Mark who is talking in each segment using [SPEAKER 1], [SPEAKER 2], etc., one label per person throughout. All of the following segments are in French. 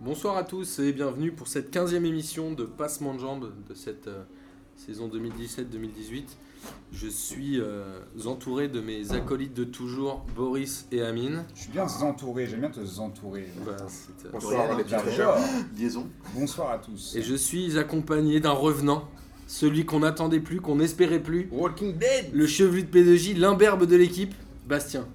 [SPEAKER 1] Bonsoir à tous et bienvenue pour cette 15e émission de Passement de Jambes de cette euh, saison 2017-2018. Je suis euh, entouré de mes acolytes de toujours, Boris et Amine.
[SPEAKER 2] Je suis bien entouré, j'aime bien te entourer.
[SPEAKER 1] Bah, c'est, euh,
[SPEAKER 3] Bonsoir, les petits trésors. Liaison.
[SPEAKER 2] Bonsoir à tous.
[SPEAKER 1] Et je suis accompagné d'un revenant, celui qu'on n'attendait plus, qu'on n'espérait plus,
[SPEAKER 4] Walking Dead
[SPEAKER 1] le chevelu de P2J, l'imberbe de l'équipe, Bastien.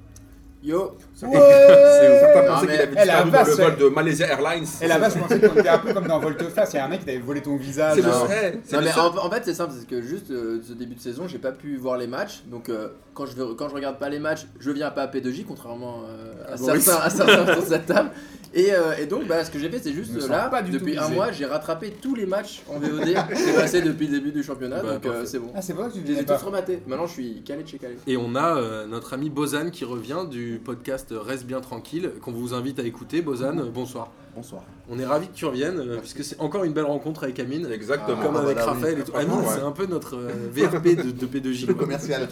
[SPEAKER 4] Yo
[SPEAKER 3] Certains
[SPEAKER 4] Non,
[SPEAKER 3] pensaient
[SPEAKER 4] mais
[SPEAKER 3] qu'il avait
[SPEAKER 2] elle a
[SPEAKER 3] disparu dans le
[SPEAKER 2] vaste-
[SPEAKER 3] vol de Malaysia Airlines.
[SPEAKER 2] Et là-bas, je pensais qu'on était un peu comme dans Volteface, il y a un mec qui t'avait volé ton visage.
[SPEAKER 3] C'est le
[SPEAKER 4] Non.
[SPEAKER 3] seul. C'est
[SPEAKER 4] Non
[SPEAKER 3] le
[SPEAKER 4] mais
[SPEAKER 3] seul.
[SPEAKER 4] en, en fait c'est simple, c'est que juste euh, ce début de saison j'ai pas pu voir les matchs donc euh, quand, je, veux- quand je regarde pas les matchs je viens pas à P2J contrairement euh, à,
[SPEAKER 3] Boris.
[SPEAKER 4] certains, à certains sur cette table et, euh, et donc bah, ce que j'ai fait c'est juste
[SPEAKER 2] Je me
[SPEAKER 4] euh,
[SPEAKER 2] sens
[SPEAKER 4] là
[SPEAKER 2] pas du tout
[SPEAKER 4] depuis un
[SPEAKER 2] visé.
[SPEAKER 4] mois j'ai rattrapé tous les matchs en VOD qui passé depuis le début du championnat
[SPEAKER 1] Bah,
[SPEAKER 4] donc euh,
[SPEAKER 1] parfait.
[SPEAKER 4] c'est bon.
[SPEAKER 2] Ah, c'est vrai que tu
[SPEAKER 4] Je les
[SPEAKER 2] disais
[SPEAKER 4] ai
[SPEAKER 2] pas.
[SPEAKER 4] tous rematés, maintenant je suis calé de chez calé.
[SPEAKER 1] Et on a euh, notre ami Bozan qui revient du podcast Reste bien tranquille, qu'on vous invite à écouter. Bozan, euh, bonsoir.
[SPEAKER 3] Bonsoir.
[SPEAKER 1] On est ravi que tu reviennes, euh, puisque c'est encore une belle rencontre avec Amine,
[SPEAKER 3] Exactement.
[SPEAKER 1] comme
[SPEAKER 3] Ah,
[SPEAKER 1] avec
[SPEAKER 3] voilà, oui.
[SPEAKER 1] Raphaël et tout.
[SPEAKER 3] Franchement,
[SPEAKER 1] Amine,
[SPEAKER 3] ouais.
[SPEAKER 1] c'est un peu notre euh, VRP de, de P2J. quoi.
[SPEAKER 3] commercial.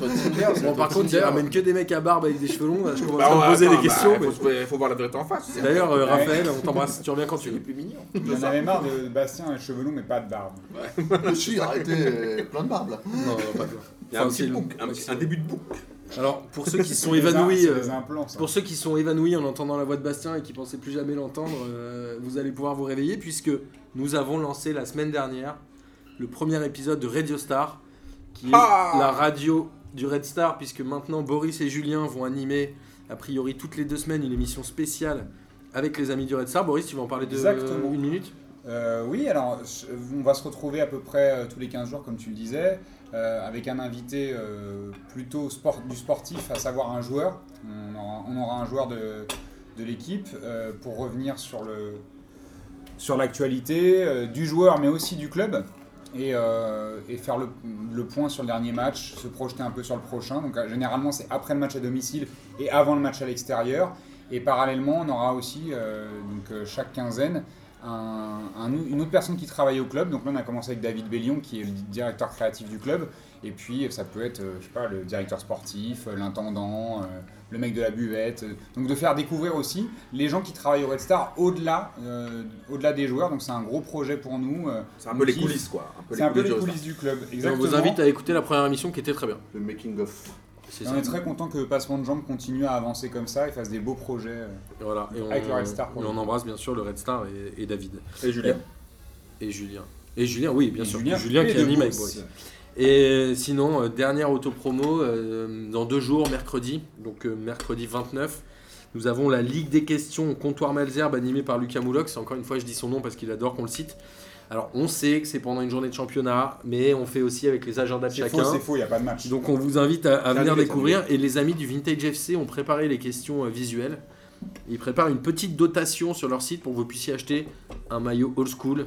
[SPEAKER 1] Bon, par contre, il ramène que des mecs à barbe avec des cheveux longs, là, je commence
[SPEAKER 3] Bah,
[SPEAKER 1] à
[SPEAKER 3] ouais,
[SPEAKER 1] me poser
[SPEAKER 3] attends,
[SPEAKER 1] des questions.
[SPEAKER 3] bah,
[SPEAKER 1] mais-
[SPEAKER 3] faut- faut- Faut voir la vérité en face. c'est-
[SPEAKER 1] D'ailleurs, euh, Raphaël, on t'embrasse, tu reviens quand tu
[SPEAKER 4] C'est le
[SPEAKER 1] veux.
[SPEAKER 4] plus mignon.
[SPEAKER 2] J'en avais marre de Bastien, et cheveux longs mais pas de barbe.
[SPEAKER 5] Je suis arrêté euh, plein de barbe là.
[SPEAKER 1] Non, non, pas toi.
[SPEAKER 3] Il y a un
[SPEAKER 1] Enfin,
[SPEAKER 3] petit
[SPEAKER 1] c'est le-
[SPEAKER 3] bouc, un petit- un début de bouc.
[SPEAKER 1] Alors, pour ceux qui sont
[SPEAKER 2] C'est des
[SPEAKER 1] évanouis.
[SPEAKER 2] in-
[SPEAKER 1] euh,
[SPEAKER 2] C'est des implants, ça.
[SPEAKER 1] Pour ceux qui sont évanouis en entendant la voix de Bastien et qui pensaient plus jamais l'entendre, euh, vous allez pouvoir vous réveiller puisque nous avons lancé la semaine dernière le premier épisode de Radio Star, qui est
[SPEAKER 3] Ah
[SPEAKER 1] la radio du Red Star, puisque maintenant Boris et Julien vont animer a priori toutes les deux semaines une émission spéciale avec les amis du Red Star. Boris, tu vas en parler de
[SPEAKER 2] Exactement.
[SPEAKER 1] une minute
[SPEAKER 2] Euh, oui, alors je- on va se retrouver à peu près euh, tous les 15 jours, comme tu le disais, euh, avec un invité euh, plutôt sport, du sportif, à savoir un joueur. On aura, on aura un joueur de, de l'équipe euh, pour revenir sur le sur l'actualité euh, du joueur, mais aussi du club, et, euh, et faire le, le point sur le dernier match, se projeter un peu sur le prochain. Donc euh, généralement c'est après le match à domicile et avant le match à l'extérieur. Et parallèlement, on aura aussi euh, donc euh, chaque quinzaine un- un ou- une autre personne qui travaille au club. Donc là, on a commencé avec David Bellion, qui est le directeur créatif du club. Et puis, euh, ça peut être, euh, je sais pas, le directeur sportif, euh, l'intendant, euh, le mec de la buvette. euh. Donc de faire découvrir aussi les gens qui travaillent au Red Star au-delà, euh, au-delà des joueurs. Donc c'est un gros projet pour nous. euh.
[SPEAKER 3] C'est un peu les
[SPEAKER 2] Qui-
[SPEAKER 3] coulisses, quoi.
[SPEAKER 2] C'est un peu les
[SPEAKER 3] du
[SPEAKER 2] coulisses du club.
[SPEAKER 1] Et on
[SPEAKER 2] Exactement.
[SPEAKER 1] vous invite à écouter la première émission qui était très bien.
[SPEAKER 5] Le making of.
[SPEAKER 1] C'est
[SPEAKER 2] Et on est très content que Passement de Jambes continue à avancer comme ça et fasse des beaux projets. euh.
[SPEAKER 1] Et voilà, et on,
[SPEAKER 2] Avec le Red Star, pour
[SPEAKER 1] et
[SPEAKER 2] le
[SPEAKER 1] on
[SPEAKER 2] coup.
[SPEAKER 1] embrasse bien sûr le Red Star et, et David.
[SPEAKER 3] Et Julien.
[SPEAKER 1] Et Julien. Et Julien, oui, bien
[SPEAKER 2] Et
[SPEAKER 1] sûr. Julien, qui
[SPEAKER 2] et de
[SPEAKER 1] anime avec
[SPEAKER 2] Bourse.
[SPEAKER 1] Boris. Et sinon, euh, dernière autopromo, euh, dans deux jours, mercredi, donc euh, mercredi 29, nous avons la Ligue des questions au comptoir Malzerbe animée par Lucas Moulox. Encore une fois, je dis son nom parce qu'il adore qu'on le cite. Alors, on sait que c'est pendant une journée de championnat, mais on fait aussi avec les agendas de
[SPEAKER 2] C'est
[SPEAKER 1] chacun.
[SPEAKER 2] faux, c'est faux, il n'y a pas de match.
[SPEAKER 1] Donc on vous invite à, à
[SPEAKER 3] Salut,
[SPEAKER 1] venir
[SPEAKER 3] les
[SPEAKER 1] découvrir. Et les amis du Vintage FC ont préparé les questions euh, visuelles. Ils préparent une petite dotation sur leur site pour que vous puissiez acheter un maillot old school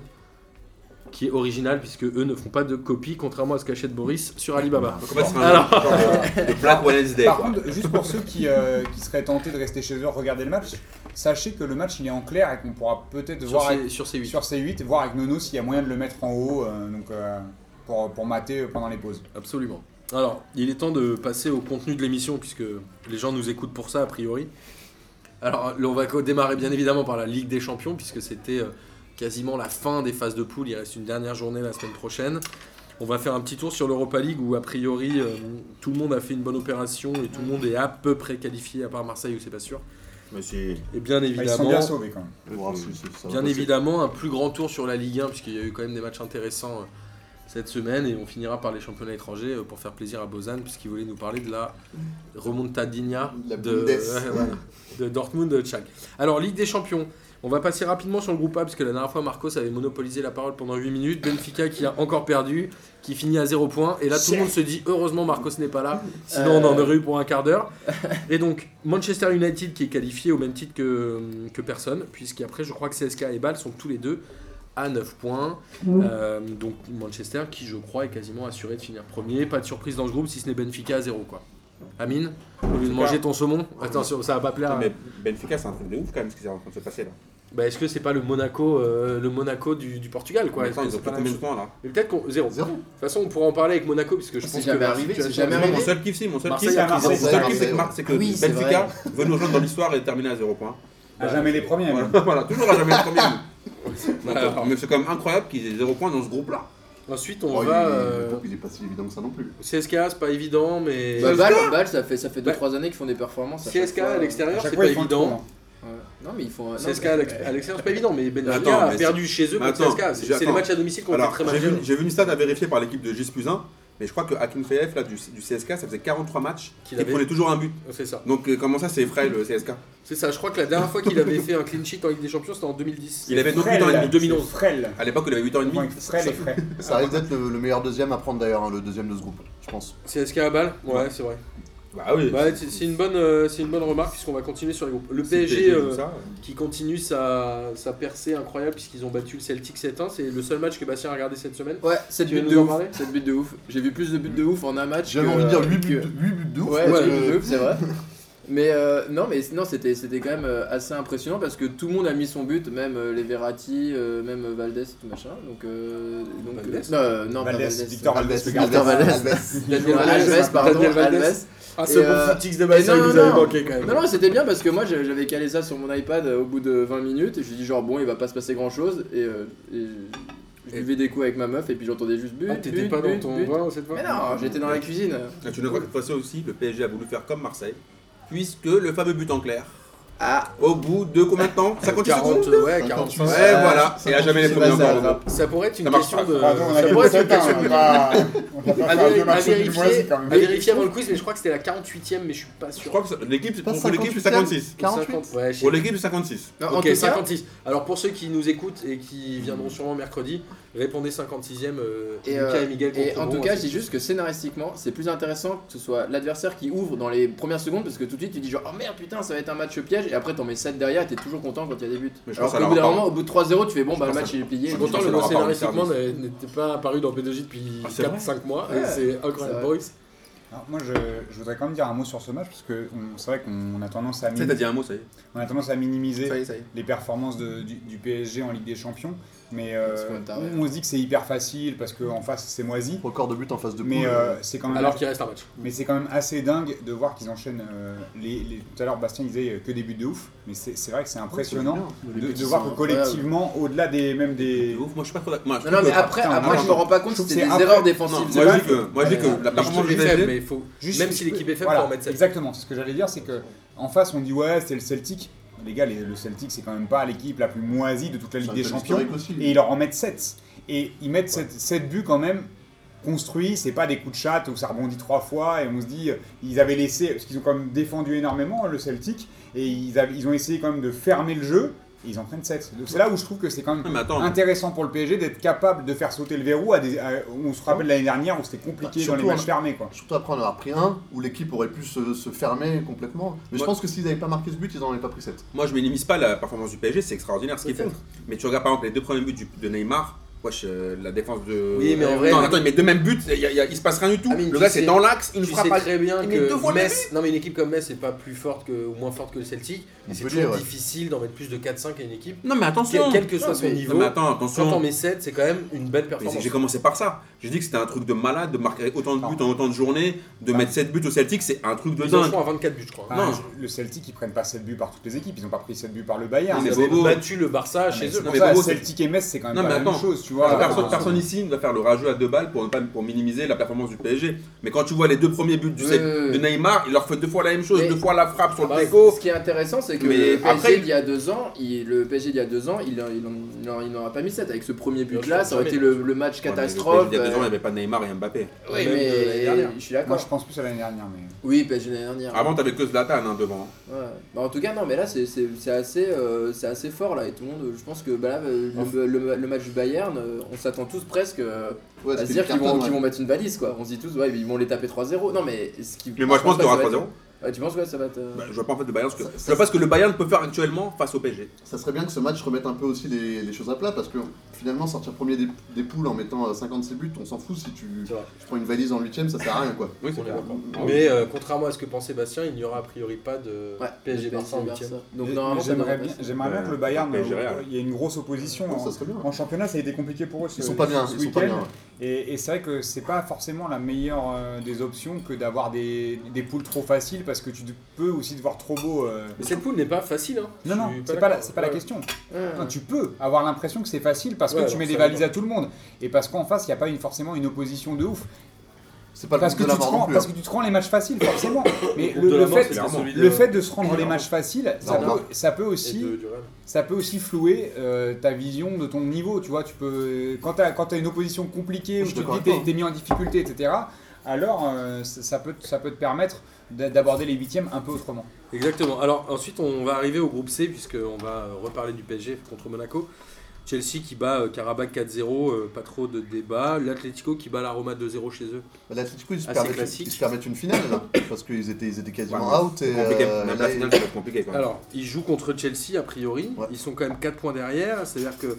[SPEAKER 1] qui est original puisque eux ne font pas de copie contrairement à ce qu'achète Boris sur Alibaba.
[SPEAKER 3] Donc en fait, ce sera un
[SPEAKER 1] Alors-
[SPEAKER 3] genre de- de Black Wednesday,
[SPEAKER 2] Par
[SPEAKER 3] quoi.
[SPEAKER 2] contre, juste pour ceux qui, euh, qui seraient tentés de rester chez eux, regarder le match, sachez que le match il est en clair et qu'on pourra peut-être
[SPEAKER 1] Sur,
[SPEAKER 2] voir avec-
[SPEAKER 1] ces- sur ces 8.
[SPEAKER 2] sur C8, voir avec Nono s'il y a moyen de le mettre en haut euh, donc, euh, pour, pour mater euh, pendant les pauses.
[SPEAKER 1] Absolument. Alors, il est temps de passer au contenu de l'émission, puisque les gens nous écoutent pour ça, a priori. Alors, là, on va co- démarrer bien évidemment par la Ligue des Champions, puisque c'était euh, quasiment la fin des phases de poule. Il reste une dernière journée la semaine prochaine. On va faire un petit tour sur l'Europa League, où a priori, euh, tout le monde a fait une bonne opération et tout le monde est à peu près qualifié, à part Marseille où c'est pas sûr.
[SPEAKER 5] Mais si.
[SPEAKER 1] Et bien
[SPEAKER 2] Enfin, Bah, ils se sont
[SPEAKER 1] évidemment,
[SPEAKER 2] bien sauvés quand même.
[SPEAKER 1] Bien évidemment, un plus grand tour sur la Ligue 1, puisqu'il y a eu quand même des matchs intéressants euh, cette semaine. Et on finira par les championnats étrangers euh, pour faire plaisir à Bozan, puisqu'il voulait nous parler de la remontadinha
[SPEAKER 5] La
[SPEAKER 1] de,
[SPEAKER 5] Bundes.
[SPEAKER 1] ouais, voilà, de Dortmund de Tchad. Alors, Ligue des Champions. On va passer rapidement sur le groupe A, puisque la dernière fois, Marcos avait monopolisé la parole pendant 8 minutes. Benfica qui a encore perdu, qui finit à 0 points. Et là, tout le monde se dit heureusement, Marcos n'est pas là, sinon on en aurait eu pour un quart d'heure. Et donc, Manchester United qui est qualifié au même titre que, que personne, puisqu'après, je crois que CSK et Bâle sont tous les deux à 9 points. Euh, donc, Manchester qui, je crois, est quasiment assuré de finir premier. Pas de surprise dans ce groupe si ce n'est Benfica à 0, quoi. Amine, au lieu de manger ton saumon, attention, ça va pas plaire. à-
[SPEAKER 3] Mais Benfica, c'est un truc de ouf quand même ce qui est en train de se passer là.
[SPEAKER 1] Bah, est-ce que c'est pas le Monaco, euh, le Monaco du, du Portugal, quoi Est-ce
[SPEAKER 3] Attends,
[SPEAKER 1] que
[SPEAKER 3] ils ont
[SPEAKER 1] c'est
[SPEAKER 3] pris
[SPEAKER 1] pas la
[SPEAKER 3] combien
[SPEAKER 1] même
[SPEAKER 3] de
[SPEAKER 1] chose
[SPEAKER 3] temps là
[SPEAKER 1] Mais peut-être qu'on. Zéro.
[SPEAKER 5] Zéro.
[SPEAKER 1] De toute façon, on pourra en parler avec Monaco, parce que je
[SPEAKER 3] Ah,
[SPEAKER 4] C'est
[SPEAKER 1] pense
[SPEAKER 4] jamais
[SPEAKER 1] que la
[SPEAKER 4] arrivé, c'est
[SPEAKER 1] situation-
[SPEAKER 4] jamais
[SPEAKER 3] Moi, Mon
[SPEAKER 4] arrivé.
[SPEAKER 3] seul kiff, si, mon seul kiff,
[SPEAKER 1] Marseille
[SPEAKER 3] c'est
[SPEAKER 1] a
[SPEAKER 3] que- mon
[SPEAKER 2] marqué
[SPEAKER 3] seul kiff, c'est que
[SPEAKER 5] zéro.
[SPEAKER 3] Mar- c'est que
[SPEAKER 4] Oui, c'est
[SPEAKER 3] Benfica veut nous rejoindre dans l'histoire et terminer à 0 points.
[SPEAKER 1] Bah,
[SPEAKER 2] À Bah, jamais les premiers. hein.
[SPEAKER 3] Voilà,
[SPEAKER 2] même.
[SPEAKER 3] voilà, toujours à jamais le premier. Donc, euh, mais c'est quand même incroyable qu'ils aient 0 points dans ce groupe-là.
[SPEAKER 1] Ensuite, on
[SPEAKER 5] Oh, il-
[SPEAKER 1] va.
[SPEAKER 5] le
[SPEAKER 1] euh,
[SPEAKER 5] groupe, il est pas si évident que ça non plus.
[SPEAKER 1] CSK, c'est pas évident, mais.
[SPEAKER 4] Bah, Bâle, Bâle, ça fait 2-3 ça fait deux,
[SPEAKER 1] Bah,
[SPEAKER 4] trois années qu'ils font des performances. à chaque
[SPEAKER 1] CSK à
[SPEAKER 4] fois. euh,
[SPEAKER 1] l'extérieur,
[SPEAKER 2] chaque
[SPEAKER 1] c'est
[SPEAKER 2] fois,
[SPEAKER 1] pas
[SPEAKER 2] ils font le tour,
[SPEAKER 1] évident.
[SPEAKER 2] hein.
[SPEAKER 4] Ouais. Non, mais ils font. euh, non,
[SPEAKER 1] CSK
[SPEAKER 4] mais-
[SPEAKER 1] à l'ex- à l'extérieur, c'est pas évident, mais Benfica
[SPEAKER 3] attends,
[SPEAKER 1] a
[SPEAKER 3] mais
[SPEAKER 1] perdu chez eux
[SPEAKER 3] mais
[SPEAKER 1] contre
[SPEAKER 3] attends,
[SPEAKER 1] CSK. C'est- C'est les
[SPEAKER 3] j'attends.
[SPEAKER 1] matchs à domicile qu'on était
[SPEAKER 3] Alors,
[SPEAKER 1] très
[SPEAKER 3] j'ai
[SPEAKER 1] mal.
[SPEAKER 3] vu, j'ai vu une stat à vérifier par l'équipe de GIS plus 1, mais je crois que Hakim Fayev, là, du, du CSK, ça faisait 43 matchs,
[SPEAKER 1] Qu'il
[SPEAKER 3] il
[SPEAKER 1] avait.
[SPEAKER 3] prenait toujours un but.
[SPEAKER 1] C'est ça.
[SPEAKER 3] Donc, euh, comment ça, c'est frais le CSK
[SPEAKER 1] C'est ça, je crois que la dernière fois qu'il avait fait un clean sheet en Ligue des Champions, c'était en 2010.
[SPEAKER 3] Il avait donc 8
[SPEAKER 2] Frêle,
[SPEAKER 3] ans et
[SPEAKER 2] là,
[SPEAKER 3] demi,
[SPEAKER 2] c'est
[SPEAKER 1] 2011.
[SPEAKER 2] Frêle.
[SPEAKER 3] À l'époque, il avait 8 ans et demi.
[SPEAKER 2] Moins que Frêle et frais.
[SPEAKER 5] Ça arrive d'être le, le meilleur deuxième à prendre d'ailleurs, hein, le deuxième de ce groupe, je pense.
[SPEAKER 1] CSK à balle Ouais, c'est vrai.
[SPEAKER 3] Bah oui.
[SPEAKER 1] Ouais, c'est c'est une, bonne, euh, c'est une bonne remarque puisqu'on va continuer sur les groupes. Le
[SPEAKER 3] Si
[SPEAKER 1] PSG
[SPEAKER 3] comme
[SPEAKER 1] euh,
[SPEAKER 3] ça,
[SPEAKER 1] qui continue sa, sa percée incroyable puisqu'ils ont battu le Celtic 7-1, c'est le seul match que Bastien a regardé cette semaine.
[SPEAKER 4] Ouais, 7
[SPEAKER 1] Tu veux
[SPEAKER 4] buts
[SPEAKER 1] nous
[SPEAKER 4] de
[SPEAKER 1] en
[SPEAKER 4] ouf.
[SPEAKER 1] parler
[SPEAKER 4] 7 buts de ouf. J'ai vu plus de buts de ouf en un match.
[SPEAKER 5] J'avais
[SPEAKER 4] que- euh,
[SPEAKER 5] envie de dire 8
[SPEAKER 4] que-
[SPEAKER 5] buts, huit buts de ouf.
[SPEAKER 4] Ouais,
[SPEAKER 5] parce
[SPEAKER 4] huit buts de
[SPEAKER 5] que-
[SPEAKER 4] ouf, c'est vrai. Mais euh, non, mais non, c'était c'était quand même euh, assez impressionnant parce que tout le monde a mis son but, même euh, les Verratti, euh, même euh, Valdés, tout machin. Donc, euh, donc
[SPEAKER 1] Valdés
[SPEAKER 4] non, euh, non, pas
[SPEAKER 2] Valdés,
[SPEAKER 4] Valdés.
[SPEAKER 2] Victor
[SPEAKER 5] Alves,
[SPEAKER 2] Valdés.
[SPEAKER 5] Alves,
[SPEAKER 4] Victor Valdés.
[SPEAKER 5] Alves.
[SPEAKER 1] Daniel euh,
[SPEAKER 4] Ouais,
[SPEAKER 1] Alves,
[SPEAKER 4] Alves, pardon,
[SPEAKER 1] Daniel Valdés.
[SPEAKER 4] Alves.
[SPEAKER 1] Ah,
[SPEAKER 4] ce Et, bon euh,
[SPEAKER 1] footix de
[SPEAKER 4] Marseille, non, vous non, avez non. manqué,
[SPEAKER 1] quand
[SPEAKER 4] Non, non, c'était bien parce que moi je- j'avais calé ça sur mon iPad euh, au bout de 20 minutes et je me suis dit genre bon il va pas se passer grand chose et, euh, et je
[SPEAKER 1] Et-
[SPEAKER 4] buvais des coups avec ma meuf et puis j'entendais juste but.
[SPEAKER 1] Ah, t'étais
[SPEAKER 4] but,
[SPEAKER 1] pas dans
[SPEAKER 4] but,
[SPEAKER 1] ton
[SPEAKER 4] but.
[SPEAKER 1] vin cette fois
[SPEAKER 4] Mais non, j'étais dans la cuisine.
[SPEAKER 3] euh, Tu ne vois que fois aussi, le PSG a voulu faire comme Marseille, puisque le fameux but en clair,
[SPEAKER 4] Ah,
[SPEAKER 3] au bout de combien de temps 50
[SPEAKER 1] 40,
[SPEAKER 3] secondes
[SPEAKER 1] ouais,
[SPEAKER 5] 58.
[SPEAKER 1] 48.
[SPEAKER 3] Ouais,
[SPEAKER 5] Ça-
[SPEAKER 3] voilà.
[SPEAKER 5] ça
[SPEAKER 3] Et à jamais les
[SPEAKER 5] marche,
[SPEAKER 3] premiers
[SPEAKER 5] ça
[SPEAKER 3] encore.
[SPEAKER 5] marche.
[SPEAKER 3] donc.
[SPEAKER 1] Ça pourrait être une
[SPEAKER 3] Ça marche
[SPEAKER 1] question
[SPEAKER 3] pas.
[SPEAKER 1] de.
[SPEAKER 2] Ah non, on a
[SPEAKER 1] ça
[SPEAKER 2] des
[SPEAKER 1] pourrait être
[SPEAKER 2] bons
[SPEAKER 1] une
[SPEAKER 2] attaques,
[SPEAKER 1] question
[SPEAKER 2] on
[SPEAKER 1] de-
[SPEAKER 2] peut pas- on peut pas
[SPEAKER 1] à,
[SPEAKER 2] faire deux
[SPEAKER 1] à
[SPEAKER 2] matchs au
[SPEAKER 1] vérifier,
[SPEAKER 2] Dumois, quand même.
[SPEAKER 1] à vérifier avant le quiz, mais je crois que c'était la 48 e mais je suis pas sûr.
[SPEAKER 3] Je crois que ça- l'équipe,
[SPEAKER 5] Pas
[SPEAKER 3] pour l'équipe, c'est
[SPEAKER 5] 56.
[SPEAKER 3] 56.
[SPEAKER 5] 48
[SPEAKER 1] Ouais, je sais
[SPEAKER 3] Pour l'équipe, c'est 56.
[SPEAKER 4] non, en
[SPEAKER 1] Ok,
[SPEAKER 4] tout cas,
[SPEAKER 1] 56. Alors pour ceux qui nous écoutent et qui viendront sûrement mercredi, répondez 56ème euh,
[SPEAKER 4] Et,
[SPEAKER 1] Lucas
[SPEAKER 4] euh,
[SPEAKER 1] et Miguel
[SPEAKER 4] Et
[SPEAKER 1] contre
[SPEAKER 4] en tout
[SPEAKER 1] Bon,
[SPEAKER 4] cas,
[SPEAKER 1] hein,
[SPEAKER 4] je dis juste que scénaristiquement, c'est plus intéressant que ce soit l'adversaire qui ouvre dans les premières secondes parce que tout de suite tu dis genre oh merde putain ça va être un match piège et après t'en mets 7 derrière et t'es toujours content quand il y a des buts.
[SPEAKER 3] Mais je
[SPEAKER 4] Alors
[SPEAKER 3] pense
[SPEAKER 4] qu'au
[SPEAKER 3] à
[SPEAKER 4] bout
[SPEAKER 3] la
[SPEAKER 4] d'un
[SPEAKER 3] repas.
[SPEAKER 4] moment, au bout de 3-0, tu fais bon bah le
[SPEAKER 3] pense à-
[SPEAKER 4] match il est plié.
[SPEAKER 1] Je
[SPEAKER 3] je
[SPEAKER 1] suis
[SPEAKER 3] pense
[SPEAKER 1] content
[SPEAKER 3] que
[SPEAKER 1] que
[SPEAKER 3] ça
[SPEAKER 1] le mot
[SPEAKER 3] leur apporte du
[SPEAKER 1] scénaristiquement
[SPEAKER 3] service.
[SPEAKER 1] n'a- n'était pas apparu dans P2J depuis
[SPEAKER 3] Ah, c'est vrai
[SPEAKER 1] 4-5 mois.
[SPEAKER 4] Ouais.
[SPEAKER 1] et C'est
[SPEAKER 4] C'est
[SPEAKER 1] incroyable,
[SPEAKER 4] vrai.
[SPEAKER 1] Boris.
[SPEAKER 2] Alors, Moi, je, je voudrais quand même dire un mot sur ce match, parce que on- c'est vrai qu'on a tendance à,
[SPEAKER 1] Ah,
[SPEAKER 3] Tu sais, t'as
[SPEAKER 2] minimiser,
[SPEAKER 3] dit un mot, ça y est.
[SPEAKER 2] on a tendance à minimiser
[SPEAKER 4] est, ça y est.
[SPEAKER 2] les performances de- du, du PSG en Ligue des Champions, mais euh,
[SPEAKER 4] Parce qu'on est tard, ouais.
[SPEAKER 2] on, on se dit que c'est hyper facile, parce qu'en face, c'est moisi,
[SPEAKER 5] Record de but en face de
[SPEAKER 2] mais
[SPEAKER 5] poule.
[SPEAKER 2] euh, c'est quand même
[SPEAKER 1] Alors qu'il reste un match.
[SPEAKER 2] Mais c'est quand même assez dingue de voir qu'ils enchaînent euh, les, les- Tout à l'heure, Bastien disait euh, que des buts de ouf, mais c'est c'est vrai que c'est impressionnant de, de
[SPEAKER 4] ils
[SPEAKER 2] voir
[SPEAKER 4] sont
[SPEAKER 2] que collectivement, au-delà des même
[SPEAKER 3] De
[SPEAKER 2] des.
[SPEAKER 3] ouf, moi je suis pas trop d'accord. Moi, je
[SPEAKER 4] Non, non,
[SPEAKER 3] trouve
[SPEAKER 4] mais
[SPEAKER 3] que-
[SPEAKER 4] après,
[SPEAKER 2] putain,
[SPEAKER 4] après
[SPEAKER 3] Ah, non,
[SPEAKER 4] je me
[SPEAKER 3] non.
[SPEAKER 4] rends pas compte
[SPEAKER 2] Je trouve
[SPEAKER 4] c'était
[SPEAKER 2] que
[SPEAKER 4] des
[SPEAKER 2] c'est
[SPEAKER 4] erreurs
[SPEAKER 2] après-
[SPEAKER 3] Non,
[SPEAKER 4] défensives.
[SPEAKER 3] moi je dis que, moi, je dis que
[SPEAKER 4] Ouais.
[SPEAKER 3] la performance
[SPEAKER 1] L'équipe
[SPEAKER 3] du
[SPEAKER 1] est faible,
[SPEAKER 3] PSG,
[SPEAKER 1] mais il faut.
[SPEAKER 2] Juste-
[SPEAKER 1] Même si l'équipe est faible,
[SPEAKER 2] Voilà,
[SPEAKER 1] faut en mettre 7.
[SPEAKER 2] exactement. C'est ce que j'allais dire, c'est que en face, on dit ouais, c'est le Celtic. Les gars, les- le Celtic, c'est quand même pas l'équipe la plus moisie de toute la
[SPEAKER 5] C'est
[SPEAKER 2] Ligue
[SPEAKER 5] un
[SPEAKER 2] des
[SPEAKER 5] peu
[SPEAKER 2] Champions.
[SPEAKER 5] l'historique aussi.
[SPEAKER 2] Et ils leur en mettent 7. Et ils mettent 7, buts quand même construits. C'est pas des coups de chatte où ça rebondit trois fois et on se dit euh, ils avaient laissé parce qu'ils ont quand même défendu énormément hein, le Celtic et ils, avaient- ils ont essayé quand même de fermer le jeu. Et ils en prennent 7. Donc c'est là où je trouve que c'est quand
[SPEAKER 3] Non,
[SPEAKER 2] même
[SPEAKER 3] mais
[SPEAKER 1] Hein
[SPEAKER 3] attends.
[SPEAKER 2] intéressant pour le PSG d'être capable de faire sauter le verrou. À des, à- on se rappelle l'année dernière où c'était compliqué
[SPEAKER 5] Bah,
[SPEAKER 2] dans les
[SPEAKER 5] surtout,
[SPEAKER 2] matchs
[SPEAKER 5] on-
[SPEAKER 2] fermés quoi.
[SPEAKER 5] Surtout après en avoir pris un, où l'équipe aurait pu se, se fermer complètement. Mais je
[SPEAKER 3] Ouais.
[SPEAKER 5] pense que s'ils n'avaient pas marqué ce but, ils n'en auraient pas pris 7.
[SPEAKER 3] Moi, je minimise pas la performance du PSG, c'est extraordinaire ce qu'ils font. Mais tu regardes par exemple les deux premiers buts du- de Neymar, wesh, euh, la défense de.
[SPEAKER 1] Oui, mais en vrai-
[SPEAKER 3] Non, attends, il met deux mêmes buts, il y a- il y a- il se passe rien du tout.
[SPEAKER 1] Ah, mais
[SPEAKER 3] le
[SPEAKER 1] tu
[SPEAKER 3] gars,
[SPEAKER 1] sais-
[SPEAKER 3] c'est dans l'axe, il ne
[SPEAKER 1] tu
[SPEAKER 3] frappe
[SPEAKER 1] sais
[SPEAKER 3] pas.
[SPEAKER 1] très bien
[SPEAKER 3] il met deux
[SPEAKER 1] que
[SPEAKER 3] fois le
[SPEAKER 1] Metz, non mais une équipe comme Metz n'est pas plus forte que, ou moins forte que le Celtic.
[SPEAKER 5] On
[SPEAKER 1] Et c'est
[SPEAKER 5] peut
[SPEAKER 1] toujours
[SPEAKER 5] dire, ouais.
[SPEAKER 1] difficile d'en mettre plus de 4-5 à une équipe,
[SPEAKER 3] Non, mais
[SPEAKER 1] quel,
[SPEAKER 3] attention
[SPEAKER 1] quel que soit
[SPEAKER 4] Non,
[SPEAKER 1] son
[SPEAKER 4] mais-
[SPEAKER 1] niveau.
[SPEAKER 3] Non, mais attends,
[SPEAKER 1] quand on
[SPEAKER 3] attention
[SPEAKER 1] met 7, c'est quand même une belle
[SPEAKER 3] Mais c'est-
[SPEAKER 1] performance.
[SPEAKER 3] j'ai commencé par ça. J'ai dit que c'était un truc de malade de marquer autant de buts en autant de journées, de
[SPEAKER 2] Ah.
[SPEAKER 3] mettre 7 buts au Celtic, c'est un truc de
[SPEAKER 1] Ils en
[SPEAKER 3] dingue.
[SPEAKER 1] sont à 24 buts, je crois.
[SPEAKER 2] Ah,
[SPEAKER 3] hein. Non.
[SPEAKER 2] je- le Celtic, ils prennent pas 7 buts par toutes les équipes. Ils ont pas pris 7 buts par le Bayern.
[SPEAKER 3] Non,
[SPEAKER 1] Ils
[SPEAKER 3] mais
[SPEAKER 2] C'est
[SPEAKER 1] avaient
[SPEAKER 3] Bobo-
[SPEAKER 1] battu le Barça chez eux.
[SPEAKER 3] non,
[SPEAKER 2] pour
[SPEAKER 3] mais
[SPEAKER 2] ça,
[SPEAKER 3] Bobo, c'est-
[SPEAKER 2] Celtic et Metz, c'est quand même
[SPEAKER 3] Non,
[SPEAKER 2] pas
[SPEAKER 3] mais
[SPEAKER 2] la même
[SPEAKER 3] attends.
[SPEAKER 2] chose, tu vois.
[SPEAKER 3] Personne,
[SPEAKER 2] Euh,
[SPEAKER 3] personne- personne ici ne va faire le rageux à deux balles pour, ne pas- pour minimiser la performance du PSG. Mais quand tu vois les deux premiers buts du
[SPEAKER 4] Ouais,
[SPEAKER 3] Cel-
[SPEAKER 4] ouais, ouais.
[SPEAKER 3] de Neymar, il leur fait deux fois la même chose,
[SPEAKER 4] Mais-
[SPEAKER 3] deux fois la frappe sur
[SPEAKER 4] Ah
[SPEAKER 3] le
[SPEAKER 4] bah,
[SPEAKER 3] déco.
[SPEAKER 4] Ce qui est intéressant, c'est que
[SPEAKER 3] Mais
[SPEAKER 4] le PSG
[SPEAKER 3] après-
[SPEAKER 4] d'il y a deux ans, il, le PSG d'il y a deux ans, il, en- il, en- il en- il n'aura pas mis 7 avec ce premier but
[SPEAKER 1] Bien
[SPEAKER 4] là,
[SPEAKER 1] sûr,
[SPEAKER 4] ça aurait été
[SPEAKER 1] jamais.
[SPEAKER 4] le, le match
[SPEAKER 3] Ouais, mais
[SPEAKER 4] catastrophe.
[SPEAKER 3] le PSG, Il y a deux ans, il n'y
[SPEAKER 4] euh,
[SPEAKER 3] avait pas Neymar et Mbappé.
[SPEAKER 4] Oui,
[SPEAKER 1] Même de l'année dernière.
[SPEAKER 4] mais je suis d'accord.
[SPEAKER 2] Moi, je pense plus à l'année dernière, mais.
[SPEAKER 4] Oui, PSG l'année dernière.
[SPEAKER 3] Avant, t'avais que Zlatan hein, devant.
[SPEAKER 4] Ouais. Bah, en tout cas, non, mais là, c'est c'est- c'est assez, euh, c'est assez fort, là, et tout le monde, je pense que bah, là, euh, le, le- le match du Bayern, euh, on s'attend tous presque euh,
[SPEAKER 5] Ouais,
[SPEAKER 4] à se
[SPEAKER 5] c'était
[SPEAKER 4] dire
[SPEAKER 5] le
[SPEAKER 4] qu'ils vont,
[SPEAKER 5] carton, ouais.
[SPEAKER 4] qu'ils vont mettre une valise, quoi. On se dit tous, ouais, ils vont les taper 3-0. Non, mais ce qui...
[SPEAKER 3] Mais moi, je pense
[SPEAKER 4] pas
[SPEAKER 3] qu'il y aura
[SPEAKER 4] ça va être-
[SPEAKER 3] 3-0.
[SPEAKER 4] Ouais, tu penses, ouais, ça va être... euh,
[SPEAKER 3] Bah, je vois pas en fait le Bayern. ce que-
[SPEAKER 5] Ça-
[SPEAKER 3] Je
[SPEAKER 5] ça-
[SPEAKER 3] vois pas ce que le Bayern peut faire actuellement face au PSG.
[SPEAKER 5] Ça serait bien que ce match remette un peu aussi les, les choses à plat parce que finalement, sortir premier des, des poules en mettant euh, 56 buts, on s'en fout. Si tu,
[SPEAKER 1] C'est vrai.
[SPEAKER 5] tu prends une valise en 8ème, ça sert à rien quoi.
[SPEAKER 3] Oui,
[SPEAKER 1] On est d'accord.
[SPEAKER 5] Ah oui.
[SPEAKER 1] Mais euh, contrairement à ce que pensait Bastien, il n'y aura a priori pas de
[SPEAKER 4] ouais,
[SPEAKER 1] PSG
[SPEAKER 4] le
[SPEAKER 1] Barça en
[SPEAKER 4] Barça.
[SPEAKER 1] 8
[SPEAKER 4] Donc,
[SPEAKER 2] Mais-
[SPEAKER 4] normalement,
[SPEAKER 2] mais
[SPEAKER 4] ça devrait
[SPEAKER 2] J'aimerais bien,
[SPEAKER 4] passer.
[SPEAKER 2] j'aimerais bien
[SPEAKER 3] Ouais,
[SPEAKER 2] que le Bayern,
[SPEAKER 3] PSG,
[SPEAKER 2] euh,
[SPEAKER 3] ouais.
[SPEAKER 2] il y a une grosse opposition.
[SPEAKER 5] Non,
[SPEAKER 2] en,
[SPEAKER 5] ça serait bien.
[SPEAKER 2] en championnat, ça a été compliqué pour eux. ce-
[SPEAKER 5] Ils sont pas bien,
[SPEAKER 2] ce
[SPEAKER 5] ils sont pas
[SPEAKER 2] week-end.
[SPEAKER 5] bien. ouais.
[SPEAKER 2] Et, et c'est vrai que c'est pas forcément la meilleure euh, des options que d'avoir des, des poules trop faciles parce que tu peux aussi te voir trop beau. euh.
[SPEAKER 1] Mais cette poule n'est pas facile. Hein.
[SPEAKER 2] Non,
[SPEAKER 1] Je
[SPEAKER 2] non,
[SPEAKER 1] suis
[SPEAKER 2] c'est pas, la-
[SPEAKER 1] d'accord.
[SPEAKER 2] c'est pas la
[SPEAKER 1] Ouais.
[SPEAKER 2] question.
[SPEAKER 4] Ah.
[SPEAKER 2] Non, tu peux avoir l'impression que c'est facile parce que
[SPEAKER 1] Ouais,
[SPEAKER 2] tu mets
[SPEAKER 1] alors,
[SPEAKER 2] des
[SPEAKER 1] ça
[SPEAKER 2] valises à tout le monde et parce qu'en face il n'y a pas une, forcément une opposition de ouf.
[SPEAKER 5] C'est pas le
[SPEAKER 2] parce,
[SPEAKER 5] groupe
[SPEAKER 2] que
[SPEAKER 5] de
[SPEAKER 2] tu
[SPEAKER 5] la
[SPEAKER 2] te
[SPEAKER 5] mort
[SPEAKER 2] rends,
[SPEAKER 5] non plus. hein.
[SPEAKER 2] parce que tu te rends les matchs faciles forcément. Mais
[SPEAKER 1] groupe
[SPEAKER 2] le,
[SPEAKER 1] de
[SPEAKER 2] le
[SPEAKER 1] la mort,
[SPEAKER 2] fait,
[SPEAKER 1] c'est la hein.
[SPEAKER 3] clairement.
[SPEAKER 2] le fait de se rendre les
[SPEAKER 1] Clairement.
[SPEAKER 2] matchs faciles, ça
[SPEAKER 5] Clairement.
[SPEAKER 2] peut, ça peut
[SPEAKER 1] Et
[SPEAKER 2] aussi
[SPEAKER 1] de- du rêve.
[SPEAKER 2] ça peut aussi flouer euh, ta vision de ton niveau, tu vois, tu peux, quand tu as, une opposition compliquée,
[SPEAKER 5] Je
[SPEAKER 2] où
[SPEAKER 5] suis
[SPEAKER 2] tu te
[SPEAKER 5] d'accord
[SPEAKER 2] dis
[SPEAKER 5] avec
[SPEAKER 2] t'es
[SPEAKER 5] toi.
[SPEAKER 2] t'es mis en difficulté, etc., alors euh, ça, ça peut, te- ça peut te permettre d'a- d'aborder les huitièmes un peu autrement.
[SPEAKER 1] Exactement. Alors ensuite, on va arriver au groupe C, puisqu'on va euh, reparler du PSG contre Monaco. Chelsea qui bat euh, Karabakh 4-0, euh, pas trop de débat. L'Atlético qui bat la Roma 2-0 chez eux.
[SPEAKER 5] L'Atletico, Bah, ils, se
[SPEAKER 1] Assez
[SPEAKER 5] permettent-
[SPEAKER 1] Ah, classique.
[SPEAKER 5] ils se permettent une finale, là, parce qu'ils étaient, ils étaient quasiment
[SPEAKER 3] Ouais, mais
[SPEAKER 5] out. Et,
[SPEAKER 3] C'est compliqué.
[SPEAKER 5] euh,
[SPEAKER 3] Même
[SPEAKER 5] là,
[SPEAKER 3] la finale, ça va être compliqué. Quand même.
[SPEAKER 1] Alors, ils jouent contre Chelsea a priori.
[SPEAKER 5] Ouais.
[SPEAKER 1] Ils sont quand même 4 points derrière, c'est-à-dire que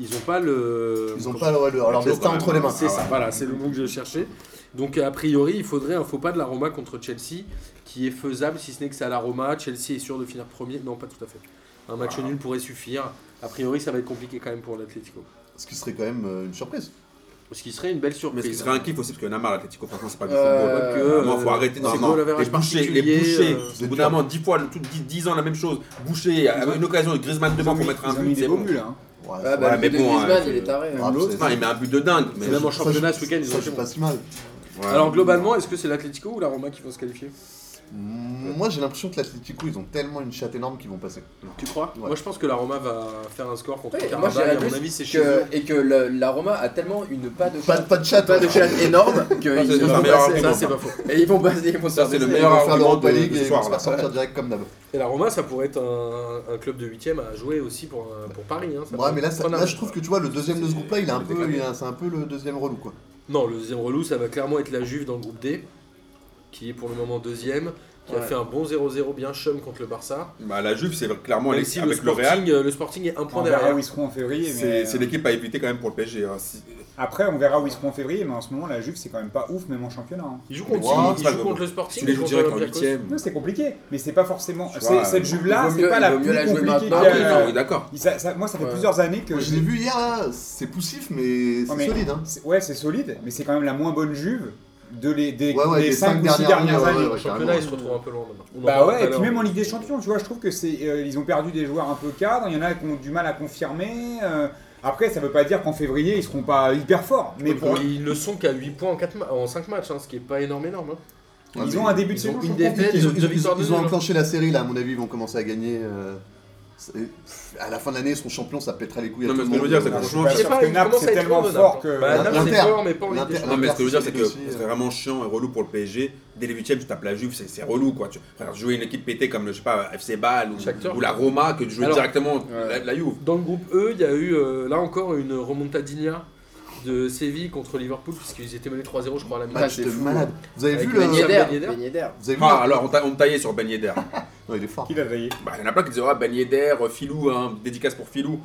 [SPEAKER 1] ils n'ont pas le.
[SPEAKER 5] ils ont pas ouais, le- leur
[SPEAKER 3] Toujours,
[SPEAKER 5] destin
[SPEAKER 3] quand
[SPEAKER 5] entre
[SPEAKER 3] même.
[SPEAKER 5] les mains.
[SPEAKER 1] C'est
[SPEAKER 3] Ah
[SPEAKER 1] ça,
[SPEAKER 3] ouais.
[SPEAKER 1] voilà, c'est le mot que je cherchais. Donc a priori, il faudrait un faux pas de la Roma contre Chelsea, qui est faisable si ce n'est que c'est à la Roma. Chelsea est sûr de finir premier. Non, pas tout à fait. Un match nul pourrait suffire. A priori, ça va être compliqué quand même pour l'Atlético.
[SPEAKER 5] Ah, Ce qui serait quand même euh, une surprise.
[SPEAKER 1] Ce qui serait une belle
[SPEAKER 3] Mais
[SPEAKER 1] surprise.
[SPEAKER 3] ce qui serait un kiff aussi, parce que Namar, l'Atletico, franchement, c'est pas du
[SPEAKER 4] Euh,
[SPEAKER 3] football.
[SPEAKER 1] Quoique,
[SPEAKER 4] Euh,
[SPEAKER 3] Vraiment, faut arrêter
[SPEAKER 1] c'est
[SPEAKER 3] normalement.
[SPEAKER 1] goal average
[SPEAKER 3] Les boucher, les
[SPEAKER 1] particulier,
[SPEAKER 3] boucher.
[SPEAKER 1] euh,
[SPEAKER 5] c'est
[SPEAKER 3] Au bout
[SPEAKER 5] dur.
[SPEAKER 3] d'un moment, 10 fois, tout- 10, 10 ans la même chose. Boucher,
[SPEAKER 2] Ils ont-
[SPEAKER 3] avec une occasion de Griezmann
[SPEAKER 2] Ils
[SPEAKER 3] devant
[SPEAKER 2] ont
[SPEAKER 3] pour
[SPEAKER 2] mis-
[SPEAKER 3] mettre un
[SPEAKER 2] ils ont
[SPEAKER 3] but.
[SPEAKER 2] mis des
[SPEAKER 3] c'est
[SPEAKER 2] beaux
[SPEAKER 3] bon.
[SPEAKER 2] bulles, hein.
[SPEAKER 5] Ouais,
[SPEAKER 4] Ah bah
[SPEAKER 3] Ouais,
[SPEAKER 4] le
[SPEAKER 3] mais
[SPEAKER 4] but de
[SPEAKER 3] bon, hein,
[SPEAKER 4] Griezmann,
[SPEAKER 3] écoute,
[SPEAKER 4] il est taré. hein.
[SPEAKER 5] Ah,
[SPEAKER 2] l'autre,
[SPEAKER 5] c'est-
[SPEAKER 3] Non, il met un but de dingue. Mais
[SPEAKER 1] C'est même en
[SPEAKER 5] ça,
[SPEAKER 1] championnat
[SPEAKER 5] je-
[SPEAKER 1] ce week-end, ils
[SPEAKER 5] ça,
[SPEAKER 1] ont
[SPEAKER 5] je
[SPEAKER 1] fait
[SPEAKER 5] passe mal.
[SPEAKER 3] Ouais.
[SPEAKER 1] Alors globalement, est-ce que c'est l'Atlético ou la Roma qui vont se qualifier
[SPEAKER 5] Moi, j'ai l'impression que l'Atletico, ils ont tellement une chatte énorme qu'ils vont passer.
[SPEAKER 1] Tu crois
[SPEAKER 5] Ouais.
[SPEAKER 1] Moi, je pense que la Roma va faire un score contre
[SPEAKER 4] Ouais, moi,
[SPEAKER 1] Karabakh.
[SPEAKER 4] je dirais
[SPEAKER 1] et à mon
[SPEAKER 4] plus
[SPEAKER 1] avis, c'est chez eux.
[SPEAKER 4] Que- et que le- la Roma a tellement une pas de
[SPEAKER 5] Pas,
[SPEAKER 4] chat,
[SPEAKER 5] pas de chatte.
[SPEAKER 4] pas de chat énorme
[SPEAKER 3] Ça,
[SPEAKER 4] qu'ils
[SPEAKER 3] c'est
[SPEAKER 4] vont
[SPEAKER 3] le meilleur
[SPEAKER 4] passer.
[SPEAKER 1] Ça,
[SPEAKER 3] argument.
[SPEAKER 1] c'est pas faux.
[SPEAKER 4] Et ils vont passer, ils vont se
[SPEAKER 3] Ça,
[SPEAKER 4] faire
[SPEAKER 3] c'est le
[SPEAKER 4] passer.
[SPEAKER 5] Ils
[SPEAKER 3] meilleur
[SPEAKER 5] vont faire
[SPEAKER 3] argument
[SPEAKER 5] l'Europa
[SPEAKER 3] de- de
[SPEAKER 5] League
[SPEAKER 3] ce
[SPEAKER 5] et ils vont
[SPEAKER 3] soir,
[SPEAKER 5] se
[SPEAKER 3] là.
[SPEAKER 5] faire sortir direct comme d'hab.
[SPEAKER 1] Et la Roma, ça pourrait être un, un club de 8ème à jouer aussi pour, euh, pour Paris. hein. Ça
[SPEAKER 5] Ouais,
[SPEAKER 1] peut-
[SPEAKER 5] mais là, ça-
[SPEAKER 1] prendre un-
[SPEAKER 5] là, je trouve que tu vois, le deuxième de ce groupe-là, il est un
[SPEAKER 1] c'est
[SPEAKER 5] peu,
[SPEAKER 1] décalé.
[SPEAKER 5] il est un- c'est un peu le deuxième relou, quoi.
[SPEAKER 1] Non, le deuxième relou, ça va clairement être la Juve dans le groupe D, qui est pour le moment deuxième, qui a
[SPEAKER 4] Ouais.
[SPEAKER 1] fait un bon 0-0 bien chum contre le Barça.
[SPEAKER 3] Bah, la Juve, c'est clairement
[SPEAKER 1] Même
[SPEAKER 3] les-
[SPEAKER 1] si le
[SPEAKER 3] avec le Real. Ah, bah,
[SPEAKER 1] Sporting, euh, le Sporting est un point
[SPEAKER 2] On verra
[SPEAKER 1] derrière.
[SPEAKER 2] où ils seront en février. Mais euh,
[SPEAKER 3] C'est c'est l'équipe à éviter quand même pour le PSG. hein. Si-
[SPEAKER 2] Après, on verra où ils seront en février, mais en ce moment, la Juve, c'est quand même pas ouf, même en championnat. hein.
[SPEAKER 1] Ils jouent
[SPEAKER 3] Mais
[SPEAKER 1] contre,
[SPEAKER 3] tu-
[SPEAKER 1] qui
[SPEAKER 3] c'est
[SPEAKER 1] Ils
[SPEAKER 3] pas
[SPEAKER 1] jouent
[SPEAKER 3] grave.
[SPEAKER 1] contre le Sporting,
[SPEAKER 3] Tu les joues
[SPEAKER 1] contre
[SPEAKER 3] direct en
[SPEAKER 1] l'Olympiakos.
[SPEAKER 3] 8ème.
[SPEAKER 2] Non, c'est compliqué, mais c'est pas forcément.
[SPEAKER 3] Tu
[SPEAKER 2] c'est-
[SPEAKER 3] vois,
[SPEAKER 2] cette Juve-là,
[SPEAKER 4] il vaut
[SPEAKER 2] c'est
[SPEAKER 4] mieux-
[SPEAKER 2] pas
[SPEAKER 4] il
[SPEAKER 2] la
[SPEAKER 4] vaut
[SPEAKER 2] plus
[SPEAKER 4] mieux la jouer
[SPEAKER 2] compliquée.
[SPEAKER 4] maintenant.
[SPEAKER 2] qu'il y a-
[SPEAKER 4] Ah
[SPEAKER 3] Non, oui, d'accord.
[SPEAKER 2] Il- ça- ça- moi, ça fait
[SPEAKER 4] Ouais.
[SPEAKER 2] plusieurs années que
[SPEAKER 5] Moi, je l'ai vu hier, là, c'est poussif, mais
[SPEAKER 2] Ouais,
[SPEAKER 5] c'est
[SPEAKER 2] mais-
[SPEAKER 5] solide, hein.
[SPEAKER 2] C'est- Ouais, c'est solide, mais c'est quand même la moins bonne juve de les, des,
[SPEAKER 5] Ouais, ouais,
[SPEAKER 2] des
[SPEAKER 5] les
[SPEAKER 2] cinq
[SPEAKER 5] cinq
[SPEAKER 2] ou six
[SPEAKER 5] dernières
[SPEAKER 2] dernières
[SPEAKER 5] années,
[SPEAKER 2] années.
[SPEAKER 5] ouais, ouais.
[SPEAKER 1] Le championnat, ils se retrouvent un peu loin maintenant. On en
[SPEAKER 2] Bah
[SPEAKER 1] parle tout
[SPEAKER 2] ouais,
[SPEAKER 1] à
[SPEAKER 2] et puis
[SPEAKER 1] l'heure.
[SPEAKER 2] même en Ligue des Champions, tu vois, je trouve que c'est euh, ils ont perdu des joueurs un peu cadres, il y en a qui ont du mal à confirmer. euh, après, ça veut pas dire qu'en février, ils seront pas hyper forts, mais pour,
[SPEAKER 1] Ils ne sont qu'à 8 points en, 5 matchs, hein, ce qui est pas énorme, énorme. hein.
[SPEAKER 2] ils ont un début de
[SPEAKER 1] Ils ont
[SPEAKER 2] saison.
[SPEAKER 1] une
[SPEAKER 2] je trouve,
[SPEAKER 1] défaite,
[SPEAKER 2] compliqué.
[SPEAKER 5] Ils ont,
[SPEAKER 1] Deux
[SPEAKER 5] ils ont-
[SPEAKER 1] victoires,
[SPEAKER 5] ils
[SPEAKER 1] deux
[SPEAKER 5] ont
[SPEAKER 1] nuls.
[SPEAKER 5] enclenché la série là, à mon avis, ils vont commencer à gagner. euh, c'est- à la fin de l'année, ils seront champions, ça pètera les couilles à
[SPEAKER 3] Non,
[SPEAKER 5] tout
[SPEAKER 3] mais
[SPEAKER 5] le
[SPEAKER 3] ce que
[SPEAKER 5] monde.
[SPEAKER 3] je veux dire, c'est
[SPEAKER 5] Euh,
[SPEAKER 3] qu'on
[SPEAKER 2] Je suis
[SPEAKER 3] Franchement,
[SPEAKER 2] pas
[SPEAKER 3] je
[SPEAKER 2] sûr
[SPEAKER 1] sais pas,
[SPEAKER 2] que
[SPEAKER 1] ils
[SPEAKER 2] Naples,
[SPEAKER 1] commencent à
[SPEAKER 2] c'est
[SPEAKER 1] être
[SPEAKER 2] tellement
[SPEAKER 1] loin,
[SPEAKER 2] fort
[SPEAKER 1] Naples.
[SPEAKER 2] que.
[SPEAKER 1] Bah, Naples, c'est
[SPEAKER 5] l'Inter.
[SPEAKER 1] fort, mais pas en Ligue des
[SPEAKER 5] L'Inter-
[SPEAKER 1] Champions.
[SPEAKER 3] Non, mais ce que je veux dire, c'est que
[SPEAKER 5] Aussi, euh,
[SPEAKER 3] c'est vraiment chiant et relou pour le PSG. Dès les 8 tu tapes la Juve, c'est c'est relou quoi. Tu préfères jouer une équipe pétée comme le, je sais pas, FC Bâle ou,
[SPEAKER 1] Shakhtar.
[SPEAKER 3] ou la Roma que de jouer
[SPEAKER 1] Alors,
[SPEAKER 3] directement la,
[SPEAKER 4] ouais.
[SPEAKER 3] la Juve.
[SPEAKER 1] Dans le groupe E, il y a eu euh, là encore une remontadinha de Séville contre Liverpool, puisqu'ils étaient menés 3-0, je crois, à la mi-temps.
[SPEAKER 5] Match
[SPEAKER 4] c'est
[SPEAKER 5] de
[SPEAKER 4] fou.
[SPEAKER 5] malade. Vous avez
[SPEAKER 1] Avec
[SPEAKER 5] vu
[SPEAKER 1] Ben
[SPEAKER 5] le.
[SPEAKER 1] Yedder.
[SPEAKER 5] Vous
[SPEAKER 4] Yedder,
[SPEAKER 1] Yedder.
[SPEAKER 4] Ben Yedder.
[SPEAKER 5] avez vu
[SPEAKER 3] Ah,
[SPEAKER 5] la-
[SPEAKER 3] alors on, t'a- on me taillait sur Ben Yedder.
[SPEAKER 5] Non, il est fort.
[SPEAKER 2] Qui l'a taillé
[SPEAKER 3] Bah, il y en a plein qui disaient ah, Ben Yedder, Filou, hein, dédicace pour Filou.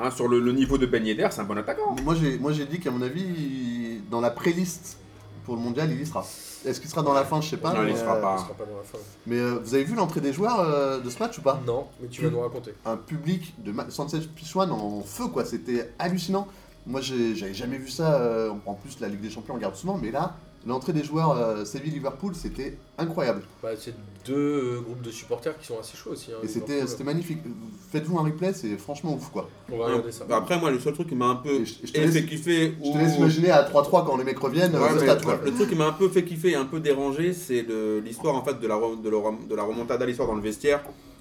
[SPEAKER 3] Hein, sur le, le niveau de Ben Yedder, c'est un bon attaquant.
[SPEAKER 5] Moi, j'ai moi, j'ai dit qu'à mon avis, il- dans la pré-liste pour le mondial, il y sera. Est-ce qu'il sera dans la fin Je sais pas.
[SPEAKER 3] Non, il
[SPEAKER 5] mais,
[SPEAKER 3] y sera
[SPEAKER 5] euh,
[SPEAKER 3] pas.
[SPEAKER 1] On sera pas dans la fin.
[SPEAKER 5] Mais euh, vous avez vu l'entrée des joueurs euh, de ce match ou pas
[SPEAKER 1] Non, mais
[SPEAKER 3] Hmm.
[SPEAKER 1] tu vas nous raconter.
[SPEAKER 5] un public de Ma- Sanchez Pichuan en feu, quoi. C'était hallucinant. Moi, j'ai- j'avais jamais vu ça. euh, en plus, la Ligue des Champions, on regarde souvent, mais là, l'entrée des joueurs euh, Séville-Liverpool, c'était incroyable.
[SPEAKER 3] Ah,
[SPEAKER 1] Bah, c'est deux euh, groupes de supporters qui sont assez chauds aussi. hein,
[SPEAKER 5] Et c'était
[SPEAKER 1] Liverpool.
[SPEAKER 5] c'était magnifique. Faites-vous un replay, c'est franchement ouf, quoi.
[SPEAKER 1] On va regarder ça.
[SPEAKER 3] Après, moi, le seul truc qui m'a un peu
[SPEAKER 5] Et je, je te
[SPEAKER 3] fait
[SPEAKER 5] laisse,
[SPEAKER 3] kiffer.
[SPEAKER 5] je te
[SPEAKER 3] ou-
[SPEAKER 5] laisse imaginer à 3-3 quand les mecs reviennent
[SPEAKER 3] Ouais,
[SPEAKER 5] euh, au
[SPEAKER 3] mais
[SPEAKER 5] stade,
[SPEAKER 3] le-
[SPEAKER 5] quoi.
[SPEAKER 3] le truc qui m'a un peu fait kiffer et un peu dérangé, c'est le- l'histoire en fait de la, re- de, leur- de la remontada, l'histoire dans le vestiaire,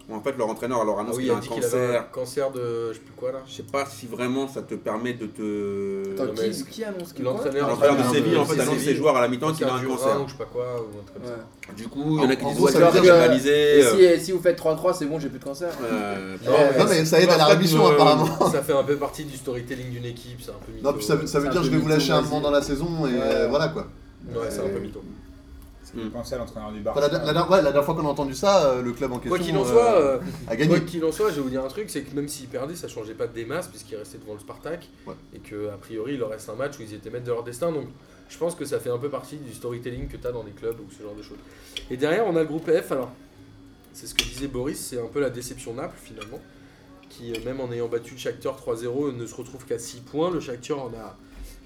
[SPEAKER 3] où en fait leur entraîneur leur
[SPEAKER 1] Ah
[SPEAKER 3] annonce
[SPEAKER 1] oui,
[SPEAKER 3] qu'il
[SPEAKER 1] il
[SPEAKER 3] a
[SPEAKER 1] a
[SPEAKER 3] un
[SPEAKER 1] dit qu'il avait un
[SPEAKER 3] cancer.
[SPEAKER 1] cancer de. Je sais plus quoi là.
[SPEAKER 3] Je sais pas si vraiment ça te permet de
[SPEAKER 4] Attends,
[SPEAKER 3] te.
[SPEAKER 1] mais-
[SPEAKER 4] qui, qui annonce qui quoi
[SPEAKER 1] L'entraîneur
[SPEAKER 3] L'entraîneur de
[SPEAKER 5] Ah,
[SPEAKER 3] Séville en fait
[SPEAKER 5] c'est
[SPEAKER 3] annonce
[SPEAKER 1] Séville.
[SPEAKER 3] ses joueurs à la mi-temps qu'il
[SPEAKER 1] Cancer
[SPEAKER 3] a un
[SPEAKER 1] du
[SPEAKER 3] cancer.
[SPEAKER 1] rein ou je sais pas quoi, ou un truc comme ça.
[SPEAKER 4] Ouais.
[SPEAKER 3] Du coup, il y en a qui
[SPEAKER 5] En
[SPEAKER 3] disent
[SPEAKER 5] gros,
[SPEAKER 3] ouais,
[SPEAKER 5] ça veut
[SPEAKER 3] c'est
[SPEAKER 5] dire que-
[SPEAKER 4] Et
[SPEAKER 3] généralisé.
[SPEAKER 4] si, et si vous faites 3-3, c'est bon, j'ai plus de cancer.
[SPEAKER 3] euh,
[SPEAKER 1] Non, mais
[SPEAKER 5] Non, mais ça aide à la
[SPEAKER 3] Après,
[SPEAKER 5] rémission,
[SPEAKER 3] euh,
[SPEAKER 5] apparemment.
[SPEAKER 1] Ça fait un peu partie du storytelling d'une équipe, c'est un peu mytho.
[SPEAKER 5] Non, puis ça,
[SPEAKER 3] euh,
[SPEAKER 5] veut- ça veut
[SPEAKER 4] c'est
[SPEAKER 5] dire
[SPEAKER 4] un
[SPEAKER 5] je vais
[SPEAKER 4] peu
[SPEAKER 5] vous lâcher
[SPEAKER 4] mytho,
[SPEAKER 5] un
[SPEAKER 4] vas-y.
[SPEAKER 5] moment dans la saison, et
[SPEAKER 4] Ouais.
[SPEAKER 5] euh, voilà, quoi.
[SPEAKER 1] Ouais, c'est un peu mytho.
[SPEAKER 3] Mm.
[SPEAKER 2] Comme ça, l'entraîneur du
[SPEAKER 5] Enfin, la, la-
[SPEAKER 2] Barça.
[SPEAKER 5] la- ouais, la dernière fois qu'on a entendu ça, euh, le club en question
[SPEAKER 1] Quoi qu'il en
[SPEAKER 5] euh,
[SPEAKER 1] soit, euh,
[SPEAKER 5] a
[SPEAKER 1] Quoi
[SPEAKER 5] gagné.
[SPEAKER 1] qu'il en soit, je vais vous dire un truc, c'est que même s'ils perdaient, ça changeait pas des masses puisqu'ils restaient devant le Spartak
[SPEAKER 5] Ouais.
[SPEAKER 1] et que a priori il leur reste un match où ils étaient maîtres de leur destin. Donc je pense que ça fait un peu partie du storytelling que tu as dans les clubs ou ce genre de choses. Et derrière, on a le groupe F. Alors c'est ce que disait Boris, c'est un peu la déception Naples finalement, qui euh, même en ayant battu le Shakhtar 3-0 ne se retrouve qu'à 6 points. Le Shakhtar en a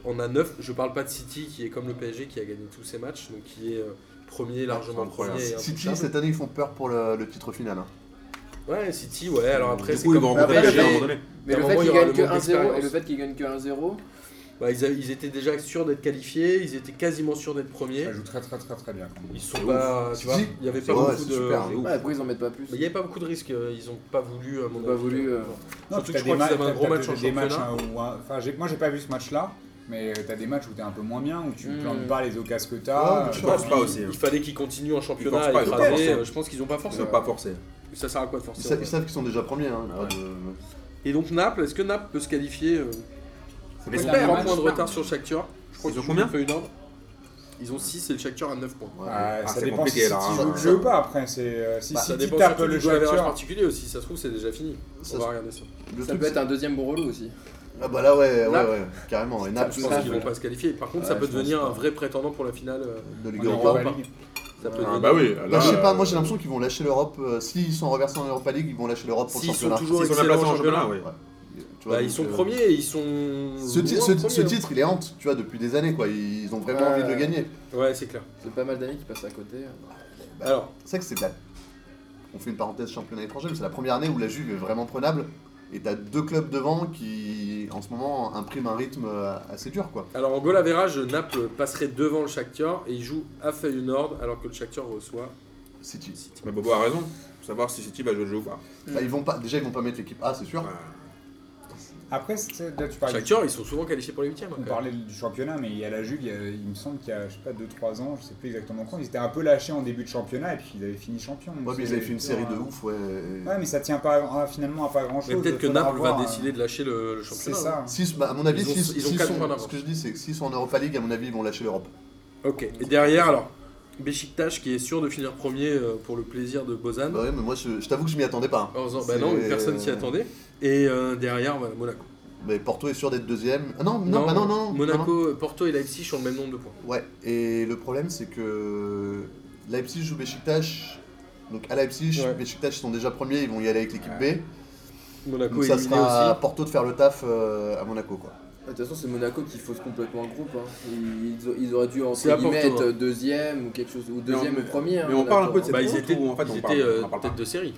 [SPEAKER 1] On a 9. Je parle pas de City qui est comme le PSG qui a gagné tous ses matchs, donc qui est euh, premier, largement
[SPEAKER 3] Incroyable.
[SPEAKER 1] premier. et
[SPEAKER 5] City,
[SPEAKER 1] imbattable.
[SPEAKER 5] cette année, ils font peur pour le, le titre final. hein.
[SPEAKER 1] Ouais, City, ouais. Alors après,
[SPEAKER 3] Du
[SPEAKER 1] c'est
[SPEAKER 3] coup, ils
[SPEAKER 1] comme
[SPEAKER 3] vont
[SPEAKER 4] Bah,
[SPEAKER 1] le
[SPEAKER 3] rencontrer
[SPEAKER 4] après,
[SPEAKER 3] PSG à un
[SPEAKER 4] mais-
[SPEAKER 1] PSG.
[SPEAKER 3] moment donné.
[SPEAKER 4] Mais
[SPEAKER 1] À un
[SPEAKER 4] le
[SPEAKER 1] moment,
[SPEAKER 4] fait
[SPEAKER 1] il y
[SPEAKER 4] qu'ils
[SPEAKER 1] aura
[SPEAKER 4] gagnent
[SPEAKER 1] le
[SPEAKER 4] que
[SPEAKER 1] manque
[SPEAKER 4] 1-0 et le
[SPEAKER 1] d'expérience.
[SPEAKER 4] fait qu'ils gagnent que 1-0,
[SPEAKER 1] Bah, ils, a- ils étaient déjà sûrs d'être qualifiés, ils étaient quasiment sûrs d'être premiers.
[SPEAKER 2] Ça joue très très très très bien. quand même.
[SPEAKER 1] Ils sont
[SPEAKER 5] C'est
[SPEAKER 1] pas.
[SPEAKER 5] ouf.
[SPEAKER 1] Tu vois,
[SPEAKER 5] Si.
[SPEAKER 1] il y avait
[SPEAKER 5] C'est
[SPEAKER 1] pas
[SPEAKER 5] ouais,
[SPEAKER 1] beaucoup
[SPEAKER 5] c'est
[SPEAKER 1] de.
[SPEAKER 5] super.
[SPEAKER 3] c'est ouf.
[SPEAKER 4] bah, après ils en mettent pas plus.
[SPEAKER 1] Mais Il n'y avait pas beaucoup de risques, euh, ils ont pas voulu. à mon
[SPEAKER 4] Ils ont
[SPEAKER 1] avis,
[SPEAKER 4] pas voulu, euh,
[SPEAKER 2] Non,
[SPEAKER 1] Surtout
[SPEAKER 2] puis
[SPEAKER 1] que
[SPEAKER 2] t'as
[SPEAKER 1] je
[SPEAKER 2] des
[SPEAKER 1] crois qu'ils
[SPEAKER 2] matchs,
[SPEAKER 1] avaient un
[SPEAKER 2] t'as-
[SPEAKER 1] gros
[SPEAKER 2] t'as
[SPEAKER 1] match en
[SPEAKER 2] des matchs,
[SPEAKER 1] championnat.
[SPEAKER 2] hein, où, hein, enfin, j'ai- moi j'ai pas vu ce match-là, mais t'as des matchs où t'es un peu moins bien, où tu
[SPEAKER 4] Hmm.
[SPEAKER 2] plantes pas les occasions que
[SPEAKER 5] Mm. Ouais,
[SPEAKER 2] t'as.
[SPEAKER 5] bien
[SPEAKER 2] euh,
[SPEAKER 3] Je
[SPEAKER 5] sûr. Bah,
[SPEAKER 3] pense pas aussi. hein.
[SPEAKER 1] Il fallait qu'ils continuent en championnat
[SPEAKER 3] forcent
[SPEAKER 1] à
[SPEAKER 3] pas, ils ont pas
[SPEAKER 1] écraser,
[SPEAKER 3] forcé.
[SPEAKER 1] euh, Je pense qu'ils n'ont pas forcé.
[SPEAKER 3] Ils ont pas forcé.
[SPEAKER 1] Ça sert à quoi de
[SPEAKER 5] Ils,
[SPEAKER 1] forcer
[SPEAKER 5] sa-
[SPEAKER 1] en
[SPEAKER 5] ils
[SPEAKER 1] vrai
[SPEAKER 5] savent qu'ils sont déjà premiers. hein, il y a pas de-
[SPEAKER 1] Et donc Naples, est-ce que Naples peut se qualifier euh,
[SPEAKER 2] c'est
[SPEAKER 1] Ils
[SPEAKER 2] pas
[SPEAKER 1] ont
[SPEAKER 2] le dernier
[SPEAKER 1] 3
[SPEAKER 2] match.
[SPEAKER 1] points de retard sur le Shakhtar. Je crois
[SPEAKER 3] hein. Ils
[SPEAKER 1] que
[SPEAKER 3] ont
[SPEAKER 1] tu
[SPEAKER 3] combien
[SPEAKER 1] me fais une ordre. Ils ont 6 et le Shakhtar a 9 points.
[SPEAKER 5] Ouais.
[SPEAKER 2] Ah,
[SPEAKER 3] Ah,
[SPEAKER 2] ça
[SPEAKER 3] c'est
[SPEAKER 2] dépend si
[SPEAKER 3] compliqué, là,
[SPEAKER 2] City
[SPEAKER 3] hein.
[SPEAKER 2] joue le jeu ou pas après. c'est, euh, Si
[SPEAKER 1] Bah, ça
[SPEAKER 2] City
[SPEAKER 1] dépend
[SPEAKER 2] tape
[SPEAKER 1] surtout
[SPEAKER 2] le
[SPEAKER 1] du joueur average
[SPEAKER 2] Shakhtar,
[SPEAKER 1] particulier aussi, ça se trouve c'est déjà fini.
[SPEAKER 5] Ça
[SPEAKER 1] On
[SPEAKER 5] se-
[SPEAKER 1] va regarder ça.
[SPEAKER 5] Le
[SPEAKER 4] ça
[SPEAKER 5] truc,
[SPEAKER 4] peut être
[SPEAKER 5] c'est-
[SPEAKER 4] un deuxième bon relou aussi.
[SPEAKER 5] Ah bah là, ouais, ouais,
[SPEAKER 1] Naples.
[SPEAKER 5] ouais, carrément. Et Naples,
[SPEAKER 1] Je pense
[SPEAKER 5] Naples,
[SPEAKER 1] qu'ils vont pas se qualifier. Par contre,
[SPEAKER 5] Ah, Ouais,
[SPEAKER 1] ça peut
[SPEAKER 5] je pense
[SPEAKER 1] devenir
[SPEAKER 5] pas.
[SPEAKER 1] un vrai prétendant pour la finale. euh,
[SPEAKER 5] de
[SPEAKER 2] en
[SPEAKER 5] Ligue
[SPEAKER 1] Ligue
[SPEAKER 5] Europa.
[SPEAKER 2] Europa
[SPEAKER 1] Europa.
[SPEAKER 2] League.
[SPEAKER 1] Ça peut
[SPEAKER 3] Ah
[SPEAKER 1] devenir-
[SPEAKER 3] bah oui,
[SPEAKER 5] Bah,
[SPEAKER 3] là.
[SPEAKER 5] je sais pas,
[SPEAKER 3] euh,
[SPEAKER 5] moi j'ai l'impression qu'ils vont lâcher l'Europe. euh, S'ils sont reversés en Europa League, ils vont lâcher l'Europe pour le
[SPEAKER 1] S'ils sont
[SPEAKER 5] championnat.
[SPEAKER 1] toujours
[SPEAKER 3] Ils sont bien
[SPEAKER 1] excellents
[SPEAKER 3] placés
[SPEAKER 1] en
[SPEAKER 3] en championnat,
[SPEAKER 1] championnat.
[SPEAKER 3] oui.
[SPEAKER 5] Tu vois,
[SPEAKER 1] Bah, ils
[SPEAKER 5] donc,
[SPEAKER 1] sont
[SPEAKER 5] euh,
[SPEAKER 1] premiers et ils sont.
[SPEAKER 5] Ce, ti-
[SPEAKER 1] loin
[SPEAKER 5] ce-
[SPEAKER 1] premiers,
[SPEAKER 5] ce
[SPEAKER 1] hein.
[SPEAKER 5] titre, il est hante, tu vois, depuis des années, quoi. Ils ont vraiment
[SPEAKER 4] Ouais.
[SPEAKER 5] envie de le gagner.
[SPEAKER 1] Ouais, c'est clair.
[SPEAKER 4] C'est pas mal d'années qui passent à côté.
[SPEAKER 5] Bah,
[SPEAKER 1] Alors,
[SPEAKER 5] C'est vrai que c'est la... On fait une parenthèse championnat étranger, mais c'est la première année où la Juve est vraiment prenable. Et t'as deux clubs devant qui, en ce moment, impriment un rythme euh, assez dur, quoi.
[SPEAKER 1] alors en goal average, Naples passerait euh, devant le Shakhtar et il joue à Feyenoord alors que le Shakhtar reçoit
[SPEAKER 5] City.
[SPEAKER 1] City.
[SPEAKER 3] Mais Bobo a raison. Faut Savoir si City va jouer le jeu ou pas.
[SPEAKER 5] Bah, ils vont pas... Déjà, ils vont pas mettre l'équipe A, c'est sûr.
[SPEAKER 3] Voilà.
[SPEAKER 2] Après, c'est- là tu parles
[SPEAKER 1] Shakhtar, ils sont souvent qualifiés pour les huitièmes. hein,
[SPEAKER 2] On
[SPEAKER 1] quand même.
[SPEAKER 2] parlait du championnat, mais il y a la Juve, il, y a- il me semble qu'il y a, je sais pas, 2-3 ans, je sais plus exactement quand, ils étaient un peu lâchés en début de championnat et puis ils avaient fini champion.
[SPEAKER 5] Ouais, mais ils avaient fait une série de ouf, ouais. et-
[SPEAKER 2] hein. Ouais, mais ça tient pas, à- finalement à pas grand chose.
[SPEAKER 1] Mais peut-être que Naples va décider de lâcher le, le
[SPEAKER 2] euh, C'est
[SPEAKER 1] championnat. hein.
[SPEAKER 2] ça.
[SPEAKER 5] Si, bah, à mon avis,
[SPEAKER 1] Ils ont-
[SPEAKER 5] s'ils-
[SPEAKER 1] ils ont
[SPEAKER 5] s'ils
[SPEAKER 1] quatre
[SPEAKER 5] sont-
[SPEAKER 1] points d'avance.
[SPEAKER 5] ce que je dis, c'est que s'ils sont en Europa League, à mon avis, ils vont lâcher l'Europe.
[SPEAKER 1] hein. Ok. Et derrière, alors, Besiktas qui est sûr de finir premier euh, pour le plaisir de Bozan.
[SPEAKER 5] Bah ouais, mais moi, je, je t'avoue que je m'y attendais pas. hein.
[SPEAKER 1] Heureusement, bah
[SPEAKER 5] C'est-
[SPEAKER 1] non, mais personne s'y attendait. Et euh, derrière, voilà, Monaco.
[SPEAKER 5] Mais Porto est sûr d'être deuxième. Ah non, non, bah non, non. non,
[SPEAKER 1] Monaco, euh, Porto et Leipzig ont le même nombre de points.
[SPEAKER 5] non. Ouais, et le problème, c'est que Leipzig joue Besiktas. Donc à Leipzig,
[SPEAKER 1] Ouais.
[SPEAKER 5] Besiktas ils sont déjà premiers, ils vont y aller avec l'équipe B.
[SPEAKER 1] Monaco
[SPEAKER 5] Donc
[SPEAKER 1] est
[SPEAKER 5] ça
[SPEAKER 1] éliminé
[SPEAKER 5] sera à
[SPEAKER 1] aussi.
[SPEAKER 5] Porto de faire le taf euh, à Monaco, quoi.
[SPEAKER 4] De toute façon, c'est Monaco qui fausse complètement le groupe. hein. Ils, ils- ils auraient dû en
[SPEAKER 1] C'est à Porto,
[SPEAKER 4] mettre
[SPEAKER 1] hein.
[SPEAKER 4] deuxième ou quelque chose, ou deuxième
[SPEAKER 3] Mais
[SPEAKER 4] ou
[SPEAKER 3] on-
[SPEAKER 4] premier. hein,
[SPEAKER 3] mais on parle un
[SPEAKER 4] Monaco,
[SPEAKER 3] peu de cette-
[SPEAKER 4] hein.
[SPEAKER 1] Bah, ils
[SPEAKER 3] honte
[SPEAKER 1] étaient,
[SPEAKER 3] ou en fait, on
[SPEAKER 1] ils
[SPEAKER 3] parle-
[SPEAKER 1] étaient,
[SPEAKER 3] on
[SPEAKER 1] euh,
[SPEAKER 3] en parle
[SPEAKER 1] tête
[SPEAKER 3] pas.
[SPEAKER 1] de série.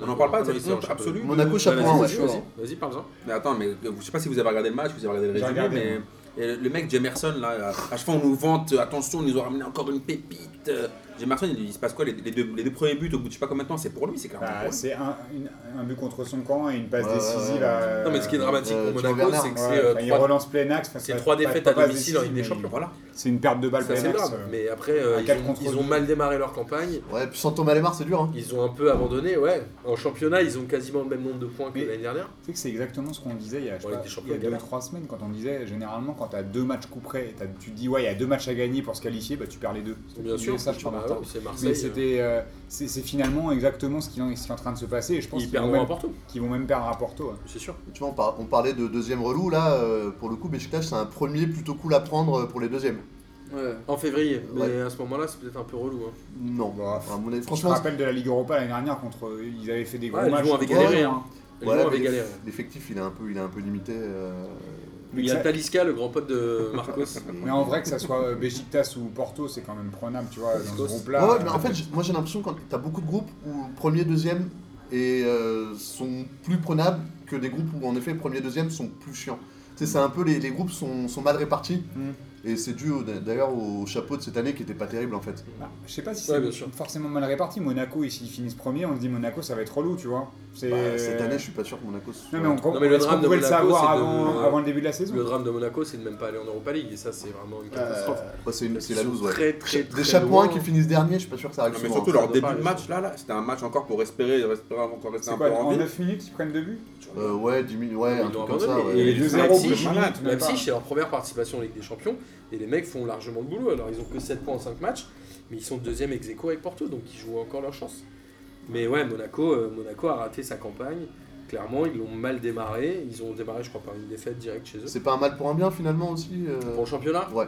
[SPEAKER 3] On en parle pas de
[SPEAKER 1] Ah,
[SPEAKER 3] cette
[SPEAKER 1] ils sont en
[SPEAKER 3] honte
[SPEAKER 1] championnat.
[SPEAKER 3] absolue.
[SPEAKER 5] Monaco,
[SPEAKER 1] Bah,
[SPEAKER 5] chapeau
[SPEAKER 1] vas-y,
[SPEAKER 5] un, ouais.
[SPEAKER 1] vas-y,
[SPEAKER 4] Chapeau
[SPEAKER 1] vas-y,
[SPEAKER 4] un.
[SPEAKER 1] vas-y, parle-en.
[SPEAKER 3] Mais attends, mais euh, je sais pas si vous avez regardé le match, vous avez regardé
[SPEAKER 2] J'ai
[SPEAKER 3] le résumé,
[SPEAKER 2] regardé,
[SPEAKER 3] mais
[SPEAKER 2] moi.
[SPEAKER 3] euh, le mec Jemerson, là, à chaque fois on nous vante, euh, attention, ils nous ont ramené encore une pépite. euh, Jemerson, il, il se passe quoi les, les deux, les deux premiers buts au bout de je sais pas combien de temps, c'est pour lui,
[SPEAKER 1] Ah,
[SPEAKER 3] c'est clairement
[SPEAKER 2] Bah,
[SPEAKER 3] pour lui.
[SPEAKER 2] c'est un, une- un but contre son camp et une passe
[SPEAKER 5] Ouais, ouais,
[SPEAKER 2] décisive
[SPEAKER 5] ouais.
[SPEAKER 2] à.
[SPEAKER 1] Non, mais ce qui est dramatique
[SPEAKER 5] euh,
[SPEAKER 1] pour
[SPEAKER 5] Timo
[SPEAKER 1] Monaco,
[SPEAKER 5] Werner,
[SPEAKER 1] c'est que
[SPEAKER 2] Ouais,
[SPEAKER 1] c'est euh,
[SPEAKER 2] enfin, il
[SPEAKER 1] trois-
[SPEAKER 2] relance plein axe. enfin,
[SPEAKER 1] c'est
[SPEAKER 2] pas-
[SPEAKER 1] trois
[SPEAKER 2] pas-
[SPEAKER 1] défaites
[SPEAKER 2] pas
[SPEAKER 1] à
[SPEAKER 2] passe
[SPEAKER 1] domicile en Ligue des
[SPEAKER 2] décisive, mais
[SPEAKER 1] Champions.
[SPEAKER 3] Voilà.
[SPEAKER 2] C'est une perte de balle
[SPEAKER 1] Ça,
[SPEAKER 2] plein
[SPEAKER 1] c'est
[SPEAKER 2] axe.
[SPEAKER 1] grave. Mais après, euh,
[SPEAKER 2] à
[SPEAKER 1] ils,
[SPEAKER 2] quatre
[SPEAKER 1] ont,
[SPEAKER 2] contre
[SPEAKER 1] ils
[SPEAKER 2] deux.
[SPEAKER 1] ont mal démarré leur campagne.
[SPEAKER 5] Ouais, puis sans Thomas Lemar, c'est dur. Hein.
[SPEAKER 1] Ils ont un peu abandonné, ouais. En championnat, ils ont quasiment le même nombre de points que
[SPEAKER 2] Mais-
[SPEAKER 1] l'année dernière.
[SPEAKER 2] Tu sais que c'est exactement ce qu'on disait il y a, je sais
[SPEAKER 1] Ouais,
[SPEAKER 2] pas,
[SPEAKER 1] des
[SPEAKER 2] il y
[SPEAKER 1] champions
[SPEAKER 2] a deux
[SPEAKER 1] galères.
[SPEAKER 2] trois semaines quand on disait généralement quand t'as deux matchs coup près, t'as- tu te dis ouais il y a deux matchs à gagner pour se qualifier, bah tu perds les deux.
[SPEAKER 1] Bien
[SPEAKER 2] Tu
[SPEAKER 1] sûr,
[SPEAKER 2] disais ça, je
[SPEAKER 1] tu
[SPEAKER 2] crois,
[SPEAKER 1] m'as-
[SPEAKER 2] Martin.
[SPEAKER 1] ouais, c'est Marseille.
[SPEAKER 2] Mais c'était, euh, c'est c'est finalement exactement ce qui, en- ce qui est en train de se passer et je pense
[SPEAKER 1] Ils
[SPEAKER 2] qu'ils vont,
[SPEAKER 1] perdront à
[SPEAKER 2] même-
[SPEAKER 1] Porto,
[SPEAKER 2] qu'ils vont même perdre à Porto. hein.
[SPEAKER 1] c'est sûr.
[SPEAKER 5] Tu vois, on, par- on parlait de deuxième relou, là, euh, pour le coup, Besiktas, c'est un premier plutôt cool à prendre euh, pour les deuxièmes.
[SPEAKER 4] Ouais.
[SPEAKER 1] En février, mais
[SPEAKER 5] Ouais.
[SPEAKER 1] à ce moment-là, c'est peut-être un peu relou. hein.
[SPEAKER 5] Non,
[SPEAKER 2] Bah,
[SPEAKER 5] à mon avis,
[SPEAKER 2] Je
[SPEAKER 5] franchement,
[SPEAKER 2] me rappelle de la Ligue Europa l'année dernière contre, eux, ils avaient fait des gros
[SPEAKER 1] Ouais,
[SPEAKER 2] matchs.
[SPEAKER 1] Lyon avait
[SPEAKER 2] contre
[SPEAKER 1] galéré,
[SPEAKER 2] eux,
[SPEAKER 1] hein. Ils
[SPEAKER 5] Ouais,
[SPEAKER 1] vont avec
[SPEAKER 5] mais
[SPEAKER 1] galère.
[SPEAKER 5] l'effectif, il est un peu, il est un peu limité. euh,
[SPEAKER 1] Il y a Talisca, le grand pote de Marcos.
[SPEAKER 2] Mais en vrai que ça soit euh, Besiktas ou Porto, c'est quand même prenable, tu vois, dans ce
[SPEAKER 1] Besiktas.
[SPEAKER 2] groupe-là.
[SPEAKER 5] Ouais, ouais, mais en fait, j- moi j'ai l'impression que t'as beaucoup de groupes où premier, deuxième et, euh, sont plus prenables que des groupes où en effet premier, deuxième sont plus chiants. Tu sais, c'est un peu les, les groupes sont, sont mal répartis
[SPEAKER 2] Mm.
[SPEAKER 5] et c'est dû au- d'ailleurs au chapeau de cette année qui était pas terrible en fait.
[SPEAKER 2] Bah, je sais pas si
[SPEAKER 1] Ouais,
[SPEAKER 2] c'est
[SPEAKER 1] bien sûr.
[SPEAKER 2] forcément mal réparti. Monaco, et s'ils finissent premier, on se dit Monaco, ça va être relou, tu vois. C'est-
[SPEAKER 5] Bah, cette année, je suis pas sûr que Monaco. se
[SPEAKER 2] Non,
[SPEAKER 5] soit-
[SPEAKER 2] mais on, comprend
[SPEAKER 1] Non, mais le drame de
[SPEAKER 2] pouvait le
[SPEAKER 1] Monaco,
[SPEAKER 2] savoir
[SPEAKER 1] c'est de-
[SPEAKER 2] avant, avant le début de la saison.
[SPEAKER 1] Le drame de Monaco, c'est de même pas aller en Europa League, et ça, c'est vraiment une catastrophe.
[SPEAKER 4] Euh,
[SPEAKER 5] Ouais, c'est une-
[SPEAKER 1] Parce
[SPEAKER 5] c'est
[SPEAKER 1] qu'ils
[SPEAKER 5] la
[SPEAKER 1] sont
[SPEAKER 5] loose, ouais.
[SPEAKER 1] Très, très, très
[SPEAKER 5] Des chapons
[SPEAKER 1] loin.
[SPEAKER 5] qui finissent dernier, je suis pas sûr que ça arrive.
[SPEAKER 3] Non, mais
[SPEAKER 5] souvent,
[SPEAKER 3] surtout
[SPEAKER 5] hein.
[SPEAKER 1] ça
[SPEAKER 3] leur
[SPEAKER 1] doit
[SPEAKER 3] début
[SPEAKER 1] pas
[SPEAKER 3] de
[SPEAKER 1] aller,
[SPEAKER 3] match
[SPEAKER 1] ça.
[SPEAKER 3] là, là c'était un match encore pour respirer, respirer encore rester
[SPEAKER 2] C'est
[SPEAKER 3] un
[SPEAKER 2] quoi,
[SPEAKER 3] peu en
[SPEAKER 2] en
[SPEAKER 3] vie.
[SPEAKER 2] 9 minutes, ils prennent deux buts
[SPEAKER 5] Euh, ouais, 10 minutes, ouais,
[SPEAKER 1] Ils
[SPEAKER 5] un
[SPEAKER 1] l'ont
[SPEAKER 5] truc comme ça.
[SPEAKER 1] abandonné.
[SPEAKER 5] ouais.
[SPEAKER 1] Et
[SPEAKER 2] Et
[SPEAKER 1] les
[SPEAKER 2] 2-0 au bout de
[SPEAKER 1] Leipzig,
[SPEAKER 2] 10 minutes,
[SPEAKER 1] La
[SPEAKER 2] même pas.
[SPEAKER 1] psy, c'est leur première participation en Ligue des Champions, et les mecs font largement le boulot. Alors, ils ont que 7 points en 5 matchs, mais ils sont deuxième ex aequo avec Porto, donc ils jouent encore leur chance. Mais ouais, Monaco, euh, Monaco a raté sa campagne. Clairement, ils l'ont mal démarré. Ils ont démarré, je crois, par une défaite directe chez eux.
[SPEAKER 5] C'est pas un mal pour un bien finalement aussi. euh,
[SPEAKER 1] Pour le championnat
[SPEAKER 5] Ouais.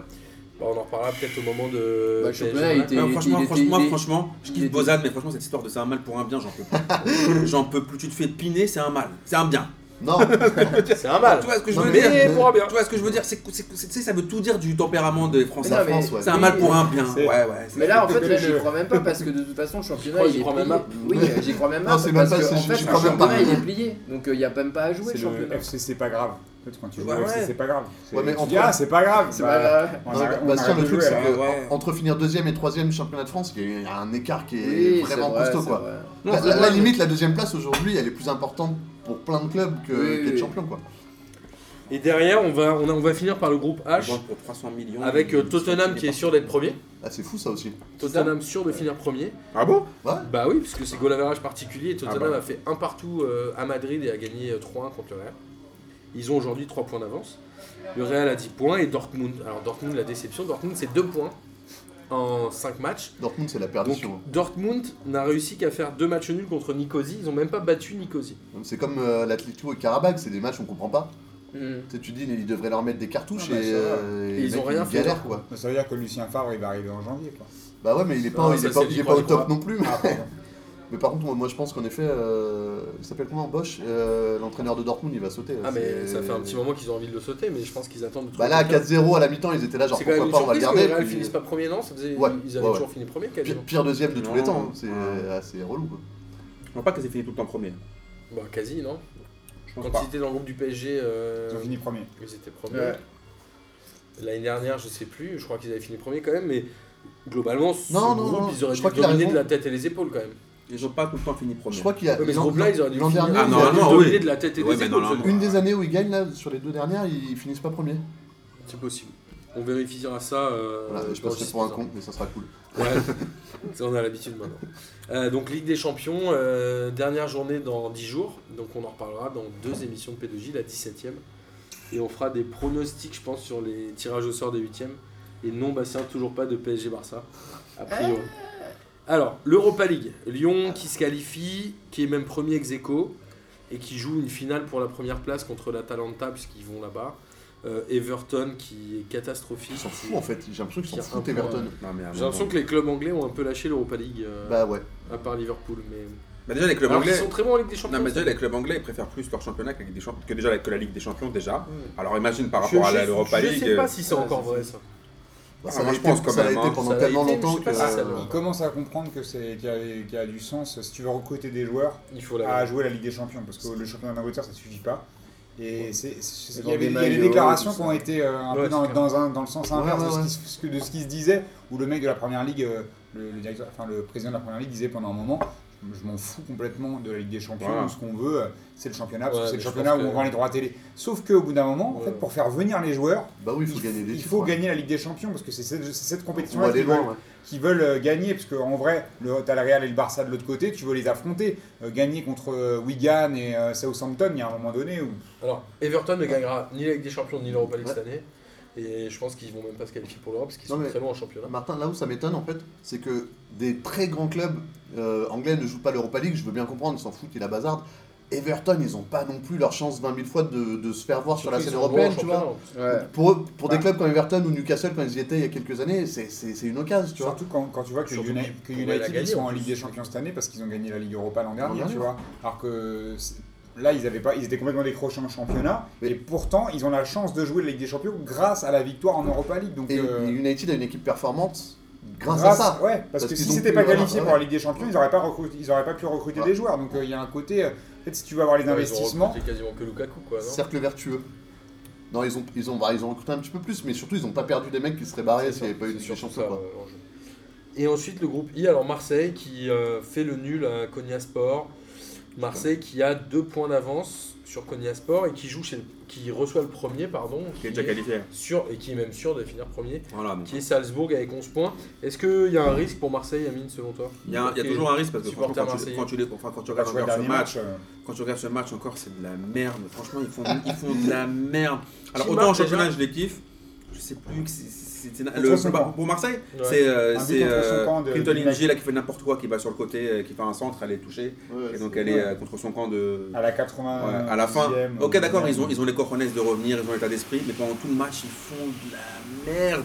[SPEAKER 1] Bah, On en reparlera peut-être au moment de.
[SPEAKER 4] Bah, le
[SPEAKER 1] PSG,
[SPEAKER 4] championnat, il
[SPEAKER 1] ouais.
[SPEAKER 4] était-
[SPEAKER 3] Non, franchement,
[SPEAKER 4] il était-
[SPEAKER 3] franchement,
[SPEAKER 4] il est-
[SPEAKER 3] franchement, je
[SPEAKER 4] il
[SPEAKER 3] kiffe
[SPEAKER 4] était-
[SPEAKER 3] Bozan, mais franchement, cette histoire de c'est un mal pour un bien, j'en peux plus. j'en peux plus, tu te fais piner, c'est un mal, c'est un bien.
[SPEAKER 5] Non,
[SPEAKER 4] C'est un mal.
[SPEAKER 3] Tu vois ce que je
[SPEAKER 5] Non,
[SPEAKER 3] veux
[SPEAKER 5] mais-
[SPEAKER 3] dire
[SPEAKER 5] mais-
[SPEAKER 1] pourra bien.
[SPEAKER 3] Tu vois ce que je veux dire C'est que- c'est que- c'est- tu sais, ça veut tout dire du tempérament des Français.
[SPEAKER 5] la
[SPEAKER 4] mais-
[SPEAKER 5] France, ouais.
[SPEAKER 3] C'est un mal pour un bien.
[SPEAKER 2] C'est-
[SPEAKER 3] Ouais, ouais. c'est-
[SPEAKER 4] Mais là, en fait, là,
[SPEAKER 2] Je-
[SPEAKER 4] j'y crois même pas parce que de toute façon, le championnat,
[SPEAKER 1] crois que
[SPEAKER 4] il
[SPEAKER 1] j'y
[SPEAKER 4] est
[SPEAKER 1] crois
[SPEAKER 4] plié.
[SPEAKER 1] même pas.
[SPEAKER 4] Oui, j'y crois même
[SPEAKER 5] Non,
[SPEAKER 4] pas.
[SPEAKER 5] c'est même
[SPEAKER 4] parce
[SPEAKER 5] pas-
[SPEAKER 4] que,
[SPEAKER 5] c'est-
[SPEAKER 4] en
[SPEAKER 5] j'y-
[SPEAKER 4] fait,
[SPEAKER 5] j'y
[SPEAKER 4] le
[SPEAKER 5] crois même pas.
[SPEAKER 4] championnat, il est plié. Donc, euh, il n'y a même pas à jouer,
[SPEAKER 2] C'est
[SPEAKER 4] le
[SPEAKER 2] le
[SPEAKER 4] championnat.
[SPEAKER 2] FC, c'est pas grave. En fait, quand tu joues
[SPEAKER 3] Ouais,
[SPEAKER 2] au FC,
[SPEAKER 3] ouais.
[SPEAKER 2] c'est pas grave. C'est-
[SPEAKER 5] Ouais, mais
[SPEAKER 2] tu
[SPEAKER 5] en
[SPEAKER 2] dis, ah,
[SPEAKER 5] France-
[SPEAKER 2] c'est pas grave.
[SPEAKER 4] C'est
[SPEAKER 2] Bah,
[SPEAKER 4] pas grave.
[SPEAKER 2] on
[SPEAKER 5] Non,
[SPEAKER 2] arrête- on euh,
[SPEAKER 5] Bastien,
[SPEAKER 2] arrête
[SPEAKER 5] le
[SPEAKER 2] de
[SPEAKER 5] truc,
[SPEAKER 2] jouer,
[SPEAKER 5] c'est
[SPEAKER 2] alors.
[SPEAKER 5] que
[SPEAKER 3] Ouais.
[SPEAKER 5] entre finir deuxième et troisième championnat de France, il y a un écart qui est
[SPEAKER 4] Oui, c'est
[SPEAKER 5] vraiment
[SPEAKER 4] vrai,
[SPEAKER 5] costaud,
[SPEAKER 4] c'est
[SPEAKER 5] quoi.
[SPEAKER 4] vrai.
[SPEAKER 3] Non,
[SPEAKER 5] la,
[SPEAKER 3] c'est
[SPEAKER 5] la-
[SPEAKER 3] vrai,
[SPEAKER 5] la limite, la deuxième place aujourd'hui, elle est plus importante pour plein de clubs que,
[SPEAKER 4] Oui,
[SPEAKER 5] qu'être
[SPEAKER 4] oui.
[SPEAKER 5] champion, quoi.
[SPEAKER 1] Et derrière, on va, on, a- on va finir par le groupe
[SPEAKER 3] mais-
[SPEAKER 1] H
[SPEAKER 3] Bon, pour 300 millions.
[SPEAKER 1] avec euh,
[SPEAKER 3] il-
[SPEAKER 1] Tottenham
[SPEAKER 3] il
[SPEAKER 1] qui est
[SPEAKER 3] parti.
[SPEAKER 1] sûr d'être premier.
[SPEAKER 5] Ah, c'est fou ça aussi.
[SPEAKER 1] Tottenham sûr de finir premier.
[SPEAKER 3] Ah bon
[SPEAKER 1] Bah oui, parce que c'est goal average particulier. Tottenham
[SPEAKER 3] Ah bah.
[SPEAKER 1] a fait un partout euh, à Madrid et a gagné euh, 3-1 contre le Real. Ils ont aujourd'hui 3 points d'avance. Le Real a 10 points et Dortmund. Alors Dortmund, la déception. Dortmund, c'est 2 points en 5 matchs.
[SPEAKER 5] Dortmund, c'est la
[SPEAKER 1] Donc
[SPEAKER 5] perdition.
[SPEAKER 1] Dortmund n'a réussi qu'à faire 2 matchs nuls contre Nicosie. Ils ont même pas battu Nicosie.
[SPEAKER 5] Donc, C'est comme euh, l'Atlético et Karabakh, c'est des matchs on comprend pas.
[SPEAKER 4] Mm.
[SPEAKER 5] Tu, sais, tu dis, ils devraient leur mettre des cartouches
[SPEAKER 2] Ah, bah,
[SPEAKER 5] et,
[SPEAKER 2] ça va.
[SPEAKER 5] euh,
[SPEAKER 1] Et
[SPEAKER 5] les
[SPEAKER 1] ils ont
[SPEAKER 5] mecs,
[SPEAKER 1] rien fait,
[SPEAKER 5] galèrent,
[SPEAKER 1] Dortmund.
[SPEAKER 5] quoi.
[SPEAKER 2] bah, Ça veut dire que Lucien Favre, il va arriver en janvier. Quoi.
[SPEAKER 5] Bah ouais, mais il est pas,
[SPEAKER 1] Ah,
[SPEAKER 5] il
[SPEAKER 1] ça,
[SPEAKER 5] est pas,
[SPEAKER 1] c'est
[SPEAKER 5] il
[SPEAKER 1] du
[SPEAKER 5] est pas au
[SPEAKER 1] croix-croix.
[SPEAKER 5] top non plus.
[SPEAKER 2] Ah, pardon.
[SPEAKER 1] Euh,
[SPEAKER 5] Mais par contre, moi, moi, je pense qu'en effet, euh, il s'appelle comment Bosch, euh, l'entraîneur de Dortmund, il va sauter. là.
[SPEAKER 1] Ah mais
[SPEAKER 5] C'est-
[SPEAKER 1] ça fait un petit moment qu'ils ont envie de le sauter, mais je pense qu'ils attendent de
[SPEAKER 5] Bah là, à 4-0 à la mi-temps, ils étaient là, genre
[SPEAKER 1] C'est quand même
[SPEAKER 5] pourquoi
[SPEAKER 1] une
[SPEAKER 5] pas, on va le
[SPEAKER 1] surprise que
[SPEAKER 5] garder.
[SPEAKER 1] le Real
[SPEAKER 5] puis-
[SPEAKER 1] finisse pas premier, non Ça faisait-
[SPEAKER 5] Ouais,
[SPEAKER 1] Ils avaient
[SPEAKER 5] ouais,
[SPEAKER 1] toujours fini premier
[SPEAKER 5] Pire,
[SPEAKER 1] quasiment.
[SPEAKER 5] pire deuxième de tous les
[SPEAKER 3] Non,
[SPEAKER 5] temps, hein. c'est euh,
[SPEAKER 3] ouais.
[SPEAKER 5] assez relou. Quoi.
[SPEAKER 3] Je crois pas que c'est fini tout le temps premier.
[SPEAKER 1] Bah quasi, non
[SPEAKER 3] Je pense
[SPEAKER 1] Quand
[SPEAKER 3] pas.
[SPEAKER 1] ils étaient dans le groupe du PSG, euh,
[SPEAKER 2] Ils ont fini premier.
[SPEAKER 1] ils étaient premiers.
[SPEAKER 4] Ouais.
[SPEAKER 1] L'année dernière, je sais plus, je crois qu'ils avaient fini premier quand même, mais globalement, ce
[SPEAKER 5] Non, non,
[SPEAKER 1] groupe,
[SPEAKER 5] non,
[SPEAKER 1] ils auraient
[SPEAKER 5] je
[SPEAKER 1] dû
[SPEAKER 5] crois qu'il a
[SPEAKER 1] dominer de
[SPEAKER 5] raison.
[SPEAKER 1] la tête et les épaules quand même.
[SPEAKER 3] Ils ont pas tout le temps fini premier.
[SPEAKER 5] Je crois qu'il y a.
[SPEAKER 1] Ouais, mais ce
[SPEAKER 5] l'an-
[SPEAKER 1] groupe-là, ils auraient dû le
[SPEAKER 5] l'an
[SPEAKER 1] finir.
[SPEAKER 5] dernier,
[SPEAKER 1] Ah,
[SPEAKER 5] il y
[SPEAKER 1] non,
[SPEAKER 5] a-
[SPEAKER 1] non,
[SPEAKER 3] non,
[SPEAKER 1] dominer
[SPEAKER 3] oui.
[SPEAKER 1] de la tête et
[SPEAKER 3] Ouais,
[SPEAKER 1] des
[SPEAKER 3] mais
[SPEAKER 1] épaules.
[SPEAKER 3] non,
[SPEAKER 1] ce
[SPEAKER 3] non,
[SPEAKER 1] groupe.
[SPEAKER 5] Une des années où ils gagnent, là, sur les deux dernières, ils finissent pas premier.
[SPEAKER 1] Euh, C'est possible. On vérifiera ça. euh,
[SPEAKER 5] Voilà, je
[SPEAKER 1] dans le
[SPEAKER 5] passerai pour un
[SPEAKER 1] site.
[SPEAKER 5] con, mais ça sera cool.
[SPEAKER 1] Ouais, Ça, on a l'habitude maintenant. Euh, donc Ligue des Champions, euh, dernière journée dans 10 jours. Donc on en reparlera dans deux émissions de P2J, la 17ème. Et on fera des pronostics, je pense, sur les tirages au sort des 8ème. Et non, Bastien, toujours pas de PSG Barça, a priori. Alors, l'Europa League. Lyon qui se qualifie, qui est même premier ex aequo, et qui joue une finale pour la première place contre l'Atalanta, puisqu'ils vont là-bas. Euh, Everton qui est catastrophique.
[SPEAKER 5] Ils s'en foutent en fait, j'ai l'impression qu'ils
[SPEAKER 1] Pire
[SPEAKER 5] s'en foutent
[SPEAKER 1] un point,
[SPEAKER 5] Everton.
[SPEAKER 3] Non, mais à un
[SPEAKER 1] J'ai l'impression
[SPEAKER 3] moment-
[SPEAKER 1] que les clubs anglais ont un peu lâché l'Europa League. euh,
[SPEAKER 5] Ah, Bah ouais.
[SPEAKER 1] à part Liverpool, mais.
[SPEAKER 3] Bah, déjà, les clubs
[SPEAKER 1] Alors,
[SPEAKER 3] anglais.
[SPEAKER 1] ils sont très bons en Ligue des Champions.
[SPEAKER 3] Non, mais déjà, les clubs anglais ils préfèrent plus leur championnat que la Ligue des Champions, que déjà que la Ligue des Champions déjà. Alors imagine par rapport à la- l'Europa League. euh,
[SPEAKER 1] Je
[SPEAKER 5] euh.
[SPEAKER 1] sais pas Ah, si c'est
[SPEAKER 4] Ouais,
[SPEAKER 1] encore
[SPEAKER 4] c'est-
[SPEAKER 1] vrai ça.
[SPEAKER 5] Bah,
[SPEAKER 3] Ah,
[SPEAKER 5] ça
[SPEAKER 3] moi,
[SPEAKER 5] l'a
[SPEAKER 3] je
[SPEAKER 5] été,
[SPEAKER 3] pense quand
[SPEAKER 5] ça l'a
[SPEAKER 3] même,
[SPEAKER 5] été
[SPEAKER 3] hein.
[SPEAKER 5] pendant
[SPEAKER 1] Ça l'a
[SPEAKER 5] tellement
[SPEAKER 1] été, mais je
[SPEAKER 5] longtemps
[SPEAKER 1] sais
[SPEAKER 5] que.
[SPEAKER 1] pas si Ah, ça
[SPEAKER 5] euh,
[SPEAKER 1] l'a-
[SPEAKER 2] Il commence à comprendre que c'est qu'il y, a- qu'il y a du sens si tu veux recruter des joueurs
[SPEAKER 1] Il faut
[SPEAKER 2] à
[SPEAKER 1] la.
[SPEAKER 2] jouer la Ligue des Champions parce que le championnat d'Angleterre ça suffit pas. Et c'est- c'est-
[SPEAKER 4] Et
[SPEAKER 2] c'est-
[SPEAKER 4] dans
[SPEAKER 2] il y avait
[SPEAKER 4] des
[SPEAKER 2] il y a des
[SPEAKER 4] maillots,
[SPEAKER 2] déclarations
[SPEAKER 4] tout
[SPEAKER 2] qui
[SPEAKER 4] ça.
[SPEAKER 2] ont été euh, un
[SPEAKER 1] Ouais,
[SPEAKER 2] peu dans,
[SPEAKER 1] c'est clair.
[SPEAKER 2] dans un- dans le sens inverse
[SPEAKER 5] Ouais,
[SPEAKER 2] de,
[SPEAKER 5] ouais,
[SPEAKER 2] ce qui, se- de ce qui se disait où le mec de la première ligue, euh, le, le directeur, enfin le président de la première ligue disait pendant un moment. Je m'en fous complètement de la Ligue des Champions,
[SPEAKER 3] Voilà.
[SPEAKER 2] ou ce qu'on veut, euh, c'est le championnat, parce que
[SPEAKER 1] Ouais,
[SPEAKER 2] c'est
[SPEAKER 1] mais
[SPEAKER 2] le
[SPEAKER 1] je
[SPEAKER 2] championnat
[SPEAKER 1] pense
[SPEAKER 2] où
[SPEAKER 1] que-
[SPEAKER 2] on vend les droits à télé. Sauf qu'au bout d'un moment, en
[SPEAKER 1] Ouais.
[SPEAKER 2] fait, pour faire venir les joueurs,
[SPEAKER 5] Bah oui, il faut gagner des
[SPEAKER 2] il
[SPEAKER 5] titres,
[SPEAKER 2] faut
[SPEAKER 5] ouais.
[SPEAKER 2] gagner la Ligue des Champions parce que c'est cette, c'est cette
[SPEAKER 5] On va
[SPEAKER 2] compétition-là
[SPEAKER 5] aller
[SPEAKER 2] qu'ils
[SPEAKER 5] loin,
[SPEAKER 2] veulent,
[SPEAKER 5] ouais.
[SPEAKER 2] qu'ils veulent, euh, gagner. Parce qu'en vrai, le- t'as le Real et le Barça de l'autre côté, tu veux les affronter. Euh, gagner contre euh, Wigan et euh, Southampton, il y a un moment donné où.
[SPEAKER 1] Alors, Everton ne gagnera ni la Ligue des Champions ni l'Europa League
[SPEAKER 5] Ah. Ouais.
[SPEAKER 1] cette année. Et je pense qu'ils vont même pas se qualifier pour l'Europe parce qu'ils
[SPEAKER 5] Non,
[SPEAKER 1] sont
[SPEAKER 5] mais-
[SPEAKER 1] très loin en championnat.
[SPEAKER 5] Martin, là où ça m'étonne en fait, c'est que des très grands clubs euh, anglais ne jouent pas l'Europa League, je veux bien comprendre, ils s'en foutent, ils la bazardent. Everton, ils ont pas non plus leur chance 20 000 fois de, de se faire voir sur la
[SPEAKER 1] Surtout,
[SPEAKER 5] scène
[SPEAKER 1] ils sont
[SPEAKER 5] européenne,
[SPEAKER 1] loin en
[SPEAKER 5] tu
[SPEAKER 1] championnat,
[SPEAKER 5] vois.
[SPEAKER 1] en plus.
[SPEAKER 4] Ouais.
[SPEAKER 5] Pour, eux- pour des
[SPEAKER 2] Bah.
[SPEAKER 5] clubs comme Everton ou Newcastle, quand ils y étaient il y a quelques années, c'est- c'est c'est une occasion, tu vois.
[SPEAKER 2] surtout quand, quand tu vois que,
[SPEAKER 1] Surtout
[SPEAKER 2] Uni-
[SPEAKER 1] qu'ils
[SPEAKER 2] que
[SPEAKER 1] pourraient la
[SPEAKER 2] United ils
[SPEAKER 1] gagner,
[SPEAKER 2] sont
[SPEAKER 1] en
[SPEAKER 2] en
[SPEAKER 1] plus.
[SPEAKER 2] Ligue des Champions cette année parce qu'ils ont gagné la Ligue Europa l'an dernier,
[SPEAKER 5] L'an
[SPEAKER 2] tu vois. Alors que. c'est- Là, ils avaient pas, ils étaient complètement décrochés en championnat,
[SPEAKER 5] Mais-
[SPEAKER 2] et pourtant, ils ont la chance de jouer la Ligue des Champions grâce à la victoire en Europa League. Donc,
[SPEAKER 5] Et
[SPEAKER 2] euh,
[SPEAKER 5] United a une équipe performante grâce, à ça.
[SPEAKER 2] Ouais, parce,
[SPEAKER 5] Parce
[SPEAKER 2] que
[SPEAKER 5] qu'ils
[SPEAKER 2] si
[SPEAKER 5] ont
[SPEAKER 2] c'était
[SPEAKER 5] pu-
[SPEAKER 2] pas
[SPEAKER 5] voilà,
[SPEAKER 2] qualifié
[SPEAKER 5] ouais.
[SPEAKER 2] pour la Ligue des Champions, ils auraient pas, recruté- ils auraient pas pu recruter
[SPEAKER 5] Ouais.
[SPEAKER 2] des joueurs. Donc euh, il y a un côté. euh, en fait, si tu veux avoir les
[SPEAKER 1] Ouais, Ils ont
[SPEAKER 2] investissements,
[SPEAKER 1] recruté quasiment que Lukaku, quoi. Non
[SPEAKER 5] Cercle vertueux. Non, ils ont, ils, ont, bah, ils ont recruté un petit peu plus, mais surtout, ils ont pas perdu des mecs qui seraient barrés s'il n'y avait pas eu de
[SPEAKER 1] C'est surtout
[SPEAKER 5] champion.
[SPEAKER 1] ça,
[SPEAKER 5] quoi.
[SPEAKER 1] euh, l'enjeu. Et ensuite le groupe I, alors Marseille qui euh, fait le nul à Cognac Sport. Marseille qui a deux points d'avance sur Cognac Sport et qui joue chez le- qui reçoit le premier pardon
[SPEAKER 3] Qui est déjà qualifié.
[SPEAKER 1] sûr et qui est même sûr de finir premier,
[SPEAKER 3] Voilà, donc.
[SPEAKER 1] qui est Salzbourg avec 11 points. Est-ce qu'il y a un risque pour Marseille, Amine, selon toi
[SPEAKER 3] Il y a, il y a
[SPEAKER 1] Ok.
[SPEAKER 3] toujours un risque parce que
[SPEAKER 1] Supporter
[SPEAKER 3] franchement, quand,
[SPEAKER 1] marseillais.
[SPEAKER 3] tu, quand tu les- enfin, quand
[SPEAKER 2] quand
[SPEAKER 3] tu regardes
[SPEAKER 2] tu vois le
[SPEAKER 3] encore ce
[SPEAKER 2] dernier
[SPEAKER 3] match,
[SPEAKER 2] match, euh,
[SPEAKER 3] quand tu regardes ce match encore, c'est de la merde. Franchement, ils font, ils font de la merde. Alors
[SPEAKER 1] Qui
[SPEAKER 3] autant en
[SPEAKER 1] marque
[SPEAKER 3] championnat,
[SPEAKER 1] déjà
[SPEAKER 3] je les kiffe. Je sais plus que c'est- c'est c'est-
[SPEAKER 2] Contre
[SPEAKER 3] le-
[SPEAKER 2] son camp.
[SPEAKER 3] pour Marseille,
[SPEAKER 1] Ouais.
[SPEAKER 3] c'est euh,
[SPEAKER 2] Un but
[SPEAKER 3] c'est
[SPEAKER 2] contre
[SPEAKER 3] euh,
[SPEAKER 2] son camp de-
[SPEAKER 3] Clinton
[SPEAKER 2] du
[SPEAKER 3] Inge là qui fait n'importe quoi, qui bat sur le côté, euh, qui fait un centre, elle est touchée
[SPEAKER 5] Ouais,
[SPEAKER 3] et donc
[SPEAKER 5] c'est-
[SPEAKER 3] elle est euh, contre son camp de
[SPEAKER 2] à la euh, 80.
[SPEAKER 3] Ouais, à la fin. Ok, d'accord, ils ont, ils ont les cojones de revenir, ils ont l'état d'esprit, mais pendant tout le match, ils font de la merde.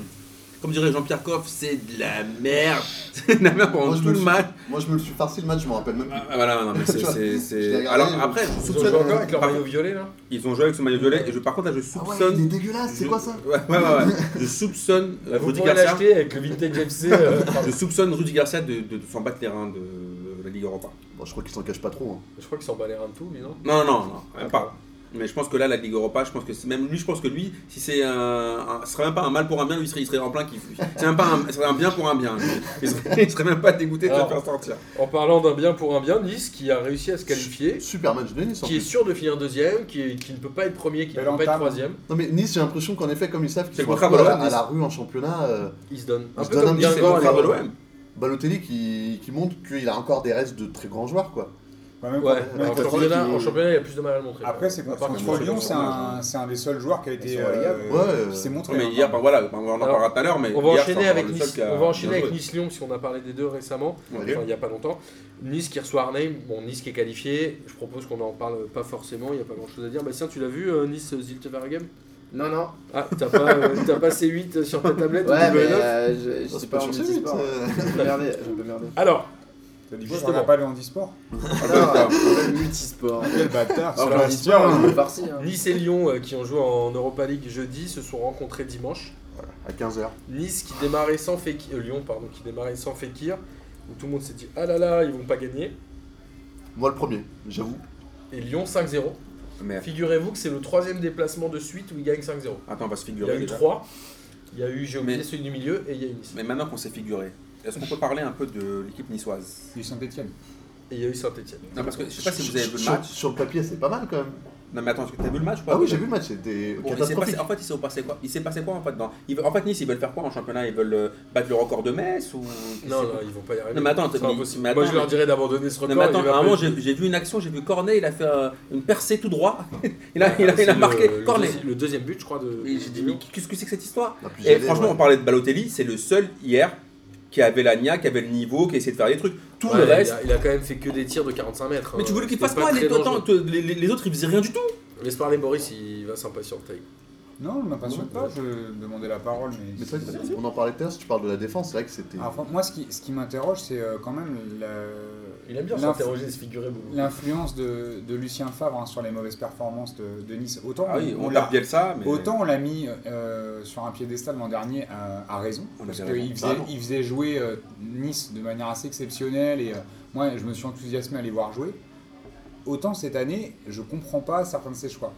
[SPEAKER 3] Comme dirait Jean-Pierre Coff, c'est de la merde. C'est de la merde pendant
[SPEAKER 5] Moi, je
[SPEAKER 3] tout
[SPEAKER 5] me
[SPEAKER 3] le
[SPEAKER 5] suis-
[SPEAKER 3] match.
[SPEAKER 5] Moi, je me le suis farci le match, je m'en rappelle même plus.
[SPEAKER 3] Ah, voilà, non, mais c'est-
[SPEAKER 5] Tu vois,
[SPEAKER 3] c'est.
[SPEAKER 5] je l'ai
[SPEAKER 3] c'est-
[SPEAKER 5] regardé,
[SPEAKER 3] Alors après, je
[SPEAKER 1] Ils ont
[SPEAKER 3] soupçonne-
[SPEAKER 1] joué encore avec leur
[SPEAKER 3] par-
[SPEAKER 1] maillot violet là
[SPEAKER 3] Ils ont joué avec ce maillot violet et je, par contre là je
[SPEAKER 5] Ah ouais,
[SPEAKER 3] soupçonne.
[SPEAKER 5] il est dégueulasse, c'est
[SPEAKER 3] je-
[SPEAKER 5] quoi ça
[SPEAKER 3] Ouais, ouais, ouais, ouais. Je soupçonne euh,
[SPEAKER 1] Vous
[SPEAKER 3] Rudy
[SPEAKER 1] pourrez
[SPEAKER 3] Garcia.
[SPEAKER 1] l'acheter avec le Vintage FC. euh,
[SPEAKER 3] Je soupçonne Rudy Garcia de, de, de s'en battre les reins de la Ligue Europa.
[SPEAKER 5] Bon, je crois qu'il s'en cache pas trop. hein.
[SPEAKER 1] je crois qu'ils s'en bat les reins de tout, mais non
[SPEAKER 3] Non, non, non, non, même pas. Mais je pense que là, la Ligue Europa, je pense que c'est- même lui, je pense que lui, si c'est un, un- ce serait même pas un mal pour un bien, lui il serait, il serait en plein kiff. C'est même pas un, ce serait un bien pour un bien. lui. Il serait, il serait même pas dégoûté de
[SPEAKER 1] Alors.
[SPEAKER 3] le faire sortir.
[SPEAKER 1] En parlant d'un bien pour un bien, Nice qui a réussi à se qualifier,
[SPEAKER 5] Super match de Nice en
[SPEAKER 1] qui est
[SPEAKER 5] plus.
[SPEAKER 1] sûr de finir deuxième, qui, est- qui ne peut pas être premier, qui ne
[SPEAKER 2] Belle
[SPEAKER 1] peut pas être
[SPEAKER 2] entame.
[SPEAKER 1] troisième,
[SPEAKER 5] Non mais Nice, j'ai l'impression qu'en effet, comme ils savent
[SPEAKER 3] C'est
[SPEAKER 5] qu'ils
[SPEAKER 3] le
[SPEAKER 5] sont un
[SPEAKER 3] contrat
[SPEAKER 5] peu à la,
[SPEAKER 3] de l'OM,
[SPEAKER 5] à la rue en championnat, euh,
[SPEAKER 1] il se donne.
[SPEAKER 5] On
[SPEAKER 1] Un
[SPEAKER 5] se
[SPEAKER 1] peu
[SPEAKER 5] donne un
[SPEAKER 1] comme
[SPEAKER 5] petit
[SPEAKER 3] C'est le
[SPEAKER 1] Guingamp à
[SPEAKER 3] contrat de
[SPEAKER 1] l'époque.
[SPEAKER 3] l'OM.
[SPEAKER 5] Balotelli qui, qui montre qu'il a encore des restes de très grands joueurs, quoi.
[SPEAKER 2] Ouais, bah, même
[SPEAKER 1] Ouais,
[SPEAKER 2] quand-
[SPEAKER 1] mais
[SPEAKER 2] même
[SPEAKER 1] en
[SPEAKER 5] contre
[SPEAKER 2] quand-
[SPEAKER 1] championnat,
[SPEAKER 5] qui-
[SPEAKER 1] en championnat, il y a plus de mal à le montrer.
[SPEAKER 2] Après, c'est
[SPEAKER 1] À part
[SPEAKER 2] contre
[SPEAKER 1] contre
[SPEAKER 2] Lyon, c'est
[SPEAKER 1] Lyon.
[SPEAKER 2] un, c'est un des seuls joueurs qui a
[SPEAKER 1] Ils
[SPEAKER 2] été.
[SPEAKER 1] sont
[SPEAKER 2] euh,
[SPEAKER 5] relégables. Ouais.
[SPEAKER 2] qui s'est montré.
[SPEAKER 3] Mais
[SPEAKER 2] hein.
[SPEAKER 3] hier, ben voilà, ben, on en
[SPEAKER 1] Alors,
[SPEAKER 3] parlera tout à l'heure, mais
[SPEAKER 1] On va
[SPEAKER 3] hier,
[SPEAKER 1] enchaîner
[SPEAKER 3] c'est
[SPEAKER 1] avec
[SPEAKER 3] encore le seul
[SPEAKER 1] Nice.
[SPEAKER 3] qui a
[SPEAKER 1] On va enchaîner
[SPEAKER 3] bien
[SPEAKER 1] avec
[SPEAKER 3] joué.
[SPEAKER 1] Nice Lyon si on a parlé des deux récemment,
[SPEAKER 3] Ouais.
[SPEAKER 1] enfin il n'y a pas longtemps. Nice qui reçoit Arnhem, bon Nice qui est qualifié, je propose qu'on en parle pas forcément, il n'y a pas grand chose à dire. Bastien, tu l'as vu euh, Nice euh, Zilte Waregem
[SPEAKER 4] Non, non.
[SPEAKER 1] Ah, t'as pas, euh, t'as pas C8 sur ta tablette ou
[SPEAKER 4] Ouais, mais
[SPEAKER 1] W9?
[SPEAKER 4] euh, je- je
[SPEAKER 5] Ça,
[SPEAKER 4] sais
[SPEAKER 5] c'est
[SPEAKER 4] pas
[SPEAKER 5] pas
[SPEAKER 4] en
[SPEAKER 5] sur ses buts,
[SPEAKER 4] multisport.
[SPEAKER 5] euh.
[SPEAKER 4] Je peux merder, je peux merder.
[SPEAKER 1] Alors,
[SPEAKER 2] T'as dit
[SPEAKER 1] Justement.
[SPEAKER 2] justement pas le handisport.
[SPEAKER 5] Ah, bah,
[SPEAKER 4] Non, le multisport.
[SPEAKER 2] Quel bâtard,
[SPEAKER 4] Ah,
[SPEAKER 2] c'est
[SPEAKER 4] le
[SPEAKER 3] bah,
[SPEAKER 2] Bastien.
[SPEAKER 4] multisport, on est farci, hein.
[SPEAKER 1] Nice et Lyon euh, qui ont joué en Europa League jeudi se sont rencontrés dimanche.
[SPEAKER 5] À 15h.
[SPEAKER 1] Nice qui démarrait sans Fekir, euh, Lyon pardon, qui démarrait sans Fekir, où tout le monde s'est dit ah là là ils vont pas gagner.
[SPEAKER 5] Moi le premier, j'avoue.
[SPEAKER 1] Et Lyon 5-0.
[SPEAKER 3] Mais
[SPEAKER 1] Figurez-vous que c'est le troisième déplacement de suite où ils gagnent 5-0.
[SPEAKER 3] attends, on va se
[SPEAKER 1] Il y a
[SPEAKER 3] figurer.
[SPEAKER 1] eu
[SPEAKER 3] déjà.
[SPEAKER 1] 3, il y a eu j'ai oublié
[SPEAKER 3] Mais-
[SPEAKER 1] celui du milieu et il y a eu Nice.
[SPEAKER 3] Mais maintenant qu'on s'est figuré, est-ce qu'on peut parler un peu de l'équipe niçoise
[SPEAKER 2] Du Saint-Etienne.
[SPEAKER 1] Et il y a eu Saint-Etienne.
[SPEAKER 3] Non, parce que je sais pas si vous avez vu le
[SPEAKER 5] Sur-
[SPEAKER 3] match.
[SPEAKER 5] Sur le papier, c'est pas mal quand même.
[SPEAKER 3] Non, mais attends, t'as vu le match ou pas
[SPEAKER 5] Ah oui, j'ai vu le match, c'était
[SPEAKER 3] Bon, il s'est
[SPEAKER 5] catastrophique.
[SPEAKER 3] passé- en fait, il s'est passé quoi Il s'est passé quoi en fait dans- ils veulent- En fait, Nice, ils veulent faire quoi en championnat Ils veulent euh, battre le record de Metz ou
[SPEAKER 1] Non, non, ils vont pas y arriver.
[SPEAKER 3] Non, mais attends,
[SPEAKER 1] c'est
[SPEAKER 3] mais-
[SPEAKER 1] impossible.
[SPEAKER 3] mais
[SPEAKER 1] Moi,
[SPEAKER 3] attends,
[SPEAKER 1] je leur
[SPEAKER 3] mais-
[SPEAKER 1] dirais d'abandonner ce record.
[SPEAKER 3] Non, mais attends,
[SPEAKER 1] il va
[SPEAKER 3] à un moment,
[SPEAKER 1] pas-
[SPEAKER 3] j'ai j'ai vu une action, j'ai vu Cornet, il a fait euh, une percée tout droit. il a, il a, il a
[SPEAKER 1] Ah, C'est le-
[SPEAKER 3] marqué
[SPEAKER 1] le,
[SPEAKER 3] Cornet.
[SPEAKER 1] deuxi- le deuxième but, je crois, de.
[SPEAKER 3] Et j'ai dit, mais qu'est-ce que c'est que cette histoire
[SPEAKER 5] Ah, puis
[SPEAKER 3] Et
[SPEAKER 5] j'allais,
[SPEAKER 3] franchement,
[SPEAKER 5] ouais.
[SPEAKER 3] on parlait de Balotelli, c'est le seul hier qui avait la niaque, qui avait le niveau, qui essayait de faire des trucs. Tout
[SPEAKER 1] Ouais,
[SPEAKER 3] le
[SPEAKER 1] il a-
[SPEAKER 3] reste.
[SPEAKER 1] Il a, quand même fait que des tirs de 45 mètres.
[SPEAKER 3] Mais
[SPEAKER 1] hein.
[SPEAKER 3] tu voulais qu'il
[SPEAKER 1] C'était
[SPEAKER 3] fasse
[SPEAKER 1] pas
[SPEAKER 3] quoi
[SPEAKER 1] très
[SPEAKER 3] les,
[SPEAKER 1] dangereux.
[SPEAKER 3] attends, te- les, les- les autres, ils faisaient rien du tout.
[SPEAKER 1] Laisse parler Boris, il va s'impatienter.
[SPEAKER 2] Non, je m'impatiente
[SPEAKER 1] Ouais.
[SPEAKER 2] pas, je demandais la parole. Mais,
[SPEAKER 5] Mais c'est vrai que on en parlait tout à l'heure, si tu parles de la défense, c'est vrai que c'était.
[SPEAKER 2] Ah, enfin, moi, ce qui, ce qui m'interroge, c'est euh, quand même la-
[SPEAKER 1] Il aime bien
[SPEAKER 2] L'inf-
[SPEAKER 1] s'interroger, se figurer beaucoup.
[SPEAKER 2] l'influence de, de Lucien Favre hein, sur les mauvaises performances de, de Nice. Autant
[SPEAKER 3] Ah oui,
[SPEAKER 2] on
[SPEAKER 3] on
[SPEAKER 2] l'a-
[SPEAKER 3] tape Bielsa, mais.
[SPEAKER 2] Autant on l'a mis euh, sur un piédestal l'an dernier euh, à, à raison,
[SPEAKER 3] On
[SPEAKER 2] parce
[SPEAKER 3] avait raison,
[SPEAKER 2] qu'il faisait,
[SPEAKER 5] carrément.
[SPEAKER 2] il faisait jouer euh, Nice de manière assez exceptionnelle et euh, moi je me suis enthousiasmé à les voir jouer. Autant cette année, je comprends pas certains de ses choix.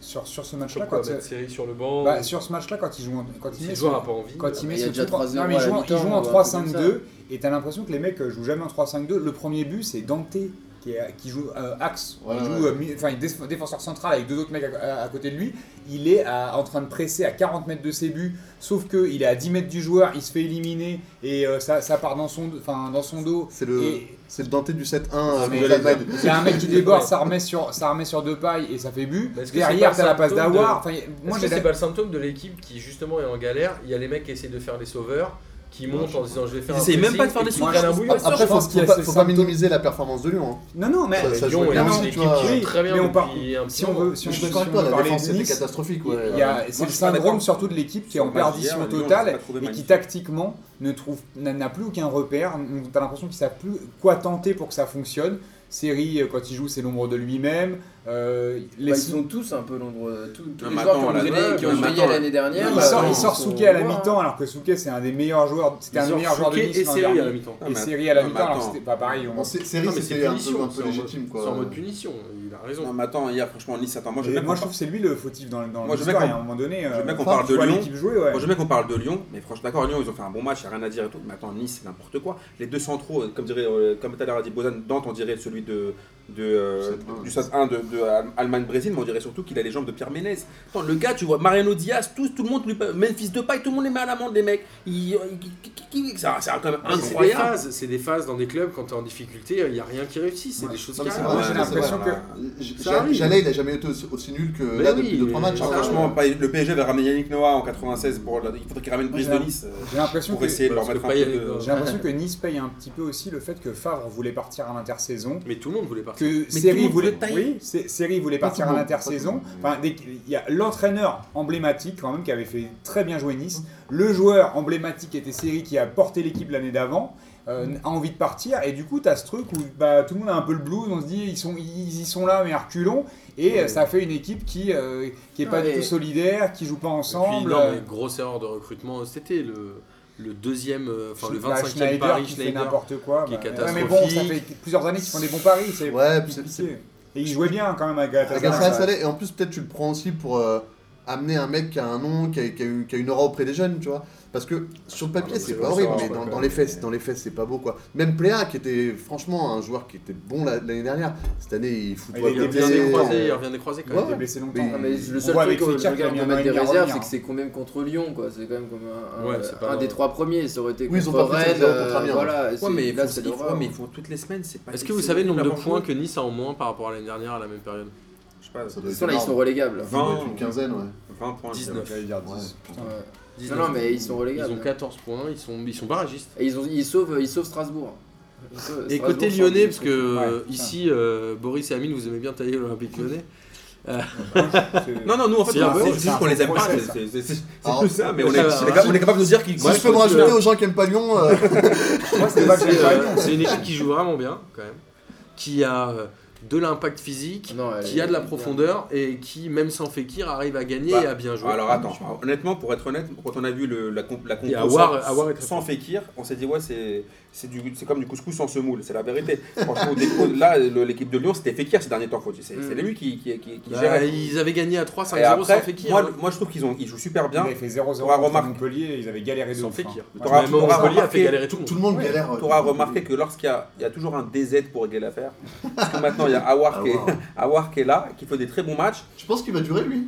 [SPEAKER 2] Sur, sur ce match-là,
[SPEAKER 1] Comme
[SPEAKER 2] quand, euh,
[SPEAKER 1] quoi, mettre série sur le banc.
[SPEAKER 2] bah, sur ce match-là, quand il joue, en- quand il
[SPEAKER 1] Si
[SPEAKER 2] met
[SPEAKER 1] le
[SPEAKER 2] son-
[SPEAKER 1] joueur n'a pas envie.
[SPEAKER 2] quand il met
[SPEAKER 4] Il y a
[SPEAKER 2] ce
[SPEAKER 4] déjà
[SPEAKER 2] truc en-
[SPEAKER 4] 3-0
[SPEAKER 2] non, mais il
[SPEAKER 4] à la
[SPEAKER 2] joue, en- il
[SPEAKER 4] mi-temps,
[SPEAKER 2] joue
[SPEAKER 4] ou
[SPEAKER 2] en
[SPEAKER 4] un truc
[SPEAKER 2] 3-5-2 et t'as l'impression que les mecs euh, jouent jamais en 3-5-2. Le premier but, c'est Dante qui, est- qui joue euh, axe,
[SPEAKER 5] Ouais,
[SPEAKER 2] il joue
[SPEAKER 5] ouais.
[SPEAKER 2] euh, mi- enfin, il est déf- défenseur central avec deux autres mecs à, à- à côté de lui. Il est à- en train de presser à 40 mètres de ses buts, sauf que il est à 10 mètres du joueur, il se fait éliminer et euh, ça, ça part dans son, dos- enfin, dans son dos.
[SPEAKER 5] C'est le,
[SPEAKER 2] Et-
[SPEAKER 5] c'est le Dante du 7-1 euh,
[SPEAKER 2] Mais-
[SPEAKER 5] contre l'Allemagne.
[SPEAKER 2] Il y a un mec qui déborde, ça remet sur, ça remet sur deux pailles et ça fait but.
[SPEAKER 1] Mais est-ce que c'est
[SPEAKER 2] Derrière,
[SPEAKER 1] pas
[SPEAKER 2] t'as la passe
[SPEAKER 1] symptôme
[SPEAKER 2] d'Awar. Enfin, moi,
[SPEAKER 1] Moi,
[SPEAKER 2] j'ai
[SPEAKER 1] c'est
[SPEAKER 2] la-
[SPEAKER 1] pas le symptôme de l'équipe qui, justement, est en galère. Il y a les mecs qui essayent de faire les sauveurs, qui montent en disant je vais faire
[SPEAKER 3] Ils
[SPEAKER 1] un
[SPEAKER 3] essayent même
[SPEAKER 1] pressing,
[SPEAKER 3] pas de faire
[SPEAKER 1] et
[SPEAKER 3] des
[SPEAKER 1] qui
[SPEAKER 3] sauveurs.
[SPEAKER 1] prennent un
[SPEAKER 3] Je pense
[SPEAKER 1] bouillon.
[SPEAKER 2] Ah,
[SPEAKER 5] Après,
[SPEAKER 2] je
[SPEAKER 5] faut,
[SPEAKER 2] pense
[SPEAKER 5] faut
[SPEAKER 2] qu'il y a
[SPEAKER 5] pas,
[SPEAKER 2] ces
[SPEAKER 5] faut pas
[SPEAKER 2] symptômes.
[SPEAKER 5] minimiser la performance de Lyon. hein.
[SPEAKER 2] Non, non, mais
[SPEAKER 5] Ça- ça
[SPEAKER 1] Lyon
[SPEAKER 5] joue
[SPEAKER 1] est
[SPEAKER 5] bien,
[SPEAKER 1] une
[SPEAKER 2] non,
[SPEAKER 5] tu
[SPEAKER 1] équipe
[SPEAKER 5] vois.
[SPEAKER 1] qui joue très bien
[SPEAKER 2] Mais on
[SPEAKER 1] depuis
[SPEAKER 2] parle-
[SPEAKER 1] un petit
[SPEAKER 2] si on
[SPEAKER 1] moment.
[SPEAKER 2] veut, si
[SPEAKER 5] Je
[SPEAKER 2] on,
[SPEAKER 5] suis
[SPEAKER 2] veut-
[SPEAKER 5] d'accord
[SPEAKER 2] si
[SPEAKER 5] avec
[SPEAKER 2] on
[SPEAKER 5] toi,
[SPEAKER 2] veut
[SPEAKER 5] la
[SPEAKER 2] parler
[SPEAKER 5] défense
[SPEAKER 2] de
[SPEAKER 5] c'était
[SPEAKER 2] Nice,
[SPEAKER 5] catastrophique.
[SPEAKER 2] il
[SPEAKER 5] ouais.
[SPEAKER 2] y a- c'est
[SPEAKER 3] Moi,
[SPEAKER 2] le
[SPEAKER 3] je suis pas
[SPEAKER 2] syndrome
[SPEAKER 3] d'accord.
[SPEAKER 2] surtout de l'équipe qui est en
[SPEAKER 3] Sur le match
[SPEAKER 2] perdition
[SPEAKER 3] d'hier, Lyon, on s'est
[SPEAKER 2] totale
[SPEAKER 3] pas trouvé
[SPEAKER 2] et qui
[SPEAKER 3] magnifique.
[SPEAKER 2] tactiquement ne trouve, n'a n'a plus aucun repère. Donc, T'as l'impression qu'ils savent plus quoi tenter pour que ça fonctionne. Série, euh, quand il joue, c'est l'ombre de lui-même. Euh, les-
[SPEAKER 4] Bah, ils sont tous un peu nombreux. Tous, tous
[SPEAKER 3] Non,
[SPEAKER 4] les
[SPEAKER 3] mais
[SPEAKER 4] joueurs
[SPEAKER 3] attends,
[SPEAKER 4] qui ont
[SPEAKER 3] là,
[SPEAKER 4] brillé- qui ont
[SPEAKER 3] non, mais
[SPEAKER 4] brillé
[SPEAKER 3] attends,
[SPEAKER 4] l'année dernière. euh,
[SPEAKER 2] il,
[SPEAKER 5] bah,
[SPEAKER 2] sort,
[SPEAKER 5] attends,
[SPEAKER 2] il sort
[SPEAKER 4] sont-
[SPEAKER 2] Souquet à la
[SPEAKER 4] voilà.
[SPEAKER 2] mi-temps, alors que Souquet, c'est un des meilleurs joueurs. C'était un
[SPEAKER 1] Ils
[SPEAKER 2] des
[SPEAKER 1] ont
[SPEAKER 2] meilleurs joueurs de
[SPEAKER 1] Souquet
[SPEAKER 2] Nice.
[SPEAKER 1] et
[SPEAKER 2] l'an
[SPEAKER 1] Série à la
[SPEAKER 2] dernier.
[SPEAKER 1] mi-temps.
[SPEAKER 3] Ah,
[SPEAKER 2] Et
[SPEAKER 3] mais
[SPEAKER 2] Série à la
[SPEAKER 3] attends,
[SPEAKER 2] mi-temps, alors
[SPEAKER 3] attends.
[SPEAKER 2] c'était pas pareil. on-
[SPEAKER 5] En sé- série,
[SPEAKER 1] Non, mais c'est
[SPEAKER 5] c'était un peu,
[SPEAKER 1] punition,
[SPEAKER 5] un peu
[SPEAKER 1] c'est en mode-
[SPEAKER 5] légitime.
[SPEAKER 1] C'est
[SPEAKER 5] quoi.
[SPEAKER 1] en mode punition, il a
[SPEAKER 3] Non,
[SPEAKER 1] raison.
[SPEAKER 3] mais attends, hier, franchement, Nice, attends, moi, je
[SPEAKER 2] Et
[SPEAKER 3] veux bien
[SPEAKER 2] moi,
[SPEAKER 3] qu'on
[SPEAKER 2] je trouve que c'est lui le fautif dans, dans
[SPEAKER 3] Moi, je veux
[SPEAKER 2] l'histoire.
[SPEAKER 3] qu'on-
[SPEAKER 2] Et à un moment donné,
[SPEAKER 3] veux bien qu'on
[SPEAKER 2] Favre,
[SPEAKER 3] parle de
[SPEAKER 2] tu vois
[SPEAKER 3] Lyon.
[SPEAKER 2] l'équipe jouer, ouais.
[SPEAKER 3] Moi, je veux bien qu'on parle de Lyon, mais franchement, d'accord, Lyon, ils ont fait un bon match, il n'y a rien à dire et tout. Mais attends, Nice, c'est n'importe quoi. Les deux centraux, euh, comme dirait, euh, comme tout à l'heure a dit Bozan, Dante, on dirait celui de, de, euh,
[SPEAKER 5] Du
[SPEAKER 3] du 7-1
[SPEAKER 5] 7-1.
[SPEAKER 3] de, de Al- Allemagne-Brésil, mais on dirait surtout qu'il a les jambes de Pierre Ménez. Attends, le gars, tu vois, Mariano Diaz, tous, tout le monde, lui, Memphis Depay, tout le monde les met à l'amende, les mecs. Ils- ils- qui- qui- qui- C'est un- c'est un- quand même
[SPEAKER 1] Mais Ah, C'est des
[SPEAKER 3] incroyable.
[SPEAKER 1] phases, c'est des phases dans des clubs quand t'es en difficulté, il n'y a rien qui réussit, c'est
[SPEAKER 2] Ouais.
[SPEAKER 1] des choses
[SPEAKER 5] Non,
[SPEAKER 1] qui
[SPEAKER 5] mais c'est
[SPEAKER 1] arrivent.
[SPEAKER 5] vrai.
[SPEAKER 2] Moi, j'ai
[SPEAKER 5] Ouais,
[SPEAKER 2] l'impression
[SPEAKER 3] c'est
[SPEAKER 2] que.
[SPEAKER 3] vrai.
[SPEAKER 5] J-
[SPEAKER 1] Ça
[SPEAKER 5] J-
[SPEAKER 1] arrive.
[SPEAKER 5] Jallet, il a jamais été aussi, aussi nul que
[SPEAKER 1] Mais
[SPEAKER 5] là
[SPEAKER 1] oui,
[SPEAKER 5] depuis 2-3
[SPEAKER 1] mais
[SPEAKER 5] matchs.
[SPEAKER 1] ça,
[SPEAKER 5] hein.
[SPEAKER 3] Ah, Franchement, pas- le PSG va ramener Yannick Noah en 96 pour la- il faudrait qu'il ramène Brice de
[SPEAKER 2] Ouais.
[SPEAKER 3] Nice euh,
[SPEAKER 2] J'ai l'impression
[SPEAKER 3] pour
[SPEAKER 2] que
[SPEAKER 3] essayer de leur
[SPEAKER 1] parce
[SPEAKER 3] mettre
[SPEAKER 1] que
[SPEAKER 3] un
[SPEAKER 1] Payet
[SPEAKER 3] peu
[SPEAKER 1] est
[SPEAKER 3] de.
[SPEAKER 1] dans-
[SPEAKER 2] J'ai l'impression que Nice paye un petit peu aussi le fait que Favre voulait partir à l'intersaison.
[SPEAKER 1] Mais tout le monde voulait partir.
[SPEAKER 2] que
[SPEAKER 3] Mais tout le
[SPEAKER 2] Seri
[SPEAKER 3] monde
[SPEAKER 2] voulait,
[SPEAKER 3] veut tailler.
[SPEAKER 2] oui, c'est- Seri voulait partir
[SPEAKER 5] tout
[SPEAKER 2] à
[SPEAKER 5] le monde,
[SPEAKER 2] l'intersaison.
[SPEAKER 5] pas tout le monde.
[SPEAKER 2] Enfin, dès qu'il- il y a l'entraîneur emblématique quand même qui avait fait très bien jouer Nice. Le joueur emblématique était Seri qui a porté l'équipe l'année d'avant. euh, a envie de partir et du coup t'as ce truc où bah, tout le monde a un peu le blues on se dit ils sont ils y sont là mais à reculons et euh, ça fait une équipe qui euh, qui est pas
[SPEAKER 4] Ouais.
[SPEAKER 2] du tout solidaire qui joue pas
[SPEAKER 1] Et
[SPEAKER 2] ensemble
[SPEAKER 1] puis, non,
[SPEAKER 2] euh,
[SPEAKER 1] mais grosse erreur de recrutement cet été. Le, le deuxième, euh, enfin le
[SPEAKER 2] Bah,
[SPEAKER 1] 25e Paris
[SPEAKER 2] qui fait
[SPEAKER 1] Schneider.
[SPEAKER 2] n'importe quoi.
[SPEAKER 1] qui est
[SPEAKER 2] bah, ouais, mais bon, ça
[SPEAKER 1] catastrophique.
[SPEAKER 2] fait plusieurs années qu'ils font des bons paris, c'est
[SPEAKER 5] Ouais, puis c'est-
[SPEAKER 2] compliqué. Et ils jouaient bien quand même avec Galatasaray.
[SPEAKER 5] Galatasaray, ça l'est. Et en plus, peut-être tu le prends aussi pour euh, amener un mec qui a un nom, qui a, qui a eu- qui a une aura auprès des jeunes, tu vois. Parce que sur le papier,
[SPEAKER 3] Ah,
[SPEAKER 5] c'est
[SPEAKER 3] mais
[SPEAKER 5] pas
[SPEAKER 3] ça,
[SPEAKER 5] horrible,
[SPEAKER 3] ça, ça,
[SPEAKER 5] mais dans,
[SPEAKER 3] ça,
[SPEAKER 5] dans
[SPEAKER 3] ça,
[SPEAKER 5] les
[SPEAKER 3] mais-
[SPEAKER 5] fesses, dans les fesses, c'est pas beau, quoi. Même Pléa, qui était franchement un joueur qui était bon la- l'année dernière, cette année, il fout
[SPEAKER 2] Il
[SPEAKER 5] pas
[SPEAKER 2] était
[SPEAKER 1] Il
[SPEAKER 5] le
[SPEAKER 2] bien
[SPEAKER 1] revient
[SPEAKER 5] pied.
[SPEAKER 1] des
[SPEAKER 2] Ouais.
[SPEAKER 1] croisés, il revient des croisés quand
[SPEAKER 2] Il
[SPEAKER 1] même.
[SPEAKER 5] Ouais.
[SPEAKER 2] était blessé longtemps.
[SPEAKER 5] Mais-
[SPEAKER 4] Ah, mais le
[SPEAKER 2] On voit
[SPEAKER 4] seul truc
[SPEAKER 2] avec
[SPEAKER 4] que
[SPEAKER 2] Fekir
[SPEAKER 4] je
[SPEAKER 2] qui a
[SPEAKER 4] regarde
[SPEAKER 2] mis
[SPEAKER 4] en
[SPEAKER 2] un
[SPEAKER 4] mode
[SPEAKER 2] an
[SPEAKER 4] des
[SPEAKER 2] et demi à
[SPEAKER 4] réserves,
[SPEAKER 2] revenir.
[SPEAKER 4] c'est que c'est quand même contre Lyon, quoi. C'est quand même comme un, un-
[SPEAKER 1] Ouais, c'est pas
[SPEAKER 4] un
[SPEAKER 1] grave.
[SPEAKER 4] des trois premiers. Ça aurait été
[SPEAKER 5] Oui, ils ont
[SPEAKER 4] contre
[SPEAKER 5] pas fait
[SPEAKER 4] Rennes.
[SPEAKER 5] 7-0 contre
[SPEAKER 4] euh,
[SPEAKER 5] Amiens.
[SPEAKER 4] Voilà,
[SPEAKER 3] Ouais,
[SPEAKER 4] c'est-
[SPEAKER 3] mais ils
[SPEAKER 4] là,
[SPEAKER 3] font,
[SPEAKER 4] c'est
[SPEAKER 3] ils font-
[SPEAKER 4] l'horreur.
[SPEAKER 3] mais ils font toutes les semaines, c'est pas.
[SPEAKER 1] Est-ce que vous
[SPEAKER 3] c'est
[SPEAKER 1] savez le nombre de
[SPEAKER 3] vraiment
[SPEAKER 1] points
[SPEAKER 3] chaud.
[SPEAKER 1] que Nice a en moins par rapport à l'année dernière à la même période
[SPEAKER 3] Je sais pas,
[SPEAKER 5] Ça doit
[SPEAKER 4] De toute
[SPEAKER 5] être
[SPEAKER 4] façon, là, ils
[SPEAKER 5] énorme.
[SPEAKER 4] sont relégables.
[SPEAKER 5] Ça doit être une
[SPEAKER 3] 20.
[SPEAKER 5] quinzaine, ouais.
[SPEAKER 3] 20 points.
[SPEAKER 1] 19.
[SPEAKER 2] J'allais dire
[SPEAKER 5] Ouais.
[SPEAKER 2] 10. Putain.
[SPEAKER 4] Ouais.
[SPEAKER 1] 19.
[SPEAKER 4] Non, non, mais ils sont
[SPEAKER 1] Ils
[SPEAKER 4] relégables.
[SPEAKER 1] ont 14 points, ils sont, ils sont barragistes.
[SPEAKER 4] Et ils, ont, ils, sauvent, ils sauvent Strasbourg. Ils sauvent-
[SPEAKER 1] Et
[SPEAKER 4] Strasbourg,
[SPEAKER 1] côté
[SPEAKER 4] c'est
[SPEAKER 1] lyonnais,
[SPEAKER 4] un-
[SPEAKER 1] parce que euh,
[SPEAKER 2] Ouais,
[SPEAKER 1] ici, euh, Boris et Amine, vous aimez bien tailler l'Olympique lyonnais.
[SPEAKER 2] C'est-
[SPEAKER 3] Non, non, nous en fait,
[SPEAKER 1] C'est un
[SPEAKER 3] on-
[SPEAKER 1] bon-
[SPEAKER 3] c'est juste qu'on les aime pas.
[SPEAKER 2] c'est
[SPEAKER 3] c'est- c'est- C'est c'est- c'est
[SPEAKER 5] Alors-
[SPEAKER 3] tout ça, mais on est
[SPEAKER 1] Ça va,
[SPEAKER 3] on est capable- on est capable de dire qu'ils.
[SPEAKER 5] Si je peux me rajouter aux gens qui aiment pas Lyon, euh,
[SPEAKER 2] Moi, c'était pas que
[SPEAKER 1] C'est
[SPEAKER 2] j'avais pas
[SPEAKER 1] euh, c'est une équipe qui joue vraiment bien, quand même, qui a euh, de l'impact physique,
[SPEAKER 4] Non, elle
[SPEAKER 1] qui a de la
[SPEAKER 4] est-
[SPEAKER 1] profondeur et qui, même sans Fekir, arrive à gagner
[SPEAKER 3] Bah,
[SPEAKER 1] et à bien jouer.
[SPEAKER 3] Alors attends, honnêtement, pour être honnête, quand on a vu le- la comp- la compo
[SPEAKER 1] Et Aouar-
[SPEAKER 3] sans-
[SPEAKER 1] Aouar est très
[SPEAKER 3] sans Fekir, on s'est dit ouais c'est c'est du c'est comme du couscous sans semoule, c'est la vérité. Franchement, au dépôt, là le- l'équipe de Lyon c'était Fekir ces derniers temps, faut- c'est c'est
[SPEAKER 4] Mm.
[SPEAKER 3] lui qui qui qui, qui
[SPEAKER 1] Bah,
[SPEAKER 3] gérait.
[SPEAKER 1] ils avaient gagné à 3-5-0
[SPEAKER 3] Et après,
[SPEAKER 1] sans Fekir.
[SPEAKER 3] moi,
[SPEAKER 1] hein.
[SPEAKER 3] moi je trouve qu'ils ont ils jouent super
[SPEAKER 2] Ils
[SPEAKER 3] bien.
[SPEAKER 2] avaient fait 0-0
[SPEAKER 3] Aura
[SPEAKER 2] contre
[SPEAKER 3] remarqué-
[SPEAKER 2] Montpellier, ils avaient galéré de
[SPEAKER 1] Sans
[SPEAKER 2] ouf, hein.
[SPEAKER 1] Fekir.
[SPEAKER 2] Ouais.
[SPEAKER 3] T'auras-
[SPEAKER 1] Même
[SPEAKER 3] t'auras
[SPEAKER 1] Montpellier a fait
[SPEAKER 3] remarqué-
[SPEAKER 1] galérer tout le
[SPEAKER 5] tout
[SPEAKER 1] monde.
[SPEAKER 5] le monde
[SPEAKER 2] Ouais.
[SPEAKER 5] galère.
[SPEAKER 3] Tu auras remarqué que lorsqu'il y a, il y a toujours un DZ pour régler l'affaire, parce que maintenant il y a Awar qui, est-
[SPEAKER 5] Ah, wow.
[SPEAKER 3] Aouar qui est là, qui fait des très bons matchs.
[SPEAKER 5] Je pense qu'il va durer, lui.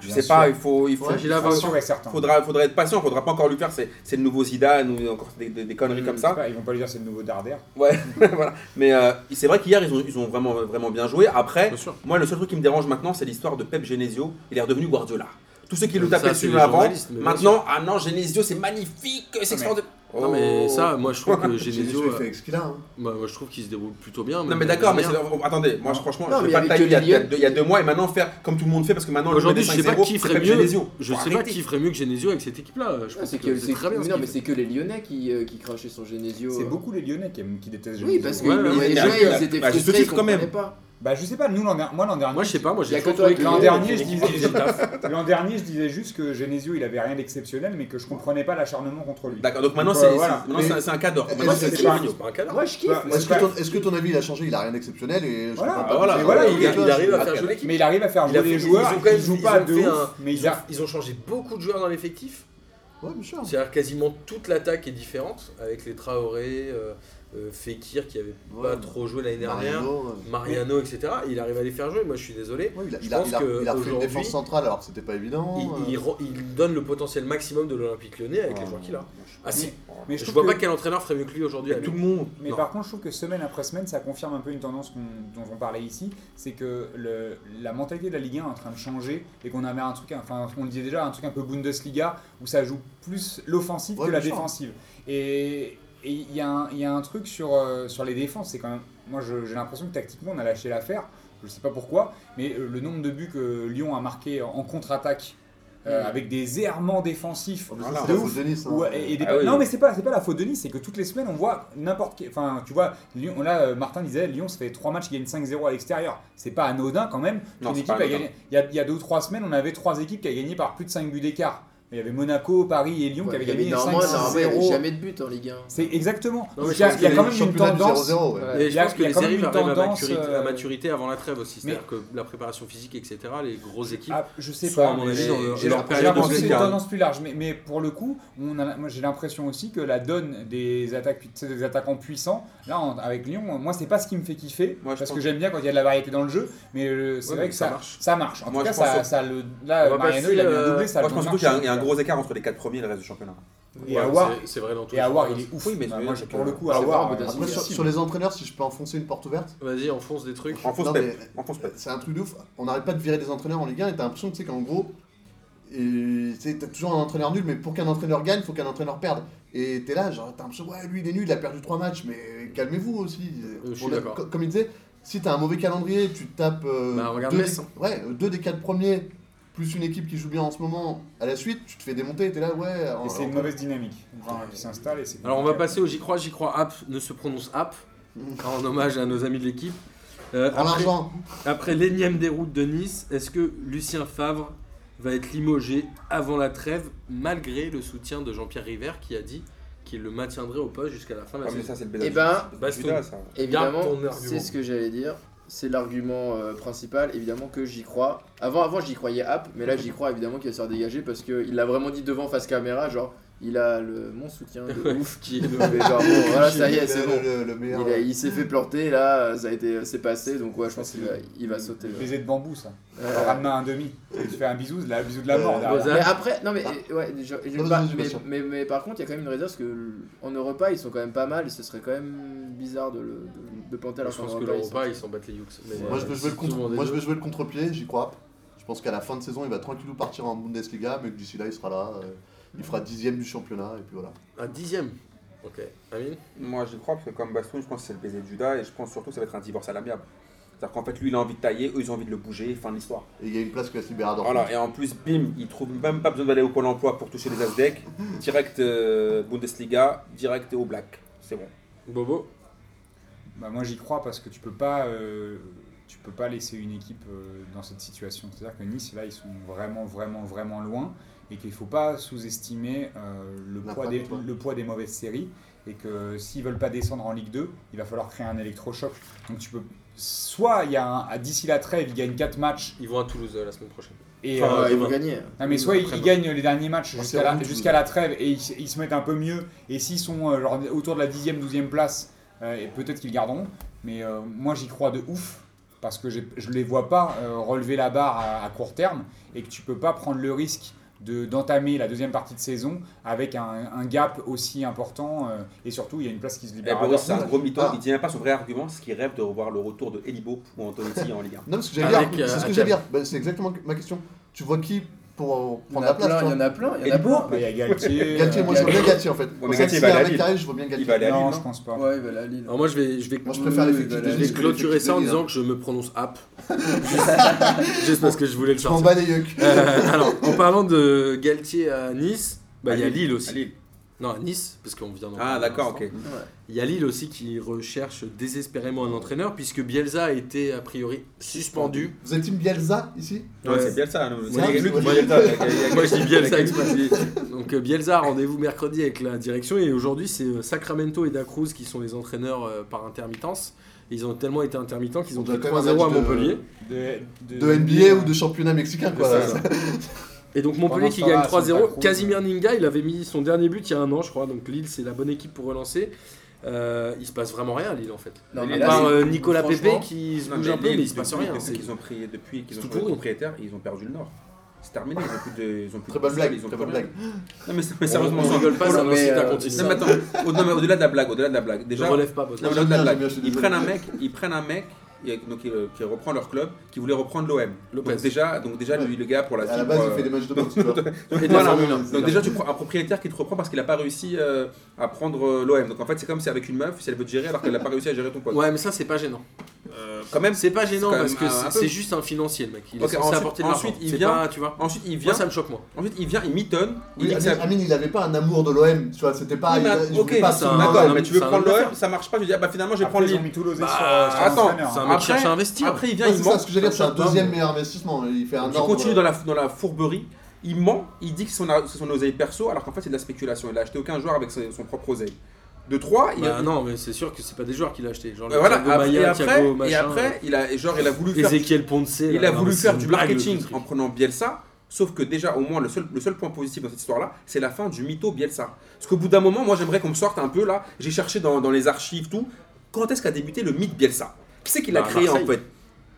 [SPEAKER 3] Je
[SPEAKER 2] Bien
[SPEAKER 3] sais
[SPEAKER 2] sûr.
[SPEAKER 3] pas, il faut, il faut,
[SPEAKER 5] Ouais,
[SPEAKER 1] Gilles Vincent.
[SPEAKER 2] C'est sûr et certain.
[SPEAKER 3] faudra, faudra être patient, faudra pas encore lui faire, c'est c'est le nouveau Zidane ou encore des, des- des conneries
[SPEAKER 4] Mm,
[SPEAKER 3] comme
[SPEAKER 2] Je sais
[SPEAKER 3] ça.
[SPEAKER 2] pas, Ils vont pas lui dire c'est le nouveau Darder.
[SPEAKER 3] Ouais, voilà. Mais euh, c'est vrai qu'hier ils ont, ils ont vraiment, vraiment bien joué. Après,
[SPEAKER 1] Bien sûr.
[SPEAKER 3] moi le seul truc qui me dérange maintenant, c'est l'histoire de Pep Genesio. Il est redevenu Guardiola. Tous ceux qui le
[SPEAKER 1] Euh, Ça,
[SPEAKER 3] tapaient
[SPEAKER 1] c'est
[SPEAKER 3] dessus
[SPEAKER 1] les
[SPEAKER 3] avant,
[SPEAKER 1] journalistes, mais bien
[SPEAKER 3] maintenant, ah non, Genesio c'est magnifique, c'est extraordinaire.
[SPEAKER 1] Non, mais
[SPEAKER 3] Oh.
[SPEAKER 1] ça, moi je trouve que Genesio,
[SPEAKER 5] Genesio, il
[SPEAKER 1] euh,
[SPEAKER 5] fait avec ce qu'il a. hein.
[SPEAKER 1] moi, moi, je trouve qu'il se débrouille plutôt bien.
[SPEAKER 3] Non
[SPEAKER 1] même
[SPEAKER 3] mais d'accord, mais
[SPEAKER 1] l'année
[SPEAKER 3] c'est-
[SPEAKER 1] dernière.
[SPEAKER 3] oh, attendez, moi je, franchement,
[SPEAKER 4] Non,
[SPEAKER 3] je
[SPEAKER 4] mais
[SPEAKER 3] vais pas
[SPEAKER 4] avec
[SPEAKER 3] tailler il y, a, il y a
[SPEAKER 4] Lyon-
[SPEAKER 3] deux- il y a deux mois et maintenant faire comme tout le monde fait parce que maintenant
[SPEAKER 1] Aujourd'hui,
[SPEAKER 3] le
[SPEAKER 1] je
[SPEAKER 3] jeu
[SPEAKER 1] sais
[SPEAKER 3] des
[SPEAKER 1] pas
[SPEAKER 3] 5-0,
[SPEAKER 1] qui
[SPEAKER 3] c'est
[SPEAKER 1] ferait
[SPEAKER 3] Pep
[SPEAKER 1] mieux.
[SPEAKER 3] Genesio.
[SPEAKER 1] Je sais pas
[SPEAKER 3] Arrêtez.
[SPEAKER 1] qui ferait mieux que Genesio avec cette équipe-là. Je
[SPEAKER 4] Ah,
[SPEAKER 1] pense
[SPEAKER 4] c'est
[SPEAKER 1] que
[SPEAKER 4] que,
[SPEAKER 1] c'est
[SPEAKER 4] c'est-
[SPEAKER 1] très bien. ce
[SPEAKER 4] non,
[SPEAKER 1] qu'il
[SPEAKER 4] mais
[SPEAKER 1] fait.
[SPEAKER 4] c'est que les Lyonnais qui, euh, qui crachaient sur Genesio.
[SPEAKER 2] C'est
[SPEAKER 4] euh.
[SPEAKER 2] beaucoup les Lyonnais qui aiment- qui détestent
[SPEAKER 4] Oui,
[SPEAKER 2] Genesio.
[SPEAKER 4] parce
[SPEAKER 1] Ouais,
[SPEAKER 4] qu'ils
[SPEAKER 1] ouais,
[SPEAKER 4] les
[SPEAKER 1] ouais.
[SPEAKER 4] joueurs,
[SPEAKER 3] Bah,
[SPEAKER 4] ils étaient
[SPEAKER 3] bah, juste
[SPEAKER 4] frustrés, ils
[SPEAKER 3] titre, quand
[SPEAKER 4] comprenaient
[SPEAKER 3] même.
[SPEAKER 4] pas.
[SPEAKER 2] Bah je sais pas, nous l'an dernier, moi l'an dernier.
[SPEAKER 1] Moi, je sais pas. Moi, j'ai
[SPEAKER 4] Y a
[SPEAKER 1] toujours
[SPEAKER 4] que toi
[SPEAKER 1] trouvé
[SPEAKER 4] qui
[SPEAKER 1] que
[SPEAKER 2] l'an
[SPEAKER 1] les-
[SPEAKER 2] dernier,
[SPEAKER 1] les
[SPEAKER 2] je
[SPEAKER 1] équipes qui
[SPEAKER 2] disais-
[SPEAKER 1] faisaient le taf.
[SPEAKER 2] L'an dernier, je disais juste que Genesio, il avait rien d'exceptionnel, mais que je comprenais pas l'acharnement contre lui.
[SPEAKER 3] D'accord, donc maintenant
[SPEAKER 2] Donc,
[SPEAKER 3] c'est
[SPEAKER 2] euh, voilà.
[SPEAKER 3] c'est- maintenant, c'est un- c'est un cadre.
[SPEAKER 5] Mais
[SPEAKER 3] Maintenant
[SPEAKER 5] c'est
[SPEAKER 3] c'est
[SPEAKER 2] pas un-
[SPEAKER 3] Genesio, c'est pas un cadre.
[SPEAKER 4] Moi, je kiffe.
[SPEAKER 2] Bah,
[SPEAKER 4] moi.
[SPEAKER 5] Est-ce que, ton- est-ce que ton avis, il a changé Il a rien d'exceptionnel et je
[SPEAKER 2] Voilà.
[SPEAKER 5] comprends
[SPEAKER 2] Ah,
[SPEAKER 5] pas.
[SPEAKER 2] voilà.
[SPEAKER 5] Mais
[SPEAKER 2] voilà,
[SPEAKER 1] il,
[SPEAKER 2] il-
[SPEAKER 1] il arrive à faire jouer l'équipe.
[SPEAKER 2] Mais il arrive à faire
[SPEAKER 1] Il a
[SPEAKER 2] jouer
[SPEAKER 1] fait-
[SPEAKER 2] les
[SPEAKER 1] ils
[SPEAKER 2] joueurs,
[SPEAKER 1] ont quand même-
[SPEAKER 2] ils jouent
[SPEAKER 1] ils
[SPEAKER 2] pas
[SPEAKER 1] ont
[SPEAKER 2] de
[SPEAKER 1] fait
[SPEAKER 2] ouf, mais
[SPEAKER 1] Ils
[SPEAKER 2] ils
[SPEAKER 1] ont,
[SPEAKER 2] a-
[SPEAKER 1] ils ont changé beaucoup de joueurs dans l'effectif.
[SPEAKER 5] Ouais, bien sûr.
[SPEAKER 1] C'est-à-dire quasiment toute l'attaque est différente avec les Traoré, euh, euh, Fekir qui avait pas
[SPEAKER 5] Ouais.
[SPEAKER 1] trop joué l'année dernière,
[SPEAKER 5] Mariano, euh,
[SPEAKER 1] Mariano, etc. Il arrive à les faire jouer. Moi, je suis désolé.
[SPEAKER 5] ouais, il a-
[SPEAKER 1] Je
[SPEAKER 5] il a-
[SPEAKER 1] pense
[SPEAKER 5] il a-
[SPEAKER 1] que
[SPEAKER 5] il a refait une
[SPEAKER 1] aujourd'hui,
[SPEAKER 5] défense centrale alors que c'était pas évident.
[SPEAKER 1] Il,
[SPEAKER 5] euh.
[SPEAKER 1] il re- il donne le potentiel maximum de l'Olympique Lyonnais avec les
[SPEAKER 2] Ah,
[SPEAKER 1] joueurs qu'il a. Ah
[SPEAKER 2] Mais-
[SPEAKER 1] si.
[SPEAKER 2] Mais
[SPEAKER 1] Je,
[SPEAKER 2] trouve
[SPEAKER 1] vois
[SPEAKER 2] que-
[SPEAKER 1] pas quel entraîneur ferait mieux que lui aujourd'hui. à
[SPEAKER 3] Tout
[SPEAKER 1] Lyon.
[SPEAKER 3] le monde.
[SPEAKER 2] Mais
[SPEAKER 1] Non.
[SPEAKER 2] par contre, je trouve que semaine après semaine, ça confirme un peu une tendance qu'on- dont on parlait ici, c'est que le- la mentalité de la Ligue 1 est en train de changer et qu'on avait un truc, enfin, on le disait déjà, un truc un peu Bundesliga où ça joue plus l'offensive
[SPEAKER 5] Ouais,
[SPEAKER 2] que la
[SPEAKER 5] bien sûr.
[SPEAKER 2] défensive. Et et il y, a un- il y a un truc sur, euh, sur les défenses, c'est quand même. Moi, je- j'ai l'impression que tactiquement, on a lâché l'affaire. Je sais pas pourquoi, mais euh, le nombre de buts que Lyon a marqué en contre-attaque euh,
[SPEAKER 4] Ouais.
[SPEAKER 2] avec des errements défensifs.
[SPEAKER 5] Mm. Oh, mais ça,
[SPEAKER 3] Voilà.
[SPEAKER 5] c'est
[SPEAKER 2] de
[SPEAKER 5] la
[SPEAKER 2] ouf.
[SPEAKER 5] faute de Nice. hein.
[SPEAKER 2] Ouais, et- et des-
[SPEAKER 3] Ah oui.
[SPEAKER 2] Non, mais c'est pas, c'est pas la faute de Nice, c'est que toutes les semaines on voit n'importe qui. Enfin, tu vois, Lyon, là, euh, Martin disait Lyon, ça fait 3 matchs, qui gagnent 5-0 à l'extérieur. C'est pas anodin quand même. qu'une
[SPEAKER 3] Non, c'est
[SPEAKER 2] équipe
[SPEAKER 3] pas
[SPEAKER 2] a
[SPEAKER 3] anodin.
[SPEAKER 2] gagné- Il y a- il y a 2-3 semaines, on avait 3 équipes qui avaient gagné par plus de 5 buts d'écart. Il y avait Monaco, Paris et Lyon
[SPEAKER 4] Ouais,
[SPEAKER 2] qui avaient
[SPEAKER 4] mais
[SPEAKER 2] gagné
[SPEAKER 4] normalement, normalement, il n'y avait
[SPEAKER 2] 5-0.
[SPEAKER 4] jamais de but en Ligue 1.
[SPEAKER 2] C'est exactement.
[SPEAKER 1] Non, mais
[SPEAKER 2] Donc,
[SPEAKER 1] je
[SPEAKER 2] il y a,
[SPEAKER 1] pense
[SPEAKER 2] il y a
[SPEAKER 1] que
[SPEAKER 2] quand
[SPEAKER 1] les
[SPEAKER 2] même une
[SPEAKER 5] Championnat du
[SPEAKER 2] tendance.
[SPEAKER 5] 0-0, ouais.
[SPEAKER 4] Ouais.
[SPEAKER 1] Mais
[SPEAKER 2] Il
[SPEAKER 1] je
[SPEAKER 2] y a-
[SPEAKER 1] pense que
[SPEAKER 2] il y a
[SPEAKER 1] les
[SPEAKER 2] quand même
[SPEAKER 1] arrivent
[SPEAKER 2] une
[SPEAKER 1] arrivent à
[SPEAKER 2] tendance,
[SPEAKER 1] maturité, à
[SPEAKER 2] euh,
[SPEAKER 1] maturité avant la trêve aussi. C'est-à-dire que la préparation physique, etc., les grosses équipes.
[SPEAKER 2] Ah, je sais
[SPEAKER 1] Soit,
[SPEAKER 2] pas.
[SPEAKER 1] à mon
[SPEAKER 2] mais
[SPEAKER 1] avis,
[SPEAKER 2] j'ai-
[SPEAKER 1] dans le-
[SPEAKER 2] j'ai
[SPEAKER 1] leur
[SPEAKER 2] l'impression-
[SPEAKER 1] période hein.
[SPEAKER 2] j'ai
[SPEAKER 1] de
[SPEAKER 2] l'impression que c'est une
[SPEAKER 1] blessure.
[SPEAKER 2] tendance plus large. Mais, mais pour le coup, on a, moi j'ai l'impression aussi que la donne des attaques, tu sais, des attaquants puissants, là en- avec Lyon, moi c'est pas ce qui me fait kiffer,
[SPEAKER 3] Moi, je
[SPEAKER 2] parce
[SPEAKER 3] pense-
[SPEAKER 2] que j'aime bien quand il y a de la variété dans le jeu, mais euh, c'est
[SPEAKER 1] Ouais,
[SPEAKER 2] vrai
[SPEAKER 1] mais
[SPEAKER 2] que
[SPEAKER 1] ça
[SPEAKER 2] ça,
[SPEAKER 1] marche.
[SPEAKER 2] ça marche. En
[SPEAKER 3] Moi,
[SPEAKER 2] tout cas,
[SPEAKER 3] je pense
[SPEAKER 2] ça,
[SPEAKER 3] au-
[SPEAKER 2] ça le, là,
[SPEAKER 1] On va
[SPEAKER 2] Mariano
[SPEAKER 1] passer,
[SPEAKER 2] il a mis
[SPEAKER 1] euh,
[SPEAKER 2] un doublé, ça le
[SPEAKER 3] Moi, je pense surtout
[SPEAKER 2] marche.
[SPEAKER 3] qu'il y, a un- il y a un gros écart entre les quatre premiers et le reste du championnat.
[SPEAKER 2] Et
[SPEAKER 1] Ouais,
[SPEAKER 2] Aouar,
[SPEAKER 1] c'est- c'est vrai dans tout
[SPEAKER 2] et
[SPEAKER 1] le
[SPEAKER 2] Aouar,
[SPEAKER 1] championnat.
[SPEAKER 2] il est ouf.
[SPEAKER 3] Oui, mais
[SPEAKER 2] Bah,
[SPEAKER 3] je veux
[SPEAKER 2] moi,
[SPEAKER 3] dire que-
[SPEAKER 2] pour le coup,
[SPEAKER 4] Ah, c'est
[SPEAKER 2] Aouar,
[SPEAKER 4] pas un
[SPEAKER 2] euh,
[SPEAKER 4] peu
[SPEAKER 5] Après, sur,
[SPEAKER 4] Merci.
[SPEAKER 5] sur les entraîneurs, si je peux enfoncer une porte ouverte,
[SPEAKER 1] Vas-y, enfonce des trucs.
[SPEAKER 3] En France,
[SPEAKER 5] Non,
[SPEAKER 3] Pep.
[SPEAKER 5] mais-
[SPEAKER 3] En France, Pep.
[SPEAKER 5] c'est un truc de ouf. On n'arrête pas de virer des entraîneurs en Ligue 1 et t'as l'impression tu sais, qu'en gros, et, tu sais, t'as toujours un entraîneur nul, mais pour qu'un entraîneur gagne, faut qu'un entraîneur perde. Et t'es là, genre, t'as l'impression, ouais, lui il est nul, il a perdu 3 matchs, mais calmez-vous aussi.
[SPEAKER 1] Euh, je suis
[SPEAKER 5] On a-
[SPEAKER 1] d'accord.
[SPEAKER 5] co- comme il disait, si t'as un mauvais calendrier, tu tapes euh,
[SPEAKER 1] Bah, regarde
[SPEAKER 5] deux,
[SPEAKER 1] Metz,
[SPEAKER 5] des-
[SPEAKER 1] hein.
[SPEAKER 5] ouais, euh, deux des quatre premiers, plus une équipe qui joue bien en ce moment, à la suite, tu te fais démonter, t'es là, ouais.
[SPEAKER 2] Et
[SPEAKER 5] alors-
[SPEAKER 2] c'est une mauvaise dynamique enfin, qui s'installe. et c'est
[SPEAKER 1] Alors on va
[SPEAKER 2] compliqué.
[SPEAKER 1] passer au J'y crois, J'y crois app ne se prononce app
[SPEAKER 5] Mm.
[SPEAKER 1] en hommage à nos amis de l'équipe. Euh,
[SPEAKER 5] En
[SPEAKER 1] après
[SPEAKER 5] l'argent,
[SPEAKER 1] après l'énième déroute de Nice, est-ce que Lucien Favre va être limogé avant la trêve malgré le soutien de Jean-Pierre River qui a dit qu'il le maintiendrait au poste jusqu'à la fin de la
[SPEAKER 3] Ah, mais
[SPEAKER 1] saison
[SPEAKER 3] ça, c'est le bel
[SPEAKER 4] Eh ben,
[SPEAKER 3] argument.
[SPEAKER 1] Baston.
[SPEAKER 3] Putain, ça.
[SPEAKER 4] Évidemment,
[SPEAKER 1] Garde ton argument.
[SPEAKER 4] c'est ce que j'allais dire. C'est l'argument euh, principal, évidemment que j'y crois. Avant, avant j'y croyais App, mais là j'y crois évidemment qu'il va se faire dégager parce qu'il l'a vraiment dit devant face caméra, genre il a le, mon soutien de ouf.
[SPEAKER 1] qui est le-
[SPEAKER 4] Mais genre, Ah bon, voilà, ça y est,
[SPEAKER 5] le-
[SPEAKER 4] c'est bon.
[SPEAKER 5] le, le meilleur. euh,
[SPEAKER 4] Il, a- il s'est fait planter là, euh, ça a été, c'est passé, donc ouais, je pense qu'il va, il va sauter. ouais.
[SPEAKER 2] Baiser de bambou, ça.
[SPEAKER 4] Euh,
[SPEAKER 2] T'en ramènes un demi. Tu fais un bisou, là, le bisou de la mort.
[SPEAKER 5] Euh,
[SPEAKER 2] derrière.
[SPEAKER 1] Bozan.
[SPEAKER 4] Mais après, non mais euh, ouais, je- je-
[SPEAKER 5] vas-y,
[SPEAKER 4] pas-
[SPEAKER 5] vas-y,
[SPEAKER 4] mais,
[SPEAKER 5] Bastien.
[SPEAKER 4] mais- mais par contre, il y a quand même une réserve parce que l- en Europa, ils sont quand même pas mal et ce serait quand même bizarre de, le, de, de planter alors
[SPEAKER 1] Je
[SPEAKER 4] qu'en
[SPEAKER 1] pense que
[SPEAKER 4] Europa, ils sont-
[SPEAKER 1] l'Europa ils s'en battent les Youx. Mais,
[SPEAKER 5] Moi, je
[SPEAKER 1] euh,
[SPEAKER 5] veux jouer le
[SPEAKER 1] tout
[SPEAKER 5] contre-
[SPEAKER 1] monde est
[SPEAKER 5] moi, je
[SPEAKER 1] deux.
[SPEAKER 5] vais jouer le contre-pied, j'y crois. Je pense qu'à la fin de saison, il va tranquillou partir en Bundesliga, mais que d'ici là, il sera là. euh, il fera dixième du championnat, et puis voilà.
[SPEAKER 1] Un dixième. Ok. Amine
[SPEAKER 3] Moi, j'y crois parce que comme Baston, je pense que c'est le baiser de Judas et je pense surtout que ça va être un divorce à l'amiable. C'est-à-dire qu'en fait, lui, il a envie de tailler, eux, ils ont envie de le bouger, fin de l'histoire.
[SPEAKER 5] Et il y a une place qui va se libérer à Dortmund.
[SPEAKER 3] Voilà, et en plus, bim, il trouve même pas besoin d'aller au Pôle emploi pour toucher les Asdec. Direct euh, Bundesliga, direct au Black. C'est bon.
[SPEAKER 1] Bobo
[SPEAKER 2] Bah, moi j'y crois parce que tu peux pas euh, tu peux pas laisser une équipe euh, dans cette situation. C'est-à-dire que Nice là ils sont vraiment vraiment vraiment loin et qu'il faut pas sous-estimer euh, le,
[SPEAKER 5] La
[SPEAKER 2] poids
[SPEAKER 5] patte,
[SPEAKER 2] des,
[SPEAKER 5] ouais.
[SPEAKER 2] le poids des mauvaises séries et que euh, s'ils veulent pas descendre en Ligue 2, il va falloir créer un électrochoc. Donc tu peux soit il y a un- à d'ici la trêve, ils gagnent 4 matchs
[SPEAKER 1] Ils vont à Toulouse euh, la semaine prochaine.
[SPEAKER 2] et
[SPEAKER 1] Enfin,
[SPEAKER 2] euh,
[SPEAKER 4] Ouais, ils vont
[SPEAKER 1] Demain.
[SPEAKER 4] gagner.
[SPEAKER 2] non, mais soit ils,
[SPEAKER 1] Après,
[SPEAKER 2] ils
[SPEAKER 1] bon.
[SPEAKER 2] gagnent les derniers matchs
[SPEAKER 5] Ah,
[SPEAKER 2] jusqu'à
[SPEAKER 5] c'est
[SPEAKER 2] la,
[SPEAKER 5] honteux.
[SPEAKER 2] jusqu'à la trêve et ils, ils se mettent un peu mieux. Et s'ils sont euh, genre autour de la 10e, 12e place, euh, et peut-être qu'ils garderont. Mais euh, moi, j'y crois de ouf parce que j'ai- je les vois pas euh, relever la barre à, à court terme et que tu peux pas prendre le risque de- d'entamer la deuxième partie de saison avec un, un gap aussi important. euh, et surtout, il y a une place qui se
[SPEAKER 3] Et
[SPEAKER 2] libère. à
[SPEAKER 3] Boris, c'est un
[SPEAKER 2] Dortmund.
[SPEAKER 3] gros mytho,
[SPEAKER 5] Ah.
[SPEAKER 3] il tient pas son vrai argument, c'est qu'il rêve de revoir le retour de Elibo ou Antonetti en Ligue 1.
[SPEAKER 5] Non, parce que j'allais
[SPEAKER 1] Avec,
[SPEAKER 5] dire, c'est
[SPEAKER 1] euh,
[SPEAKER 5] ce que j'allais
[SPEAKER 1] Hatem.
[SPEAKER 5] dire. Bah, c'est exactement ma question. Tu vois qui pour euh,
[SPEAKER 4] Il y en
[SPEAKER 5] prendre
[SPEAKER 4] a
[SPEAKER 5] la place
[SPEAKER 4] plein,
[SPEAKER 5] tu
[SPEAKER 4] il y
[SPEAKER 5] vois
[SPEAKER 4] en a plein, il y en a
[SPEAKER 2] Elibo,
[SPEAKER 4] plein.
[SPEAKER 2] bah, il y a Galtier.
[SPEAKER 5] Galtier,
[SPEAKER 2] euh,
[SPEAKER 5] moi je vois
[SPEAKER 2] Galtier.
[SPEAKER 5] bien Galtier en fait.
[SPEAKER 3] mais
[SPEAKER 5] Même
[SPEAKER 3] Galtier,
[SPEAKER 5] s'il
[SPEAKER 3] il va
[SPEAKER 5] y
[SPEAKER 3] aller
[SPEAKER 5] a
[SPEAKER 3] à
[SPEAKER 5] un mec
[SPEAKER 3] Lille.
[SPEAKER 5] qui arrive, je vois bien
[SPEAKER 3] Il va aller
[SPEAKER 5] Galtier.
[SPEAKER 3] à
[SPEAKER 2] Non,
[SPEAKER 3] Lille,
[SPEAKER 2] je
[SPEAKER 3] non
[SPEAKER 2] pense pas.
[SPEAKER 4] Ouais, il va aller à Lille.
[SPEAKER 1] Alors moi je vais je vais
[SPEAKER 5] Moi je préfère les
[SPEAKER 4] Oui,
[SPEAKER 5] l'effectif
[SPEAKER 4] voilà.
[SPEAKER 5] de
[SPEAKER 1] Je
[SPEAKER 5] Lille,
[SPEAKER 1] vais
[SPEAKER 5] que
[SPEAKER 1] clôturer
[SPEAKER 5] l'effectif
[SPEAKER 1] ça en
[SPEAKER 5] de Lille,
[SPEAKER 1] disant
[SPEAKER 5] hein.
[SPEAKER 1] que je me prononce app. juste, juste parce que je voulais le
[SPEAKER 5] Je m'en
[SPEAKER 1] sortir.
[SPEAKER 5] bats les yeux.
[SPEAKER 1] Euh, alors, en parlant de Galtier à Nice, bah, il y a Lille
[SPEAKER 3] À
[SPEAKER 1] aussi.
[SPEAKER 3] Lille.
[SPEAKER 1] Non, à Nice, parce qu'on vient d'en
[SPEAKER 3] Ah,
[SPEAKER 1] parler
[SPEAKER 3] d'accord,
[SPEAKER 1] à l'instant.
[SPEAKER 3] ok.
[SPEAKER 1] Il y a Lille aussi qui recherche désespérément un entraîneur, puisque Bielsa a été a priori suspendu.
[SPEAKER 5] Vous êtes team Bielsa ici
[SPEAKER 3] Non, c'est Bielsa. non,
[SPEAKER 5] Ouais,
[SPEAKER 3] c'est Luc
[SPEAKER 5] ouais.
[SPEAKER 3] Bielsa. il y a- il y a-
[SPEAKER 1] Moi je dis Bielsa exprès. Donc euh, Bielsa, rendez-vous mercredi avec la direction. Et aujourd'hui, c'est euh, Sacramento et Da Cruz qui sont les entraîneurs euh, par intermittence. Ils ont tellement été intermittents qu'ils ont
[SPEAKER 5] On doit
[SPEAKER 1] pris
[SPEAKER 5] quand même
[SPEAKER 1] 3-0
[SPEAKER 5] un
[SPEAKER 1] à
[SPEAKER 5] match de-
[SPEAKER 1] Montpellier.
[SPEAKER 2] De,
[SPEAKER 3] Mmh.
[SPEAKER 5] De NBA ou de championnat mexicain quoi.
[SPEAKER 1] C'est ça. Et donc Montpellier
[SPEAKER 2] Pendant ce
[SPEAKER 1] qui
[SPEAKER 2] temps-là,
[SPEAKER 1] gagne
[SPEAKER 2] à son
[SPEAKER 1] 3-0.
[SPEAKER 2] patron,
[SPEAKER 1] Casimir Ninga, il avait mis son dernier but il y a un an, je crois. Donc Lille, c'est la bonne équipe pour relancer. Euh, il se passe vraiment rien à Lille en fait.
[SPEAKER 4] Non,
[SPEAKER 3] Mais
[SPEAKER 4] mais
[SPEAKER 3] là,
[SPEAKER 1] Par
[SPEAKER 4] c'est-
[SPEAKER 1] euh, Nicolas
[SPEAKER 4] franchement,
[SPEAKER 1] Pépé qui se
[SPEAKER 3] Non,
[SPEAKER 1] bouge un peu,
[SPEAKER 3] Lille,
[SPEAKER 1] mais il se passe
[SPEAKER 3] depuis-
[SPEAKER 1] rien.
[SPEAKER 5] hein.
[SPEAKER 3] Depuis
[SPEAKER 1] C'est-
[SPEAKER 3] qu'ils ont pris, depuis qu'ils
[SPEAKER 1] c'est tout
[SPEAKER 3] ont changé de
[SPEAKER 1] pourri.
[SPEAKER 3] propriétaire, ils ont perdu le Nord. C'est terminé, ils ont plus de, ils ont plus de
[SPEAKER 5] Très bonne
[SPEAKER 3] boussole,
[SPEAKER 5] blague,
[SPEAKER 3] ils ont
[SPEAKER 5] très
[SPEAKER 3] plus
[SPEAKER 5] bonne
[SPEAKER 3] rien.
[SPEAKER 5] blague.
[SPEAKER 3] Non mais, c'est- mais
[SPEAKER 1] On-
[SPEAKER 3] sérieusement,
[SPEAKER 1] on
[SPEAKER 3] sans-
[SPEAKER 1] rigole pas,
[SPEAKER 4] Non,
[SPEAKER 1] ça
[SPEAKER 4] mais,
[SPEAKER 1] si t'as
[SPEAKER 4] euh,
[SPEAKER 1] continué
[SPEAKER 3] Non,
[SPEAKER 1] ça.
[SPEAKER 3] mais attends, au, non, mais au-delà de la blague, au-delà de la blague.
[SPEAKER 1] Je
[SPEAKER 3] Déjà,
[SPEAKER 1] relève pas. parce que-
[SPEAKER 3] non, mais
[SPEAKER 5] J'aime
[SPEAKER 3] au-delà de la
[SPEAKER 5] bien,
[SPEAKER 3] blague,
[SPEAKER 5] j'aime bien, je suis
[SPEAKER 3] ils
[SPEAKER 5] désolé.
[SPEAKER 3] prennent un mec, ils prennent un mec et- donc, qui, qui reprend leur club, qui voulait reprendre l'OM.
[SPEAKER 1] Lopez.
[SPEAKER 3] Donc déjà, donc déjà
[SPEAKER 5] Ouais.
[SPEAKER 3] lui, le gars pour la
[SPEAKER 5] À la
[SPEAKER 3] suite,
[SPEAKER 5] base,
[SPEAKER 3] pour,
[SPEAKER 5] il fait
[SPEAKER 3] euh,
[SPEAKER 5] des matchs de boxe, tu vois.
[SPEAKER 1] Et de la
[SPEAKER 3] voilà.
[SPEAKER 1] Formule 1.
[SPEAKER 3] Donc déjà tu prends un propriétaire qui te reprend parce qu'il a pas réussi euh, à prendre euh, l'OM. Donc en fait c'est comme si avec une meuf, si elle veut te gérer alors qu'elle a pas réussi à gérer ton pote.
[SPEAKER 1] Ouais, mais ça, c'est pas gênant.
[SPEAKER 3] Quand même.
[SPEAKER 1] C'est pas gênant
[SPEAKER 3] quand même
[SPEAKER 1] parce que
[SPEAKER 3] un-
[SPEAKER 1] c'est
[SPEAKER 3] un peu-
[SPEAKER 1] c'est juste un financier, le mec. Il est
[SPEAKER 3] Ok,
[SPEAKER 1] censé
[SPEAKER 3] ensuite-
[SPEAKER 1] apporter de l'argent.
[SPEAKER 3] ensuite, il
[SPEAKER 1] C'est
[SPEAKER 3] vient-
[SPEAKER 1] pas, tu vois.
[SPEAKER 3] Ensuite il vient,
[SPEAKER 1] Moi, ça me choque, moi.
[SPEAKER 3] ensuite il vient, il mitonne, il
[SPEAKER 5] Oui,
[SPEAKER 3] dit que c'est
[SPEAKER 5] Amine, Amine, il avait pas un amour de l'OM, tu vois, c'était pas.
[SPEAKER 3] Oui,
[SPEAKER 5] il-
[SPEAKER 3] mais
[SPEAKER 5] il
[SPEAKER 3] ok,
[SPEAKER 5] voulait pas
[SPEAKER 1] c'est
[SPEAKER 5] absolument
[SPEAKER 1] un-
[SPEAKER 5] l'OM.
[SPEAKER 3] d'accord, mais tu veux
[SPEAKER 1] c'est un
[SPEAKER 3] prendre
[SPEAKER 1] homme
[SPEAKER 3] l'Om,
[SPEAKER 1] d'affaires.
[SPEAKER 3] ça marche pas, tu dis ah bah finalement je vais
[SPEAKER 2] Après,
[SPEAKER 3] prendre
[SPEAKER 2] ils ont
[SPEAKER 3] l'île.
[SPEAKER 2] mis Toulouse et
[SPEAKER 1] Bah,
[SPEAKER 2] sur, euh, sur
[SPEAKER 3] attends,
[SPEAKER 2] l'entraîneur,
[SPEAKER 1] C'est
[SPEAKER 2] hein.
[SPEAKER 1] un mec
[SPEAKER 3] Après-
[SPEAKER 1] qui cherche à investir.
[SPEAKER 3] Après il vient,
[SPEAKER 5] Ouais,
[SPEAKER 3] il
[SPEAKER 5] c'est
[SPEAKER 3] ment.
[SPEAKER 5] ça ce que j'allais dire, c'est un
[SPEAKER 1] Ça me
[SPEAKER 5] deuxième
[SPEAKER 1] parle.
[SPEAKER 5] meilleur investissement. Il fait un
[SPEAKER 3] Il
[SPEAKER 5] ordre,
[SPEAKER 3] continue dans la, dans la fourberie, il ment, il dit que c'est son, a- c'est son oseille perso, alors qu'en fait c'est de la spéculation. Il a acheté aucun joueur avec son, son propre oseille. De 3, il
[SPEAKER 1] Bah
[SPEAKER 3] a.
[SPEAKER 1] non, mais c'est sûr que c'est pas des joueurs qu'il a acheté. Genre,
[SPEAKER 3] Euh, voilà,
[SPEAKER 1] Thiago
[SPEAKER 3] après- et
[SPEAKER 1] Maia,
[SPEAKER 3] après,
[SPEAKER 1] Thiago,
[SPEAKER 3] et
[SPEAKER 1] machin, euh.
[SPEAKER 3] après il, a, et genre, il a voulu faire,
[SPEAKER 1] Ezekiel Ponce.
[SPEAKER 3] il
[SPEAKER 1] là,
[SPEAKER 3] a
[SPEAKER 1] non,
[SPEAKER 3] voulu
[SPEAKER 1] mais c'est
[SPEAKER 3] faire
[SPEAKER 1] une
[SPEAKER 3] du
[SPEAKER 1] blague, le
[SPEAKER 3] marketing
[SPEAKER 1] truc.
[SPEAKER 3] en prenant Bielsa, sauf que déjà, au moins, le seul, le seul point positif dans cette histoire-là, c'est la fin du mytho Bielsa. Parce qu'au bout d'un moment, moi j'aimerais qu'on me sorte un peu là, j'ai cherché dans, dans les archives, tout, quand est-ce qu'a débuté le mythe Bielsa Qui c'est qui l'a
[SPEAKER 1] Bah,
[SPEAKER 3] créé en
[SPEAKER 1] Marseille.
[SPEAKER 3] fait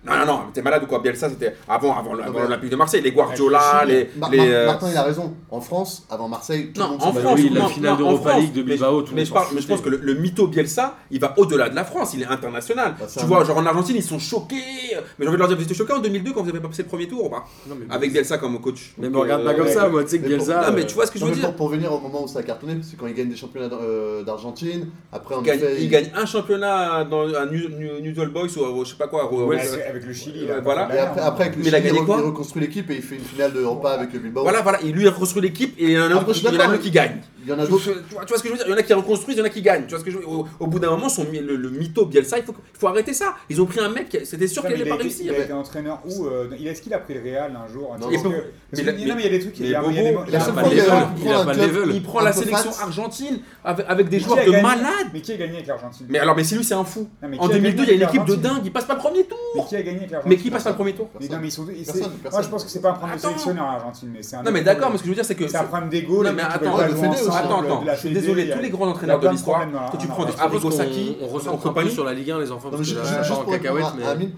[SPEAKER 3] Non, non, non, mais t'es malade ou quoi Bielsa, c'était avant, avant, avant
[SPEAKER 5] Ouais.
[SPEAKER 3] l'Olympique de Marseille. Les Guardiola, les.
[SPEAKER 5] Mar-
[SPEAKER 3] les
[SPEAKER 5] Mar-
[SPEAKER 3] euh,
[SPEAKER 5] Martin, il a raison. En France, avant Marseille, tout le
[SPEAKER 3] Non,
[SPEAKER 5] monde
[SPEAKER 3] en
[SPEAKER 5] s'en bat
[SPEAKER 3] France,
[SPEAKER 5] les
[SPEAKER 1] oui,
[SPEAKER 5] couilles.
[SPEAKER 1] la
[SPEAKER 3] non,
[SPEAKER 1] finale
[SPEAKER 3] non, en
[SPEAKER 1] d'Europa
[SPEAKER 3] France.
[SPEAKER 1] League de
[SPEAKER 3] Mais-
[SPEAKER 1] Bilbao, tout le
[SPEAKER 3] Mais
[SPEAKER 1] monde
[SPEAKER 3] je,
[SPEAKER 1] s'en
[SPEAKER 3] parle- mais je
[SPEAKER 1] foutait.
[SPEAKER 3] pense que le, le mytho Bielsa, il va au-delà de la France, il est international.
[SPEAKER 5] Bah, c'est
[SPEAKER 3] tu
[SPEAKER 5] un-
[SPEAKER 3] vois, genre en Argentine, ils sont choqués. Mais j'ai envie de leur dire, vous étiez choqués en 2002 quand vous avez pas passé le premier tour ou pas
[SPEAKER 1] Non, mais-
[SPEAKER 3] Avec Bielsa comme coach.
[SPEAKER 1] Mais
[SPEAKER 3] Donc,
[SPEAKER 1] me regarde
[SPEAKER 3] euh,
[SPEAKER 1] pas comme
[SPEAKER 5] ouais.
[SPEAKER 1] ça, moi, tu sais que
[SPEAKER 5] Mais pour-
[SPEAKER 1] Bielsa.
[SPEAKER 3] Non, mais
[SPEAKER 1] euh,
[SPEAKER 3] tu vois ce que je
[SPEAKER 5] Non,
[SPEAKER 3] veux
[SPEAKER 5] mais
[SPEAKER 3] dire
[SPEAKER 5] pour, pour venir au moment où ça a cartonné, c'est quand ils gagnent des championnats d'Ar- euh, d'Argentine, après on
[SPEAKER 3] Il gagne,
[SPEAKER 5] fait.
[SPEAKER 3] il gagne un championnat dans, à New, New- New Old Boys ou à- je sais pas quoi. à-
[SPEAKER 1] Ouais,
[SPEAKER 2] avec,
[SPEAKER 1] c'est-
[SPEAKER 2] avec le Chili.
[SPEAKER 3] Euh,
[SPEAKER 2] Là,
[SPEAKER 3] voilà.
[SPEAKER 5] Et après, après avec le
[SPEAKER 3] Mais il a
[SPEAKER 5] Chili,
[SPEAKER 3] gagné
[SPEAKER 5] re-
[SPEAKER 3] quoi
[SPEAKER 5] il reconstruit l'équipe et il fait une finale de Europa avec le Bilbao.
[SPEAKER 3] Voilà, voilà, il lui reconstruit l'équipe et il y en a un
[SPEAKER 5] Après,
[SPEAKER 3] autre
[SPEAKER 5] je
[SPEAKER 3] qui-
[SPEAKER 5] suis
[SPEAKER 3] il y en a
[SPEAKER 5] d'accord,
[SPEAKER 3] un autre qui gagne.
[SPEAKER 5] Il y en a
[SPEAKER 3] Tu vois,
[SPEAKER 5] d'autres.
[SPEAKER 3] tu vois ce que je veux dire Il y en a qui reconstruisent, il y en a qui gagnent. Tu vois ce que je veux- au, au bout d'un moment, son, le, le mytho Bielsa, il faut, il faut arrêter ça. Ils ont pris un mec, qui- c'était sûr
[SPEAKER 2] Putain,
[SPEAKER 3] qu'il
[SPEAKER 2] mais il,
[SPEAKER 3] n'allait
[SPEAKER 2] a
[SPEAKER 3] pas
[SPEAKER 2] été,
[SPEAKER 3] réussir.
[SPEAKER 2] il a été entraîneur où euh, il- Est-ce qu'il a pris le Real un jour
[SPEAKER 5] Non.
[SPEAKER 2] Parce que-
[SPEAKER 3] Et
[SPEAKER 2] parce
[SPEAKER 3] mais
[SPEAKER 2] que-
[SPEAKER 3] la-
[SPEAKER 2] non, mais il y a des trucs. il y a-
[SPEAKER 3] mais
[SPEAKER 2] il y a des-
[SPEAKER 3] Bobo,
[SPEAKER 2] il y a
[SPEAKER 5] la
[SPEAKER 2] des-
[SPEAKER 5] seule
[SPEAKER 1] pas
[SPEAKER 5] fois
[SPEAKER 1] de
[SPEAKER 5] qu'il a-
[SPEAKER 1] level,
[SPEAKER 5] il
[SPEAKER 1] il
[SPEAKER 5] prend
[SPEAKER 1] a
[SPEAKER 5] un
[SPEAKER 1] pas de
[SPEAKER 5] club-
[SPEAKER 1] level.
[SPEAKER 3] Il prend
[SPEAKER 5] Un
[SPEAKER 3] la
[SPEAKER 5] peu
[SPEAKER 3] sélection
[SPEAKER 5] fat.
[SPEAKER 3] argentine avec, avec des
[SPEAKER 2] qui
[SPEAKER 3] joueurs
[SPEAKER 2] a
[SPEAKER 3] de
[SPEAKER 2] gagné
[SPEAKER 3] malades.
[SPEAKER 2] Mais qui a gagné avec l'Argentine
[SPEAKER 3] Mais alors, mais c'est lui, c'est un fou.
[SPEAKER 2] Non, mais
[SPEAKER 3] En
[SPEAKER 2] qui a
[SPEAKER 3] 2002, il y a
[SPEAKER 2] gagné
[SPEAKER 3] une équipe de
[SPEAKER 2] l'Argentine Ah,
[SPEAKER 3] dingue, il passe pas le premier tour.
[SPEAKER 2] Mais qui a gagné avec l'Argentine
[SPEAKER 3] Mais qui passe pas le premier tour
[SPEAKER 2] Mais non, mais ils sont tous- et c'est-
[SPEAKER 5] Personne,
[SPEAKER 2] Moi,
[SPEAKER 5] personne.
[SPEAKER 2] je pense que c'est pas un problème de
[SPEAKER 3] Attends.
[SPEAKER 2] sélectionneur l'Argentine, mais c'est un.
[SPEAKER 3] Non, mais
[SPEAKER 2] autre
[SPEAKER 3] d'accord,
[SPEAKER 2] problème.
[SPEAKER 3] mais ce que je veux dire, c'est que.
[SPEAKER 2] C'est un problème d'ego.
[SPEAKER 3] Non,
[SPEAKER 2] les
[SPEAKER 3] mais
[SPEAKER 2] mecs qui
[SPEAKER 3] attends,
[SPEAKER 2] veulent pas
[SPEAKER 5] le
[SPEAKER 2] jouer
[SPEAKER 5] Fédé
[SPEAKER 2] ensemble,
[SPEAKER 5] aussi.
[SPEAKER 3] Attends,
[SPEAKER 2] de
[SPEAKER 3] attends,
[SPEAKER 2] la
[SPEAKER 3] je suis
[SPEAKER 2] Fédé, il y
[SPEAKER 3] désolé,
[SPEAKER 2] a-
[SPEAKER 3] tous les
[SPEAKER 2] il y
[SPEAKER 3] grands
[SPEAKER 2] a
[SPEAKER 3] entraîneurs de
[SPEAKER 2] plein
[SPEAKER 3] l'histoire, Ah,
[SPEAKER 2] problèmes dans la-
[SPEAKER 3] quand tu
[SPEAKER 2] dans
[SPEAKER 3] prends
[SPEAKER 2] la-
[SPEAKER 3] des
[SPEAKER 1] Je pense qu'on-
[SPEAKER 3] Saki,
[SPEAKER 1] on
[SPEAKER 3] en
[SPEAKER 1] ressort encore
[SPEAKER 3] compagnie.
[SPEAKER 1] plus sur la Ligue 1 les enfants
[SPEAKER 5] Non, mais
[SPEAKER 1] parce
[SPEAKER 5] ju-
[SPEAKER 1] que là
[SPEAKER 5] ju-
[SPEAKER 1] ça
[SPEAKER 5] juste
[SPEAKER 1] part en
[SPEAKER 5] pour
[SPEAKER 1] cacahuète
[SPEAKER 5] répondre à
[SPEAKER 1] mais
[SPEAKER 5] Amine,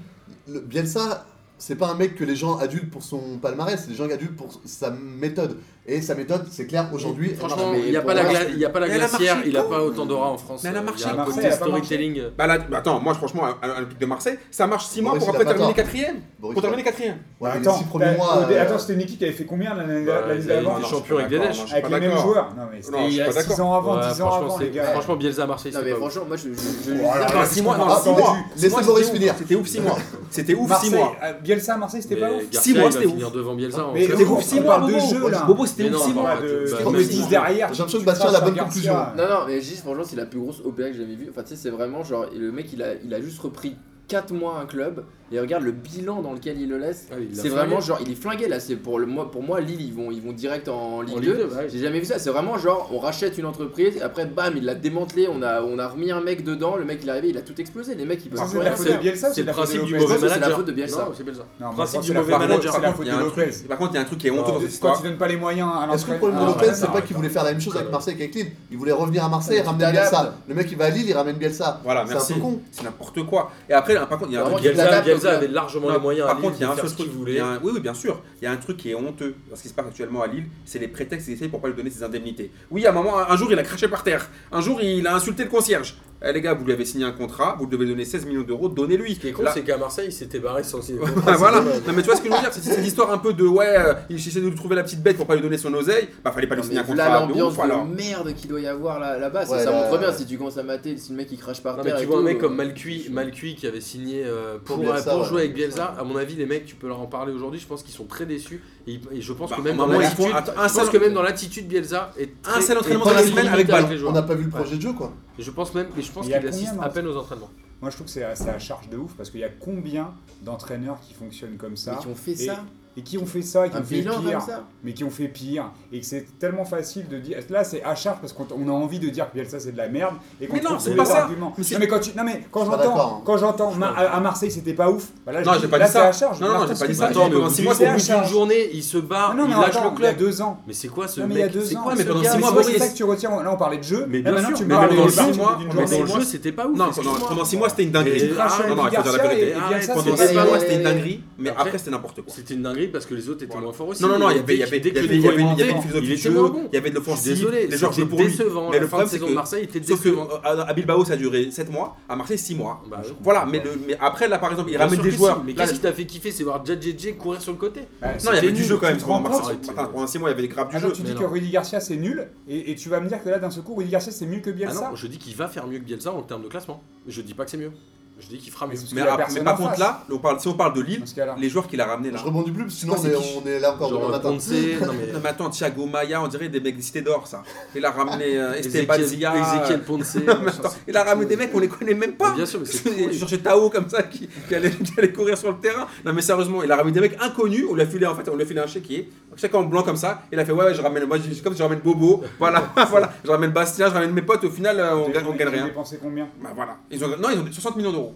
[SPEAKER 5] le- Bielsa, c'est pas un mec que les gens adulent pour son palmarès, c'est des gens qui adulent pour sa méthode. Et sa méthode, c'est clair, aujourd'hui. elle
[SPEAKER 1] franchement
[SPEAKER 5] marche.
[SPEAKER 1] il n'y a
[SPEAKER 5] Mais
[SPEAKER 1] pas la
[SPEAKER 5] pour moi,
[SPEAKER 1] gla- il y a pas la
[SPEAKER 3] Mais elle a
[SPEAKER 1] glacière
[SPEAKER 3] marché
[SPEAKER 1] il a
[SPEAKER 3] quand
[SPEAKER 1] pas autant d'aura en France
[SPEAKER 3] Mais elle a
[SPEAKER 1] euh, il
[SPEAKER 3] marché
[SPEAKER 1] y a
[SPEAKER 2] quand
[SPEAKER 1] un côté
[SPEAKER 2] Elle a pas marché.
[SPEAKER 1] storytelling euh,
[SPEAKER 3] Bah là, bah attends, moi franchement, à, à l'Olympique de Marseille, ça marche 6 mois
[SPEAKER 5] Boris,
[SPEAKER 3] pour
[SPEAKER 5] il a
[SPEAKER 3] après
[SPEAKER 5] pas
[SPEAKER 3] terminer
[SPEAKER 5] tort.
[SPEAKER 3] 4ème.
[SPEAKER 5] Boris,
[SPEAKER 3] Pour terminer 4ème.
[SPEAKER 5] ouais, mais les
[SPEAKER 2] Attends,
[SPEAKER 5] six premiers
[SPEAKER 2] t'as-
[SPEAKER 5] mois.
[SPEAKER 2] au dé-
[SPEAKER 5] euh,
[SPEAKER 2] Attends, c'était une équipe qui avait fait combien l'année
[SPEAKER 1] Bah,
[SPEAKER 2] l'année
[SPEAKER 1] ils avaient
[SPEAKER 2] d'avant
[SPEAKER 1] des
[SPEAKER 3] Euh, non,
[SPEAKER 1] champions
[SPEAKER 3] je suis pas
[SPEAKER 1] avec des
[SPEAKER 3] d'accord,
[SPEAKER 1] lèches.
[SPEAKER 3] non, je suis
[SPEAKER 2] Avec
[SPEAKER 3] pas
[SPEAKER 2] les mêmes
[SPEAKER 3] d'accord.
[SPEAKER 2] joueurs. Non, mais
[SPEAKER 3] Non,
[SPEAKER 2] c'était
[SPEAKER 3] je
[SPEAKER 2] il y
[SPEAKER 3] suis
[SPEAKER 2] a
[SPEAKER 3] pas
[SPEAKER 2] 6
[SPEAKER 3] d'accord.
[SPEAKER 2] ans avant,
[SPEAKER 1] ouais,
[SPEAKER 2] 10 ans
[SPEAKER 1] franchement
[SPEAKER 2] avant, les
[SPEAKER 1] c'est-
[SPEAKER 2] gars.
[SPEAKER 1] franchement Bielsa Marseille
[SPEAKER 4] Non,
[SPEAKER 1] c'est
[SPEAKER 4] mais
[SPEAKER 1] pas ouf.
[SPEAKER 4] franchement, moi je.
[SPEAKER 2] Oh
[SPEAKER 4] je, je-
[SPEAKER 2] là là,
[SPEAKER 3] Attends, 6 mois, non,
[SPEAKER 5] Ah,
[SPEAKER 3] 6
[SPEAKER 5] attends,
[SPEAKER 3] mois.
[SPEAKER 5] laissez
[SPEAKER 3] Six mois,
[SPEAKER 5] Boris
[SPEAKER 3] c'était ouf.
[SPEAKER 5] finir.
[SPEAKER 3] C'était ouf 6 mois. C'était ouf 6
[SPEAKER 2] Marseille,
[SPEAKER 3] mois.
[SPEAKER 2] euh, Bielsa à Marseille, c'était pas
[SPEAKER 1] Mais
[SPEAKER 2] ouf.
[SPEAKER 1] Garcia,
[SPEAKER 3] Six mois,
[SPEAKER 1] il va
[SPEAKER 3] c'était
[SPEAKER 1] finir
[SPEAKER 3] ouf.
[SPEAKER 1] devant Bielsa en
[SPEAKER 2] Mais
[SPEAKER 1] fait.
[SPEAKER 3] C'était
[SPEAKER 2] on
[SPEAKER 3] ouf 6 mois,
[SPEAKER 2] parle de
[SPEAKER 3] Bobo.
[SPEAKER 2] jeu, là.
[SPEAKER 3] Bobo, c'était
[SPEAKER 1] Mais
[SPEAKER 3] ouf
[SPEAKER 1] non,
[SPEAKER 3] 6
[SPEAKER 1] bah,
[SPEAKER 3] mois.
[SPEAKER 1] bah,
[SPEAKER 2] de-
[SPEAKER 1] bah,
[SPEAKER 2] ce qu'ils
[SPEAKER 5] bah,
[SPEAKER 2] mettent
[SPEAKER 5] bah,
[SPEAKER 2] derrière.
[SPEAKER 5] j'ai l'impression que
[SPEAKER 2] tu
[SPEAKER 5] Bastien a
[SPEAKER 2] passes
[SPEAKER 5] la bonne
[SPEAKER 2] à Garcia.
[SPEAKER 5] conclusion.
[SPEAKER 4] Non, non, mais juste, franchement, c'est la plus grosse OPA que j'ai jamais vue. Enfin, tu sais, c'est vraiment genre, le mec, il a, il a juste repris 4 mois un club et regarde le bilan dans lequel il le laisse.
[SPEAKER 1] Ah oui, il l'a
[SPEAKER 4] C'est vraiment
[SPEAKER 1] flingué.
[SPEAKER 4] genre, il est flingué là. C'est pour, le, moi, pour moi, Lille, ils vont, ils vont direct en Ligue
[SPEAKER 1] En
[SPEAKER 4] 2.
[SPEAKER 1] Ligue 2, ouais.
[SPEAKER 4] J'ai jamais vu ça. C'est vraiment genre, on rachète une entreprise, et après, bam, il l'a démantelé. On a, on a remis un mec dedans. Le mec, il est arrivé, il a tout explosé. Les mecs, ils
[SPEAKER 2] Ça,
[SPEAKER 4] peuvent
[SPEAKER 2] C'est de
[SPEAKER 4] plus
[SPEAKER 2] la
[SPEAKER 4] rien
[SPEAKER 2] faute
[SPEAKER 4] faire.
[SPEAKER 2] de Bielsa,
[SPEAKER 1] c'est le
[SPEAKER 2] de la faute
[SPEAKER 1] principe
[SPEAKER 2] de
[SPEAKER 1] du
[SPEAKER 2] Lopez.
[SPEAKER 1] mauvais
[SPEAKER 4] pense que c'est la
[SPEAKER 1] manager
[SPEAKER 4] faute de Bielsa.
[SPEAKER 1] Non, c'est Bielsa.
[SPEAKER 2] Non, moi, je
[SPEAKER 1] principe
[SPEAKER 2] pense
[SPEAKER 1] du
[SPEAKER 2] que la
[SPEAKER 1] mauvais
[SPEAKER 2] faute-
[SPEAKER 1] manager.
[SPEAKER 2] C'est la faute
[SPEAKER 3] Il y
[SPEAKER 2] de
[SPEAKER 3] a un
[SPEAKER 2] Lopez.
[SPEAKER 3] truc- Par contre, il y a un truc qui est honteux dans cette
[SPEAKER 2] Quand
[SPEAKER 3] histoire.
[SPEAKER 2] tu donnes pas les moyens à
[SPEAKER 5] Est-ce que le
[SPEAKER 2] l'entraîneur.
[SPEAKER 5] problème de
[SPEAKER 1] Ah,
[SPEAKER 5] Lopez,
[SPEAKER 1] ouais,
[SPEAKER 5] c'est
[SPEAKER 1] non,
[SPEAKER 5] pas qu'il voulait faire la même chose avec Marseille qu'avec Lille Il voulait revenir à Marseille et
[SPEAKER 4] Ouais,
[SPEAKER 5] ramener
[SPEAKER 4] t'adaptes.
[SPEAKER 5] Bielsa. Le mec, il va à Lille, il ramène Bielsa.
[SPEAKER 3] Voilà,
[SPEAKER 5] C'est un
[SPEAKER 3] merci.
[SPEAKER 5] peu con.
[SPEAKER 3] C'est n'importe quoi. Et après, par contre, il y a un
[SPEAKER 4] Vraiment,
[SPEAKER 3] truc
[SPEAKER 4] il
[SPEAKER 1] Bielsa
[SPEAKER 4] l'adapte au
[SPEAKER 1] Bielsa
[SPEAKER 4] club.
[SPEAKER 1] avait largement
[SPEAKER 3] Non,
[SPEAKER 1] les moyens à
[SPEAKER 3] Par
[SPEAKER 1] Lille
[SPEAKER 3] contre, il y a
[SPEAKER 1] de
[SPEAKER 3] un
[SPEAKER 1] faire
[SPEAKER 3] seul
[SPEAKER 1] ce
[SPEAKER 3] truc.
[SPEAKER 1] qu'il
[SPEAKER 3] il y
[SPEAKER 1] voulait.
[SPEAKER 3] a un- oui, oui, bien sûr. Il y a un truc qui est honteux dans ce qui se passe actuellement à Lille, c'est les prétextes qu'ils essayent pour pas lui donner ses indemnités. Oui, à un moment, un jour, il a craché par terre. Un jour, il a insulté le concierge. Eh, les gars, vous lui avez signé un contrat, vous lui devez donner 16 millions d'euros, donnez-lui.
[SPEAKER 1] Ce qui est con,
[SPEAKER 3] Là-
[SPEAKER 1] c'est qu'à Marseille, il s'était barré sans signer.
[SPEAKER 3] Bah, voilà. Non, mais tu vois ce que je veux dire C'est c'est l'histoire un peu de ouais, euh, il essaie de lui trouver la petite bête pour pas lui donner son oseille. Bah, fallait pas lui
[SPEAKER 4] Non,
[SPEAKER 3] signer un
[SPEAKER 4] mais voilà
[SPEAKER 3] contrat de
[SPEAKER 4] l'ambiance
[SPEAKER 3] ouf
[SPEAKER 4] de
[SPEAKER 3] alors.
[SPEAKER 4] merde qu'il doit y avoir là- là-bas. ça,
[SPEAKER 5] Ouais,
[SPEAKER 4] ça
[SPEAKER 5] là-
[SPEAKER 4] montre bien si tu commences à mater, si le mec il crache par
[SPEAKER 1] Non,
[SPEAKER 4] terre.
[SPEAKER 1] mais tu
[SPEAKER 4] et
[SPEAKER 1] vois un
[SPEAKER 4] tout,
[SPEAKER 1] mec comme
[SPEAKER 4] euh,
[SPEAKER 1] Malcuit, Malcuit qui avait signé euh, pour,
[SPEAKER 5] Pour Bielsa,
[SPEAKER 1] pour
[SPEAKER 5] ouais.
[SPEAKER 1] jouer avec Bielsa, à mon avis, les mecs, tu peux leur en parler aujourd'hui, je pense qu'ils sont très déçus. Et, ils- et je pense
[SPEAKER 3] Bah,
[SPEAKER 1] que même
[SPEAKER 3] au
[SPEAKER 1] dans
[SPEAKER 3] moment où ils
[SPEAKER 1] l'attitude,
[SPEAKER 3] font- attends, un
[SPEAKER 1] je pense
[SPEAKER 3] seul-
[SPEAKER 1] que même dans l'attitude, Bielsa est
[SPEAKER 3] Un
[SPEAKER 1] très-
[SPEAKER 3] seul
[SPEAKER 1] est
[SPEAKER 3] entraînement
[SPEAKER 1] très
[SPEAKER 3] dans la semaine
[SPEAKER 1] limité
[SPEAKER 3] avec ballon.
[SPEAKER 1] les
[SPEAKER 5] On
[SPEAKER 1] joueurs.
[SPEAKER 5] n'a pas vu le projet de jeu, quoi.
[SPEAKER 1] Et Je pense même, et je pense
[SPEAKER 2] Il y a
[SPEAKER 1] qu'il assiste
[SPEAKER 2] combien,
[SPEAKER 1] à
[SPEAKER 2] non
[SPEAKER 1] peine aux entraînements.
[SPEAKER 2] Moi, je trouve que c'est à, c'est à charge de ouf parce qu'il y a combien d'entraîneurs qui fonctionnent comme
[SPEAKER 4] Mais
[SPEAKER 2] ça
[SPEAKER 4] qui ont fait ça
[SPEAKER 2] et qui ont fait ça, et qui
[SPEAKER 4] Un
[SPEAKER 2] ont fait
[SPEAKER 4] bilan comme
[SPEAKER 2] pire,
[SPEAKER 4] ça
[SPEAKER 2] mais qui ont fait pire, et que c'est tellement facile de dire. Là, c'est à charge parce qu'on on a envie de dire que Bielsa c'est de la merde, et qu'on
[SPEAKER 3] Mais non,
[SPEAKER 2] trouve
[SPEAKER 3] c'est
[SPEAKER 2] tous
[SPEAKER 3] pas
[SPEAKER 2] les
[SPEAKER 3] ça.
[SPEAKER 2] arguments.
[SPEAKER 3] Mais c'est-
[SPEAKER 2] non mais quand tu, non mais quand
[SPEAKER 5] suis pas d'accord,
[SPEAKER 2] j'entends,
[SPEAKER 5] hein.
[SPEAKER 2] quand j'entends Ma- à à Marseille c'était pas ouf, bah là, je
[SPEAKER 3] Non,
[SPEAKER 2] dis-
[SPEAKER 3] j'ai pas
[SPEAKER 2] là,
[SPEAKER 3] dit
[SPEAKER 2] c'est
[SPEAKER 3] ça.
[SPEAKER 2] à charge.
[SPEAKER 3] Non, non,
[SPEAKER 2] Martin,
[SPEAKER 3] j'ai pas
[SPEAKER 2] ce
[SPEAKER 3] dit
[SPEAKER 2] que
[SPEAKER 3] ça.
[SPEAKER 2] tu
[SPEAKER 1] Attends,
[SPEAKER 3] Attends,
[SPEAKER 1] mais
[SPEAKER 2] dis,
[SPEAKER 1] au bout
[SPEAKER 3] six
[SPEAKER 1] d'une
[SPEAKER 3] mois, c'est au bout
[SPEAKER 2] d'une
[SPEAKER 1] journée, il se barre,
[SPEAKER 2] Non,
[SPEAKER 1] il
[SPEAKER 2] non, mais
[SPEAKER 1] lâche
[SPEAKER 2] attends,
[SPEAKER 1] le
[SPEAKER 2] il y a
[SPEAKER 1] club.
[SPEAKER 2] deux ans.
[SPEAKER 1] Mais c'est quoi ce
[SPEAKER 2] Non, mais il y a
[SPEAKER 1] mec
[SPEAKER 2] deux
[SPEAKER 1] C'est
[SPEAKER 2] ans.
[SPEAKER 1] quoi
[SPEAKER 3] mais
[SPEAKER 1] ce
[SPEAKER 3] pendant
[SPEAKER 1] gars
[SPEAKER 3] six
[SPEAKER 2] C'est
[SPEAKER 3] mois,
[SPEAKER 2] pour
[SPEAKER 3] Boris-
[SPEAKER 2] ça que tu retiens. Là, on parlait de jeu.
[SPEAKER 1] Mais
[SPEAKER 2] là,
[SPEAKER 1] bien
[SPEAKER 2] maintenant,
[SPEAKER 1] sûr,
[SPEAKER 2] tu me
[SPEAKER 1] mais
[SPEAKER 2] parles
[SPEAKER 1] pendant
[SPEAKER 2] des
[SPEAKER 1] six
[SPEAKER 2] parties
[SPEAKER 3] mois,
[SPEAKER 2] d'une
[SPEAKER 3] mais
[SPEAKER 1] Mais
[SPEAKER 2] journée.
[SPEAKER 1] dans le
[SPEAKER 2] Moi,
[SPEAKER 1] jeu, c'était pas ouf.
[SPEAKER 3] Non,
[SPEAKER 2] c'est
[SPEAKER 3] pendant,
[SPEAKER 2] six mois.
[SPEAKER 3] pendant 6 mois, c'était une dinguerie.
[SPEAKER 1] Et-
[SPEAKER 3] Ah,
[SPEAKER 1] Rachel
[SPEAKER 3] non, non, il faut dire la
[SPEAKER 2] Garcia
[SPEAKER 3] vérité.
[SPEAKER 2] et- et Bielsa,
[SPEAKER 3] Pendant
[SPEAKER 4] c'est-
[SPEAKER 3] 6 mois,
[SPEAKER 4] et-
[SPEAKER 3] c'était une dinguerie, mais après, c'était n'importe quoi.
[SPEAKER 1] C'était une dinguerie parce que les autres étaient
[SPEAKER 3] Voilà.
[SPEAKER 1] moins forts aussi.
[SPEAKER 3] Non, non, non, il y
[SPEAKER 1] Dès
[SPEAKER 3] avait, il y
[SPEAKER 1] que-
[SPEAKER 3] avait,
[SPEAKER 1] dès
[SPEAKER 3] il
[SPEAKER 1] que
[SPEAKER 3] y avait,
[SPEAKER 1] les
[SPEAKER 3] il y avait,
[SPEAKER 1] joueurs
[SPEAKER 3] une- il y avait
[SPEAKER 1] montaient,
[SPEAKER 3] une philosophie
[SPEAKER 1] il
[SPEAKER 3] de
[SPEAKER 1] était
[SPEAKER 3] jeu,
[SPEAKER 1] moins bon.
[SPEAKER 3] il y avait de
[SPEAKER 1] Je suis
[SPEAKER 3] l'offensive,
[SPEAKER 1] désolé,
[SPEAKER 3] les joueurs jouaient
[SPEAKER 1] c'était
[SPEAKER 3] pour lui.
[SPEAKER 1] décevant.
[SPEAKER 3] Mais
[SPEAKER 1] la fin
[SPEAKER 3] le
[SPEAKER 1] de
[SPEAKER 3] problème,
[SPEAKER 1] saison
[SPEAKER 3] c'est
[SPEAKER 1] de
[SPEAKER 3] que-
[SPEAKER 1] Marseille était
[SPEAKER 3] Sauf que
[SPEAKER 1] décevant.
[SPEAKER 3] euh, à à Bilbao, ça a duré 7 mois, à Marseille, 6 mois.
[SPEAKER 1] Bah, je comprends
[SPEAKER 3] Voilà,
[SPEAKER 1] pas.
[SPEAKER 3] mais, le, mais après, là, par exemple, il
[SPEAKER 1] Bien
[SPEAKER 3] ramène
[SPEAKER 1] sûr
[SPEAKER 3] des
[SPEAKER 1] que
[SPEAKER 3] joueurs.
[SPEAKER 1] si, Mais
[SPEAKER 3] Là,
[SPEAKER 1] qu'est-ce qui t'a fait kiffer C'est voir JJJ courir sur le côté.
[SPEAKER 2] Ouais,
[SPEAKER 3] Non, il y avait
[SPEAKER 1] C'était
[SPEAKER 3] du
[SPEAKER 1] nul,
[SPEAKER 3] jeu quand
[SPEAKER 2] tu
[SPEAKER 3] même.
[SPEAKER 2] te
[SPEAKER 3] Pendant
[SPEAKER 2] rends
[SPEAKER 3] Marseille.
[SPEAKER 1] compte
[SPEAKER 3] Attends, Pendant 6 mois, il y avait grave du
[SPEAKER 2] Alors
[SPEAKER 3] jeu.
[SPEAKER 2] tu
[SPEAKER 1] Mais
[SPEAKER 2] dis
[SPEAKER 1] non.
[SPEAKER 2] que Rudy Garcia c'est nul et, et tu vas me dire que là d'un seul coup Rudy Garcia c'est mieux que
[SPEAKER 1] Ah
[SPEAKER 2] Bielsa.
[SPEAKER 1] non, je dis qu'il va faire mieux que Bielsa en termes de classement. Je dis pas que c'est mieux. Je dis qu'il fera mieux.
[SPEAKER 2] Mais c'est- qu'il y
[SPEAKER 3] Mais
[SPEAKER 2] a
[SPEAKER 3] ah, mais
[SPEAKER 2] personne
[SPEAKER 3] par
[SPEAKER 2] en
[SPEAKER 3] contre,
[SPEAKER 2] face.
[SPEAKER 3] là, on parle- si on parle de Lille,
[SPEAKER 2] Dans ce cas-là.
[SPEAKER 3] les joueurs qu'il a ramenés là.
[SPEAKER 5] Je rebondis plus, parce que sinon
[SPEAKER 3] Je
[SPEAKER 5] on
[SPEAKER 3] sais
[SPEAKER 5] est,
[SPEAKER 3] pas c'est
[SPEAKER 5] on est là encore
[SPEAKER 1] Genre
[SPEAKER 5] demain
[SPEAKER 1] euh,
[SPEAKER 5] matin.
[SPEAKER 1] Conte, non mais...
[SPEAKER 3] Non mais attends, Thiago Maya, on dirait des mecs des cités d'or ça. Il a ramené
[SPEAKER 1] Ah,
[SPEAKER 3] euh, Esteban
[SPEAKER 1] Ezekiel
[SPEAKER 3] Zia.
[SPEAKER 1] Ezekiel Ponce.
[SPEAKER 3] Non, mais attends, il a ramené des mecs, on les connaît même pas.
[SPEAKER 1] Mais Bien sûr, mais c'est
[SPEAKER 3] Il
[SPEAKER 1] pourri.
[SPEAKER 3] cherchait Tao comme ça qui, qui allait, qui allait courir sur le terrain. Non mais sérieusement, il a ramené des mecs inconnus. On lui a filé en fait, on lui a filé un chéquier, chacun en blanc comme ça. Il a fait ouais, ouais je ramène, moi je- comme je ramène Bobo, voilà, voilà, je ramène Bastien, je ramène mes potes. Au final, euh, on, gagne- on
[SPEAKER 2] Ils
[SPEAKER 3] gagne
[SPEAKER 2] ont
[SPEAKER 3] rien.
[SPEAKER 2] dépensé combien
[SPEAKER 3] Bah voilà, ils ont, non ils ont 60 millions d'euros.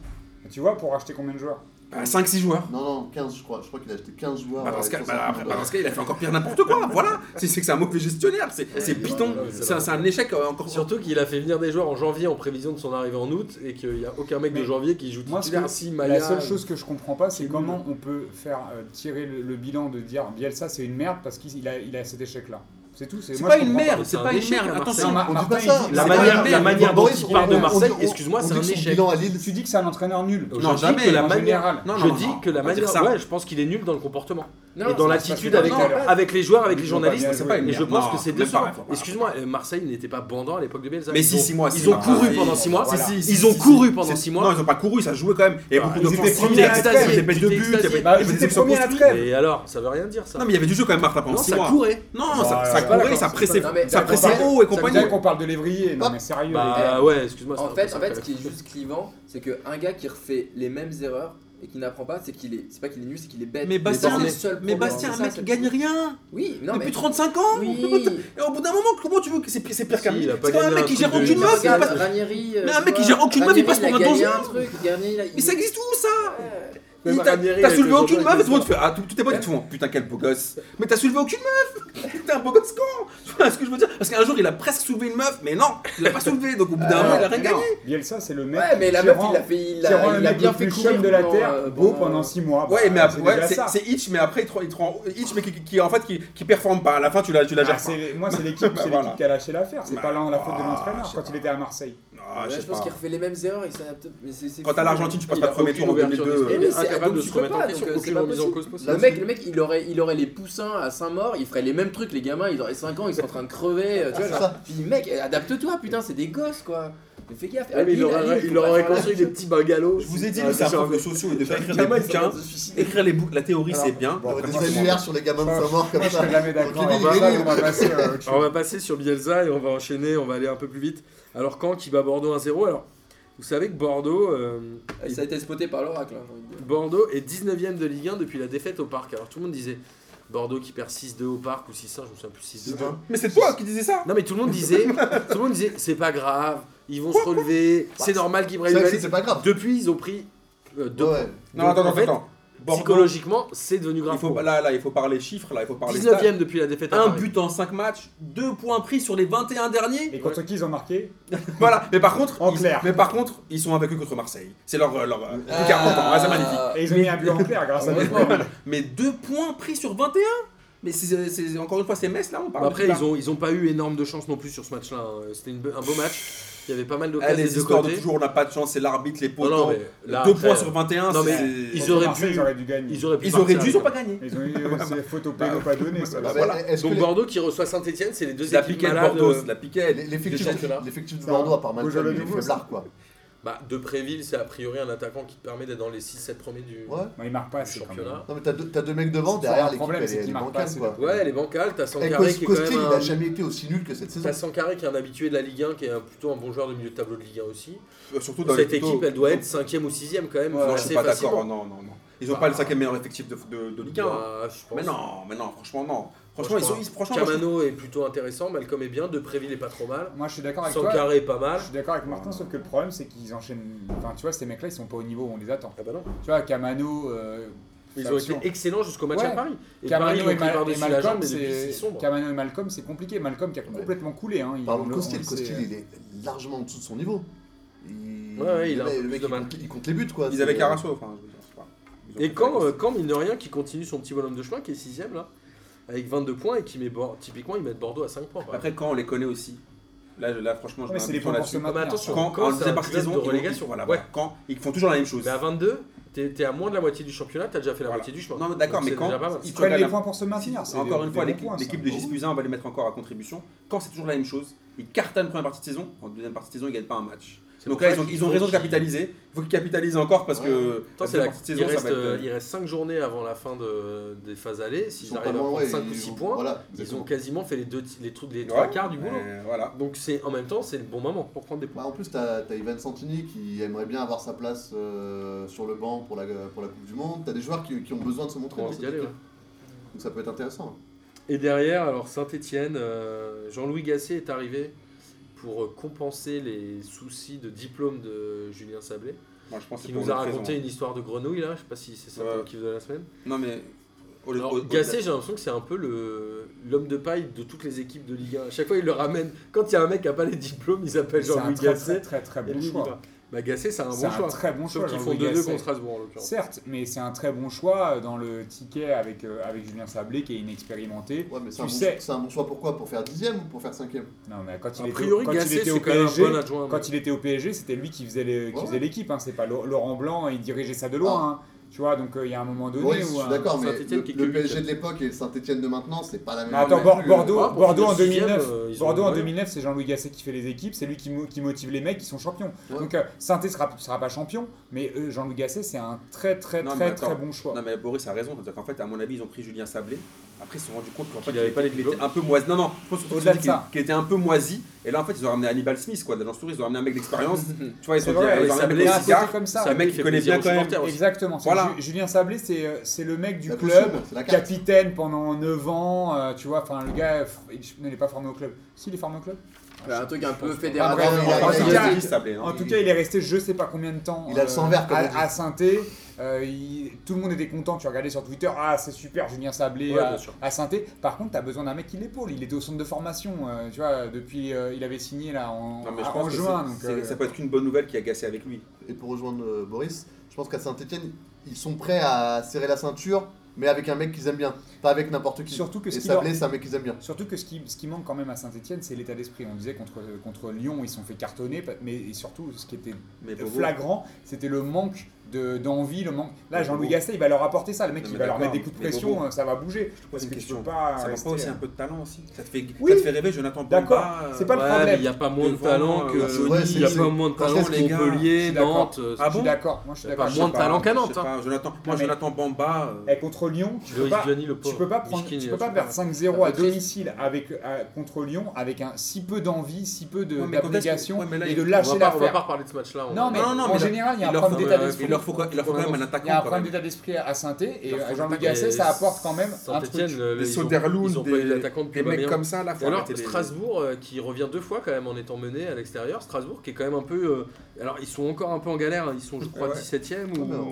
[SPEAKER 2] Tu vois pour acheter combien de joueurs
[SPEAKER 3] Bah, 5-6 joueurs.
[SPEAKER 5] Non, non, 15, je crois. Je crois qu'il a acheté 15
[SPEAKER 1] Ah,
[SPEAKER 5] joueurs.
[SPEAKER 3] Bah, parce
[SPEAKER 5] euh,
[SPEAKER 3] que-
[SPEAKER 5] 60
[SPEAKER 3] bah, après- bah,
[SPEAKER 5] millions
[SPEAKER 3] dans ce cas, il a fait encore pire n'importe quoi, voilà. C'est c'est que c'est un mauvais gestionnaire, c'est c'est
[SPEAKER 4] il y a-
[SPEAKER 3] piton.
[SPEAKER 4] ouais,
[SPEAKER 1] c'est
[SPEAKER 3] C'est un-
[SPEAKER 1] vrai.
[SPEAKER 3] c'est un échec euh, encore sur
[SPEAKER 1] Surtout qu'il a fait venir des joueurs en janvier en prévision de son arrivée en août et qu'il n'y a aucun mec de
[SPEAKER 2] Mais
[SPEAKER 1] janvier qui joue
[SPEAKER 2] moi, ce
[SPEAKER 1] titulaire
[SPEAKER 2] que-
[SPEAKER 1] si
[SPEAKER 2] La
[SPEAKER 4] Bah,
[SPEAKER 1] Maya.
[SPEAKER 2] seule chose que je comprends pas, c'est
[SPEAKER 1] c'est
[SPEAKER 2] comment on peut faire euh, tirer le, le bilan de dire Bielsa c'est une merde parce qu'il il a, il a cet échec-là. C'est tout.
[SPEAKER 3] C'est
[SPEAKER 2] moi,
[SPEAKER 3] pas
[SPEAKER 2] je
[SPEAKER 3] une
[SPEAKER 2] comprends
[SPEAKER 3] merde,
[SPEAKER 1] C'est
[SPEAKER 3] c'est
[SPEAKER 1] un
[SPEAKER 3] pas une
[SPEAKER 1] échec à
[SPEAKER 3] merde,
[SPEAKER 1] Marseille.
[SPEAKER 3] attention.
[SPEAKER 2] Non,
[SPEAKER 5] On
[SPEAKER 2] Mar-
[SPEAKER 5] dit pas
[SPEAKER 2] Martin,
[SPEAKER 5] ça.
[SPEAKER 2] il dit-
[SPEAKER 1] La
[SPEAKER 5] C'est
[SPEAKER 2] manière-
[SPEAKER 5] pas
[SPEAKER 1] manière,
[SPEAKER 5] vrai.
[SPEAKER 1] la manière dont
[SPEAKER 5] Boris,
[SPEAKER 1] il part de
[SPEAKER 5] on dit-
[SPEAKER 1] Marseille,
[SPEAKER 5] on-
[SPEAKER 1] excuse-moi,
[SPEAKER 5] on
[SPEAKER 1] c'est
[SPEAKER 5] dit
[SPEAKER 1] un
[SPEAKER 5] que son
[SPEAKER 1] échec.
[SPEAKER 5] bilan à Lille,
[SPEAKER 2] Tu dis que c'est un entraîneur nul.
[SPEAKER 1] Je
[SPEAKER 3] Non,
[SPEAKER 1] dis
[SPEAKER 3] jamais,
[SPEAKER 1] que la
[SPEAKER 2] en
[SPEAKER 1] manière-
[SPEAKER 2] général.
[SPEAKER 3] Non, non,
[SPEAKER 1] je
[SPEAKER 3] non,
[SPEAKER 1] dis
[SPEAKER 3] non,
[SPEAKER 1] que la
[SPEAKER 3] on va dire
[SPEAKER 1] manière.
[SPEAKER 3] ça.
[SPEAKER 1] Ouais, je pense qu'il est nul dans le comportement
[SPEAKER 4] Non,
[SPEAKER 1] et dans
[SPEAKER 4] ça-
[SPEAKER 1] l'attitude
[SPEAKER 2] ça se passe
[SPEAKER 1] avec,
[SPEAKER 2] pas bien.
[SPEAKER 1] avec les joueurs, avec les
[SPEAKER 2] Ils ont pas
[SPEAKER 1] journalistes.
[SPEAKER 2] bien
[SPEAKER 3] C'est pas une
[SPEAKER 1] Et je
[SPEAKER 3] merde,
[SPEAKER 1] pense
[SPEAKER 3] non,
[SPEAKER 1] que c'est
[SPEAKER 3] même
[SPEAKER 1] deux
[SPEAKER 3] pas,
[SPEAKER 1] secondes.
[SPEAKER 3] faut pas.
[SPEAKER 1] Excuse-moi, euh, Marseille n'était pas bandant à l'époque de Bielsa.
[SPEAKER 3] Mais
[SPEAKER 1] Ils
[SPEAKER 3] si,
[SPEAKER 1] ont-
[SPEAKER 3] six mois, six
[SPEAKER 1] Ils ont
[SPEAKER 3] mois.
[SPEAKER 1] couru
[SPEAKER 3] Ah,
[SPEAKER 1] pendant
[SPEAKER 3] oui.
[SPEAKER 1] six mois.
[SPEAKER 2] Voilà.
[SPEAKER 3] Si, si, si,
[SPEAKER 1] Ils ont
[SPEAKER 3] si,
[SPEAKER 1] couru
[SPEAKER 3] si.
[SPEAKER 1] pendant
[SPEAKER 3] C'est-
[SPEAKER 1] six
[SPEAKER 3] Non,
[SPEAKER 1] mois.
[SPEAKER 3] ils ont pas couru, ça jouait quand même. Il y avait beaucoup
[SPEAKER 2] ils étaient
[SPEAKER 3] d'offensives, il y
[SPEAKER 2] premiers à la
[SPEAKER 3] avait des- il y
[SPEAKER 2] trêve,
[SPEAKER 3] avait des
[SPEAKER 1] ils
[SPEAKER 3] buts,
[SPEAKER 1] étaient
[SPEAKER 3] il y avait-
[SPEAKER 1] extasiés.
[SPEAKER 3] il y avait
[SPEAKER 2] Ils
[SPEAKER 3] des
[SPEAKER 2] étaient
[SPEAKER 3] options
[SPEAKER 2] premiers à la
[SPEAKER 3] construites.
[SPEAKER 1] Et alors, ça veut rien dire ça.
[SPEAKER 3] Non, mais il y avait du jeu quand même, Marthe, pendant
[SPEAKER 1] Non,
[SPEAKER 3] 6
[SPEAKER 1] ça
[SPEAKER 3] mois.
[SPEAKER 1] courait.
[SPEAKER 3] Non,
[SPEAKER 2] Bah,
[SPEAKER 3] ça,
[SPEAKER 2] euh,
[SPEAKER 3] ça
[SPEAKER 2] voilà,
[SPEAKER 3] courait,
[SPEAKER 1] quand-
[SPEAKER 3] ça pressait,
[SPEAKER 4] Non, mais
[SPEAKER 3] ça
[SPEAKER 4] d'accord,
[SPEAKER 3] pressait
[SPEAKER 4] d'accord.
[SPEAKER 3] haut
[SPEAKER 1] Ça
[SPEAKER 3] et
[SPEAKER 1] veut
[SPEAKER 2] C'est
[SPEAKER 3] compagnie.
[SPEAKER 1] dire
[SPEAKER 2] vrai qu'on parle de lévrier. Non,
[SPEAKER 5] Hop.
[SPEAKER 2] mais sérieux.
[SPEAKER 1] Bah ouais, excuse-moi. c'est
[SPEAKER 4] En
[SPEAKER 1] un peu
[SPEAKER 4] fait,
[SPEAKER 1] ça,
[SPEAKER 4] en
[SPEAKER 1] quand
[SPEAKER 4] fait, ce
[SPEAKER 1] même.
[SPEAKER 4] qui est juste clivant, c'est qu'un gars qui refait les mêmes erreurs et qui n'apprend pas, c'est qu'il est. C'est pas qu'il est nul, c'est qu'il est bête.
[SPEAKER 3] Mais Bastien,
[SPEAKER 4] c'est le
[SPEAKER 3] mais-
[SPEAKER 4] seul
[SPEAKER 3] Mais
[SPEAKER 4] problème,
[SPEAKER 3] Bastien,
[SPEAKER 4] c'est
[SPEAKER 3] un
[SPEAKER 4] ça,
[SPEAKER 3] mec,
[SPEAKER 4] c'est
[SPEAKER 3] il
[SPEAKER 4] le
[SPEAKER 3] gagne
[SPEAKER 4] truc.
[SPEAKER 3] rien
[SPEAKER 4] Oui, non,
[SPEAKER 3] depuis
[SPEAKER 4] mais.
[SPEAKER 3] 35 ans
[SPEAKER 4] Oui.
[SPEAKER 3] Et au bout d'un moment, comment tu veux que c'est c'est pire qu'un
[SPEAKER 1] Si, il a pas
[SPEAKER 3] C'est quand même un
[SPEAKER 1] gagné
[SPEAKER 3] mec
[SPEAKER 1] un
[SPEAKER 3] qui
[SPEAKER 1] truc
[SPEAKER 3] gère
[SPEAKER 1] de-
[SPEAKER 3] aucune meuf, il
[SPEAKER 4] Regarde,
[SPEAKER 3] passe-
[SPEAKER 4] Ranieri. euh,
[SPEAKER 3] Mais un
[SPEAKER 4] tu
[SPEAKER 3] mec qui
[SPEAKER 4] vois,
[SPEAKER 3] gère aucune meuf, il
[SPEAKER 4] Ranieri,
[SPEAKER 3] passe pour
[SPEAKER 4] a
[SPEAKER 3] un danger.
[SPEAKER 4] gagné un truc. Dernier, il a-
[SPEAKER 3] Mais ça existe où ça
[SPEAKER 4] Ouais.
[SPEAKER 1] Mais
[SPEAKER 3] Il t'a-
[SPEAKER 1] Ranieri,
[SPEAKER 3] T'as
[SPEAKER 1] avec
[SPEAKER 3] soulevé
[SPEAKER 1] le
[SPEAKER 3] aucune
[SPEAKER 1] Jordan,
[SPEAKER 3] meuf et tout le
[SPEAKER 1] il
[SPEAKER 3] monde fait Ah, tous tous tes potes ils te font Putain, quel beau gosse Mais t'as soulevé aucune meuf T'es un beau gosse con Tu vois ce que je veux dire Parce qu'un jour il a presque soulevé une meuf, mais non Il l'a pas soulevé donc au bout d'un
[SPEAKER 4] Ah,
[SPEAKER 3] moment il a
[SPEAKER 5] mais
[SPEAKER 3] rien
[SPEAKER 5] non.
[SPEAKER 3] gagné
[SPEAKER 2] euh, Bielsa, c'est le mec.
[SPEAKER 4] Ouais, mais la
[SPEAKER 2] qui
[SPEAKER 4] meuf,
[SPEAKER 2] rend-
[SPEAKER 4] il a fait. Il
[SPEAKER 2] qui rend
[SPEAKER 4] a,
[SPEAKER 2] le
[SPEAKER 4] il a
[SPEAKER 2] mec
[SPEAKER 4] bien
[SPEAKER 2] le
[SPEAKER 4] fait
[SPEAKER 2] plus
[SPEAKER 4] courir
[SPEAKER 2] chum de la
[SPEAKER 4] pendant,
[SPEAKER 2] terre,
[SPEAKER 4] euh,
[SPEAKER 2] beau pendant 6 mois. Bah,
[SPEAKER 3] Ouais, mais
[SPEAKER 2] c'est
[SPEAKER 3] après, ouais,
[SPEAKER 2] déjà
[SPEAKER 3] Ah, c'est
[SPEAKER 2] ça.
[SPEAKER 3] c'est Hitch, mais après il te rend- il te rend Hitch, mais qui- qui qui, en fait qui qui performe pas. À la fin tu la tu la
[SPEAKER 2] Ah,
[SPEAKER 3] gères pas.
[SPEAKER 2] c'est- Moi, c'est l'équipe
[SPEAKER 3] Bah,
[SPEAKER 2] c'est
[SPEAKER 3] voilà.
[SPEAKER 2] l'équipe qui a lâché l'affaire. C'est
[SPEAKER 3] Bah,
[SPEAKER 2] pas la la faute de
[SPEAKER 3] ah,
[SPEAKER 2] l'entraîneur
[SPEAKER 3] je sais
[SPEAKER 2] quand
[SPEAKER 3] pas.
[SPEAKER 2] il était à Marseille.
[SPEAKER 3] Ah,
[SPEAKER 4] Ouais,
[SPEAKER 3] je
[SPEAKER 4] je
[SPEAKER 3] sais
[SPEAKER 4] pense
[SPEAKER 3] pas.
[SPEAKER 4] qu'il refait les mêmes erreurs, il s'adapte. Mais c'est- c'est
[SPEAKER 3] Quand t'as
[SPEAKER 4] fou. hein.
[SPEAKER 3] l'Argentine, tu passes
[SPEAKER 1] Il a
[SPEAKER 3] pas premier
[SPEAKER 1] aucune
[SPEAKER 3] tour en
[SPEAKER 1] ouverture
[SPEAKER 3] 2002.
[SPEAKER 1] d'esprit,
[SPEAKER 4] Mais
[SPEAKER 1] il
[SPEAKER 4] oui,
[SPEAKER 1] est
[SPEAKER 4] c'est-
[SPEAKER 1] incapable
[SPEAKER 4] donc
[SPEAKER 1] de
[SPEAKER 4] tu
[SPEAKER 1] se
[SPEAKER 4] peux
[SPEAKER 1] remettre en
[SPEAKER 4] pas,
[SPEAKER 1] question,
[SPEAKER 4] donc, euh, c'est
[SPEAKER 1] aucune
[SPEAKER 4] pas
[SPEAKER 1] remise en
[SPEAKER 4] possible.
[SPEAKER 1] cause possible.
[SPEAKER 4] Le mec, le mec, il aurait, il aurait les poussins à Saint-Maur, il ferait les mêmes trucs, les gamins, ils auraient 5 ans, ils sont en train de crever, euh,
[SPEAKER 5] Ah,
[SPEAKER 4] tu vois.
[SPEAKER 5] C'est
[SPEAKER 4] genre.
[SPEAKER 5] ça.
[SPEAKER 4] Puis mec, adapte-toi, putain, c'est des gosses, quoi. Mais fais gaffe.
[SPEAKER 1] Ouais, Ah, mais il
[SPEAKER 4] Lille, à
[SPEAKER 1] aurait,
[SPEAKER 4] Lille,
[SPEAKER 1] il
[SPEAKER 4] faut pas
[SPEAKER 1] aurait
[SPEAKER 4] faire la
[SPEAKER 1] construit
[SPEAKER 4] même
[SPEAKER 1] des petits bungalows.
[SPEAKER 3] Je vous ai dit,
[SPEAKER 1] Ah,
[SPEAKER 3] c'est un
[SPEAKER 1] sûr.
[SPEAKER 3] prof de sociaux et de faire écrire des
[SPEAKER 1] Gamin, il
[SPEAKER 3] bouquins.
[SPEAKER 4] chose. Se suicider.
[SPEAKER 3] Écrire les bouquins, la théorie c'est bien.
[SPEAKER 5] Bon,
[SPEAKER 3] Après,
[SPEAKER 5] des
[SPEAKER 3] moi, je m'en
[SPEAKER 5] annulaires sur les gamins de
[SPEAKER 2] Moi,
[SPEAKER 5] Saint-Maur comme
[SPEAKER 2] Moi, je
[SPEAKER 5] ça.
[SPEAKER 2] suis jamais
[SPEAKER 5] Donc,
[SPEAKER 2] d'accord.
[SPEAKER 5] il est
[SPEAKER 2] On va-
[SPEAKER 5] grillé.
[SPEAKER 2] on va passer, euh, au-
[SPEAKER 1] Alors on va passer sur Bielsa et on va enchaîner, on va aller un peu plus vite. Alors Caen qui bat Bordeaux 1-0. Alors vous savez que Bordeaux, euh,
[SPEAKER 4] Euh, Ça a été spoté par l'oracle, hein, j'ai envie de dire.
[SPEAKER 1] Bordeaux est 19ème de Ligue 1 depuis la défaite au Parc. Alors tout le monde disait Bordeaux qui perd 6-2 au Parc ou 6-1, je me souviens plus 6-2.
[SPEAKER 5] 6-2.
[SPEAKER 3] Mais c'est toi qui disais ça
[SPEAKER 1] Non mais tout le monde disait, tout le monde disait c'est pas grave, ils vont se relever, c'est normal qu'ils
[SPEAKER 5] C'est
[SPEAKER 1] prennent
[SPEAKER 5] vrai
[SPEAKER 1] une
[SPEAKER 5] que c'est
[SPEAKER 1] valise.
[SPEAKER 5] pas grave.
[SPEAKER 1] Depuis ils ont pris euh, deux
[SPEAKER 5] Ouais.
[SPEAKER 3] Non,
[SPEAKER 1] Donc,
[SPEAKER 3] attends,
[SPEAKER 1] en
[SPEAKER 3] attends,
[SPEAKER 1] fait,
[SPEAKER 3] attends. Bordeaux,
[SPEAKER 1] Psychologiquement, c'est devenu grave.
[SPEAKER 3] il faut,
[SPEAKER 1] pour eux.
[SPEAKER 3] là, là, il faut parler chiffres, là, il faut parler stats.
[SPEAKER 1] 19ème depuis la défaite. à
[SPEAKER 3] Un
[SPEAKER 1] Paris.
[SPEAKER 3] but en 5 matchs, 2 points pris sur les 21 derniers.
[SPEAKER 2] Et contre qui ils ont marqué
[SPEAKER 3] Voilà, mais par contre,
[SPEAKER 2] En
[SPEAKER 3] ils,
[SPEAKER 2] clair.
[SPEAKER 3] mais par contre, ils sont invaincus contre Marseille. C'est leur, euh, leur euh,
[SPEAKER 5] Ah.
[SPEAKER 3] 40 ans, ouais, c'est magnifique.
[SPEAKER 4] Euh,
[SPEAKER 2] Et ils ont mis un but en clair grâce
[SPEAKER 1] Ah
[SPEAKER 2] à
[SPEAKER 4] Heureusement.
[SPEAKER 3] Mais 2 points pris sur 21 Mais c'est, euh, c'est- encore une fois, c'est Metz là, on parle
[SPEAKER 1] Après,
[SPEAKER 3] de
[SPEAKER 1] ils ont, ils ont pas eu énorme de chance non plus sur ce match-là. hein. C'était une be- un beau match. Il y avait pas mal
[SPEAKER 3] Ah,
[SPEAKER 1] d'occasions des
[SPEAKER 3] les
[SPEAKER 1] deux
[SPEAKER 3] histoires de
[SPEAKER 1] côtés.
[SPEAKER 3] toujours, on n'a pas de chance, c'est l'arbitre, les
[SPEAKER 1] Non,
[SPEAKER 3] poteaux.
[SPEAKER 1] non,
[SPEAKER 3] 2
[SPEAKER 1] mais là, après,
[SPEAKER 3] points sur 21,
[SPEAKER 1] non, mais
[SPEAKER 3] c'est-
[SPEAKER 1] ils
[SPEAKER 2] Contre
[SPEAKER 1] auraient
[SPEAKER 2] Marseille,
[SPEAKER 1] pu-
[SPEAKER 2] ils auraient dû gagner.
[SPEAKER 1] ils auraient, bah, pu
[SPEAKER 3] ils auraient
[SPEAKER 1] partir
[SPEAKER 3] dû, ils ont
[SPEAKER 1] avec
[SPEAKER 3] pas
[SPEAKER 1] ça.
[SPEAKER 3] gagné.
[SPEAKER 2] Ils ont eu euh, ces photos pédo pas données. ça.
[SPEAKER 5] Bah,
[SPEAKER 3] voilà.
[SPEAKER 5] Est-ce que
[SPEAKER 1] Donc
[SPEAKER 5] les-
[SPEAKER 1] Bordeaux qui reçoit Saint-Etienne, c'est les deux
[SPEAKER 3] C'est la
[SPEAKER 1] équipes
[SPEAKER 3] piquette
[SPEAKER 1] malades.
[SPEAKER 3] Bordeaux,
[SPEAKER 1] euh,
[SPEAKER 3] c'est la piquette.
[SPEAKER 5] les- l'effectif
[SPEAKER 1] de championnat.
[SPEAKER 5] de- l'effectif de Bordeaux, à part
[SPEAKER 2] Bonjour,
[SPEAKER 5] Manchester,
[SPEAKER 2] le
[SPEAKER 5] il est
[SPEAKER 2] nouveau,
[SPEAKER 5] faiblard quoi.
[SPEAKER 1] Bah, de Préville, c'est a priori un attaquant qui te permet d'être dans les 6-7 premiers du,
[SPEAKER 5] Ouais.
[SPEAKER 2] Bon, Ils marquent pas,
[SPEAKER 1] du
[SPEAKER 2] c'est quand même.
[SPEAKER 1] bah, championnat.
[SPEAKER 5] Non mais t'as deux, t'as deux mecs devant,
[SPEAKER 2] C'est
[SPEAKER 5] derrière
[SPEAKER 2] un
[SPEAKER 5] l'équipe
[SPEAKER 2] problème,
[SPEAKER 5] elle,
[SPEAKER 2] c'est
[SPEAKER 5] est- elle
[SPEAKER 2] qu'il
[SPEAKER 5] est
[SPEAKER 2] marque
[SPEAKER 5] bancale,
[SPEAKER 2] pas, c'est
[SPEAKER 5] quoi.
[SPEAKER 2] tout.
[SPEAKER 1] Ouais, les bancales, t'as
[SPEAKER 5] Et
[SPEAKER 1] Sankaré
[SPEAKER 5] Cos-
[SPEAKER 1] qui est quand
[SPEAKER 5] Costil,
[SPEAKER 1] même
[SPEAKER 5] il a
[SPEAKER 1] un...
[SPEAKER 5] jamais été aussi nul que cette saison.
[SPEAKER 1] T'as Sankaré qui est un habitué de la Ligue 1, qui est un- plutôt un bon joueur de milieu de tableau de Ligue 1 aussi.
[SPEAKER 3] Surtout dans les
[SPEAKER 1] Cette
[SPEAKER 3] poteaux.
[SPEAKER 1] équipe, elle doit être 5ème ou 6ème quand même.
[SPEAKER 3] Non, je
[SPEAKER 1] assez
[SPEAKER 3] suis pas d'accord. hein,
[SPEAKER 1] facilement.
[SPEAKER 3] Non, non, non. Ils ont pas le cinquième meilleur effectif de, de, de Ligue 1.
[SPEAKER 1] Bah, je pense.
[SPEAKER 3] mais non, mais non, Bah. franchement, non. Franchement, ils sont. Ils, franchement, moi, je-
[SPEAKER 1] Camano est plutôt intéressant, Malcolm est bien, De Préville est pas trop mal.
[SPEAKER 2] Moi, je suis d'accord avec toi.
[SPEAKER 1] Sankaré est pas mal.
[SPEAKER 2] Je suis d'accord avec Martin, sauf que le problème, c'est qu'ils enchaînent. Enfin, tu vois, ces mecs-là, ils sont pas au niveau où on les attend.
[SPEAKER 1] Ah bah non.
[SPEAKER 2] Tu vois, Camano. euh,
[SPEAKER 1] Ils
[SPEAKER 2] fait
[SPEAKER 1] ont
[SPEAKER 2] action.
[SPEAKER 1] été excellents jusqu'au match
[SPEAKER 2] Ouais.
[SPEAKER 1] à Paris. Et Paris, ils
[SPEAKER 2] Camano
[SPEAKER 1] l'ont
[SPEAKER 2] et,
[SPEAKER 1] pris
[SPEAKER 2] Mal- et
[SPEAKER 1] par-dessus la jambe,
[SPEAKER 2] Malcolm,
[SPEAKER 1] mais depuis, c'est
[SPEAKER 2] c'est
[SPEAKER 1] sombre.
[SPEAKER 2] Camano et Malcolm, c'est compliqué. Malcolm qui a complètement coulé. Hein. Il-
[SPEAKER 5] Parlons
[SPEAKER 2] on
[SPEAKER 5] de
[SPEAKER 2] le- on
[SPEAKER 5] Costil,
[SPEAKER 2] le
[SPEAKER 5] Costil
[SPEAKER 2] sait.
[SPEAKER 5] il est largement en dessous de son niveau. Il...
[SPEAKER 1] Ouais, ouais, il a un
[SPEAKER 5] le
[SPEAKER 1] peu plus
[SPEAKER 5] mec,
[SPEAKER 1] de
[SPEAKER 5] il,
[SPEAKER 1] mal.
[SPEAKER 5] compte, il compte les buts quoi.
[SPEAKER 3] ils
[SPEAKER 5] C'est-
[SPEAKER 3] avaient Carasso, enfin, je veux dire, je sais pas. Ils ont
[SPEAKER 1] Et
[SPEAKER 3] fait
[SPEAKER 1] quand,
[SPEAKER 3] ça.
[SPEAKER 1] euh, quand, mine de rien, qui continue son petit bonhomme de chemin, qui est 6 là, avec 22 points et qui met Bor- typiquement, ils mettent Bordeaux à 5 points. par exemple.
[SPEAKER 3] Après, quand on les connaît aussi. Là, je- là franchement, je
[SPEAKER 2] Ouais,
[SPEAKER 3] mets un
[SPEAKER 2] c'est les
[SPEAKER 3] bouton
[SPEAKER 2] points pour
[SPEAKER 3] là-dessus.
[SPEAKER 2] se maintenir.
[SPEAKER 1] Mais attention,
[SPEAKER 3] Quand,
[SPEAKER 1] Quand
[SPEAKER 3] quand, en
[SPEAKER 1] c'est
[SPEAKER 3] deuxième
[SPEAKER 1] un
[SPEAKER 3] partie de
[SPEAKER 1] club
[SPEAKER 3] saison,
[SPEAKER 1] de
[SPEAKER 3] ils vont-
[SPEAKER 1] relégation.
[SPEAKER 3] ils- voilà,
[SPEAKER 1] Ouais.
[SPEAKER 3] voilà. Quand ils font toujours la même chose.
[SPEAKER 1] Mais à 22, t'es t'es à moins de la moitié du championnat, t'as déjà fait la
[SPEAKER 3] Voilà.
[SPEAKER 1] moitié du chemin.
[SPEAKER 3] Non, mais d'accord,
[SPEAKER 1] Donc
[SPEAKER 3] mais
[SPEAKER 1] c'est
[SPEAKER 3] quand
[SPEAKER 1] déjà pas mal.
[SPEAKER 3] ils
[SPEAKER 2] Ils prennent
[SPEAKER 3] prennent
[SPEAKER 2] les
[SPEAKER 3] la-
[SPEAKER 2] points pour se maintenir. c'est
[SPEAKER 3] Encore
[SPEAKER 2] des-
[SPEAKER 3] une
[SPEAKER 2] des
[SPEAKER 3] fois,
[SPEAKER 2] bons
[SPEAKER 3] l'équipe
[SPEAKER 2] points, ça.
[SPEAKER 3] l'équipe de Gispuzin, on va les mettre encore à contribution. Quand c'est toujours la même chose, ils cartonnent première partie de saison, en deuxième partie de saison, ils gagnent pas un match.
[SPEAKER 1] C'est
[SPEAKER 3] Donc
[SPEAKER 1] pour
[SPEAKER 3] là,
[SPEAKER 1] ça
[SPEAKER 3] ils ont,
[SPEAKER 1] qu'il
[SPEAKER 3] ils ont
[SPEAKER 1] faut
[SPEAKER 3] raison de
[SPEAKER 1] qu'ils-
[SPEAKER 3] capitaliser. Il faut qu'ils capitalisent encore parce que
[SPEAKER 1] Attends, c'est
[SPEAKER 3] deuxième
[SPEAKER 1] la-
[SPEAKER 3] partie de saison,
[SPEAKER 1] il,
[SPEAKER 3] ça
[SPEAKER 1] reste,
[SPEAKER 3] va être.
[SPEAKER 1] euh, il reste 5 journées avant la fin de- des phases allées.
[SPEAKER 5] ils
[SPEAKER 1] S'ils
[SPEAKER 5] sont pas
[SPEAKER 1] arrivent à
[SPEAKER 5] loin,
[SPEAKER 1] prendre
[SPEAKER 5] ouais,
[SPEAKER 1] 5 ou
[SPEAKER 5] ils-
[SPEAKER 1] 6 points,
[SPEAKER 5] Voilà.
[SPEAKER 1] ils ont
[SPEAKER 5] exactement.
[SPEAKER 1] quasiment fait les, deux, les, trous- les
[SPEAKER 3] Ouais.
[SPEAKER 1] 3 quarts du boulot.
[SPEAKER 3] Euh, Voilà.
[SPEAKER 1] Donc c'est en même temps, c'est le bon moment pour prendre des points.
[SPEAKER 5] Bah, en plus, t'as as Ivan Santini qui aimerait bien avoir sa place euh, sur le banc pour la, pour la Coupe du Monde. T'as des joueurs qui, qui ont besoin de se montrer.
[SPEAKER 1] Pour
[SPEAKER 5] dans
[SPEAKER 1] envie d'y
[SPEAKER 5] cette
[SPEAKER 1] aller,
[SPEAKER 5] équipe. Donc ça peut être intéressant.
[SPEAKER 1] Et derrière, alors Saint-Etienne, Jean-Louis Gasset est euh, arrivé pour euh, compenser les soucis de diplôme de Julien Sablé.
[SPEAKER 3] Moi, je pense que
[SPEAKER 1] qui
[SPEAKER 3] c'est pour
[SPEAKER 1] nous a
[SPEAKER 3] une autre
[SPEAKER 1] raconté
[SPEAKER 3] raison.
[SPEAKER 1] une histoire de grenouille là, je sais pas si c'est ça
[SPEAKER 3] Ouais.
[SPEAKER 1] ton kiff de la semaine.
[SPEAKER 3] Non, mais. Au lieu- au-
[SPEAKER 1] Alors,
[SPEAKER 3] au-
[SPEAKER 1] Gasset, j'ai l'impression que c'est un peu le l'homme de paille de toutes les équipes de Ligue 1. À chaque fois, il le ramène. Quand il y a un mec qui a pas les diplômes, ils appellent
[SPEAKER 2] C'est un
[SPEAKER 1] Jean-Louis
[SPEAKER 2] très, très,
[SPEAKER 1] Gasset.
[SPEAKER 2] très, très
[SPEAKER 1] et
[SPEAKER 2] bon
[SPEAKER 1] lui, il
[SPEAKER 2] choix.
[SPEAKER 1] va. Bah, Gasset, c'est un
[SPEAKER 2] C'est
[SPEAKER 1] bon
[SPEAKER 2] un
[SPEAKER 1] choix.
[SPEAKER 2] très bon
[SPEAKER 1] Sauf
[SPEAKER 2] choix.
[SPEAKER 1] qu'ils font
[SPEAKER 2] Jean-Louis
[SPEAKER 1] 2-2
[SPEAKER 2] Gasset.
[SPEAKER 1] contre Strasbourg en l'occurrence.
[SPEAKER 2] Certes, mais c'est un très bon choix euh, dans le ticket avec, euh, avec Julien Sablé qui est inexpérimenté.
[SPEAKER 5] Ouais, mais c'est
[SPEAKER 2] Tu
[SPEAKER 5] un, bon
[SPEAKER 2] sais-
[SPEAKER 5] choix- c'est un bon choix pourquoi Pour faire dixième ou pour faire cinquième
[SPEAKER 2] Non, mais quand il
[SPEAKER 1] A
[SPEAKER 2] était,
[SPEAKER 1] priori,
[SPEAKER 2] quand il
[SPEAKER 1] Gasset,
[SPEAKER 2] était au
[SPEAKER 1] c'est quand même un
[SPEAKER 2] PSG,
[SPEAKER 1] bon adjoint. mais-
[SPEAKER 2] quand il était au PSG, c'était lui qui faisait les- qui
[SPEAKER 5] Ouais.
[SPEAKER 2] faisait l'équipe. hein. C'est pas Lo- Laurent Blanc, il dirigeait ça de loin.
[SPEAKER 1] Ah.
[SPEAKER 2] hein. Tu vois, donc euh, il y a un moment donné
[SPEAKER 5] Oui, je
[SPEAKER 2] où.
[SPEAKER 5] suis
[SPEAKER 2] un-
[SPEAKER 5] d'accord, mais
[SPEAKER 1] Saint-Étienne
[SPEAKER 5] le,
[SPEAKER 1] qui est
[SPEAKER 5] le
[SPEAKER 1] que
[SPEAKER 5] PSG
[SPEAKER 1] huitième.
[SPEAKER 5] de l'époque et Saint-Etienne de maintenant, c'est pas la même
[SPEAKER 2] Mais Ah, attends,
[SPEAKER 5] non
[SPEAKER 2] Bor-
[SPEAKER 5] plus,
[SPEAKER 2] Bordeaux,
[SPEAKER 5] euh,
[SPEAKER 1] Ouais, ah, pour
[SPEAKER 2] Bordeaux en
[SPEAKER 1] finir sixième,
[SPEAKER 2] 2009,
[SPEAKER 1] euh, ils ont
[SPEAKER 2] Bordeaux en
[SPEAKER 1] moyen.
[SPEAKER 2] 2009, c'est Jean-Louis Gasset qui fait les équipes, c'est lui qui, mo- qui motive les mecs qui sont champions.
[SPEAKER 5] Ouais.
[SPEAKER 2] Donc euh, Saint-Étienne sera, sera pas champion, mais euh, Jean-Louis Gasset c'est un très très
[SPEAKER 3] Non,
[SPEAKER 2] très
[SPEAKER 3] mais attends.
[SPEAKER 2] très bon choix.
[SPEAKER 3] Non, mais Boris a raison. C'est-à-dire qu'en fait, à mon avis, ils ont pris Julien Sablé. Après, ils se sont rendus compte qu'en fait,
[SPEAKER 1] Qu'il avait pas les
[SPEAKER 3] il était
[SPEAKER 1] diplômes.
[SPEAKER 3] un peu moisi. Non, non, je pense surtout
[SPEAKER 2] Au-delà de
[SPEAKER 3] qu'ils ont dit
[SPEAKER 2] ça.
[SPEAKER 3] qu'il- qu'il était un peu moisi. Et là, en fait, ils ont ramené Hannibal Smith, quoi, d'agence touriste. Ils ont ramené un mec d'expérience. tu vois, ils
[SPEAKER 2] C'est
[SPEAKER 3] sont
[SPEAKER 2] vrai,
[SPEAKER 3] ils ont
[SPEAKER 1] et
[SPEAKER 3] ramené
[SPEAKER 1] Sablé,
[SPEAKER 3] des
[SPEAKER 1] c'est
[SPEAKER 3] cigares.
[SPEAKER 2] comme ça.
[SPEAKER 3] C'est un mec qui
[SPEAKER 1] fait
[SPEAKER 3] connaît
[SPEAKER 1] plaisir
[SPEAKER 3] bien
[SPEAKER 1] aux
[SPEAKER 3] quand même.
[SPEAKER 1] supporters aussi.
[SPEAKER 2] Exactement. c'est
[SPEAKER 3] Voilà.
[SPEAKER 2] Ju- Julien Sablé, c'est euh, c'est le mec du
[SPEAKER 5] la
[SPEAKER 2] club,
[SPEAKER 5] consomme, c'est la carte.
[SPEAKER 2] capitaine pendant 9 ans, euh, tu vois, enfin le gars, euh, il n'est pas formé au club. S'il est formé au club
[SPEAKER 4] un truc un peu
[SPEAKER 2] Ah, bref,
[SPEAKER 4] fédérateur.
[SPEAKER 2] en tout cas,
[SPEAKER 3] Sablé, Sablé, hein.
[SPEAKER 2] En
[SPEAKER 5] Il-
[SPEAKER 2] tout cas, il est resté je sais pas combien de temps euh,
[SPEAKER 5] Il a le sang vert, comme on dit.
[SPEAKER 2] à, à Saint-Étienne. Euh, il- tout le monde était content, tu regardais sur Twitter, ah c'est super, Julien Sablé
[SPEAKER 1] Ouais,
[SPEAKER 2] à,
[SPEAKER 1] bien sûr.
[SPEAKER 2] à Saint-Étienne. Par contre, t'as besoin d'un mec qui l'épaule, il était au centre de formation, euh, tu vois, depuis, euh, il avait signé là en,
[SPEAKER 3] Non, mais je
[SPEAKER 2] en
[SPEAKER 3] pense que
[SPEAKER 2] juin.
[SPEAKER 3] c'est-
[SPEAKER 2] donc, euh,
[SPEAKER 3] c'est- ça peut être qu'une bonne nouvelle qui a gassé avec lui.
[SPEAKER 5] Et pour rejoindre euh, Boris, je pense qu'à Saint-Etienne, ils sont prêts à serrer la ceinture, mais avec un mec qu'ils aiment bien, pas avec n'importe qui.
[SPEAKER 2] Surtout que
[SPEAKER 5] et
[SPEAKER 2] ce qu'il leur-
[SPEAKER 5] Sablé, c'est un mec qu'ils aiment bien.
[SPEAKER 2] Surtout que ce qui, ce qui manque quand même à Saint-Etienne, c'est l'état d'esprit. On disait contre, contre Lyon, ils se sont fait cartonner, pa- mais et surtout ce qui était
[SPEAKER 3] Mais Bobo-
[SPEAKER 2] flagrant, c'était le manque de- d'envie, le manque. Là,
[SPEAKER 3] Mais
[SPEAKER 2] Jean-Louis
[SPEAKER 3] Bobo.
[SPEAKER 2] Gasset, il va leur apporter ça. Le mec,
[SPEAKER 3] Non,
[SPEAKER 2] il
[SPEAKER 3] mais
[SPEAKER 2] va leur
[SPEAKER 3] d'accord,
[SPEAKER 2] mettre des coups de
[SPEAKER 3] mais
[SPEAKER 2] pression,
[SPEAKER 3] Bobo,
[SPEAKER 2] euh, ça va bouger.
[SPEAKER 3] je te pose une
[SPEAKER 2] Parce que tu
[SPEAKER 3] question.
[SPEAKER 2] peux pas
[SPEAKER 3] Ça manque
[SPEAKER 2] rester,
[SPEAKER 3] pas aussi hein.
[SPEAKER 2] euh,
[SPEAKER 3] un peu de talent aussi Ça te fait,
[SPEAKER 2] Oui.
[SPEAKER 3] ça te fait rêver Jonathan Bamba
[SPEAKER 2] D'accord,
[SPEAKER 3] euh,
[SPEAKER 2] c'est pas le
[SPEAKER 1] Ouais,
[SPEAKER 2] problème.
[SPEAKER 1] mais il n'y a pas moins de
[SPEAKER 3] Devant,
[SPEAKER 1] talent que
[SPEAKER 3] euh,
[SPEAKER 5] ouais,
[SPEAKER 1] Johnny,
[SPEAKER 5] ouais,
[SPEAKER 1] il n'y a
[SPEAKER 5] c'est-
[SPEAKER 1] pas moins de
[SPEAKER 5] Quand
[SPEAKER 1] talent
[SPEAKER 5] est-ce
[SPEAKER 1] que
[SPEAKER 5] les gars,
[SPEAKER 2] je
[SPEAKER 1] Montpellier,
[SPEAKER 2] suis d'accord.
[SPEAKER 1] Nantes. euh,
[SPEAKER 3] Ah
[SPEAKER 2] Je suis
[SPEAKER 3] bon
[SPEAKER 2] d'accord. Moi, je
[SPEAKER 1] Il
[SPEAKER 2] suis
[SPEAKER 1] y a pas
[SPEAKER 2] d'accord. je
[SPEAKER 1] moins
[SPEAKER 2] sais
[SPEAKER 1] de talent qu'à
[SPEAKER 3] Je sais
[SPEAKER 1] Nantes. hein.
[SPEAKER 3] pas, Jonathan, moi,
[SPEAKER 2] Non, mais-
[SPEAKER 3] Jonathan Bamba. euh,
[SPEAKER 2] Eh, contre Lyon, tu peux
[SPEAKER 1] Loïs
[SPEAKER 2] pas,
[SPEAKER 1] Johnny, le
[SPEAKER 2] tu
[SPEAKER 1] pauvre.
[SPEAKER 2] peux pas prendre,
[SPEAKER 1] Mishkin,
[SPEAKER 2] tu
[SPEAKER 1] il
[SPEAKER 2] peux
[SPEAKER 1] a-
[SPEAKER 2] pas perdre
[SPEAKER 4] Ça
[SPEAKER 2] 5-0
[SPEAKER 4] peut
[SPEAKER 2] à
[SPEAKER 4] être
[SPEAKER 2] domicile avec à- contre Lyon avec un si peu d'envie, si peu de
[SPEAKER 3] Ouais, mais quand est-ce que-
[SPEAKER 2] d'abnégation
[SPEAKER 3] ouais, mais là,
[SPEAKER 2] et
[SPEAKER 3] il-
[SPEAKER 2] de
[SPEAKER 1] On va
[SPEAKER 2] lâcher
[SPEAKER 1] pas- on va pas
[SPEAKER 2] l'affaire.
[SPEAKER 1] reparler de ce match-là. on-
[SPEAKER 2] Non mais,
[SPEAKER 3] Non, non,
[SPEAKER 2] en
[SPEAKER 3] mais là-
[SPEAKER 2] général, il y a
[SPEAKER 3] il
[SPEAKER 2] un
[SPEAKER 3] leur
[SPEAKER 2] problème
[SPEAKER 3] faut-
[SPEAKER 2] d'état
[SPEAKER 1] euh,
[SPEAKER 2] d'esprit.
[SPEAKER 3] Il leur faut quoi- il leur faut quand même un attaquant.
[SPEAKER 2] Il y a un
[SPEAKER 3] quand
[SPEAKER 2] problème
[SPEAKER 3] même.
[SPEAKER 2] d'état d'esprit à Saint-Étienne
[SPEAKER 1] Leur faut
[SPEAKER 2] et Jean-Louis
[SPEAKER 1] attaquer
[SPEAKER 2] Gasset, ça apporte quand même un truc.
[SPEAKER 1] Saint-Etienne, euh,
[SPEAKER 3] Des
[SPEAKER 1] ils ont-
[SPEAKER 3] Soderlund,
[SPEAKER 1] ils ont pas
[SPEAKER 3] des-
[SPEAKER 1] eu d'attaquant depuis
[SPEAKER 3] Des mecs
[SPEAKER 1] Aubameyang.
[SPEAKER 3] comme ça, là, faut
[SPEAKER 1] Et alors,
[SPEAKER 3] arrêter les-
[SPEAKER 1] Strasbourg euh, qui revient deux fois quand même en étant mené à l'extérieur. Strasbourg qui est quand même un peu. euh, alors, ils sont encore un peu en galère. hein. Ils sont, je crois,
[SPEAKER 3] Ouais.
[SPEAKER 1] 17ème
[SPEAKER 5] Ouais, mais
[SPEAKER 1] ou.
[SPEAKER 5] on-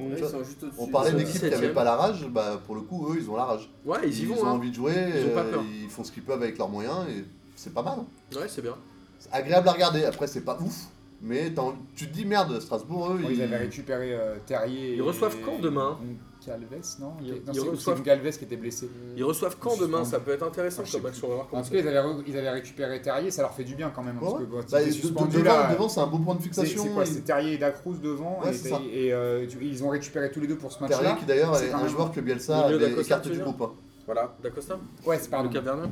[SPEAKER 5] On
[SPEAKER 1] ils
[SPEAKER 5] parlait
[SPEAKER 1] sont
[SPEAKER 5] d'équipes qui
[SPEAKER 1] septième.
[SPEAKER 5] n'avaient pas la rage, bah pour le coup, eux, ils ont la rage.
[SPEAKER 1] Ouais, ils y
[SPEAKER 5] ont
[SPEAKER 1] vont. hein.
[SPEAKER 5] envie de jouer,
[SPEAKER 1] Ils ont pas
[SPEAKER 5] euh,
[SPEAKER 1] peur.
[SPEAKER 5] ils font ce qu'ils peuvent avec leurs moyens, et c'est pas mal. hein.
[SPEAKER 1] Ouais, c'est bien.
[SPEAKER 5] C'est agréable à regarder, après, c'est pas ouf, mais t'as envie- tu te dis merde, Strasbourg, eux,
[SPEAKER 2] Bon,
[SPEAKER 5] ils.
[SPEAKER 2] Ils avaient récupéré euh, Terrier.
[SPEAKER 1] Ils reçoivent quand demain
[SPEAKER 2] Calves, non
[SPEAKER 1] Ils-
[SPEAKER 2] Non,
[SPEAKER 1] ils
[SPEAKER 2] c'est- ou c'est
[SPEAKER 1] reçoivent- Mmh.
[SPEAKER 2] Goncalves qui était blessé.
[SPEAKER 1] Ils reçoivent quand demain Ça peut être intéressant
[SPEAKER 2] Ah, je sais
[SPEAKER 1] comme match. On va voir comment
[SPEAKER 2] En tout
[SPEAKER 1] ça
[SPEAKER 2] cas, ils avaient, re- ils avaient récupéré Terrier, ça leur fait du bien quand même. hein,
[SPEAKER 5] Ouais,
[SPEAKER 2] Parce que
[SPEAKER 5] ouais.
[SPEAKER 2] quand
[SPEAKER 5] Bah,
[SPEAKER 2] il
[SPEAKER 5] de-
[SPEAKER 2] était
[SPEAKER 5] de-
[SPEAKER 2] suspendu
[SPEAKER 5] devant,
[SPEAKER 2] là,
[SPEAKER 5] devant, c'est un bon point de
[SPEAKER 2] c'est
[SPEAKER 5] fixation.
[SPEAKER 2] c'est quoi
[SPEAKER 5] et-
[SPEAKER 2] C'est Terrier et Dacruz devant
[SPEAKER 5] Ouais,
[SPEAKER 2] et,
[SPEAKER 5] c'est ça.
[SPEAKER 2] et, euh, tu- ils ont récupéré tous les deux pour ce
[SPEAKER 5] Terrier,
[SPEAKER 2] match-là.
[SPEAKER 5] qui d'ailleurs
[SPEAKER 2] c'est
[SPEAKER 5] est
[SPEAKER 2] quand
[SPEAKER 5] un
[SPEAKER 2] même-
[SPEAKER 5] joueur que Bielsa
[SPEAKER 1] Milieu
[SPEAKER 5] avait
[SPEAKER 1] d'Acosta,
[SPEAKER 5] écarté
[SPEAKER 1] tu
[SPEAKER 5] du
[SPEAKER 1] veux
[SPEAKER 5] groupe. hein.
[SPEAKER 3] Voilà,
[SPEAKER 1] D'Acosta
[SPEAKER 2] Ouais, c'est
[SPEAKER 1] Le
[SPEAKER 2] pardon.
[SPEAKER 1] Caverna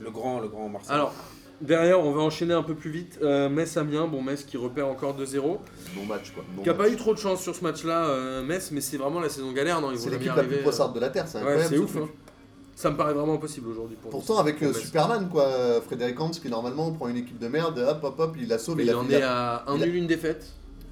[SPEAKER 3] le grand, le grand Marseille.
[SPEAKER 1] Alors, derrière, on va enchaîner un peu plus vite. Euh, Metz Amiens, bon Metz qui repère encore 2-0.
[SPEAKER 5] Bon match, quoi. Bon
[SPEAKER 1] Qui a
[SPEAKER 5] match.
[SPEAKER 1] pas eu trop de chance sur ce match-là, euh, Metz, mais c'est vraiment la saison galère, non Ils
[SPEAKER 5] C'est
[SPEAKER 1] vont jamais
[SPEAKER 5] l'équipe la plus
[SPEAKER 1] arriver.
[SPEAKER 5] poissarde de la Terre, c'est
[SPEAKER 1] euh, Ouais,
[SPEAKER 5] incroyable.
[SPEAKER 1] c'est
[SPEAKER 5] ce
[SPEAKER 1] ouf.
[SPEAKER 5] truc.
[SPEAKER 1] hein. bah, Ça me paraît vraiment impossible aujourd'hui pour
[SPEAKER 5] Pourtant, avec
[SPEAKER 1] pour
[SPEAKER 5] euh,
[SPEAKER 1] Metz.
[SPEAKER 5] Superman, quoi, euh, Frédéric Hans, qui normalement prend une équipe de merde, hop, hop, hop, il la sauve.
[SPEAKER 1] Mais
[SPEAKER 5] il
[SPEAKER 1] il
[SPEAKER 5] la-
[SPEAKER 1] en
[SPEAKER 5] il
[SPEAKER 1] est
[SPEAKER 5] la-
[SPEAKER 1] à un
[SPEAKER 5] il a-
[SPEAKER 1] nul, une défaite.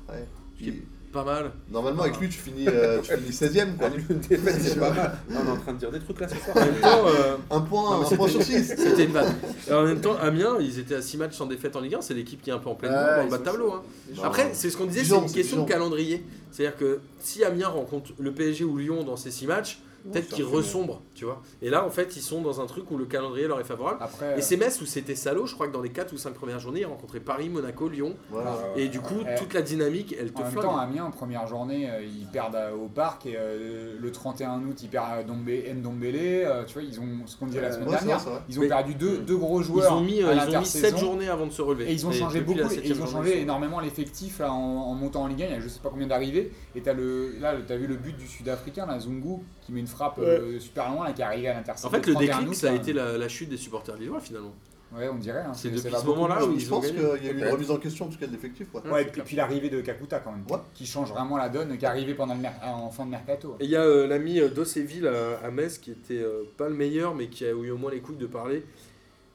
[SPEAKER 5] Ouais.
[SPEAKER 1] qui
[SPEAKER 5] il-
[SPEAKER 1] Pas mal.
[SPEAKER 5] Normalement,
[SPEAKER 1] Ah.
[SPEAKER 5] avec lui, tu finis, euh, tu finis 16ème, quoi.
[SPEAKER 3] Un nul, une défaite, c'est pas mal. Non, on est en train de dire des trucs là ce soir.
[SPEAKER 1] En même temps, euh,
[SPEAKER 5] Un point,
[SPEAKER 1] Non, mais
[SPEAKER 5] un point sur 6.
[SPEAKER 1] c'était une vanne. Et en même temps, Amiens, ils étaient à 6 matchs sans défaite en Ligue 1. C'est l'équipe qui est un peu en pleine bourre dans le bas de tableau. hein. Après, c'est ce qu'on disait, c'est
[SPEAKER 5] Dijon,
[SPEAKER 1] une
[SPEAKER 5] c'est
[SPEAKER 1] question de
[SPEAKER 5] Dijon.
[SPEAKER 1] calendrier. C'est-à-dire que si Amiens rencontre le PSG ou Lyon dans ces 6 matchs, peut-être
[SPEAKER 3] c'est
[SPEAKER 1] qu'ils
[SPEAKER 3] un peu
[SPEAKER 1] ressombrent, tu vois. Et là, en fait, ils sont dans un truc où le calendrier leur est favorable.
[SPEAKER 2] Après,
[SPEAKER 1] Et c'est Metz où c'était salaud, je crois que dans les 4 ou 5 premières journées, ils rencontraient Paris, Monaco, Lyon.
[SPEAKER 2] euh,
[SPEAKER 5] Voilà.
[SPEAKER 1] Et du coup,
[SPEAKER 2] Ouais.
[SPEAKER 1] toute la dynamique, elle te
[SPEAKER 2] en même
[SPEAKER 1] flingue.
[SPEAKER 2] temps, Amiens, en première journée, euh, ils perdent euh, au parc et euh, le 31 août, ils perdent Ndombele. Ndombélé. euh, tu vois, ils ont ce qu'on disait la
[SPEAKER 4] Ouais,
[SPEAKER 2] semaine
[SPEAKER 5] Ouais, c'est vrai,
[SPEAKER 2] dernière.
[SPEAKER 5] c'est vrai.
[SPEAKER 2] Ils ont
[SPEAKER 1] Mais- euh,
[SPEAKER 2] perdu deux, deux gros
[SPEAKER 1] Ils
[SPEAKER 2] joueurs
[SPEAKER 1] ont mis,
[SPEAKER 2] à
[SPEAKER 1] euh, ils ont mis 7
[SPEAKER 2] l'intersaison.
[SPEAKER 1] journées avant de se relever.
[SPEAKER 2] Et ils ont changé
[SPEAKER 1] depuis
[SPEAKER 2] beaucoup,
[SPEAKER 1] la
[SPEAKER 2] et
[SPEAKER 1] septième
[SPEAKER 2] ils ont
[SPEAKER 1] journée,
[SPEAKER 2] changé
[SPEAKER 1] sont-
[SPEAKER 2] énormément l'effectif là en, en montant en Ligue 1, il y a je sais pas combien d'arrivées. Et t'as le, là, le- t'as vu le but du Sud-Africain, la Zungu, qui met une frappe euh, super loin, là, qui est arrivé à l'interception.
[SPEAKER 1] En fait, le déclic, ça a été
[SPEAKER 2] là.
[SPEAKER 1] la, la chute des supporters lillois finalement.
[SPEAKER 2] Ouais, on dirait. hein,
[SPEAKER 1] C'est
[SPEAKER 2] ça
[SPEAKER 1] depuis
[SPEAKER 2] va
[SPEAKER 1] ce
[SPEAKER 2] beaucoup
[SPEAKER 1] moment-là
[SPEAKER 2] plus.
[SPEAKER 1] où
[SPEAKER 5] Euh, Je
[SPEAKER 1] ils ont
[SPEAKER 5] pense qu'il
[SPEAKER 1] gagné.
[SPEAKER 5] y a eu une
[SPEAKER 3] Peut-être.
[SPEAKER 5] remise en question, en tout cas, de l'effectif. quoi.
[SPEAKER 1] Ouais,
[SPEAKER 2] Ouais,
[SPEAKER 1] c'est
[SPEAKER 2] et
[SPEAKER 1] clair.
[SPEAKER 2] puis l'arrivée de Kakuta quand même,
[SPEAKER 5] Ouais.
[SPEAKER 2] qui change vraiment la donne, qui est arrivé pendant le mer- en fin de mercato.
[SPEAKER 1] Et il y a euh, l'ami euh, Dosseville à, à Metz qui était euh, pas le meilleur, mais qui a eu au moins les couilles de parler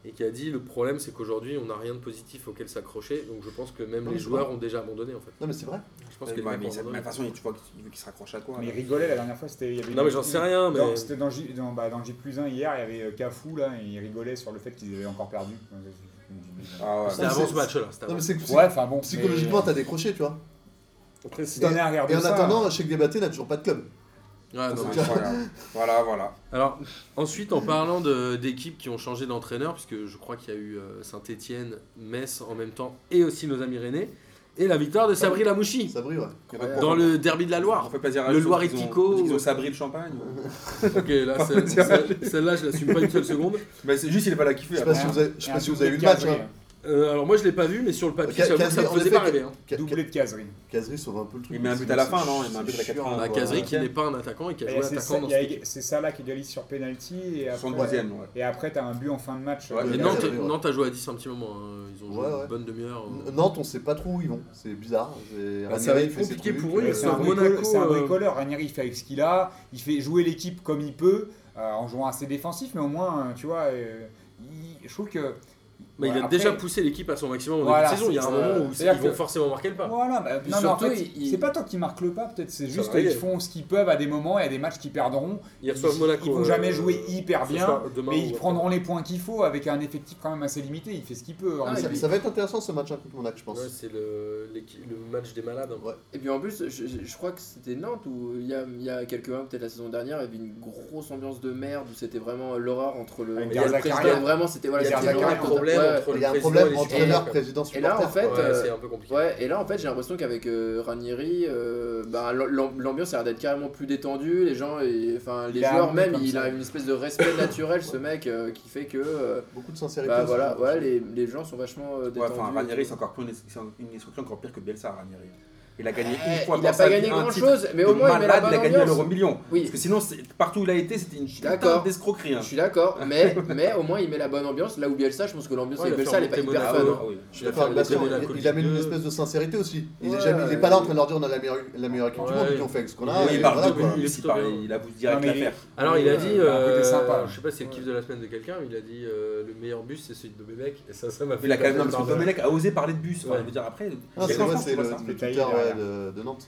[SPEAKER 1] et qui a dit le problème c'est qu'aujourd'hui on n'a rien de positif auquel s'accrocher. Donc je pense que même
[SPEAKER 5] Non,
[SPEAKER 1] les
[SPEAKER 5] je
[SPEAKER 1] joueurs ont déjà abandonné en fait.
[SPEAKER 5] Non, mais c'est vrai.
[SPEAKER 1] Je pense que les
[SPEAKER 3] Euh, Ouais,
[SPEAKER 1] mecs
[SPEAKER 3] mais
[SPEAKER 1] ont
[SPEAKER 3] ça- mais de
[SPEAKER 1] abandonné.
[SPEAKER 3] toute façon, tu vois qu'il vu qu'il se raccroche à quoi.
[SPEAKER 2] Mais il
[SPEAKER 3] là.
[SPEAKER 2] rigolait la dernière fois, c'était. il y avait
[SPEAKER 1] Non
[SPEAKER 2] une-
[SPEAKER 1] mais j'en sais rien, mais
[SPEAKER 2] Dans- C'était dans, J- dans, bah, dans J plus 1 hier, il y avait euh, Cafu là, et il rigolait sur le fait qu'ils avaient encore perdu.
[SPEAKER 3] Ah ouais.
[SPEAKER 1] c'était
[SPEAKER 5] Non, mais
[SPEAKER 1] avant
[SPEAKER 3] Ah
[SPEAKER 5] c'est-
[SPEAKER 1] ce match là. c'était
[SPEAKER 5] Non,
[SPEAKER 1] avant.
[SPEAKER 5] mais c'est que
[SPEAKER 2] Ouais, enfin bon.
[SPEAKER 5] psychologiquement,
[SPEAKER 2] mais-
[SPEAKER 5] t'as décroché, tu vois.
[SPEAKER 2] Après, si
[SPEAKER 5] Et,
[SPEAKER 2] t'en es à regarder
[SPEAKER 5] et en
[SPEAKER 2] ça,
[SPEAKER 5] attendant, Cheikh Diabaté n'a toujours pas de club.
[SPEAKER 1] Ouais, non, mais-
[SPEAKER 3] Incroyable. Voilà, voilà.
[SPEAKER 1] Alors, ensuite, en parlant de- d'équipes qui ont changé d'entraîneur, puisque je crois qu'il y a eu Saint-Etienne, Metz en même temps, et aussi nos amis rennais, et la victoire de Sabri Lamouchi
[SPEAKER 5] Ça brille, ouais.
[SPEAKER 3] Il y a pas de
[SPEAKER 1] dans
[SPEAKER 3] problème.
[SPEAKER 1] le derby de la Loire.
[SPEAKER 3] On fait plaisir à
[SPEAKER 1] Le
[SPEAKER 3] eux,
[SPEAKER 1] Loir et
[SPEAKER 3] ils ont-
[SPEAKER 1] Tico.
[SPEAKER 3] Ils ont sabré le champagne.
[SPEAKER 1] Ok, là,
[SPEAKER 3] Pas
[SPEAKER 1] celle-
[SPEAKER 3] de tirage.
[SPEAKER 1] celle- celle-là, je l'assume pas une seule seconde.
[SPEAKER 3] Mais c'est juste, il est pas là
[SPEAKER 5] Je
[SPEAKER 3] kiffé.
[SPEAKER 5] sais
[SPEAKER 3] après.
[SPEAKER 5] pas si vous avez, je
[SPEAKER 2] il
[SPEAKER 5] sais
[SPEAKER 2] y a hein.
[SPEAKER 5] pas
[SPEAKER 2] un
[SPEAKER 5] si vous
[SPEAKER 2] doublé
[SPEAKER 5] avez vu le
[SPEAKER 2] de
[SPEAKER 5] match.
[SPEAKER 2] Kazri,
[SPEAKER 5] hein.
[SPEAKER 1] Euh, alors, moi, je l'ai pas vu, mais sur le papier,
[SPEAKER 5] Ca-
[SPEAKER 1] j'avoue que ça me
[SPEAKER 5] Casri, en
[SPEAKER 1] faisait pas
[SPEAKER 5] effet,
[SPEAKER 1] rêver. hein.
[SPEAKER 5] Ca-
[SPEAKER 2] Doublé de Kazri.
[SPEAKER 5] Kazri sauve un peu le truc.
[SPEAKER 3] Il met un but à la fin, non Il met un but à la
[SPEAKER 5] C'est
[SPEAKER 3] 80.
[SPEAKER 5] chiant,
[SPEAKER 1] Bah,
[SPEAKER 5] quoi.
[SPEAKER 1] Casri, qui
[SPEAKER 3] ouais.
[SPEAKER 1] n'est pas un attaquant et qui a
[SPEAKER 2] Et
[SPEAKER 1] joué
[SPEAKER 2] C'est
[SPEAKER 1] attaquant
[SPEAKER 2] ça,
[SPEAKER 1] dans
[SPEAKER 2] il
[SPEAKER 1] ce
[SPEAKER 2] y a-
[SPEAKER 1] truc.
[SPEAKER 2] c'est ça là qui égalise sur penalty et après,
[SPEAKER 3] 72ème, ouais.
[SPEAKER 2] et après t'as un but en fin de match.
[SPEAKER 3] Ouais,
[SPEAKER 2] euh,
[SPEAKER 1] Et
[SPEAKER 5] Ouais,
[SPEAKER 1] Nantes,
[SPEAKER 5] ouais, ouais.
[SPEAKER 1] Nantes a joué à 10 un petit moment. hein. Ils ont joué
[SPEAKER 5] Ouais, ouais.
[SPEAKER 1] une bonne demi-heure. euh.
[SPEAKER 5] Nantes, on sait pas trop où ils vont. C'est bizarre. C'est-
[SPEAKER 4] Bah,
[SPEAKER 5] Ranieri
[SPEAKER 4] ça va être
[SPEAKER 5] fait ses
[SPEAKER 1] compliqué
[SPEAKER 5] trucs,
[SPEAKER 1] pour eux,
[SPEAKER 5] euh,
[SPEAKER 1] ils
[SPEAKER 2] C'est
[SPEAKER 1] sont
[SPEAKER 2] un,
[SPEAKER 1] Sur
[SPEAKER 2] bricole-
[SPEAKER 1] Monaco,
[SPEAKER 2] c'est un
[SPEAKER 1] euh,
[SPEAKER 2] bricoleur. Ranieri, il fait avec ce qu'il a. Il fait jouer l'équipe comme il peut, euh, en jouant assez défensif, mais au moins, euh, tu vois, euh, il- je trouve que.
[SPEAKER 1] Mais il a
[SPEAKER 2] Voilà,
[SPEAKER 1] déjà
[SPEAKER 2] après-
[SPEAKER 1] poussé l'équipe à son maximum en
[SPEAKER 2] Voilà,
[SPEAKER 1] début de saison. Il y a un
[SPEAKER 2] c'est-
[SPEAKER 1] moment où ils
[SPEAKER 2] c'est-à-dire
[SPEAKER 1] vont
[SPEAKER 2] que-
[SPEAKER 1] forcément marquer le pas.
[SPEAKER 2] Voilà, bah,
[SPEAKER 4] Puis
[SPEAKER 2] non, mais en
[SPEAKER 4] surtout,
[SPEAKER 2] fait,
[SPEAKER 4] il-
[SPEAKER 2] c'est pas tant qu'ils marquent le pas, peut-être, c'est juste
[SPEAKER 1] va
[SPEAKER 2] qu'ils
[SPEAKER 1] arriver.
[SPEAKER 2] font ce qu'ils peuvent à des moments et à des matchs qu'ils perdront.
[SPEAKER 1] Ils reçoivent
[SPEAKER 2] Ils-
[SPEAKER 1] Monaco.
[SPEAKER 2] ils vont
[SPEAKER 1] euh,
[SPEAKER 2] jamais jouer hyper
[SPEAKER 1] ce
[SPEAKER 2] bien,
[SPEAKER 1] soir, demain,
[SPEAKER 2] mais
[SPEAKER 1] ou
[SPEAKER 2] ils
[SPEAKER 1] après.
[SPEAKER 2] prendront les points qu'il faut avec un effectif quand même assez limité. Il fait ce qu'il peut.
[SPEAKER 4] Ah,
[SPEAKER 2] hein.
[SPEAKER 5] Ça,
[SPEAKER 4] puis-
[SPEAKER 5] ça va être intéressant ce match hein, contre Monaco, je pense.
[SPEAKER 1] Ouais, c'est le, l'équi- le match des malades. hein.
[SPEAKER 4] Et puis en plus, je, je- je crois que c'était Nantes où il y a, il y a quelques mois, peut-être la saison dernière, il y avait une grosse ambiance de merde où c'était vraiment l'horreur entre
[SPEAKER 3] Ah,
[SPEAKER 4] le.
[SPEAKER 2] Avec
[SPEAKER 4] il y a le
[SPEAKER 2] Garzakaria.
[SPEAKER 4] président, Vraiment, c'était voilà,
[SPEAKER 1] Il y a
[SPEAKER 4] c'était
[SPEAKER 1] un
[SPEAKER 2] Garzakaria,
[SPEAKER 4] l'horreur
[SPEAKER 1] vrai
[SPEAKER 2] carrément.
[SPEAKER 1] problème
[SPEAKER 4] Ouais,
[SPEAKER 1] entre
[SPEAKER 5] Il
[SPEAKER 1] le
[SPEAKER 5] y a un
[SPEAKER 1] président et
[SPEAKER 5] problème
[SPEAKER 1] les
[SPEAKER 5] entraîneur,
[SPEAKER 1] supporters,
[SPEAKER 5] président,
[SPEAKER 4] Et là, en
[SPEAKER 5] supporter.
[SPEAKER 4] fait,
[SPEAKER 1] quoi. Ouais,
[SPEAKER 4] euh,
[SPEAKER 1] c'est un peu compliqué.
[SPEAKER 4] ouais, et là en fait, j'ai l'impression qu'avec euh, Ranieri, euh, bah, l'am- l'ambiance a l'air d'être carrément plus détendue. Les gens, et- enfin les
[SPEAKER 2] Il a
[SPEAKER 4] joueurs
[SPEAKER 2] amené
[SPEAKER 4] même,
[SPEAKER 2] comme
[SPEAKER 4] il
[SPEAKER 2] ça.
[SPEAKER 4] a une espèce de respect naturel, ce mec, euh, qui fait que. euh,
[SPEAKER 5] Beaucoup de sincérité.
[SPEAKER 4] bah
[SPEAKER 5] aussi.
[SPEAKER 4] voilà, ouais, les, les gens sont vachement euh,
[SPEAKER 3] Ouais,
[SPEAKER 4] détendus.
[SPEAKER 3] enfin, Ranieri, c'est encore plus une, c'est une escroquerie encore pire que Bielsa, Ranieri. Il a gagné
[SPEAKER 4] Eh,
[SPEAKER 3] une fois
[SPEAKER 4] il
[SPEAKER 3] dans
[SPEAKER 4] n'a
[SPEAKER 3] sa
[SPEAKER 4] pas
[SPEAKER 3] vie hein,
[SPEAKER 4] gagné
[SPEAKER 3] un
[SPEAKER 4] grand
[SPEAKER 3] titre
[SPEAKER 4] chose, mais
[SPEAKER 3] de
[SPEAKER 4] au moins il met la
[SPEAKER 3] malade,
[SPEAKER 4] bonne
[SPEAKER 3] il a gagné l'euro
[SPEAKER 4] ambiance.
[SPEAKER 3] million.
[SPEAKER 4] Oui,
[SPEAKER 3] Parce que sinon, c'est- partout où il a été, c'était une putain
[SPEAKER 4] D'accord.
[SPEAKER 3] d'escroquerie. hein.
[SPEAKER 4] Je suis d'accord, mais, mais au moins il met la bonne ambiance. Là où Bielsa, je pense que l'ambiance
[SPEAKER 1] Ouais, il
[SPEAKER 4] avec
[SPEAKER 1] a
[SPEAKER 4] Bielsa, elle est
[SPEAKER 1] fait
[SPEAKER 4] pas
[SPEAKER 1] remonter
[SPEAKER 4] hyper
[SPEAKER 3] Ah,
[SPEAKER 1] Monaco.
[SPEAKER 4] fan.
[SPEAKER 3] ouais,
[SPEAKER 4] hein.
[SPEAKER 3] oui.
[SPEAKER 5] Je suis d'accord avec Bastien,
[SPEAKER 1] Il a
[SPEAKER 5] il-
[SPEAKER 1] connu
[SPEAKER 5] il amène
[SPEAKER 1] deux.
[SPEAKER 5] une espèce de sincérité aussi. Il
[SPEAKER 4] Ouais.
[SPEAKER 5] est jamais- il est pas là en train de leur dire on a la meilleure la meilleure équipe du
[SPEAKER 1] Ouais.
[SPEAKER 5] monde, puis on fait avec ce qu'on
[SPEAKER 1] Ah,
[SPEAKER 5] a.
[SPEAKER 3] Oui,
[SPEAKER 5] et
[SPEAKER 3] il
[SPEAKER 1] mais
[SPEAKER 3] parle
[SPEAKER 5] voilà,
[SPEAKER 3] de
[SPEAKER 5] quoi.
[SPEAKER 1] il
[SPEAKER 3] lui,
[SPEAKER 1] est
[SPEAKER 3] s'il
[SPEAKER 1] plutôt
[SPEAKER 3] parle,
[SPEAKER 1] bien.
[SPEAKER 3] il avoue direct
[SPEAKER 2] Non, mais il-
[SPEAKER 3] l'affaire.
[SPEAKER 1] Alors il a
[SPEAKER 4] Ouais,
[SPEAKER 1] dit,
[SPEAKER 4] il
[SPEAKER 2] a un côté
[SPEAKER 1] euh,
[SPEAKER 2] sympa.
[SPEAKER 1] je sais pas si c'est le kiff de la semaine de quelqu'un, il a dit euh, le meilleur bus c'est celui de Domenech et ça ça m'a fait.
[SPEAKER 3] Il a quand même, non,
[SPEAKER 1] passer
[SPEAKER 3] parce que
[SPEAKER 1] par là.
[SPEAKER 3] Domenech a osé parler de bus. Enfin,
[SPEAKER 1] Ouais.
[SPEAKER 3] je veux dire, après,
[SPEAKER 5] Non,
[SPEAKER 3] il y a
[SPEAKER 5] Ah, c'est
[SPEAKER 3] quand
[SPEAKER 5] vrai,
[SPEAKER 3] même
[SPEAKER 5] c'est
[SPEAKER 3] tu vois
[SPEAKER 5] le
[SPEAKER 3] ça.
[SPEAKER 5] le
[SPEAKER 2] Détaillé
[SPEAKER 5] Twitter ouais,
[SPEAKER 2] derrière.
[SPEAKER 5] de de Nantes.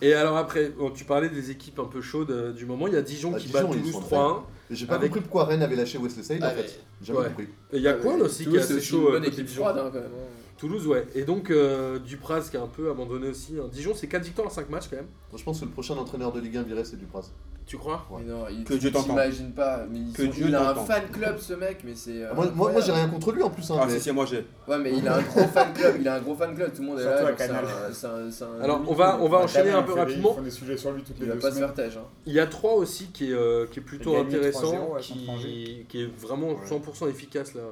[SPEAKER 1] Et alors après, bon, tu parlais des équipes un peu chaudes euh, du moment, il y a Dijon
[SPEAKER 5] Ah,
[SPEAKER 1] qui
[SPEAKER 5] Dijon,
[SPEAKER 1] bat
[SPEAKER 5] ils
[SPEAKER 1] Toulouse
[SPEAKER 5] sont
[SPEAKER 1] 3-1.
[SPEAKER 5] Mais J'ai pas
[SPEAKER 1] Avec-
[SPEAKER 5] compris pourquoi Rennes avait lâché Wesley Sale en
[SPEAKER 4] Ah, mais-
[SPEAKER 5] fait. J'ai pas
[SPEAKER 1] Ouais.
[SPEAKER 5] compris.
[SPEAKER 1] Et il y a Coin aussi qui est
[SPEAKER 4] Toulouse,
[SPEAKER 1] assez
[SPEAKER 4] c'est
[SPEAKER 1] chaud
[SPEAKER 4] une
[SPEAKER 1] euh,
[SPEAKER 4] bonne
[SPEAKER 1] côté
[SPEAKER 4] équipe
[SPEAKER 1] Dijon.
[SPEAKER 4] froide, hein, quand même.
[SPEAKER 1] Toulouse ouais. Et donc euh, Dupraz qui a un peu abandonné aussi. hein. Dijon c'est 4 victoires en 5 matchs quand même.
[SPEAKER 5] Moi, Je pense que le prochain entraîneur de Ligue 1 viré c'est Dupraz.
[SPEAKER 1] Tu crois
[SPEAKER 5] Ouais.
[SPEAKER 4] Mais non, il,
[SPEAKER 3] Que Dieu
[SPEAKER 4] tu
[SPEAKER 3] t'entende.
[SPEAKER 4] t'imagines pas. Mais ils
[SPEAKER 3] Que
[SPEAKER 4] sont-
[SPEAKER 3] Dieu
[SPEAKER 4] il a un
[SPEAKER 3] t'entende.
[SPEAKER 4] fan club, ce mec, mais c'est. euh,
[SPEAKER 5] Ah, Moi, moi, moi, j'ai
[SPEAKER 4] incroyable.
[SPEAKER 5] rien contre lui en plus. hein,
[SPEAKER 3] Ah,
[SPEAKER 5] mais-
[SPEAKER 3] si, si, moi j'ai.
[SPEAKER 4] Ouais, mais il a un gros fan club. Il a un gros fan club. Tout le monde est là.
[SPEAKER 2] Surtout à
[SPEAKER 4] genre, c'est
[SPEAKER 2] Canal.
[SPEAKER 4] un- c'est un- c'est un-
[SPEAKER 1] Alors on va on va
[SPEAKER 2] Canal,
[SPEAKER 1] enchaîner un
[SPEAKER 2] ils
[SPEAKER 1] peu
[SPEAKER 2] font des-
[SPEAKER 1] rapidement.
[SPEAKER 2] Ils font des sujets sur lui toutes les
[SPEAKER 4] Il va
[SPEAKER 2] deux
[SPEAKER 4] pas se
[SPEAKER 2] semaines.
[SPEAKER 4] faire têche. hein.
[SPEAKER 1] Il y a 3 aussi qui est, euh, qui est plutôt
[SPEAKER 2] Il a gagné
[SPEAKER 1] intéressant,
[SPEAKER 2] 3-0 à
[SPEAKER 1] qui,
[SPEAKER 2] Saint-Angers.
[SPEAKER 1] qui est vraiment 100% efficace là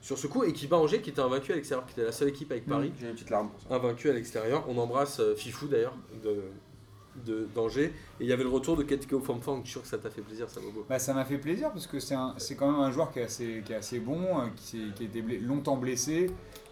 [SPEAKER 1] sur ce coup et qui bat Angers qui était invaincu à l'extérieur, qui était la seule équipe
[SPEAKER 2] Mm.
[SPEAKER 1] avec Paris
[SPEAKER 3] J'ai une petite larme pour ça.
[SPEAKER 1] invaincu à l'extérieur. On embrasse euh, Fifou d'ailleurs de, de d'Angers et il y avait le retour de Ketiko Famfang, je suis sûr que ça t'a fait plaisir ça Bobo.
[SPEAKER 2] Bah, ça m'a fait plaisir parce que c'est un- c'est quand même un joueur qui est assez, qui est assez bon, euh, qui, s'est- qui a été blé- longtemps blessé,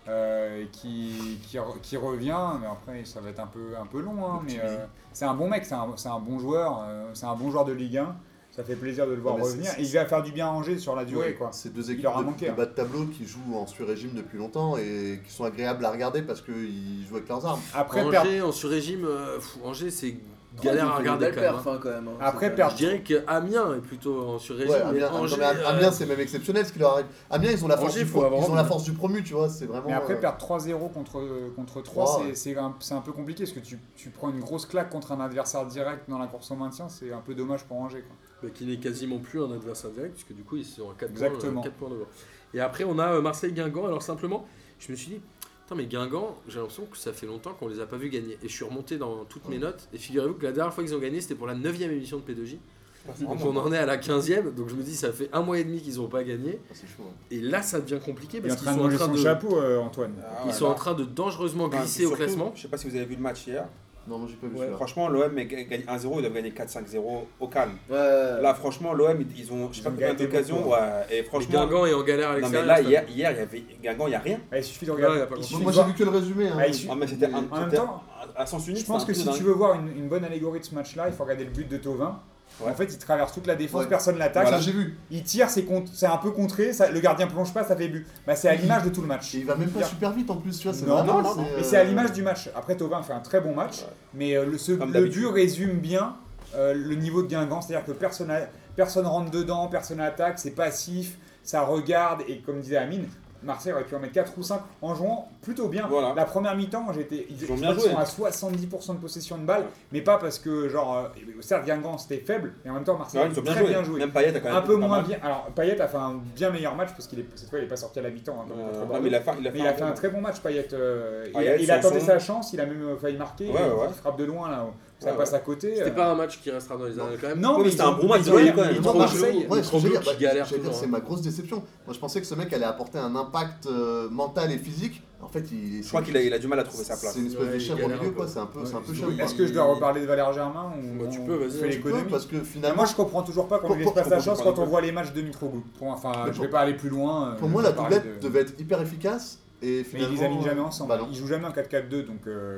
[SPEAKER 2] euh, et qui, qui, re- qui revient. Mais après, ça va être un peu, un peu long. hein, mais euh, c'est un bon mec, c'est un, c'est un bon joueur, euh, c'est un bon joueur de Ligue 1. Ça fait plaisir de le voir
[SPEAKER 1] Ah,
[SPEAKER 5] mais c'est-
[SPEAKER 2] revenir.
[SPEAKER 5] c'est-
[SPEAKER 2] Et il va faire du bien à Angers sur la durée.
[SPEAKER 5] Ouais,
[SPEAKER 2] Quoi.
[SPEAKER 5] Ces deux
[SPEAKER 2] Il
[SPEAKER 5] équipes
[SPEAKER 2] leur a
[SPEAKER 5] de,
[SPEAKER 2] manqué,
[SPEAKER 5] de
[SPEAKER 2] hein.
[SPEAKER 5] bas de tableau qui jouent en sur-régime depuis longtemps et qui sont agréables à regarder parce qu'ils jouent avec leurs armes.
[SPEAKER 2] Après, perdre
[SPEAKER 1] Angers en sur-régime, euh, pff, Angers c'est
[SPEAKER 4] Ils
[SPEAKER 1] galère à
[SPEAKER 4] font une
[SPEAKER 1] regarder
[SPEAKER 4] belle
[SPEAKER 1] quand même.
[SPEAKER 4] perf,
[SPEAKER 1] hein.
[SPEAKER 4] hein, quand même, hein.
[SPEAKER 2] Après,
[SPEAKER 4] C'est-
[SPEAKER 1] Je
[SPEAKER 2] perdre.
[SPEAKER 1] dirais que Amiens est plutôt en sur-régime.
[SPEAKER 5] Ouais,
[SPEAKER 1] mais
[SPEAKER 5] Amiens,
[SPEAKER 1] Angers,
[SPEAKER 5] non, mais Amiens,
[SPEAKER 1] euh,
[SPEAKER 5] c'est même exceptionnel ce qui leur arrive. Amiens, ils ont la force,
[SPEAKER 1] Angers,
[SPEAKER 5] du,
[SPEAKER 1] faut
[SPEAKER 5] pro-
[SPEAKER 1] avoir
[SPEAKER 5] ils ont
[SPEAKER 1] envie. hein.
[SPEAKER 5] la force du promu, tu vois, c'est vraiment.
[SPEAKER 2] Mais après,
[SPEAKER 5] euh,
[SPEAKER 2] perdre 3-0 contre, contre 3,
[SPEAKER 5] Trois,
[SPEAKER 2] c'est-
[SPEAKER 5] ouais.
[SPEAKER 2] c'est un, c'est un peu compliqué parce que tu, tu prends une grosse claque contre un adversaire direct dans la course au maintien. C'est un peu dommage pour Angers. Quoi.
[SPEAKER 1] Mais qui n'est quasiment plus un adversaire direct, puisque du coup ils sont à 4 points,
[SPEAKER 2] Exactement.
[SPEAKER 1] euh, quatre points devant. Et après on a euh, Marseille-Guingamp, alors simplement, je me suis dit, putain mais Guingamp, j'ai l'impression que ça fait longtemps qu'on les a pas vus gagner. Et je suis remonté dans toutes mes notes, et figurez-vous que la dernière fois qu'ils ont gagné c'était pour la 9ème émission de P2J,
[SPEAKER 2] Oh
[SPEAKER 1] donc
[SPEAKER 3] Ah,
[SPEAKER 1] on en est à la 15ème, donc je me dis ça fait un mois et demi qu'ils ont pas gagné,
[SPEAKER 5] c'est chaud. hein.
[SPEAKER 1] et là ça devient compliqué
[SPEAKER 2] Il est en
[SPEAKER 1] parce qu'ils
[SPEAKER 2] train de
[SPEAKER 1] sont en
[SPEAKER 2] manger
[SPEAKER 1] train
[SPEAKER 2] son
[SPEAKER 1] de...
[SPEAKER 2] chapeau, euh, Antoine.
[SPEAKER 3] Ah,
[SPEAKER 1] Ils
[SPEAKER 3] ouais,
[SPEAKER 1] sont
[SPEAKER 3] là.
[SPEAKER 1] en train de dangereusement
[SPEAKER 3] Enfin,
[SPEAKER 1] glisser au
[SPEAKER 3] Ah, surtout,
[SPEAKER 1] classement.
[SPEAKER 3] Je sais pas si vous avez vu le match hier.
[SPEAKER 5] Non, moi j'ai pas vu
[SPEAKER 1] Ouais.
[SPEAKER 5] celui-là.
[SPEAKER 3] Franchement, l'OM gagne 1-0, ils doivent gagner 4-5-0 au calme.
[SPEAKER 4] Ouais.
[SPEAKER 3] Là, franchement, l'OM, ils- ils ont, je sais
[SPEAKER 2] Ils
[SPEAKER 3] pas
[SPEAKER 2] ont
[SPEAKER 3] combien
[SPEAKER 2] gagné
[SPEAKER 3] d'occasions.
[SPEAKER 2] beaucoup. hein.
[SPEAKER 3] ouais, et
[SPEAKER 1] Mais
[SPEAKER 3] franchement,
[SPEAKER 1] Guingamp est en galère à
[SPEAKER 3] non, mais
[SPEAKER 1] l'extérieur.
[SPEAKER 3] là,
[SPEAKER 1] cette
[SPEAKER 3] hier, hier, il y avait Guingamp, il n'y a rien.
[SPEAKER 2] Ah, il suffit de
[SPEAKER 1] Ouais,
[SPEAKER 2] regarder.
[SPEAKER 1] il y a pas
[SPEAKER 2] il
[SPEAKER 1] grand-chose.
[SPEAKER 2] suffit de
[SPEAKER 5] Moi, moi, j'ai
[SPEAKER 2] voir-
[SPEAKER 5] vu que le résumé. hein.
[SPEAKER 2] Ah, il suffit-
[SPEAKER 3] Ah, mais c'était un,
[SPEAKER 2] En même
[SPEAKER 3] c'était
[SPEAKER 2] temps,
[SPEAKER 3] un- à sens unique.
[SPEAKER 2] Je pense
[SPEAKER 3] c'était
[SPEAKER 2] que
[SPEAKER 3] un
[SPEAKER 2] si
[SPEAKER 3] peu
[SPEAKER 2] tu
[SPEAKER 3] dingue.
[SPEAKER 2] veux voir une, une bonne allégorie de ce match-là, il faut regarder le but de Tovin.
[SPEAKER 3] Ouais.
[SPEAKER 2] En fait, il traverse toute la défense,
[SPEAKER 5] Ouais.
[SPEAKER 2] personne l'attaque.
[SPEAKER 5] Voilà, j'ai vu.
[SPEAKER 2] Il tire, c'est con- c'est un peu contré, ça- le gardien plonge pas, ça fait but. Bah, c'est à l'image de tout le match.
[SPEAKER 5] Et il va même pas
[SPEAKER 2] Bien.
[SPEAKER 5] super vite en plus, tu vois. c'est
[SPEAKER 2] Non,
[SPEAKER 5] vraiment,
[SPEAKER 3] non, non,
[SPEAKER 2] Mais c'est à l'image du match. Après, Tovin fait un très bon match,
[SPEAKER 3] Ouais.
[SPEAKER 2] mais euh, le, ce-
[SPEAKER 3] Comme
[SPEAKER 2] le
[SPEAKER 3] d'habitude.
[SPEAKER 2] but résume bien euh, le niveau de Guingamp. C'est-à-dire que personne, a- personne rentre dedans, personne attaque, c'est passif, ça regarde, et comme disait Amine, Marseille aurait pu en mettre 4 ou 5 en jouant plutôt bien.
[SPEAKER 3] Voilà.
[SPEAKER 2] La première mi-temps, j'étais ils,
[SPEAKER 3] Ils ont
[SPEAKER 2] je
[SPEAKER 3] bien
[SPEAKER 2] crois qu'ils
[SPEAKER 3] joué.
[SPEAKER 2] sont à 70% de possession de balle, mais pas parce que genre euh, certes Guingamp c'était faible, mais en même temps Marseille
[SPEAKER 3] Ouais,
[SPEAKER 2] a
[SPEAKER 3] ils ont bien
[SPEAKER 2] très
[SPEAKER 3] joué.
[SPEAKER 2] bien joué.
[SPEAKER 3] Même Payet a quand même
[SPEAKER 2] un peu
[SPEAKER 3] été pas
[SPEAKER 2] moins
[SPEAKER 3] mal.
[SPEAKER 2] bien. Alors Payet a fait un bien meilleur match parce qu'il est cette fois il est pas sorti à la mi-temps hein, comme
[SPEAKER 3] Euh,
[SPEAKER 2] contre
[SPEAKER 3] non,
[SPEAKER 2] Bordeaux.
[SPEAKER 3] mais il a fait, il a
[SPEAKER 2] Mais il a fait
[SPEAKER 3] bon
[SPEAKER 2] un
[SPEAKER 3] match.
[SPEAKER 2] très bon match, Payet. euh, il-
[SPEAKER 3] Payet,
[SPEAKER 2] il
[SPEAKER 3] sur
[SPEAKER 2] a tenté
[SPEAKER 3] son-
[SPEAKER 2] sa chance, il a même euh, failli marquer.
[SPEAKER 3] Ouais, ouais, ouais.
[SPEAKER 2] Il frappe de loin là, ça
[SPEAKER 3] Ouais,
[SPEAKER 2] passe à côté.
[SPEAKER 1] C'était
[SPEAKER 2] euh.
[SPEAKER 1] pas un match qui restera dans les annales quand même.
[SPEAKER 2] Non,
[SPEAKER 3] Oui,
[SPEAKER 2] mais
[SPEAKER 3] c'était
[SPEAKER 2] ils
[SPEAKER 3] un
[SPEAKER 2] ont-
[SPEAKER 3] bon match
[SPEAKER 2] ils ont-
[SPEAKER 3] de Lille, quand même.
[SPEAKER 2] ils ont-
[SPEAKER 1] Trop
[SPEAKER 5] Moi, Marseille,
[SPEAKER 1] jeu,
[SPEAKER 5] ouais,
[SPEAKER 1] trop
[SPEAKER 5] ce que
[SPEAKER 1] jeu
[SPEAKER 5] je veux dire,
[SPEAKER 1] qui
[SPEAKER 5] bah,
[SPEAKER 1] galère
[SPEAKER 5] j'allais
[SPEAKER 1] tout le
[SPEAKER 5] dire,
[SPEAKER 1] temps.
[SPEAKER 5] c'est ma grosse déception. Moi, je pensais que ce mec allait apporter un impact euh, mental et physique. En fait, il.
[SPEAKER 3] Je crois qu'il a, il a du mal à trouver sa place.
[SPEAKER 5] C'est une espèce
[SPEAKER 1] Ouais,
[SPEAKER 5] de
[SPEAKER 1] il
[SPEAKER 5] chèvre au
[SPEAKER 1] galère
[SPEAKER 5] milieu,
[SPEAKER 1] un
[SPEAKER 5] quoi.
[SPEAKER 1] peu.
[SPEAKER 5] C'est un peu, c'est un peu
[SPEAKER 1] Ouais,
[SPEAKER 5] chiant.
[SPEAKER 1] ils ont-
[SPEAKER 5] quoi.
[SPEAKER 2] Est-ce que je dois reparler de Valère Germain ou
[SPEAKER 1] Bah, tu
[SPEAKER 2] on
[SPEAKER 1] peux, vas-y,
[SPEAKER 2] fait
[SPEAKER 1] tu
[SPEAKER 5] Tu peux,
[SPEAKER 2] l'économie
[SPEAKER 5] parce que
[SPEAKER 2] Mais
[SPEAKER 5] finalement,
[SPEAKER 2] Moi, je comprends toujours pas qu'on
[SPEAKER 5] Pour-
[SPEAKER 2] lui laisse
[SPEAKER 5] pour-
[SPEAKER 2] pas sa
[SPEAKER 5] pour-
[SPEAKER 2] chance
[SPEAKER 5] pour-
[SPEAKER 2] quand on voit les matchs de Mitroglou. Pour- Enfin, je
[SPEAKER 5] Mais pour-
[SPEAKER 2] vais pas aller plus loin. euh,
[SPEAKER 5] pour moi,
[SPEAKER 2] je
[SPEAKER 5] la
[SPEAKER 2] vais parler
[SPEAKER 5] doublette
[SPEAKER 2] de-
[SPEAKER 5] devait être hyper efficace. Et
[SPEAKER 2] Mais ils
[SPEAKER 5] finalement,
[SPEAKER 2] les alignent jamais
[SPEAKER 5] bah
[SPEAKER 2] ensemble.
[SPEAKER 5] non.
[SPEAKER 2] Ils jouent jamais en 4-4-2, donc. euh,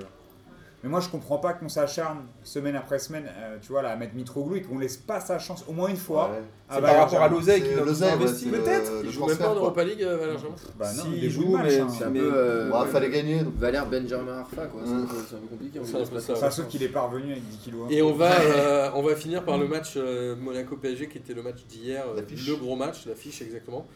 [SPEAKER 2] Mais moi, je comprends pas qu'on s'acharne semaine après semaine, euh, tu vois, là, à mettre Mitroglou et qu'on laisse pas sa chance au moins une fois.
[SPEAKER 5] Ouais.
[SPEAKER 2] à
[SPEAKER 3] C'est par
[SPEAKER 2] Valère
[SPEAKER 3] rapport à
[SPEAKER 2] Germain.
[SPEAKER 3] l'oseille
[SPEAKER 5] C'est
[SPEAKER 3] qu'il a
[SPEAKER 5] l'oseille,
[SPEAKER 3] investi,
[SPEAKER 5] ouais, c'est le-
[SPEAKER 3] peut-être.
[SPEAKER 5] le
[SPEAKER 1] Il joue même pas en
[SPEAKER 5] transfert,
[SPEAKER 1] Europa League, euh, Valère Germain
[SPEAKER 2] Bah non,
[SPEAKER 3] Si,
[SPEAKER 2] il
[SPEAKER 3] il
[SPEAKER 2] joue
[SPEAKER 3] joue,
[SPEAKER 2] match.
[SPEAKER 3] mais-
[SPEAKER 2] hein.
[SPEAKER 4] C'est un
[SPEAKER 3] Mais-
[SPEAKER 4] peu. euh,
[SPEAKER 5] Ouais, fallait gagner. donc.
[SPEAKER 4] Valère Benjamin Arfa, quoi. C'est un
[SPEAKER 5] Ouais.
[SPEAKER 4] peu- c'est un peu compliqué. on
[SPEAKER 1] C'est
[SPEAKER 4] lui
[SPEAKER 1] un
[SPEAKER 4] laisse
[SPEAKER 1] peu
[SPEAKER 4] pas
[SPEAKER 1] Mm. ça,
[SPEAKER 4] sa
[SPEAKER 2] Enfin,
[SPEAKER 4] chance.
[SPEAKER 2] sauf qu'il est parvenu avec 10 kilos. hein.
[SPEAKER 1] Et on va, euh, on va finir par le match euh, Monaco-PSG qui était le match d'hier, euh,
[SPEAKER 5] L'affiche.
[SPEAKER 1] le gros match, l'affiche exactement.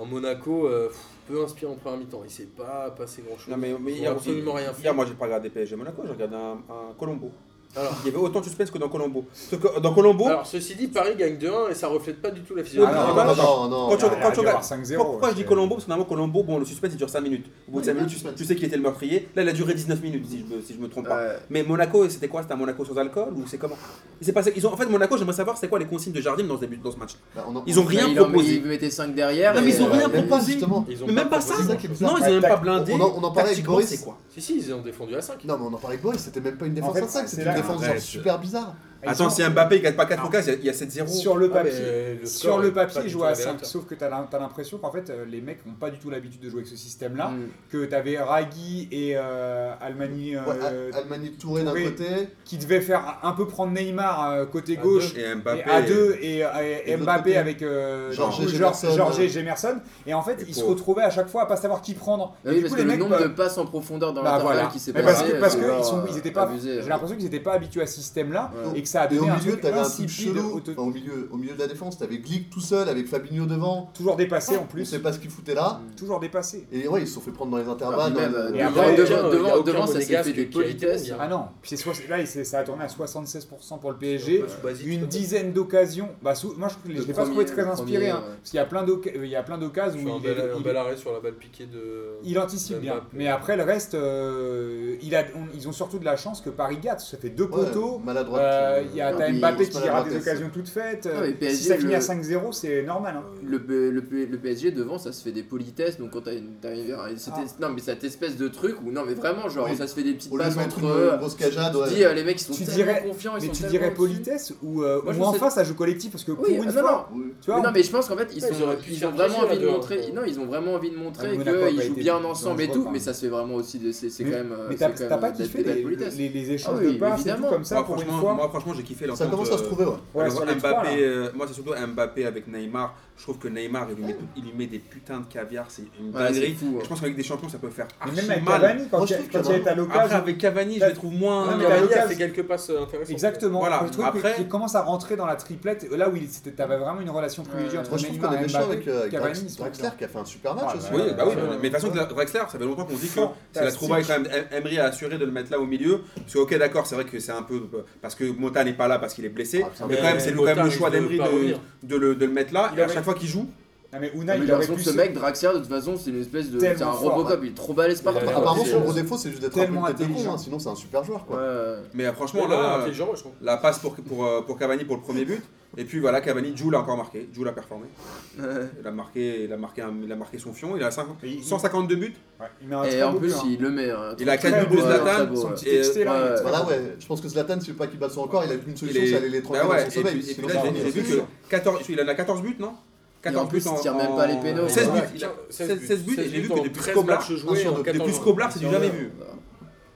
[SPEAKER 1] Un Monaco euh, pff, peu inspiré en première mi-temps, il s'est pas passé grand chose.
[SPEAKER 3] Non, mais, mais
[SPEAKER 1] Ils ont
[SPEAKER 3] hier,
[SPEAKER 1] absolument rien fait.
[SPEAKER 3] hier, moi, j'ai pas regardé PSG Monaco, j'ai regardé un, un Colombo.
[SPEAKER 1] Alors.
[SPEAKER 3] il y avait autant de suspense que dans Colombo. Sauf que dans Colombo,
[SPEAKER 1] Alors ceci dit, Paris gagne 2-1 et ça reflète pas du tout la
[SPEAKER 3] Ah,
[SPEAKER 1] physionomie.
[SPEAKER 3] non,
[SPEAKER 1] du
[SPEAKER 5] non,
[SPEAKER 1] match.
[SPEAKER 3] bah,
[SPEAKER 5] non, non,
[SPEAKER 3] quand
[SPEAKER 5] non.
[SPEAKER 2] Il
[SPEAKER 3] tu-
[SPEAKER 2] aurait
[SPEAKER 3] quand
[SPEAKER 2] dû
[SPEAKER 3] tu
[SPEAKER 2] avoir
[SPEAKER 3] regardes-
[SPEAKER 2] 5-0,
[SPEAKER 3] pourquoi, pourquoi je dis
[SPEAKER 2] c'était-
[SPEAKER 3] Colombo Parce que normalement, Colombo, bon, le suspense, il dure 5 minutes. Au bout de 5
[SPEAKER 5] Ouais, il y a
[SPEAKER 3] minutes,
[SPEAKER 5] un
[SPEAKER 3] tu,
[SPEAKER 5] suspense.
[SPEAKER 3] tu sais qui était le meurtrier. Là, il a duré 19 minutes, si je me, si je me trompe pas.
[SPEAKER 4] Ouais.
[SPEAKER 3] Mais Monaco, c'était quoi C'était un Monaco sans alcool ou c'est comment Il s'est passé. Ils ont, en fait, Monaco, j'aimerais savoir c'est quoi les consignes de Jardim dans ce, début- dans ce match.
[SPEAKER 5] Bah, on en-
[SPEAKER 3] Ils ont
[SPEAKER 5] on-
[SPEAKER 3] rien
[SPEAKER 4] Il en met-
[SPEAKER 3] proposé.
[SPEAKER 4] il mettait 5 derrière.
[SPEAKER 3] Non, mais
[SPEAKER 4] et,
[SPEAKER 3] ils ont
[SPEAKER 4] euh,
[SPEAKER 3] rien
[SPEAKER 5] Ouais, même pas,
[SPEAKER 3] proposé.
[SPEAKER 5] justement.
[SPEAKER 1] Ils ont
[SPEAKER 3] Mais même pas ça.
[SPEAKER 1] proposé.
[SPEAKER 5] C'est ça qui est bizarre.
[SPEAKER 3] Non, ils ont même pas
[SPEAKER 2] Attaque.
[SPEAKER 3] blindé.
[SPEAKER 5] On en- on en parlait avec
[SPEAKER 3] Tactiquement,
[SPEAKER 5] Boris.
[SPEAKER 3] C'est quoi
[SPEAKER 1] Si, si, ils ont défendu à 5.
[SPEAKER 5] Non, mais on en parlait avec Boris, c'était même pas une
[SPEAKER 2] En
[SPEAKER 5] défense
[SPEAKER 2] fait,
[SPEAKER 5] à 5,
[SPEAKER 2] c'est
[SPEAKER 5] c'était
[SPEAKER 2] là- Euh,
[SPEAKER 5] une défense genre
[SPEAKER 3] Arrête.
[SPEAKER 5] super bizarre.
[SPEAKER 2] Et
[SPEAKER 3] Attends,
[SPEAKER 2] sur-
[SPEAKER 3] si Mbappé il gagne pas 4
[SPEAKER 2] Non.
[SPEAKER 3] occasions, il y a 7-0.
[SPEAKER 2] Sur le papier.
[SPEAKER 1] le
[SPEAKER 2] Sur
[SPEAKER 1] score
[SPEAKER 2] le
[SPEAKER 1] est pas
[SPEAKER 2] papier,
[SPEAKER 1] du
[SPEAKER 2] ils
[SPEAKER 1] tout
[SPEAKER 2] jouent
[SPEAKER 1] à
[SPEAKER 2] à
[SPEAKER 1] la
[SPEAKER 2] 5,
[SPEAKER 1] hauteur.
[SPEAKER 2] sauf que t'as l'im- t'as l'impression qu'en fait euh, les mecs n'ont pas du tout l'habitude de jouer avec ce système-là,
[SPEAKER 4] Mm.
[SPEAKER 2] que t'avais Ragui et euh, Almani euh,
[SPEAKER 5] Ouais, Al- Almani Touré d'un
[SPEAKER 2] Touré.
[SPEAKER 5] côté,
[SPEAKER 2] qui devaient faire un peu prendre Neymar euh, côté
[SPEAKER 1] À
[SPEAKER 2] gauche
[SPEAKER 3] Et
[SPEAKER 2] et
[SPEAKER 3] Mbappé.
[SPEAKER 2] à deux et, et- et
[SPEAKER 5] Et de l'autre
[SPEAKER 2] Mbappé
[SPEAKER 5] côté,
[SPEAKER 2] avec euh,
[SPEAKER 5] Georges
[SPEAKER 2] du coup,
[SPEAKER 5] et
[SPEAKER 2] Georges-
[SPEAKER 5] Jemerson,
[SPEAKER 2] Georges et
[SPEAKER 5] euh,
[SPEAKER 2] Jemerson et en fait
[SPEAKER 3] et
[SPEAKER 2] ils se
[SPEAKER 3] pauvre.
[SPEAKER 2] retrouvaient à chaque fois à pas savoir qui prendre. Et
[SPEAKER 4] Bah oui,
[SPEAKER 2] du
[SPEAKER 4] parce
[SPEAKER 2] coup
[SPEAKER 4] que
[SPEAKER 2] les
[SPEAKER 4] le
[SPEAKER 2] mecs
[SPEAKER 4] nombre de
[SPEAKER 2] peuvent-
[SPEAKER 4] passes en profondeur dans
[SPEAKER 2] Bah
[SPEAKER 4] l'intervalle
[SPEAKER 2] voilà.
[SPEAKER 4] qui s'est
[SPEAKER 2] Mais parce
[SPEAKER 4] passé.
[SPEAKER 2] que parce
[SPEAKER 4] euh,
[SPEAKER 2] que
[SPEAKER 4] genre,
[SPEAKER 2] ils sont ils étaient pas
[SPEAKER 4] abusé,
[SPEAKER 2] j'ai
[SPEAKER 4] ouais.
[SPEAKER 2] l'impression qu'ils étaient pas habitués à ce système-là
[SPEAKER 4] Ouais.
[SPEAKER 2] et que ça a
[SPEAKER 5] et
[SPEAKER 2] donné
[SPEAKER 5] au
[SPEAKER 2] un
[SPEAKER 5] milieu,
[SPEAKER 2] truc
[SPEAKER 5] t'avais un truc
[SPEAKER 2] insipide
[SPEAKER 5] chelou.
[SPEAKER 2] auto-
[SPEAKER 5] Enfin, au, milieu, au milieu de la défense, t'avais Glick tout seul avec Fabinho devant.
[SPEAKER 2] toujours dépassé en
[SPEAKER 5] On
[SPEAKER 2] plus,
[SPEAKER 5] sait pas ce qu'il foutait là.
[SPEAKER 2] toujours dépassé.
[SPEAKER 5] Et ouais, ils se sont fait prendre dans les
[SPEAKER 4] Ah,
[SPEAKER 5] intervalles.
[SPEAKER 4] puis
[SPEAKER 5] dans
[SPEAKER 4] même,
[SPEAKER 5] le-
[SPEAKER 4] euh,
[SPEAKER 2] Et
[SPEAKER 4] devant-
[SPEAKER 2] après,
[SPEAKER 4] devant-
[SPEAKER 1] il y a
[SPEAKER 4] devant-
[SPEAKER 1] aucun
[SPEAKER 4] Devant, ça s'est
[SPEAKER 1] monégasque
[SPEAKER 4] fait des
[SPEAKER 1] qui a été bon
[SPEAKER 4] politesses.
[SPEAKER 1] hier.
[SPEAKER 2] Ah non, puis c'est soit- là c'est- ça a tourné à 76% pour le PSG. une dizaine d'occasions. Bah, sous- moi, je ne
[SPEAKER 4] Le
[SPEAKER 2] l'ai pas trouvé
[SPEAKER 4] premier,
[SPEAKER 2] très
[SPEAKER 4] le
[SPEAKER 2] inspiré.
[SPEAKER 4] premier,
[SPEAKER 2] hein,
[SPEAKER 4] ouais.
[SPEAKER 2] Parce qu'il y a plein d'oc- euh, il y a plein d'occasions
[SPEAKER 1] Sur
[SPEAKER 2] où
[SPEAKER 1] un
[SPEAKER 2] il, est-
[SPEAKER 1] bel, un
[SPEAKER 2] il-
[SPEAKER 1] bel arrêt sur la balle piquée de.
[SPEAKER 2] il anticipe
[SPEAKER 1] de
[SPEAKER 2] bien.
[SPEAKER 1] Mbappé.
[SPEAKER 2] Mais après, le reste, euh, il a, on- ils ont surtout de la chance que Paris gâte. Ça fait deux
[SPEAKER 5] Ouais,
[SPEAKER 2] poteaux.
[SPEAKER 5] maladroite.
[SPEAKER 2] Euh, Il y a
[SPEAKER 4] non,
[SPEAKER 2] t'as
[SPEAKER 4] mais
[SPEAKER 2] Mbappé
[SPEAKER 5] ils
[SPEAKER 2] qui
[SPEAKER 5] sont pas
[SPEAKER 2] rate des
[SPEAKER 5] adaptés,
[SPEAKER 2] occasions toutes faites.
[SPEAKER 4] Ah, mais
[SPEAKER 2] euh, si
[SPEAKER 4] PSG,
[SPEAKER 2] ça finit à
[SPEAKER 4] le-
[SPEAKER 2] 5-0, c'est normal. hein.
[SPEAKER 4] Le, P- le, P- le PSG devant ça se fait des politesses donc quand t'as une, t'as une- c'était- non mais cette espèce de truc où non mais vraiment genre
[SPEAKER 5] Oui.
[SPEAKER 4] ça se fait des petites
[SPEAKER 5] Au lieu de
[SPEAKER 4] passes
[SPEAKER 5] mettre
[SPEAKER 4] entre
[SPEAKER 5] une,
[SPEAKER 4] eux
[SPEAKER 5] une grosse cagade,
[SPEAKER 4] tu
[SPEAKER 5] ouais.
[SPEAKER 4] dis euh, les mecs ils sont
[SPEAKER 2] Tu
[SPEAKER 4] tellement
[SPEAKER 2] dirais-
[SPEAKER 4] confiants ils
[SPEAKER 2] Mais
[SPEAKER 4] sont
[SPEAKER 2] tu
[SPEAKER 4] tellement
[SPEAKER 2] dirais
[SPEAKER 4] au-dessus.
[SPEAKER 2] politesse ou euh,
[SPEAKER 4] Moi, je
[SPEAKER 2] ou en
[SPEAKER 4] sais-
[SPEAKER 2] face, ça joue collectif parce que pour
[SPEAKER 4] oui
[SPEAKER 2] une
[SPEAKER 4] ah, non,
[SPEAKER 2] fois,
[SPEAKER 4] non.
[SPEAKER 5] Oui.
[SPEAKER 2] tu
[SPEAKER 4] Mais
[SPEAKER 2] vois.
[SPEAKER 4] non mais je pense qu'en fait ils,
[SPEAKER 1] Ouais,
[SPEAKER 4] sont,
[SPEAKER 1] ils auraient pu
[SPEAKER 4] ils
[SPEAKER 1] faire
[SPEAKER 4] ont vraiment
[SPEAKER 1] chier, là,
[SPEAKER 4] envie de
[SPEAKER 1] dehors.
[SPEAKER 4] montrer non ils ont vraiment envie de montrer
[SPEAKER 2] Ah, mais Monaco a
[SPEAKER 4] que
[SPEAKER 2] pas
[SPEAKER 4] ils jouent
[SPEAKER 2] été
[SPEAKER 4] bien
[SPEAKER 2] dangereux
[SPEAKER 4] ensemble et
[SPEAKER 2] quand
[SPEAKER 4] tout
[SPEAKER 2] même.
[SPEAKER 4] mais ça se fait vraiment aussi de- c'est c'est quand même euh,
[SPEAKER 2] mais
[SPEAKER 4] c'est
[SPEAKER 2] t'as
[SPEAKER 4] quand
[SPEAKER 2] t'as
[SPEAKER 4] même
[SPEAKER 2] pas
[SPEAKER 4] de- de-
[SPEAKER 2] kiffé
[SPEAKER 4] de la
[SPEAKER 2] les-
[SPEAKER 4] politesse.
[SPEAKER 2] les les
[SPEAKER 4] Ah
[SPEAKER 2] échanges
[SPEAKER 4] oui,
[SPEAKER 2] de passes et tout
[SPEAKER 4] évidemment.
[SPEAKER 2] comme ça
[SPEAKER 3] Moi,
[SPEAKER 2] pour une
[SPEAKER 3] franchement-
[SPEAKER 2] fois.
[SPEAKER 3] Moi, franchement, j'ai kiffé
[SPEAKER 5] Ça
[SPEAKER 3] l'entente.
[SPEAKER 5] commence à se
[SPEAKER 3] euh,
[SPEAKER 5] trouver, ouais.
[SPEAKER 2] Ouais,
[SPEAKER 3] Alors,
[SPEAKER 2] sur les
[SPEAKER 3] Mbappé,
[SPEAKER 2] trois, là.
[SPEAKER 3] euh, moi c'est surtout Mbappé avec Neymar. Je trouve que Neymar il lui met, il lui met des putains de caviar, c'est une
[SPEAKER 4] Ouais, c'est
[SPEAKER 3] dinguerie.
[SPEAKER 4] fou, hein. ouais.
[SPEAKER 3] Je pense qu'avec des champions ça peut faire
[SPEAKER 2] Mais
[SPEAKER 3] archi
[SPEAKER 2] même avec
[SPEAKER 3] mal.
[SPEAKER 2] Cavani, quand
[SPEAKER 5] Moi, je
[SPEAKER 2] il
[SPEAKER 5] trouve
[SPEAKER 2] quand
[SPEAKER 5] que
[SPEAKER 2] il est à
[SPEAKER 3] Après
[SPEAKER 2] l'occasion,
[SPEAKER 3] avec Cavani je les trouve moins.
[SPEAKER 2] Ouais,
[SPEAKER 1] Non,
[SPEAKER 2] mais t'as
[SPEAKER 1] mais il a
[SPEAKER 2] l'occasion-
[SPEAKER 1] fait quelques passes euh, intéressantes.
[SPEAKER 2] Exactement.
[SPEAKER 3] Voilà.
[SPEAKER 2] Je trouve
[SPEAKER 3] Après-
[SPEAKER 2] que- qu'il commence à rentrer dans la triplette là où il c'était t'avais vraiment une relation privilégiée
[SPEAKER 4] Ouais.
[SPEAKER 2] entre
[SPEAKER 5] Moi, je trouve qu'on
[SPEAKER 2] Neymar
[SPEAKER 5] est
[SPEAKER 2] et
[SPEAKER 5] méchant
[SPEAKER 2] Mbappé,
[SPEAKER 5] avec, euh, avec
[SPEAKER 2] Cavani,
[SPEAKER 5] Drax-
[SPEAKER 2] ils sont
[SPEAKER 5] Draxler
[SPEAKER 2] bien.
[SPEAKER 5] qui a fait un super match
[SPEAKER 2] Ah,
[SPEAKER 5] aussi.
[SPEAKER 2] bah,
[SPEAKER 3] Oui,
[SPEAKER 2] Ouais,
[SPEAKER 3] bah oui,
[SPEAKER 2] ouais,
[SPEAKER 3] mais de toute façon, Drexler, ça fait longtemps qu'on dit que c'est la
[SPEAKER 2] Fantastique.
[SPEAKER 3] trouvaille quand même. Em- Emery a assuré de le mettre là au milieu. Parce que, ok, d'accord, c'est vrai que c'est un peu. Parce que Mota n'est pas là parce qu'il est blessé.
[SPEAKER 5] Ah, putain,
[SPEAKER 3] mais quand
[SPEAKER 5] mais
[SPEAKER 3] même, c'est le- quand même
[SPEAKER 1] Mota
[SPEAKER 3] le choix
[SPEAKER 1] risque de
[SPEAKER 3] d'Emery
[SPEAKER 1] pas
[SPEAKER 3] de,
[SPEAKER 1] revenir.
[SPEAKER 3] de le, de le mettre là.
[SPEAKER 2] Il
[SPEAKER 3] Et à
[SPEAKER 2] aurait-
[SPEAKER 3] chaque fois qu'il joue,
[SPEAKER 2] Ah, mais
[SPEAKER 4] Ah,
[SPEAKER 2] Unai,
[SPEAKER 4] mais
[SPEAKER 2] il
[SPEAKER 4] j'ai
[SPEAKER 2] aurait
[SPEAKER 4] l'impression
[SPEAKER 2] pu
[SPEAKER 4] que ce
[SPEAKER 2] se-
[SPEAKER 4] mec Draxler de toute façon c'est une espèce de c'est un
[SPEAKER 2] Tellement fort,
[SPEAKER 4] Robocop il est trop balèze par
[SPEAKER 1] Il a
[SPEAKER 4] contre
[SPEAKER 1] l'air
[SPEAKER 5] Apparemment,
[SPEAKER 1] c'est-
[SPEAKER 5] son gros défaut, c'est juste d'être
[SPEAKER 2] tellement
[SPEAKER 5] un peu tête de
[SPEAKER 2] intelligent.
[SPEAKER 5] con, hein, sinon c'est un super joueur, quoi.
[SPEAKER 4] Ouais.
[SPEAKER 3] mais euh, franchement,
[SPEAKER 1] là,
[SPEAKER 3] là,
[SPEAKER 1] intelligent, moi, je trouve.
[SPEAKER 3] la passe pour, pour, euh, pour Cavani pour le premier but. Et puis voilà, Cavani, Jules a encore marqué. Jules a performé.
[SPEAKER 4] Ouais.
[SPEAKER 3] Il a marqué, il a marqué, un- il a marqué son fion. Il a 50
[SPEAKER 2] Et il-
[SPEAKER 3] 152 buts.
[SPEAKER 2] Ouais, il met un
[SPEAKER 4] et
[SPEAKER 2] très
[SPEAKER 4] en
[SPEAKER 2] beau
[SPEAKER 4] plus
[SPEAKER 2] but, hein.
[SPEAKER 4] il le met hein,
[SPEAKER 3] Il a
[SPEAKER 4] très
[SPEAKER 3] 4 buts de
[SPEAKER 4] beau, ouais, très
[SPEAKER 3] Zlatan.
[SPEAKER 4] beau,
[SPEAKER 2] son
[SPEAKER 4] ouais.
[SPEAKER 2] petit
[SPEAKER 3] Et,
[SPEAKER 2] texté là, il est
[SPEAKER 4] ouais.
[SPEAKER 2] très
[SPEAKER 5] Voilà,
[SPEAKER 2] beau.
[SPEAKER 5] Bah ouais. Je pense que Zlatan, c'est pas qu'il bat son corps, il a qu'une
[SPEAKER 3] Il
[SPEAKER 5] solution,
[SPEAKER 3] est-
[SPEAKER 5] c'est aller les
[SPEAKER 3] Bah
[SPEAKER 5] transférer
[SPEAKER 3] ouais,
[SPEAKER 5] dans son
[SPEAKER 3] et puis-
[SPEAKER 5] sommeil.
[SPEAKER 3] et puis
[SPEAKER 5] sinon,
[SPEAKER 3] là,
[SPEAKER 5] ça
[SPEAKER 3] j'ai-
[SPEAKER 5] revient
[SPEAKER 3] j'ai vu
[SPEAKER 5] dessus.
[SPEAKER 3] que 14, il en a 14 buts, non 14
[SPEAKER 4] en plus,
[SPEAKER 3] buts
[SPEAKER 4] il tire même pas les pénaux.
[SPEAKER 3] 16 buts.
[SPEAKER 5] Ouais.
[SPEAKER 3] il a-
[SPEAKER 1] 16 buts.
[SPEAKER 3] 16 buts, et j'ai vu que
[SPEAKER 1] en
[SPEAKER 3] depuis
[SPEAKER 1] 13
[SPEAKER 3] Scoblar,
[SPEAKER 1] matchs joués
[SPEAKER 5] sur-
[SPEAKER 1] en
[SPEAKER 5] depuis
[SPEAKER 1] 14
[SPEAKER 3] Depuis
[SPEAKER 1] ans.
[SPEAKER 3] Scoblar, c'est du jamais vu.
[SPEAKER 4] Ouais.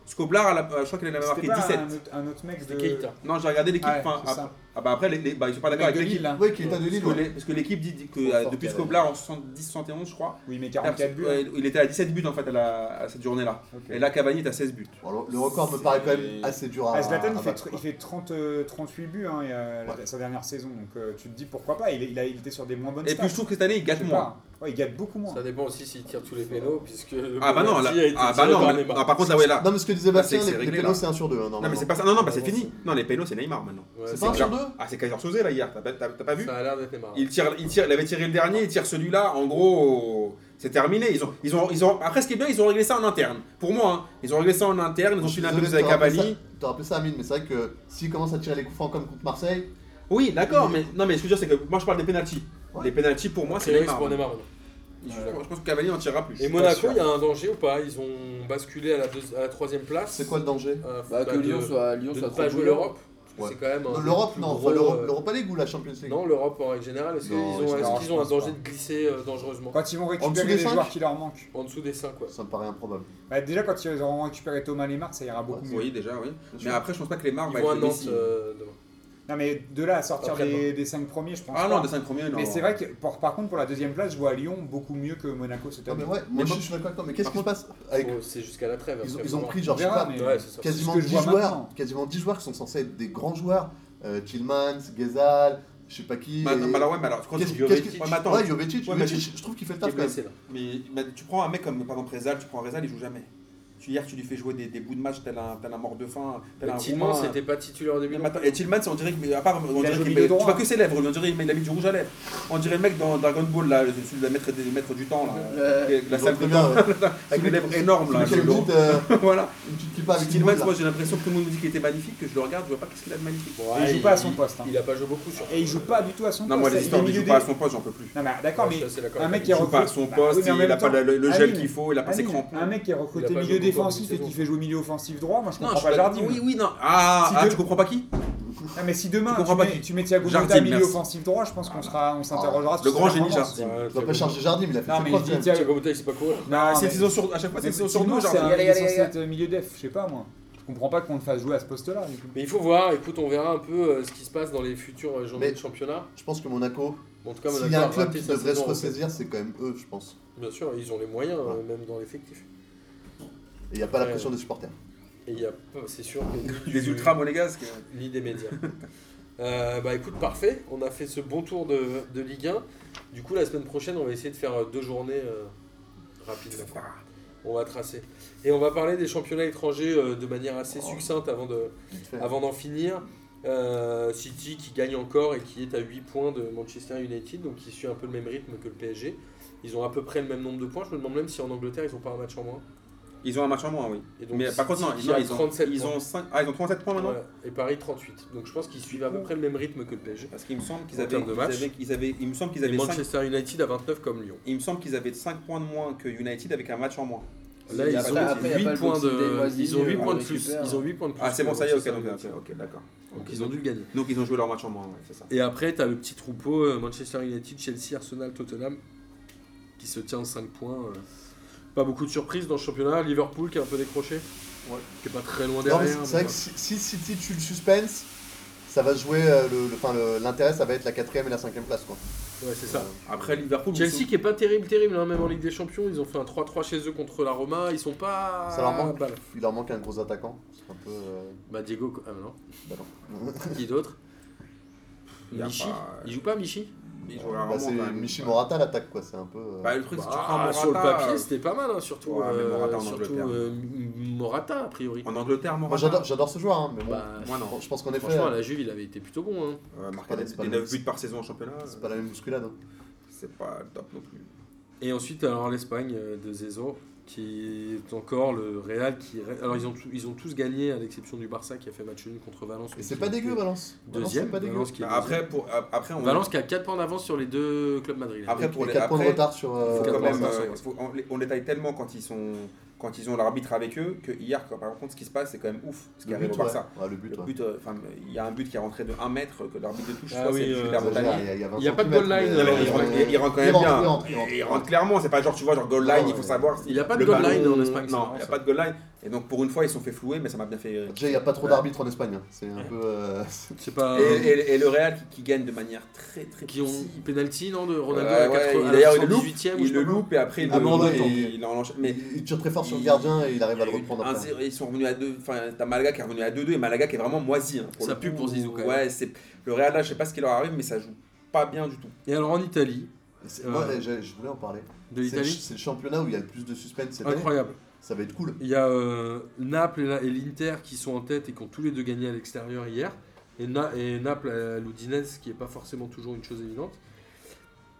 [SPEAKER 3] Scoblar, elle a- euh, je crois qu'elle en a
[SPEAKER 2] C'était
[SPEAKER 3] marqué
[SPEAKER 2] pas
[SPEAKER 3] 17.
[SPEAKER 2] un autre- Un autre mec
[SPEAKER 1] C'était
[SPEAKER 2] de
[SPEAKER 1] Keita.
[SPEAKER 3] Non, j'ai regardé l'équipe.
[SPEAKER 2] Ouais,
[SPEAKER 3] enfin,
[SPEAKER 2] c'est ça.
[SPEAKER 3] ap- Ah bah après, les, les- bah, ils sont pas
[SPEAKER 2] Le
[SPEAKER 3] d'accord
[SPEAKER 2] mec
[SPEAKER 3] avec
[SPEAKER 2] de
[SPEAKER 3] l'équipe.
[SPEAKER 2] Lille, là.
[SPEAKER 5] Oui, Keita de
[SPEAKER 3] Parce
[SPEAKER 5] Lille,
[SPEAKER 3] que
[SPEAKER 5] ouais.
[SPEAKER 3] les- parce que l'équipe dit, dit que
[SPEAKER 4] Trop
[SPEAKER 3] euh,
[SPEAKER 4] fort,
[SPEAKER 3] depuis
[SPEAKER 4] Kevin.
[SPEAKER 3] Scobla en 70-71, je crois,
[SPEAKER 2] Oui, mais
[SPEAKER 3] Perse-
[SPEAKER 2] 44 buts.
[SPEAKER 3] ouais, il était à 17 buts hein. en fait à, la- à cette journée-là.
[SPEAKER 2] Ok.
[SPEAKER 3] Et là, Cavani est à 16 buts.
[SPEAKER 5] Bon, le- le record me paraît quand même
[SPEAKER 2] C'est-
[SPEAKER 5] assez dur à.
[SPEAKER 2] Ah, Zlatan,
[SPEAKER 5] à
[SPEAKER 2] il fait,
[SPEAKER 5] battre,
[SPEAKER 2] tr- il
[SPEAKER 5] quoi.
[SPEAKER 2] fait 30, euh, 38 buts hein, il y a la-
[SPEAKER 5] Ouais.
[SPEAKER 2] sa dernière saison, donc euh, tu te dis pourquoi pas. Il, est- il a, il était sur des moins bonnes
[SPEAKER 3] Et
[SPEAKER 2] stats.
[SPEAKER 3] puis je trouve que cette année, il
[SPEAKER 2] Je
[SPEAKER 3] gâte
[SPEAKER 2] sais
[SPEAKER 3] moins.
[SPEAKER 2] pas. Ouais, il gagne beaucoup moins.
[SPEAKER 1] Ça dépend aussi s'il tire tous les pénaux, puisque. le
[SPEAKER 3] Ah bah non, là,
[SPEAKER 1] penalty a été
[SPEAKER 3] ah bah
[SPEAKER 1] tiré
[SPEAKER 3] non,
[SPEAKER 1] par
[SPEAKER 3] mais-
[SPEAKER 1] Neymar.
[SPEAKER 3] ah, par contre, là, ouais, là.
[SPEAKER 5] Non, mais ce que disait Bastien,
[SPEAKER 3] c'est
[SPEAKER 5] les,
[SPEAKER 3] réglé,
[SPEAKER 5] les pénaux,
[SPEAKER 3] là.
[SPEAKER 5] c'est 1 sur 2.
[SPEAKER 3] Non, mais c'est pas ça. Non, non, bah c'est fini. Non, les pénaux, c'est Neymar maintenant.
[SPEAKER 1] Ouais,
[SPEAKER 5] C'est
[SPEAKER 1] c'est
[SPEAKER 5] pas 1 sur
[SPEAKER 1] clair.
[SPEAKER 5] 2
[SPEAKER 3] Ah, c'est Kaiser Soze, là, hier. T'as pas, t'as- t'as pas vu
[SPEAKER 1] Ça a l'air d'être Neymar.
[SPEAKER 3] il, tire, il, tire, il avait tiré le dernier, il tire celui-là. En gros, c'est terminé. Ils ont, ils ont, ils ont, ah, après, ce qui est bien, ils ont réglé ça en interne. Pour moi, hein, ils ont réglé ça en interne. Ils ont suivi un peu plus avec Cavani.
[SPEAKER 5] T'as rappelé ça, Amine, mais c'est vrai que s'il commence à tirer les coups francs comme contre Marseille,
[SPEAKER 3] Oui, d'accord. Mais, non, mais ce que je veux dire, c'est que moi, je parle des pénalties.
[SPEAKER 5] Ouais.
[SPEAKER 3] Les pénalties, pour moi,
[SPEAKER 1] Moi,
[SPEAKER 3] c'est
[SPEAKER 1] c'est
[SPEAKER 3] Neymar.
[SPEAKER 1] pour Neymar. maintenant.
[SPEAKER 3] Je, je pense que Cavani en tirera plus.
[SPEAKER 1] Et Monaco, il y a un danger ou pas Ils ont basculé à la, deux- à la troisième place.
[SPEAKER 5] c'est quoi le danger
[SPEAKER 1] Euh,
[SPEAKER 4] Bah,
[SPEAKER 1] bah,
[SPEAKER 4] que
[SPEAKER 1] de-
[SPEAKER 4] Lyon soit, Lyon
[SPEAKER 1] de
[SPEAKER 4] soit
[SPEAKER 1] ne
[SPEAKER 4] trop
[SPEAKER 1] pas jouer
[SPEAKER 4] bouillant.
[SPEAKER 1] l'Europe parce que
[SPEAKER 5] Ouais.
[SPEAKER 1] C'est quand même un.
[SPEAKER 5] L'Europe,
[SPEAKER 1] des
[SPEAKER 5] non,
[SPEAKER 1] plus
[SPEAKER 5] enfin,
[SPEAKER 1] gros,
[SPEAKER 5] l'Europe
[SPEAKER 1] euh,
[SPEAKER 5] l'Europa League ou la Champions League
[SPEAKER 1] Non, l'Europe en règle générale, est-ce qu'ils
[SPEAKER 5] Non,
[SPEAKER 1] ont,
[SPEAKER 5] je
[SPEAKER 1] est-ce
[SPEAKER 2] pense
[SPEAKER 1] qu'ils ont un
[SPEAKER 2] pas.
[SPEAKER 1] danger de glisser euh, dangereusement
[SPEAKER 2] Quand ils vont
[SPEAKER 5] dessous
[SPEAKER 2] récupérer
[SPEAKER 5] des
[SPEAKER 2] les
[SPEAKER 5] cinq
[SPEAKER 2] joueurs qui leur manquent.
[SPEAKER 1] En dessous des 5, quoi.
[SPEAKER 5] Ça me paraît improbable.
[SPEAKER 2] Bah, déjà, quand ils auront récupéré Thomas Lemar, ça ira beaucoup mieux.
[SPEAKER 3] Oui, déjà, oui.
[SPEAKER 5] Bien sûr.
[SPEAKER 3] Mais après, je pense pas que Lemar
[SPEAKER 1] Ils
[SPEAKER 3] va
[SPEAKER 1] vont à
[SPEAKER 3] être
[SPEAKER 1] Nantes
[SPEAKER 3] Messi.
[SPEAKER 1] euh, demain.
[SPEAKER 2] Non, mais de là à sortir
[SPEAKER 1] Après,
[SPEAKER 2] des, des 5 premiers, je pense.
[SPEAKER 3] Ah
[SPEAKER 2] pas.
[SPEAKER 3] non, des 5 premiers, non.
[SPEAKER 2] mais c'est vrai que pour- par contre, pour la deuxième place, je vois Lyon beaucoup mieux que Monaco cette
[SPEAKER 5] Non,
[SPEAKER 2] année.
[SPEAKER 5] mais ouais,
[SPEAKER 3] Mais
[SPEAKER 5] moi je
[SPEAKER 3] bon.
[SPEAKER 5] je suis d'accord avec toi, mais qu'est-ce
[SPEAKER 3] Par
[SPEAKER 5] qui se passe avec.
[SPEAKER 1] Faut- C'est jusqu'à la trêve.
[SPEAKER 5] Ils ont,
[SPEAKER 1] après,
[SPEAKER 5] ils
[SPEAKER 1] faut
[SPEAKER 5] ont
[SPEAKER 1] voir.
[SPEAKER 5] pris, genre,
[SPEAKER 2] On
[SPEAKER 5] je sais
[SPEAKER 2] verra,
[SPEAKER 5] pas,
[SPEAKER 2] mais-
[SPEAKER 1] Ouais, c'est ça.
[SPEAKER 5] quasiment
[SPEAKER 2] C'est ce que je
[SPEAKER 5] 10
[SPEAKER 2] vois
[SPEAKER 5] joueurs,
[SPEAKER 2] maintenant.
[SPEAKER 5] quasiment 10 joueurs qui sont censés être des grands joueurs. Euh, Tillmans, Gezal, je sais pas qui.
[SPEAKER 3] Bah,
[SPEAKER 5] et-
[SPEAKER 3] attends, bah alors, ouais, mais alors, quand
[SPEAKER 5] Qu'est-ce
[SPEAKER 3] tu-
[SPEAKER 5] qu'est-ce
[SPEAKER 3] Jovetic- Ouais, mais
[SPEAKER 5] que.
[SPEAKER 3] attends,
[SPEAKER 5] Ouais, Jovetic,
[SPEAKER 3] Ouais, mais
[SPEAKER 5] Jovetic, je trouve qu'il fait le
[SPEAKER 1] Qui est
[SPEAKER 5] taf quand même.
[SPEAKER 1] blessé, là.
[SPEAKER 3] Mais bah, tu prends un mec comme par exemple Rezal, tu prends Rezal, il joue jamais. Tu, hier, tu lui fais jouer des, des bouts de match, tel un, tel un mort de faim, tel un.
[SPEAKER 1] Mais Tillman,
[SPEAKER 3] Roumain.
[SPEAKER 1] c'était pas titulaire au début.
[SPEAKER 3] Mais
[SPEAKER 1] non
[SPEAKER 3] attends, Et Tillman, c'est- on dirait que. mais À part,
[SPEAKER 2] a
[SPEAKER 3] on dirait
[SPEAKER 2] joué
[SPEAKER 3] qu'il
[SPEAKER 2] milieu
[SPEAKER 3] met- tu
[SPEAKER 2] droit.
[SPEAKER 3] vois que ses lèvres, on dirait qu'il a mis du rouge à lèvres. On dirait le mec dans Dragon Ball, là, celui de maître, des maîtres du temps, là.
[SPEAKER 4] Euh,
[SPEAKER 3] Avec la
[SPEAKER 5] Je
[SPEAKER 3] salle
[SPEAKER 5] vois
[SPEAKER 3] de
[SPEAKER 5] très
[SPEAKER 3] bain,
[SPEAKER 5] bien, ouais.
[SPEAKER 3] avec les lèvres énormes, là.
[SPEAKER 5] Celui qui a une
[SPEAKER 3] Golo.
[SPEAKER 5] petite, euh,
[SPEAKER 3] Voilà.
[SPEAKER 5] une petite
[SPEAKER 2] Bah,
[SPEAKER 5] kippa avec
[SPEAKER 3] Tillman,
[SPEAKER 5] une boule,
[SPEAKER 3] moi,
[SPEAKER 5] là.
[SPEAKER 3] j'ai l'impression que tout le monde me dit qu'il était magnifique, que je le regarde, je vois pas qu'est-ce qu'il a de magnifique.
[SPEAKER 1] Bon,
[SPEAKER 2] Et
[SPEAKER 1] ouais,
[SPEAKER 2] il joue pas à son poste. hein.
[SPEAKER 1] Il a pas joué beaucoup, surtout.
[SPEAKER 2] Et il joue pas du tout à son
[SPEAKER 3] Non, moi,
[SPEAKER 2] poste.
[SPEAKER 3] les histoires
[SPEAKER 2] il est
[SPEAKER 3] de
[SPEAKER 2] milieu
[SPEAKER 3] joue pas à
[SPEAKER 2] des-
[SPEAKER 3] son poste, j'en peux plus.
[SPEAKER 2] Non, mais d'accord,
[SPEAKER 1] Ouais, ça,
[SPEAKER 2] mais
[SPEAKER 1] c'est d'accord.
[SPEAKER 2] un mec qui
[SPEAKER 3] Il
[SPEAKER 2] est
[SPEAKER 3] joue pas à
[SPEAKER 2] recruté.
[SPEAKER 3] son
[SPEAKER 2] Bah oui,
[SPEAKER 3] poste,
[SPEAKER 2] mais en
[SPEAKER 3] il
[SPEAKER 2] même
[SPEAKER 3] a pas
[SPEAKER 2] temps, ah
[SPEAKER 3] le le gel
[SPEAKER 2] Amine,
[SPEAKER 3] qu'il faut, il a pas ses
[SPEAKER 2] Amine,
[SPEAKER 3] crampons.
[SPEAKER 2] Un mec qui est
[SPEAKER 1] Il a
[SPEAKER 2] recruté
[SPEAKER 1] pas
[SPEAKER 2] milieu
[SPEAKER 1] joué beaucoup en
[SPEAKER 2] défensif
[SPEAKER 1] début
[SPEAKER 2] et
[SPEAKER 1] de
[SPEAKER 2] qui
[SPEAKER 1] saison.
[SPEAKER 2] fait jouer milieu offensif droit, moi je
[SPEAKER 3] Non,
[SPEAKER 2] comprends
[SPEAKER 3] je
[SPEAKER 2] pas
[SPEAKER 3] suis
[SPEAKER 2] Jardim.
[SPEAKER 3] Oui, oui, non. Ah,
[SPEAKER 2] Si
[SPEAKER 3] ah,
[SPEAKER 2] de-
[SPEAKER 3] tu comprends pas qui
[SPEAKER 2] Non, mais si demain
[SPEAKER 3] Je
[SPEAKER 2] tu,
[SPEAKER 3] comprends pas
[SPEAKER 2] mets,
[SPEAKER 3] qui.
[SPEAKER 2] tu mets Thiago Motta
[SPEAKER 3] Jardim,
[SPEAKER 2] milieu
[SPEAKER 3] merci.
[SPEAKER 2] offensif droit, je pense qu'on
[SPEAKER 3] Voilà.
[SPEAKER 2] sera, on s'interrogera sur
[SPEAKER 3] Le
[SPEAKER 2] sa
[SPEAKER 3] grand génie
[SPEAKER 2] performance.
[SPEAKER 3] Jardim.
[SPEAKER 5] Tu vas pas charger Jardim, il a fait
[SPEAKER 2] Non,
[SPEAKER 5] ses
[SPEAKER 2] mais
[SPEAKER 5] preuves,
[SPEAKER 2] il
[SPEAKER 5] quand même.
[SPEAKER 2] dit-
[SPEAKER 1] Thiago Motta, il sait pas courir.
[SPEAKER 2] Non,
[SPEAKER 3] Bah, C'est
[SPEAKER 2] Ah, mais-
[SPEAKER 3] saison sur à chaque fois c'est
[SPEAKER 2] mais
[SPEAKER 3] une saison sur
[SPEAKER 2] effectivement,
[SPEAKER 3] deux,
[SPEAKER 2] c'est
[SPEAKER 3] Jardim.
[SPEAKER 2] un-
[SPEAKER 4] Allez,
[SPEAKER 2] il est
[SPEAKER 4] allez,
[SPEAKER 2] censé
[SPEAKER 4] allez.
[SPEAKER 2] être milieu def, je sais pas moi. Je comprends pas qu'on le fasse jouer à ce poste-là. du coup.
[SPEAKER 1] Mais il faut voir, écoute, on verra un peu euh, ce qui se passe dans les futures euh, journées
[SPEAKER 5] Mais-
[SPEAKER 1] de championnat.
[SPEAKER 5] Je pense que Monaco,
[SPEAKER 1] Bon, en tout cas,
[SPEAKER 5] s'il
[SPEAKER 1] Monaco
[SPEAKER 5] y a
[SPEAKER 1] a
[SPEAKER 5] un club
[SPEAKER 1] raté
[SPEAKER 5] qui
[SPEAKER 1] sa
[SPEAKER 5] devrait se
[SPEAKER 1] saison. en fait.
[SPEAKER 5] ressaisir, c'est quand même eux, je pense.
[SPEAKER 1] Bien sûr, ils ont les moyens, euh,
[SPEAKER 5] Ouais.
[SPEAKER 1] même dans l'effectif.
[SPEAKER 5] Et il n'y a pas la
[SPEAKER 1] Ouais.
[SPEAKER 5] pression des supporters.
[SPEAKER 1] Et il y a pas- c'est sûr que
[SPEAKER 3] Des ultras monégasques.
[SPEAKER 1] ni des médias. Euh, bah écoute, parfait, on a fait ce bon tour de, de Ligue 1. Du coup, la semaine prochaine, on va essayer de faire euh, deux journées euh, rapides. quoi. On va tracer. Et on va parler des championnats étrangers euh, de manière assez
[SPEAKER 5] Oh.
[SPEAKER 1] succincte avant de,
[SPEAKER 5] Vite fait.
[SPEAKER 1] avant d'en finir, euh, City qui gagne encore et qui est à 8 points de Manchester United, donc qui suit un peu le même rythme que le PSG. Ils ont à peu près le même nombre de points. Je me demande même si en Angleterre ils n'ont pas un match en moins.
[SPEAKER 3] Ils ont un match en moins, oui.
[SPEAKER 1] Et donc,
[SPEAKER 3] Mais par contre, non,
[SPEAKER 1] City
[SPEAKER 3] ils, non,
[SPEAKER 1] a
[SPEAKER 3] ils ont
[SPEAKER 1] 37
[SPEAKER 3] ils
[SPEAKER 1] points.
[SPEAKER 3] ont 5, ah, ils ont 37 points maintenant
[SPEAKER 1] Voilà. Et Paris 38. Donc je pense qu'ils suivent à peu près le même rythme que le PSG.
[SPEAKER 3] Parce qu'il me semble qu'ils
[SPEAKER 1] En
[SPEAKER 3] avaient,
[SPEAKER 1] termes de
[SPEAKER 3] ils
[SPEAKER 1] match.
[SPEAKER 3] avaient, ils avaient- il me semble qu'ils
[SPEAKER 1] Et
[SPEAKER 3] avaient 5,
[SPEAKER 1] Manchester United à 29 comme Lyon.
[SPEAKER 3] il me semble qu'ils avaient 5 points de moins que United avec un match en moins.
[SPEAKER 1] Là,
[SPEAKER 3] Il y
[SPEAKER 1] ils
[SPEAKER 3] a pas-
[SPEAKER 1] ont
[SPEAKER 3] après,
[SPEAKER 4] il y a
[SPEAKER 1] 8
[SPEAKER 4] pas le
[SPEAKER 1] points
[SPEAKER 4] Boxing Day
[SPEAKER 1] de,
[SPEAKER 4] moisi,
[SPEAKER 1] ils ont
[SPEAKER 4] euh,
[SPEAKER 1] 8 points de
[SPEAKER 4] on
[SPEAKER 1] plus.
[SPEAKER 4] récupère.
[SPEAKER 1] Ils ont 8 points de plus.
[SPEAKER 3] Ah, c'est
[SPEAKER 1] que
[SPEAKER 3] bon, ça y est, ok,
[SPEAKER 1] Manchester
[SPEAKER 3] donc,
[SPEAKER 1] United.
[SPEAKER 3] ok, ok, d'accord.
[SPEAKER 1] Donc
[SPEAKER 3] Ok.
[SPEAKER 1] ils ont dû le gagner.
[SPEAKER 3] Donc ils ont joué leur match en moins, ouais, c'est ça.
[SPEAKER 1] Et après, tu as le petit troupeau euh, Manchester United, Chelsea, Arsenal, Tottenham qui se tient en 5 points. euh. Pas beaucoup de surprises dans le championnat. Liverpool qui est un peu décroché,
[SPEAKER 5] Ouais.
[SPEAKER 1] qui est pas très loin
[SPEAKER 5] Non, mais
[SPEAKER 1] derrière.
[SPEAKER 5] C'est c'est vrai que si, si City tue le suspense, ça va se jouer. euh, le- le- Enfin, le- l'intérêt, ça va être la 4ème et la 5ème place, quoi.
[SPEAKER 1] Ouais, c'est ça.
[SPEAKER 3] Après Liverpool, ils
[SPEAKER 1] Chelsea qui est pas terrible, terrible, hein, même en Ligue des Champions. Ils ont fait un 3-3 chez eux contre la Roma. Ils sont pas.
[SPEAKER 5] Ça leur manque.
[SPEAKER 1] Bah,
[SPEAKER 5] Il leur manque un gros attaquant. C'est un peu. euh,
[SPEAKER 1] bah, Diego, quoi. ah, non.
[SPEAKER 5] bah non.
[SPEAKER 1] qui d'autre
[SPEAKER 3] Y a
[SPEAKER 1] Michi
[SPEAKER 3] pas-
[SPEAKER 1] Il joue pas Michi
[SPEAKER 3] sont- ils jouent
[SPEAKER 5] Bah,
[SPEAKER 3] rarement,
[SPEAKER 5] c'est
[SPEAKER 3] quand même.
[SPEAKER 5] Michi Morata l'attaque, quoi. C'est un peu. euh,
[SPEAKER 3] Bah, le truc, c'est que tu
[SPEAKER 1] Bah,
[SPEAKER 3] prends Morata,
[SPEAKER 1] Sur le papier,
[SPEAKER 3] euh,
[SPEAKER 1] c'était pas mal, hein, surtout.
[SPEAKER 3] Ouais, mais Morata en
[SPEAKER 1] surtout,
[SPEAKER 3] Angleterre.
[SPEAKER 1] euh, M- Morata, a priori.
[SPEAKER 3] euh, En Angleterre,
[SPEAKER 5] Moi,
[SPEAKER 3] Morata. euh,
[SPEAKER 5] j'adore j'adore ce joueur, hein, mais bon.
[SPEAKER 1] Bah,
[SPEAKER 3] Moi non.
[SPEAKER 5] bon, je pense qu'en effet,
[SPEAKER 1] franchement, à
[SPEAKER 5] euh,
[SPEAKER 1] la Juve, il avait été plutôt bon. hein.
[SPEAKER 3] Euh, marquer
[SPEAKER 5] pas
[SPEAKER 3] des,
[SPEAKER 5] d'Espagne.
[SPEAKER 3] 9 buts par saison en championnat,
[SPEAKER 5] c'est pas la même bousculade. hein.
[SPEAKER 3] c'est pas top non plus.
[SPEAKER 1] Et ensuite, alors l'Espagne euh, de Zezo, qui est encore le Real. qui Alors, ils ont, tous- ils ont tous gagné, à l'exception du Barça qui a fait match nul contre Valence.
[SPEAKER 5] Et
[SPEAKER 1] mais
[SPEAKER 5] c'est
[SPEAKER 1] qui
[SPEAKER 5] pas
[SPEAKER 1] a
[SPEAKER 5] dégueu,
[SPEAKER 1] fait
[SPEAKER 5] Valence. Valence,
[SPEAKER 1] Deuxième,
[SPEAKER 5] c'est pas dégueu.
[SPEAKER 1] Valence qui est
[SPEAKER 3] Bah,
[SPEAKER 1] deuxième.
[SPEAKER 3] après, pour, ap- après, on,
[SPEAKER 1] Valence qui a 4 points d'avance sur les deux clubs madrilènes.
[SPEAKER 3] après pour
[SPEAKER 5] Et
[SPEAKER 3] les
[SPEAKER 5] 4 points de
[SPEAKER 3] après,
[SPEAKER 5] retard sur.
[SPEAKER 3] faut
[SPEAKER 5] euh,
[SPEAKER 1] quatre
[SPEAKER 3] quand
[SPEAKER 5] Valence,
[SPEAKER 3] même,
[SPEAKER 5] hein,
[SPEAKER 3] euh,
[SPEAKER 5] sur-
[SPEAKER 3] faut- on, les- on détaille tellement quand ils sont quand ils ont l'arbitre avec eux que hier, quand- par contre, ce qui se passe, c'est quand même ouf. Ce qui
[SPEAKER 5] Le
[SPEAKER 3] arrive
[SPEAKER 5] but,
[SPEAKER 3] au
[SPEAKER 5] ouais.
[SPEAKER 3] Barça.
[SPEAKER 5] Ouais, le but,
[SPEAKER 3] Le
[SPEAKER 5] ouais.
[SPEAKER 3] but, euh, enfin, il y a un but qui est rentré de 1 mètre que l'arbitre de touche, je
[SPEAKER 1] Ah
[SPEAKER 3] crois,
[SPEAKER 1] oui,
[SPEAKER 3] c'est
[SPEAKER 1] euh,
[SPEAKER 3] Jules
[SPEAKER 5] Ça,
[SPEAKER 3] Labrontani.
[SPEAKER 5] il y a- il y a 20
[SPEAKER 1] Il y a pas de
[SPEAKER 5] centimètres,
[SPEAKER 1] goal line,
[SPEAKER 5] mais-
[SPEAKER 1] alors,
[SPEAKER 3] il rentre-
[SPEAKER 5] mais-
[SPEAKER 3] il rentre quand
[SPEAKER 5] il
[SPEAKER 3] même
[SPEAKER 5] rentre,
[SPEAKER 3] bien.
[SPEAKER 5] il rentre, il rentre.
[SPEAKER 3] Il rentre clairement, c'est pas genre tu vois genre goal line,
[SPEAKER 5] Ah ouais,
[SPEAKER 3] il faut
[SPEAKER 5] ouais.
[SPEAKER 3] savoir si
[SPEAKER 1] Il n'y a pas de
[SPEAKER 3] le
[SPEAKER 1] goal
[SPEAKER 3] ballon-
[SPEAKER 1] line en Espagne. c'est
[SPEAKER 3] Non,
[SPEAKER 1] marrant,
[SPEAKER 3] il n'y a
[SPEAKER 1] ça.
[SPEAKER 3] pas de goal line. Et donc pour une fois, ils se sont fait flouer, mais ça m'a bien fait rire.
[SPEAKER 5] Déjà, il n'y a pas trop d'arbitres en Espagne. hein. C'est un peu. euh,
[SPEAKER 1] C'est pas.
[SPEAKER 3] Et, et- et le Real qui, qui gagne de manière très très
[SPEAKER 1] Ah. qui ont
[SPEAKER 3] petite.
[SPEAKER 1] penalty non de Ronaldo
[SPEAKER 3] Ouais,
[SPEAKER 1] à la
[SPEAKER 3] ouais,
[SPEAKER 1] 80
[SPEAKER 3] il-
[SPEAKER 1] à la
[SPEAKER 3] d'ailleurs, il le loupe,
[SPEAKER 1] 78e, ou je
[SPEAKER 3] Il
[SPEAKER 1] sais
[SPEAKER 3] le
[SPEAKER 1] pas.
[SPEAKER 3] loupe et après il
[SPEAKER 5] Ah,
[SPEAKER 3] le
[SPEAKER 5] bon,
[SPEAKER 3] loupe
[SPEAKER 5] ouais,
[SPEAKER 3] et
[SPEAKER 5] il-
[SPEAKER 3] il en enchaîne. Mais
[SPEAKER 5] il il tire très fort sur le
[SPEAKER 3] il-
[SPEAKER 5] gardien et Ah, il arrive à le reprendre
[SPEAKER 3] Un
[SPEAKER 5] après.
[SPEAKER 3] zéro, ils sont revenus à 2, enfin t'as Malaga qui est revenu à 2-2 et Malaga qui est vraiment moisi. hein,
[SPEAKER 1] Ça
[SPEAKER 3] le
[SPEAKER 1] pue
[SPEAKER 3] coup.
[SPEAKER 1] pour Zizou, quand même.
[SPEAKER 3] Ouais, c'est le Real là, je sais pas ce qui leur arrive, mais ça joue pas bien du tout.
[SPEAKER 1] Et alors en Italie,
[SPEAKER 5] C'est-
[SPEAKER 1] Euh,
[SPEAKER 5] moi, j'ai- je voulais en parler.
[SPEAKER 1] de
[SPEAKER 5] C'est le ch-
[SPEAKER 1] l'Italie,
[SPEAKER 5] c'est le championnat où il y a le plus de suspense cette année.
[SPEAKER 1] incroyable.
[SPEAKER 5] Ça va être cool.
[SPEAKER 1] Il y a euh, Naples et la- et l'Inter qui sont en tête et qui ont tous les deux gagné à l'extérieur hier. Et, Na- et Naples à l'Udinese, qui n'est pas forcément toujours une chose évidente.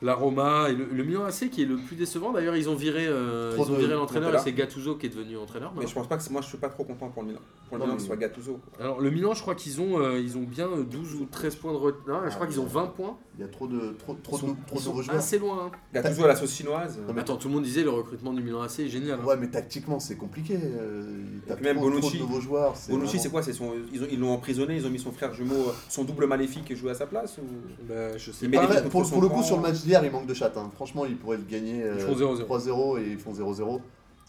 [SPEAKER 1] La Roma et le, le Milan AC qui est le plus décevant. D'ailleurs, ils ont viré, euh,
[SPEAKER 5] Trop
[SPEAKER 1] ils ont
[SPEAKER 5] de-
[SPEAKER 1] viré l'entraîneur et
[SPEAKER 3] Montella.
[SPEAKER 1] c'est Gattuso qui est devenu entraîneur.
[SPEAKER 3] Mais
[SPEAKER 1] maintenant.
[SPEAKER 3] je pense pas que c'est- moi je suis pas trop content pour le Milan. Pour le
[SPEAKER 5] Non,
[SPEAKER 3] Milan
[SPEAKER 5] mais-
[SPEAKER 3] que ce soit Gattuso.
[SPEAKER 1] Alors, le Milan, je crois qu'ils ont, euh, ils ont bien euh, 12 ou 13 points de retard. je
[SPEAKER 5] Ah,
[SPEAKER 1] crois qu'ils ont 20 points.
[SPEAKER 5] Il y a trop de, trop, trop
[SPEAKER 1] Ils sont-
[SPEAKER 5] de, trop
[SPEAKER 1] ils
[SPEAKER 5] de
[SPEAKER 1] sont
[SPEAKER 5] rejoueurs.
[SPEAKER 1] assez loin. hein.
[SPEAKER 3] Gattuso à la sauce chinoise.
[SPEAKER 5] Non, Ah, mais-
[SPEAKER 1] Attends, tout le monde disait le recrutement du Milan AC est génial. hein.
[SPEAKER 5] Ouais, mais tactiquement, c'est compliqué. euh, T'as
[SPEAKER 3] puis même
[SPEAKER 5] trop, trop
[SPEAKER 3] Bonucci.
[SPEAKER 5] de nouveaux joueurs. c'est
[SPEAKER 3] Bonucci,
[SPEAKER 5] vraiment-
[SPEAKER 3] c'est quoi C'est son, ils ont- ils l'ont emprisonné, ils ont mis son frère jumeau, euh, son double maléfique qui joue à sa place ou...
[SPEAKER 1] Bah, je sais
[SPEAKER 3] Il
[SPEAKER 1] pas.
[SPEAKER 3] met
[SPEAKER 5] Après,
[SPEAKER 3] les buts
[SPEAKER 5] pour,
[SPEAKER 3] contre
[SPEAKER 5] pour le
[SPEAKER 3] son
[SPEAKER 5] coup,
[SPEAKER 3] camp.
[SPEAKER 5] sur le match d'hier, il manque de chat. hein. Franchement, ils pourraient le gagner euh,
[SPEAKER 1] Ils font 0-0.
[SPEAKER 5] 3-0 et ils font 0-0.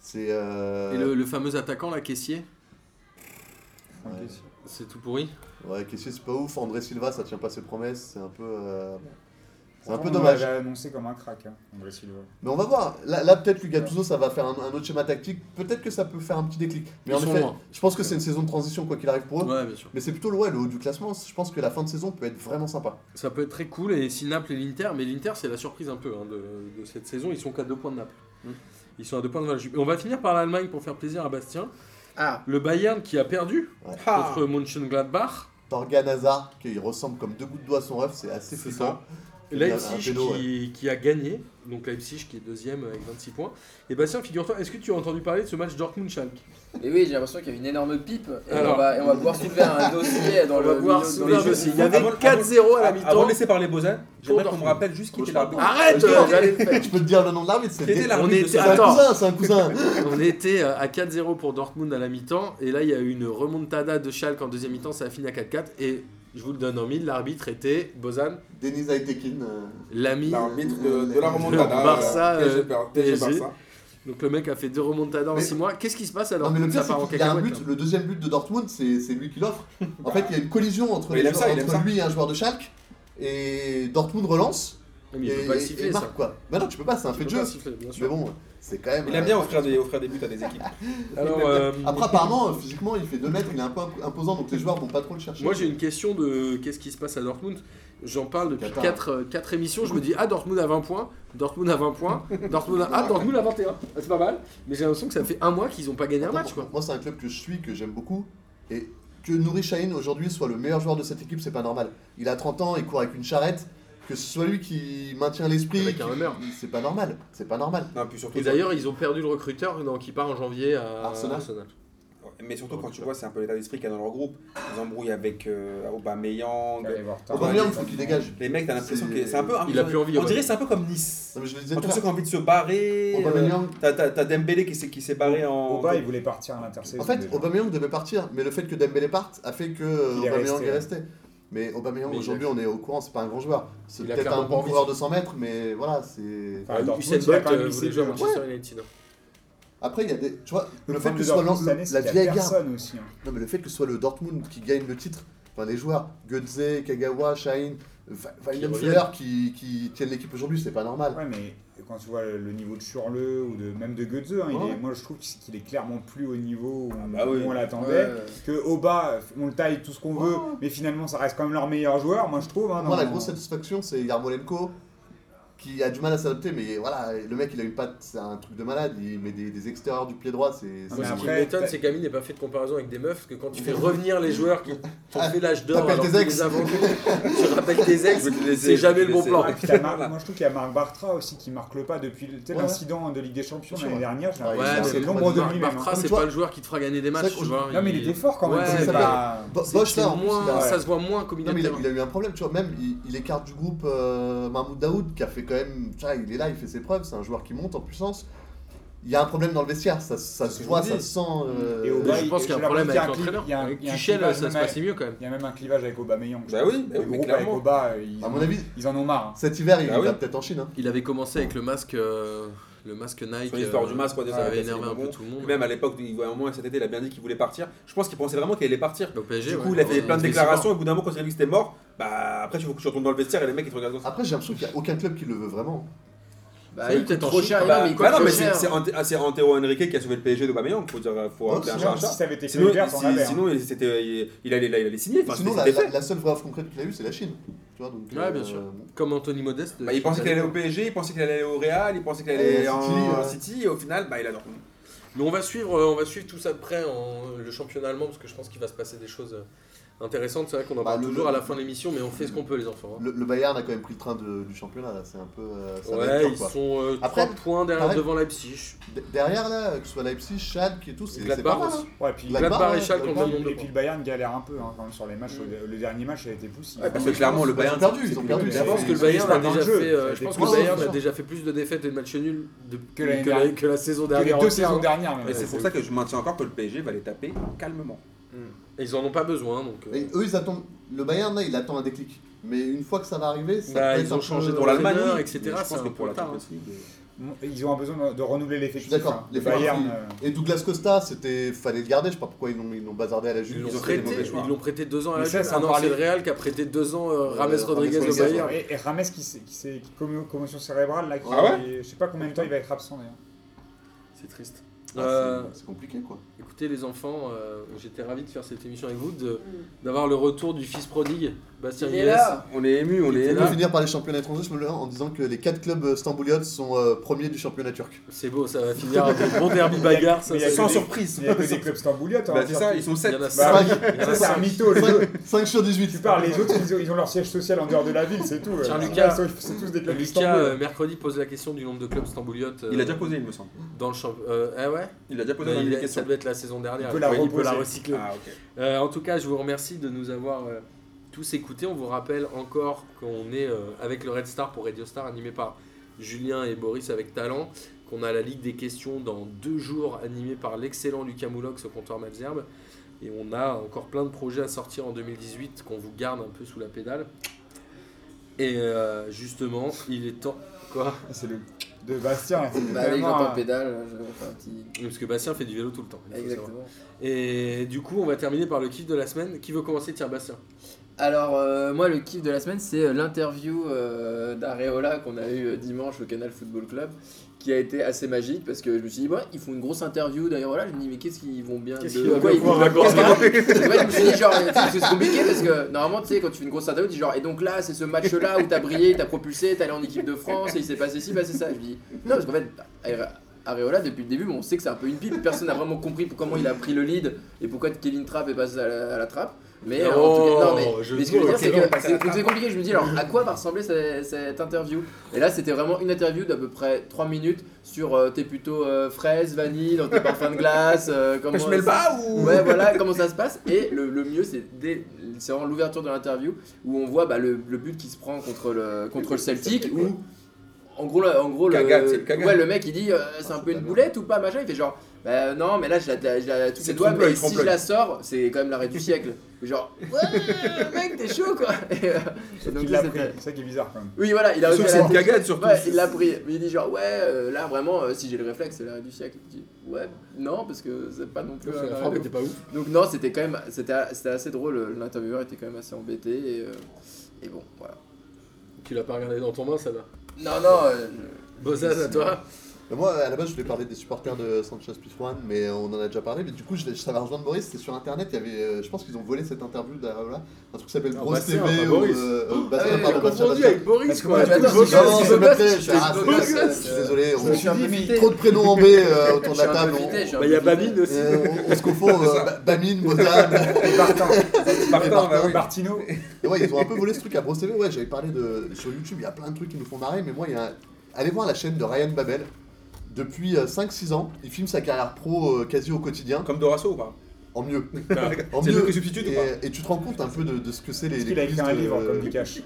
[SPEAKER 5] C'est. euh,
[SPEAKER 1] Et le, le fameux attaquant, la caissier,
[SPEAKER 5] Ouais.
[SPEAKER 1] c'est tout pourri.
[SPEAKER 5] Ouais, Kessié, c'est pas ouf. André Silva, ça tient pas ses promesses. C'est un peu. euh, C'est un peu
[SPEAKER 2] Pourtant, on
[SPEAKER 5] dommage.
[SPEAKER 2] l'avait annoncé comme un crack, hein, André Silva.
[SPEAKER 5] Mais on va voir. Là, là, peut-être que Gattuso, ça va faire un, un autre schéma tactique. Peut-être que ça peut faire un petit déclic. Mais
[SPEAKER 1] Ils
[SPEAKER 5] en
[SPEAKER 1] sont
[SPEAKER 5] effet,
[SPEAKER 1] loin.
[SPEAKER 5] je pense que c'est une saison de transition, quoi qu'il arrive pour eux.
[SPEAKER 1] Ouais, bien sûr.
[SPEAKER 5] Mais c'est plutôt le, ouais, le haut du classement. Je pense que la fin de saison peut être vraiment sympa.
[SPEAKER 1] Ça peut être très cool et si Naples et l'Inter, mais l'Inter c'est la surprise un peu hein, de, de cette saison, ils sont qu'à deux points de Naples.
[SPEAKER 3] Mm.
[SPEAKER 1] Ils sont à deux points de Valjup. Et on va finir par l'Allemagne pour faire plaisir à Bastien.
[SPEAKER 4] Ah,
[SPEAKER 1] Le Bayern qui a perdu
[SPEAKER 3] Ah
[SPEAKER 1] contre Mönchengladbach.
[SPEAKER 5] Torgan Hazard, qui ressemble comme deux gouttes d'eau à son ref, c'est assez
[SPEAKER 1] C'est
[SPEAKER 5] flippant. Il y a un
[SPEAKER 1] Leipzig qui,
[SPEAKER 5] pédo,
[SPEAKER 1] qui a gagné, donc Leipzig qui est deuxième avec 26 points. Et Bastien, figure-toi, est-ce que tu as entendu parler de ce match Dortmund-Schalke
[SPEAKER 4] et oui, j'ai l'impression qu'il y a une énorme pipe. Et
[SPEAKER 1] Alors.
[SPEAKER 4] on, va, et on va pouvoir soulever un dossier dans
[SPEAKER 1] Euh, On
[SPEAKER 4] le
[SPEAKER 1] va voir
[SPEAKER 4] milieu-
[SPEAKER 1] ce
[SPEAKER 4] dans
[SPEAKER 1] match
[SPEAKER 4] les
[SPEAKER 1] aussi.
[SPEAKER 4] jeux.
[SPEAKER 1] Il y avait
[SPEAKER 3] Avant-
[SPEAKER 1] 4-0 à la Ah,
[SPEAKER 3] Avant- Avant de
[SPEAKER 1] mi-temps.
[SPEAKER 3] laisser parler Bozan, j'aimerais qu'on me
[SPEAKER 1] Dortmund.
[SPEAKER 3] rappelle juste qui était l'arbitre.
[SPEAKER 1] Arrête
[SPEAKER 5] Euh,
[SPEAKER 1] euh,
[SPEAKER 4] J'allais le faire.
[SPEAKER 5] Je peux te dire le nom de l'arbitre, c'est
[SPEAKER 3] Qui était
[SPEAKER 5] des-
[SPEAKER 1] On
[SPEAKER 3] l'arbitre de ce
[SPEAKER 1] était,
[SPEAKER 5] c'est
[SPEAKER 3] match
[SPEAKER 5] un
[SPEAKER 1] attends,
[SPEAKER 5] cousin, c'est un cousin.
[SPEAKER 1] On était euh, à 4-0 pour Dortmund à la mi-temps, et là il y a eu une remontada de Schalke en deuxième mi-temps, ça a fini à 4-4, et je vous le donne en mille, l'arbitre était Bozan,
[SPEAKER 5] Denis Aitekin. euh,
[SPEAKER 1] l'ami.
[SPEAKER 3] L'arbitre de, de la remontada.
[SPEAKER 1] Barça,
[SPEAKER 3] euh, PSG
[SPEAKER 1] euh,
[SPEAKER 3] Bar- PSG
[SPEAKER 1] PSG.
[SPEAKER 3] Barça.
[SPEAKER 1] Donc le mec a fait deux remontadas en
[SPEAKER 5] Mais-
[SPEAKER 1] 6 mois. Qu'est-ce qui se passe alors
[SPEAKER 5] Non mais le pire
[SPEAKER 1] Ça part en
[SPEAKER 5] c'est qu'il y a un
[SPEAKER 1] cacahuète. hein.
[SPEAKER 5] but,
[SPEAKER 1] là.
[SPEAKER 5] le deuxième but de Dortmund c'est c'est lui qui l'offre. En fait il y a une collision entre,
[SPEAKER 3] Mais il
[SPEAKER 5] les
[SPEAKER 3] aime
[SPEAKER 5] joueurs-
[SPEAKER 3] ça, il aime
[SPEAKER 5] entre
[SPEAKER 3] ça.
[SPEAKER 5] lui et un joueur de Schalke et Dortmund relance
[SPEAKER 1] hein. Mais il
[SPEAKER 5] et,
[SPEAKER 1] peut pas le
[SPEAKER 5] et
[SPEAKER 1] siffler
[SPEAKER 5] marque
[SPEAKER 1] ça.
[SPEAKER 5] quoi. Bah non tu peux pas, c'est un
[SPEAKER 1] Il
[SPEAKER 5] fait de
[SPEAKER 1] peut pas
[SPEAKER 5] jeu.
[SPEAKER 1] le siffler, bien sûr.
[SPEAKER 5] Mais bon c'est quand même.
[SPEAKER 3] Il aime
[SPEAKER 5] euh,
[SPEAKER 3] bien offrir des, offrir des buts à des équipes.
[SPEAKER 1] Alors,
[SPEAKER 3] Il aime bien.
[SPEAKER 1] euh,
[SPEAKER 5] Après apparemment euh, physiquement il fait 2 mètres, il est un peu imp- imposant donc les joueurs vont pas trop le chercher.
[SPEAKER 1] moi j'ai une question de qu'est-ce qui se passe à Dortmund. J'en parle depuis
[SPEAKER 5] Qatar.
[SPEAKER 1] 4, émissions. Je me dis, ah Dortmund à 20 points, Dortmund à 20 points, Dortmund à, ah, Dortmund à 21. Ah, C'est pas mal. Mais j'ai l'impression que ça fait un mois qu'ils ont pas gagné un
[SPEAKER 5] Attends,
[SPEAKER 1] match quoi.
[SPEAKER 5] Moi c'est un club que je suis, que j'aime beaucoup et que Nouri Sahin aujourd'hui soit le meilleur joueur de cette équipe c'est pas normal. Il a 30 ans, il court avec une charrette, que ce soit lui qui maintient l'esprit,
[SPEAKER 1] Avec
[SPEAKER 5] qui-
[SPEAKER 1] un humeur.
[SPEAKER 5] c'est pas normal, c'est pas normal.
[SPEAKER 3] Non, puis surtout,
[SPEAKER 1] Et d'ailleurs, ils ont perdu le recruteur non, qui part en janvier à
[SPEAKER 5] Arsenal.
[SPEAKER 3] mais surtout quand tu vois, c'est un peu l'état d'esprit qu'il y a dans leur groupe. Ils embrouillent avec euh,
[SPEAKER 2] Il
[SPEAKER 3] Aubameyang.
[SPEAKER 2] fallait voir tard.
[SPEAKER 5] Aubameyang il faut qu'il dégage.
[SPEAKER 3] Les mecs, t'as l'impression
[SPEAKER 5] C'est-
[SPEAKER 3] que c'est un peu.
[SPEAKER 1] Il a plus envie,
[SPEAKER 3] On
[SPEAKER 1] ouais.
[SPEAKER 3] dirait que c'est un peu comme Nice.
[SPEAKER 5] Non, mais je le disais
[SPEAKER 3] T'as
[SPEAKER 5] tout à
[SPEAKER 3] tous ceux
[SPEAKER 5] l'heure.
[SPEAKER 3] qui ont envie de se barrer.
[SPEAKER 5] Aubameyang,
[SPEAKER 3] euh, T'as t'as- t'as Dembélé qui s'est qui s'est barré en.
[SPEAKER 2] Oba, il voulait partir à l'intersaison.
[SPEAKER 5] En fait,
[SPEAKER 2] déjà.
[SPEAKER 5] Aubameyang devait partir, mais le fait que Dembélé parte a fait que euh,
[SPEAKER 2] Il est
[SPEAKER 5] Aubameyang
[SPEAKER 2] resté,
[SPEAKER 5] est
[SPEAKER 2] ouais.
[SPEAKER 5] resté. Mais Aubameyang
[SPEAKER 1] Mais
[SPEAKER 5] aujourd'hui, on est au courant, c'est pas un grand joueur. C'est
[SPEAKER 1] Il a
[SPEAKER 5] peut-être
[SPEAKER 1] clairement
[SPEAKER 5] un bon
[SPEAKER 1] pas envie,
[SPEAKER 5] joueur de 100 mètres, mais voilà, c'est.
[SPEAKER 2] Enfin, Dortmund,
[SPEAKER 1] Usain
[SPEAKER 2] il a
[SPEAKER 1] Bolt
[SPEAKER 2] quand même
[SPEAKER 1] euh,
[SPEAKER 2] mis ses
[SPEAKER 1] voulait
[SPEAKER 2] buts.
[SPEAKER 1] jouer à Manchester United. hein.
[SPEAKER 5] Après, il y a des. Tu vois, le,
[SPEAKER 2] Le
[SPEAKER 5] fait
[SPEAKER 2] problème
[SPEAKER 5] que
[SPEAKER 2] de
[SPEAKER 5] ce soit
[SPEAKER 2] Dortmund cette
[SPEAKER 5] l'an-
[SPEAKER 2] année,
[SPEAKER 5] la
[SPEAKER 2] c'est qu'il y a
[SPEAKER 5] vieille garde.
[SPEAKER 2] personne aussi. hein.
[SPEAKER 5] Non, mais le fait que ce soit le Dortmund qui gagne le titre, enfin les joueurs, Götze, Kagawa, Shahin, Weidenfeller qui, qui tiennent l'équipe aujourd'hui, c'est pas normal.
[SPEAKER 2] Ouais, mais quand tu vois le niveau de Churleux ou de, même de Goetze, hein, il
[SPEAKER 5] Ouais.
[SPEAKER 2] est- moi je trouve qu'il est clairement plus au niveau où, on-
[SPEAKER 3] bah oui.
[SPEAKER 2] où on l'attendait.
[SPEAKER 4] Ouais.
[SPEAKER 2] Que Oba, on le taille tout ce qu'on veut, mais finalement ça reste quand même leur meilleur joueur, moi je trouve. Hein,
[SPEAKER 5] Moi,
[SPEAKER 2] dans-
[SPEAKER 5] la grosse satisfaction, c'est Yarmolenko qui a du mal à s'adapter, mais voilà, le mec, il a une patte, c'est un truc de malade. Il met des, des extérieurs du pied droit, c'est.
[SPEAKER 2] Ah,
[SPEAKER 5] c'est-
[SPEAKER 1] Moi,
[SPEAKER 2] mais
[SPEAKER 1] ce qui
[SPEAKER 2] après,
[SPEAKER 1] m'étonne,
[SPEAKER 2] t'as-
[SPEAKER 1] c'est qu'Amine n'est pas fait de comparaison avec des meufs, parce que quand tu fais revenir les joueurs qui t'ont
[SPEAKER 5] Ah,
[SPEAKER 1] fait l'âge d'or,
[SPEAKER 5] t'appelles
[SPEAKER 1] alors
[SPEAKER 5] tes
[SPEAKER 1] que tu
[SPEAKER 5] ex.
[SPEAKER 1] les as vendus, tu rappelles tes
[SPEAKER 3] Je
[SPEAKER 1] ex,
[SPEAKER 3] vais te laisser-
[SPEAKER 1] c'est jamais
[SPEAKER 3] je vais
[SPEAKER 1] le bon
[SPEAKER 3] te
[SPEAKER 1] plan.
[SPEAKER 2] Ah,
[SPEAKER 3] laisser.
[SPEAKER 2] puis t'as Mar- moi je trouve qu'il y a Marc Bartra aussi qui marque le pas depuis le- tu sais,
[SPEAKER 5] Ouais.
[SPEAKER 2] l'incident de Ligue des Champions
[SPEAKER 5] Bien sûr,
[SPEAKER 2] l'année
[SPEAKER 5] ouais.
[SPEAKER 2] dernière. j'ai l'impression
[SPEAKER 5] Ouais,
[SPEAKER 2] que
[SPEAKER 5] mais
[SPEAKER 2] c'est
[SPEAKER 5] bon,
[SPEAKER 2] l'ombre de
[SPEAKER 5] Marc
[SPEAKER 1] Marc
[SPEAKER 2] lui-même. hein.
[SPEAKER 1] Bartra,
[SPEAKER 5] Comme
[SPEAKER 1] c'est
[SPEAKER 5] toi.
[SPEAKER 1] pas le joueur qui te fera gagner des matchs,
[SPEAKER 5] vrai
[SPEAKER 1] tu vois.
[SPEAKER 2] Non, mais il était fort quand même.
[SPEAKER 1] Ouais,
[SPEAKER 2] c'est
[SPEAKER 1] mais-
[SPEAKER 2] pas-
[SPEAKER 5] Bo-
[SPEAKER 1] c'est-
[SPEAKER 5] Bosch,
[SPEAKER 1] c'est
[SPEAKER 5] là, en plus,
[SPEAKER 1] moins-
[SPEAKER 5] il a-
[SPEAKER 1] Ça se voit moins comme
[SPEAKER 5] Non, mais il a, il a eu un problème, tu vois. Même, il, il écarte du groupe euh, Mahmoud Daoud, qui a fait quand même. Tu vois, il est là, il fait ses preuves, c'est un joueur qui monte en puissance. il y a un problème dans le vestiaire, ça, ça
[SPEAKER 2] C'est ce
[SPEAKER 5] se
[SPEAKER 2] que
[SPEAKER 5] voit,
[SPEAKER 2] je
[SPEAKER 5] ça
[SPEAKER 2] vous
[SPEAKER 5] se
[SPEAKER 2] dis.
[SPEAKER 5] sent. euh,
[SPEAKER 2] Et au
[SPEAKER 1] Mais
[SPEAKER 2] bas,
[SPEAKER 1] je
[SPEAKER 2] il-
[SPEAKER 1] pense qu'il y a un
[SPEAKER 2] j'ai l'impression
[SPEAKER 1] problème
[SPEAKER 2] qu'il y a
[SPEAKER 1] avec
[SPEAKER 2] un clip,
[SPEAKER 1] l'entraîneur.
[SPEAKER 2] il y a un-
[SPEAKER 1] Avec
[SPEAKER 2] il y a un
[SPEAKER 1] Tuchel,
[SPEAKER 2] clivage
[SPEAKER 1] ça se
[SPEAKER 2] même
[SPEAKER 1] passait mieux quand même.
[SPEAKER 2] Il y a même un clivage avec Aubameyang. je
[SPEAKER 3] Bah
[SPEAKER 2] pense.
[SPEAKER 3] oui, bah
[SPEAKER 2] le
[SPEAKER 3] oui, mais
[SPEAKER 2] groupe avec
[SPEAKER 3] clairement.
[SPEAKER 2] Oba, euh, ils,
[SPEAKER 5] À
[SPEAKER 2] en-
[SPEAKER 5] mon avis,
[SPEAKER 2] ils en ont marre. hein.
[SPEAKER 5] cet hiver, il
[SPEAKER 3] Ah oui.
[SPEAKER 5] va peut-être en Chine. hein.
[SPEAKER 1] Il avait commencé avec le masque, euh, le masque Nike.
[SPEAKER 3] Sur l'histoire du masque, quoi,
[SPEAKER 1] ça
[SPEAKER 3] des
[SPEAKER 1] avait
[SPEAKER 3] avocats,
[SPEAKER 1] énervé
[SPEAKER 3] c'est
[SPEAKER 1] un peu
[SPEAKER 3] bon.
[SPEAKER 1] tout le monde.
[SPEAKER 3] Même à l'époque, il y a un moment, cet été, il a bien dit qu'il voulait partir. Je pense qu'il pensait vraiment qu'il allait partir.
[SPEAKER 1] Au PSG,
[SPEAKER 3] Du
[SPEAKER 1] ouais,
[SPEAKER 3] coup,
[SPEAKER 1] Euh,
[SPEAKER 3] il a fait
[SPEAKER 1] on-
[SPEAKER 3] plein
[SPEAKER 1] on
[SPEAKER 3] de
[SPEAKER 1] se déçait
[SPEAKER 3] déclarations. Au bout d'un moment, quand il a vu que c'était mort, bah après, tu veux que tu retournes dans le vestiaire et les mecs ils te regardent comme ça.
[SPEAKER 5] Après, j'ai l'impression qu'il n'y a aucun club qui le veut vraiment.
[SPEAKER 4] Bah,
[SPEAKER 1] Oui,
[SPEAKER 4] il coûte
[SPEAKER 1] peut-être en
[SPEAKER 4] trop
[SPEAKER 1] Chine,
[SPEAKER 4] cher.
[SPEAKER 1] Ah,
[SPEAKER 3] Bah,
[SPEAKER 1] quand
[SPEAKER 3] bah
[SPEAKER 4] non, mais il coûte
[SPEAKER 3] non,
[SPEAKER 4] trop
[SPEAKER 3] mais c'est
[SPEAKER 4] cher.
[SPEAKER 3] c'est Ante- ah, c'est Antero Henrique qui a sauvé le PSG de Bamayang. Faut dire, faut
[SPEAKER 5] Non,
[SPEAKER 3] appeler un
[SPEAKER 5] sinon,
[SPEAKER 3] chat un
[SPEAKER 2] Si
[SPEAKER 3] chat.
[SPEAKER 2] ça avait été
[SPEAKER 3] Sinon,
[SPEAKER 2] Kluivert, on
[SPEAKER 3] si-
[SPEAKER 2] avait, hein.
[SPEAKER 3] sinon, il, c'était- il, il allait, il allait signer. Enfin,
[SPEAKER 5] Sinon, la,
[SPEAKER 3] c'était- c'était
[SPEAKER 5] la-
[SPEAKER 3] fait.
[SPEAKER 5] la seule vraie offre concrète qu'il a eue, c'est la Chine. Tu vois, donc, euh,
[SPEAKER 1] Ouais, bien sûr.
[SPEAKER 5] bon.
[SPEAKER 1] Comme Anthony Modeste.
[SPEAKER 3] Bah, il pensait qu'il allait au PSG, il pensait qu'il allait au Real, il pensait qu'il allait
[SPEAKER 5] Et à
[SPEAKER 3] en
[SPEAKER 5] City,
[SPEAKER 3] City,
[SPEAKER 5] ouais.
[SPEAKER 3] et au final, bah, il a Dortmund.
[SPEAKER 1] Mais on va suivre, euh, on va suivre tout ça de près en le championnat allemand parce que je pense qu'il va se passer des choses euh, intéressantes. C'est vrai qu'on en
[SPEAKER 5] Bah,
[SPEAKER 1] parle
[SPEAKER 5] le-
[SPEAKER 1] toujours
[SPEAKER 5] le-
[SPEAKER 1] à la fin de l'émission, mais on fait ce qu'on peut les enfants. hein.
[SPEAKER 5] Le, le Bayern a quand même pris le train de- du championnat, là. C'est un peu. euh, ça va être
[SPEAKER 1] Ouais,
[SPEAKER 5] dur,
[SPEAKER 1] ils
[SPEAKER 5] quoi.
[SPEAKER 1] sont euh,
[SPEAKER 5] Après,
[SPEAKER 1] 3 points derrière
[SPEAKER 5] pareil.
[SPEAKER 1] devant Leipzig.
[SPEAKER 5] D- Derrière, là, que ce soit Leipzig, Schalke et tout, c'est c'est
[SPEAKER 1] Gladbach
[SPEAKER 5] pas mal.
[SPEAKER 1] aussi.
[SPEAKER 5] hein.
[SPEAKER 2] Ouais, puis,
[SPEAKER 5] La-
[SPEAKER 1] Gladbach
[SPEAKER 5] Gladbach,
[SPEAKER 1] et Schalke ont le
[SPEAKER 5] Gladbach,
[SPEAKER 1] même nombre de
[SPEAKER 2] et
[SPEAKER 1] points.
[SPEAKER 2] puis le Bayern galère un peu hein, quand même sur les matchs. Le, le dernier match, ça a été poussif.
[SPEAKER 3] parce que clairement, le Bayern.
[SPEAKER 5] Ils ont perdu, ils ont
[SPEAKER 2] c'est-
[SPEAKER 5] perdu.
[SPEAKER 2] c'est-
[SPEAKER 1] Je pense que
[SPEAKER 2] Ils
[SPEAKER 1] le
[SPEAKER 2] sont
[SPEAKER 1] Bayern
[SPEAKER 2] pas
[SPEAKER 1] a
[SPEAKER 2] dans le
[SPEAKER 1] déjà
[SPEAKER 2] jeu.
[SPEAKER 1] fait, euh, je
[SPEAKER 2] Ça a été
[SPEAKER 1] pense que
[SPEAKER 5] trois
[SPEAKER 1] le Bayern
[SPEAKER 5] ans,
[SPEAKER 1] a
[SPEAKER 5] ça.
[SPEAKER 1] déjà fait plus de défaites et de matchs nuls de- que,
[SPEAKER 2] Que l'année
[SPEAKER 1] la,
[SPEAKER 2] dernière.
[SPEAKER 1] que la saison
[SPEAKER 2] Que les
[SPEAKER 1] dernière.
[SPEAKER 2] deux
[SPEAKER 1] entière.
[SPEAKER 2] saisons dernières. même.
[SPEAKER 3] Et c'est pour
[SPEAKER 1] c'est-
[SPEAKER 3] ça que je maintiens encore que le PSG va les taper calmement.
[SPEAKER 1] Et Ils en ont pas besoin donc. euh,
[SPEAKER 5] Et eux, ils attendent. Le Bayern, là, il attend un déclic. Mais une fois que ça va arriver, ça
[SPEAKER 1] Bah,
[SPEAKER 5] peut
[SPEAKER 1] ils
[SPEAKER 5] être
[SPEAKER 1] ont
[SPEAKER 5] un
[SPEAKER 1] changé
[SPEAKER 5] peu-
[SPEAKER 1] dans
[SPEAKER 3] Pour
[SPEAKER 1] la-
[SPEAKER 3] l'Allemagne, hein.
[SPEAKER 1] l'entraîneur,
[SPEAKER 3] oui,
[SPEAKER 1] etc.,
[SPEAKER 3] mais Je
[SPEAKER 1] c'est
[SPEAKER 3] pense que
[SPEAKER 1] un
[SPEAKER 3] pour la
[SPEAKER 1] peu tard,
[SPEAKER 3] Champions League, euh,
[SPEAKER 2] Ils ont un besoin de- de renouveler l'effectif. hein.
[SPEAKER 5] D'accord, les
[SPEAKER 2] Le Bayern.
[SPEAKER 5] Bayern.
[SPEAKER 2] euh,
[SPEAKER 5] Et Douglas Costa, c'était fallait le garder, je sais pas pourquoi ils l'ont ils l'ont bazardé à la
[SPEAKER 1] Ils
[SPEAKER 5] Juve.
[SPEAKER 1] l'ont
[SPEAKER 3] Ils ont fait des
[SPEAKER 1] prêté,
[SPEAKER 3] mauvais choix.
[SPEAKER 1] ils l'ont prêté deux ans à
[SPEAKER 2] Mais
[SPEAKER 1] la
[SPEAKER 2] ça,
[SPEAKER 1] Juve.
[SPEAKER 2] c'est
[SPEAKER 1] Ah
[SPEAKER 2] en
[SPEAKER 1] non,
[SPEAKER 2] parler.
[SPEAKER 1] c'est le Real qui a prêté deux ans euh, Rames
[SPEAKER 5] Rames
[SPEAKER 1] Rodriguez au
[SPEAKER 5] Rodriguez, ouais.
[SPEAKER 1] Bayern.
[SPEAKER 2] Et, et Rames qui, s'est- qui, s'est- qui connaît commotion cérébrale là, qui,
[SPEAKER 3] Ah
[SPEAKER 2] je sais pas combien de temps il va être absent d'ailleurs.
[SPEAKER 1] C'est triste.
[SPEAKER 5] Ah,
[SPEAKER 1] Euh,
[SPEAKER 5] c'est- C'est compliqué quoi.
[SPEAKER 1] écoutez les enfants, euh, j'étais ravi de faire cette émission avec vous, de-
[SPEAKER 2] Mm.
[SPEAKER 1] d'avoir le retour du fils prodigue, Bastien
[SPEAKER 4] Il est
[SPEAKER 1] Guillès.
[SPEAKER 4] là.
[SPEAKER 3] On est ému, on
[SPEAKER 1] Il
[SPEAKER 3] est
[SPEAKER 1] était
[SPEAKER 5] Et
[SPEAKER 3] ému.
[SPEAKER 1] là.
[SPEAKER 5] on peut finir par les championnats étrangers je me le- en disant que les quatre clubs stambouliotes sont euh, premiers du championnat turc.
[SPEAKER 1] C'est beau, ça va finir avec un bon derby bagarre. Ça,
[SPEAKER 2] Mais il y a
[SPEAKER 1] c'est-
[SPEAKER 2] que
[SPEAKER 3] Sans
[SPEAKER 2] des-
[SPEAKER 3] surprise.
[SPEAKER 2] Il y a que des clubs stambouliotes. hein,
[SPEAKER 3] Bah, c'est
[SPEAKER 2] en
[SPEAKER 3] ça,
[SPEAKER 2] Turquie.
[SPEAKER 3] ils sont
[SPEAKER 1] il y
[SPEAKER 3] 7.
[SPEAKER 1] en a
[SPEAKER 2] Bah,
[SPEAKER 1] cinq. Il y en
[SPEAKER 2] Ça,
[SPEAKER 1] a
[SPEAKER 2] c'est un
[SPEAKER 1] cinq.
[SPEAKER 2] mytho. les autres.
[SPEAKER 5] 5 sur 18.
[SPEAKER 2] Tu parles, les autres, ils ont, ils ont leur siège social en dehors de la ville, c'est tout.
[SPEAKER 1] Tiens,
[SPEAKER 2] euh.
[SPEAKER 1] Lucas.
[SPEAKER 2] C'est c'est tous des
[SPEAKER 1] Lucas,
[SPEAKER 2] clubs d'Istanbul.
[SPEAKER 1] euh, mercredi, pose la question du nombre de clubs stambouliotes euh,
[SPEAKER 3] Il a déjà posé, il me semble.
[SPEAKER 1] dans le championnat. ah ouais
[SPEAKER 3] Il a déjà posé
[SPEAKER 1] Mais
[SPEAKER 3] la
[SPEAKER 1] il
[SPEAKER 3] même
[SPEAKER 1] a- Ça
[SPEAKER 3] question.
[SPEAKER 1] devait être la saison dernière.
[SPEAKER 2] Il peut la
[SPEAKER 1] Ouais, il peut la
[SPEAKER 2] reposer.
[SPEAKER 1] recycler.
[SPEAKER 3] Ah, ok.
[SPEAKER 1] Euh, en tout cas, je vous remercie de nous avoir euh, tous écoutés. On vous rappelle encore qu'on est euh, avec le Red Star pour Radio Star, animé par Julien et Boris avec talent. Qu'on a la Ligue des questions dans deux jours, animée par l'excellent Lucas Moulox au comptoir Malzerbe. Et on a encore plein de projets à sortir en 2018 qu'on vous garde un peu sous la pédale. Et euh, justement, il est temps. Quoi
[SPEAKER 2] Ah, C'est le de Bastien. là, c'est
[SPEAKER 4] Bah, allez,
[SPEAKER 2] vraiment,
[SPEAKER 4] quand
[SPEAKER 2] euh,
[SPEAKER 4] on pédale, je vais faire un petit.
[SPEAKER 1] Parce que Bastien fait du vélo tout le temps. il faut savoir.
[SPEAKER 4] Exactement.
[SPEAKER 1] Et du coup, on va terminer par le kiff de la semaine. Qui veut commencer Tiens, Bastien.
[SPEAKER 4] Alors, euh, moi, le kiff de la semaine, c'est euh, l'interview euh, d'Areola qu'on a eu euh, dimanche au Canal Football Club, qui a été assez magique parce que je me suis dit, ouais, ils font une grosse interview d'Areola. Je me dis, mais qu'est-ce qu'ils vont bien.
[SPEAKER 1] Qu'est-ce
[SPEAKER 4] de-
[SPEAKER 1] qu'il va
[SPEAKER 4] quoi,
[SPEAKER 1] bien
[SPEAKER 4] ils vont-
[SPEAKER 1] pouvoir raconter
[SPEAKER 4] qu'est-ce qu'ils vont- Ouais, je me suis dit, genre, tu sais, parce que c'est compliqué parce que normalement, tu sais, quand tu fais une grosse interview, tu dis, genre, et donc là, c'est ce match-là où t'as brillé, t'as propulsé, t'es allé en équipe de France, et il s'est passé ci, passé ça. Je me dis, non, parce qu'en fait, Are- Areola, depuis le début, bon, on sait que c'est un peu une pipe. Personne n'a vraiment compris comment il a pris le lead et pourquoi Kevin Trapp est passé à la, à la trappe. Mais euh, en tout cas, non, mais,
[SPEAKER 1] Oh, je
[SPEAKER 4] mais ce que je veux
[SPEAKER 1] vois,
[SPEAKER 4] dire, c'est
[SPEAKER 1] quel
[SPEAKER 4] que c'est- donc c'est compliqué. Je me dis alors à quoi va ressembler ce- cette interview Et là, c'était vraiment une interview d'à peu près 3 minutes sur euh, t'es plutôt euh, fraise, vanille, dans tes parfums de glace. euh, comment,
[SPEAKER 3] Je mets le bas ou
[SPEAKER 4] Ouais, voilà comment ça se passe. Et le, le mieux, c'est dès- c'est vraiment l'ouverture de l'interview où on voit bah, le, le but qui se prend contre le, contre le Celtic. Où, en gros, là- en gros
[SPEAKER 3] Cagade, c'est
[SPEAKER 4] le,
[SPEAKER 3] le cagade.
[SPEAKER 4] ouais, le mec il dit euh, c'est
[SPEAKER 5] Ah,
[SPEAKER 4] un
[SPEAKER 5] c'est
[SPEAKER 4] peu
[SPEAKER 5] de
[SPEAKER 4] une
[SPEAKER 5] la
[SPEAKER 4] boulette ou pas machin. Il fait genre bah, non, mais là je la, je la touche
[SPEAKER 3] C'est
[SPEAKER 4] les doigts,
[SPEAKER 3] trompe-l'œil,
[SPEAKER 4] mais si je
[SPEAKER 3] trompe-l'œil.
[SPEAKER 4] la sors, c'est quand même l'arrêt du siècle. Genre ouais, mec, t'es chaud quoi. Et, euh, et donc
[SPEAKER 2] il
[SPEAKER 4] là,
[SPEAKER 2] l'a pris.
[SPEAKER 4] c'était-
[SPEAKER 2] C'est ça qui est bizarre quand même.
[SPEAKER 4] Oui, voilà, il a
[SPEAKER 3] Sauf
[SPEAKER 4] réussi
[SPEAKER 3] que
[SPEAKER 4] à
[SPEAKER 3] c'est
[SPEAKER 4] la
[SPEAKER 3] une cagade surtout.
[SPEAKER 4] Ouais, il l'a pris. Mais il dit genre, ouais, euh, là vraiment, euh, si j'ai le réflexe, c'est l'arrêt du siècle. Il dit, ouais, non, parce que c'est pas non plus. euh, un arrêt de-
[SPEAKER 1] pas ouf.
[SPEAKER 4] Donc, non, c'était quand même c'était c'était assez drôle. euh, L'intervieweur était quand même assez embêté. Et, euh, et bon, voilà.
[SPEAKER 1] Tu l'as pas regardé dans ton main, ça va.
[SPEAKER 4] Non, non, euh,
[SPEAKER 1] Bozaz, à toi.
[SPEAKER 5] Mais moi, à la base, je voulais parler des supporters de Sanchez Pizjuan, mais on en a déjà parlé. Mais du coup, je, ça va rejoindre Boris. C'est sur internet. Il y avait, euh, je pense qu'ils ont volé cette interview d'Areola. Un truc qui s'appelle
[SPEAKER 1] Ah,
[SPEAKER 5] Bros
[SPEAKER 1] Bastien,
[SPEAKER 5] TV.
[SPEAKER 1] pas
[SPEAKER 5] ou,
[SPEAKER 1] Boris.
[SPEAKER 5] euh, euh,
[SPEAKER 4] Ah
[SPEAKER 5] Bastien,
[SPEAKER 4] oui,
[SPEAKER 5] pardon, Bastien,
[SPEAKER 4] j'ai
[SPEAKER 1] confondu
[SPEAKER 5] Bastien.
[SPEAKER 1] avec Boris,
[SPEAKER 2] Parce que
[SPEAKER 1] quoi.
[SPEAKER 2] moi,
[SPEAKER 1] J'ai
[SPEAKER 2] j'ai
[SPEAKER 1] tout
[SPEAKER 2] tout
[SPEAKER 5] Non, non,
[SPEAKER 1] Bozaz,
[SPEAKER 5] c'est
[SPEAKER 1] Bozaz.
[SPEAKER 5] Bastien, je suis- ah,
[SPEAKER 4] c'est
[SPEAKER 5] c'est
[SPEAKER 4] Bastien,
[SPEAKER 5] Bastien,
[SPEAKER 4] c'est-
[SPEAKER 5] je suis désolé.
[SPEAKER 4] je
[SPEAKER 5] on-
[SPEAKER 4] suis invité.
[SPEAKER 5] Trop de prénoms en B euh, autour de
[SPEAKER 4] Je suis
[SPEAKER 5] la
[SPEAKER 4] un
[SPEAKER 5] table.
[SPEAKER 4] peu
[SPEAKER 5] on-
[SPEAKER 4] vité, je suis un
[SPEAKER 1] Bah, il y a
[SPEAKER 4] peu vité.
[SPEAKER 1] Babine aussi.
[SPEAKER 5] euh, on- on se confond. euh, Ba- Bamine, Bozan.
[SPEAKER 2] Et Bartin,
[SPEAKER 3] Partant, bah oui.
[SPEAKER 2] Bartino,
[SPEAKER 5] Et ouais, ils ont un peu volé ce truc à Bros TV. Ouais, j'avais parlé de. Sur YouTube, il y a plein de trucs qui nous font marrer, mais moi, il y a. Allez voir la chaîne de Ryan Babel. Depuis 5-6 ans, il filme sa carrière pro euh, quasi au quotidien,
[SPEAKER 3] Comme Dorasso ou pas
[SPEAKER 5] en mieux. En
[SPEAKER 3] C'est
[SPEAKER 5] mieux.
[SPEAKER 3] le prix substitut ou pas
[SPEAKER 5] et, et tu te rends compte un peu de, de ce que c'est les.
[SPEAKER 2] est-ce
[SPEAKER 5] les
[SPEAKER 2] qu'il a écrit
[SPEAKER 5] coulisses
[SPEAKER 2] un
[SPEAKER 5] de-
[SPEAKER 2] livre comme Nicash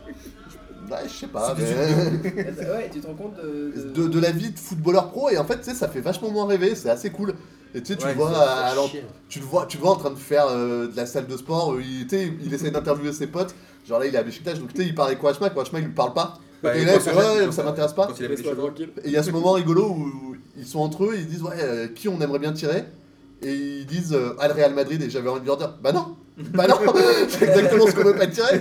[SPEAKER 5] Ouais, je sais pas.
[SPEAKER 2] C'est
[SPEAKER 5] mais-
[SPEAKER 4] Eh, Ouais, tu te rends compte de. de-
[SPEAKER 5] de, de la vie de footballeur pro et en fait tu sais ça fait vachement moins rêver c'est assez cool et tu sais tu
[SPEAKER 1] Ouais,
[SPEAKER 5] le vois
[SPEAKER 1] ça, ça
[SPEAKER 5] à-
[SPEAKER 1] fait
[SPEAKER 5] alors,
[SPEAKER 1] chier.
[SPEAKER 5] tu le vois tu le vois en train de faire euh, de la salle de sport euh, il, tu sais, il essaye d'interviewer ses potes genre là il est à Beşiktaş donc tu sais il parle avec Kouachma Kouachma il lui parle pas
[SPEAKER 3] Bah,
[SPEAKER 5] et
[SPEAKER 3] et
[SPEAKER 5] là
[SPEAKER 3] quand
[SPEAKER 5] il fait,
[SPEAKER 3] ça jette-
[SPEAKER 5] ouais,
[SPEAKER 3] quand
[SPEAKER 5] ça
[SPEAKER 3] ça-
[SPEAKER 5] m'intéresse pas
[SPEAKER 3] Quand il avait les cheveux blancs.
[SPEAKER 5] et il y a ce moment rigolo où ils sont entre eux et ils disent ouais euh, qui on aimerait bien tirer et ils disent euh, ah le Real Madrid et j'avais envie de leur dire bah non bah non c'est exactement ce qu'on veut pas tirer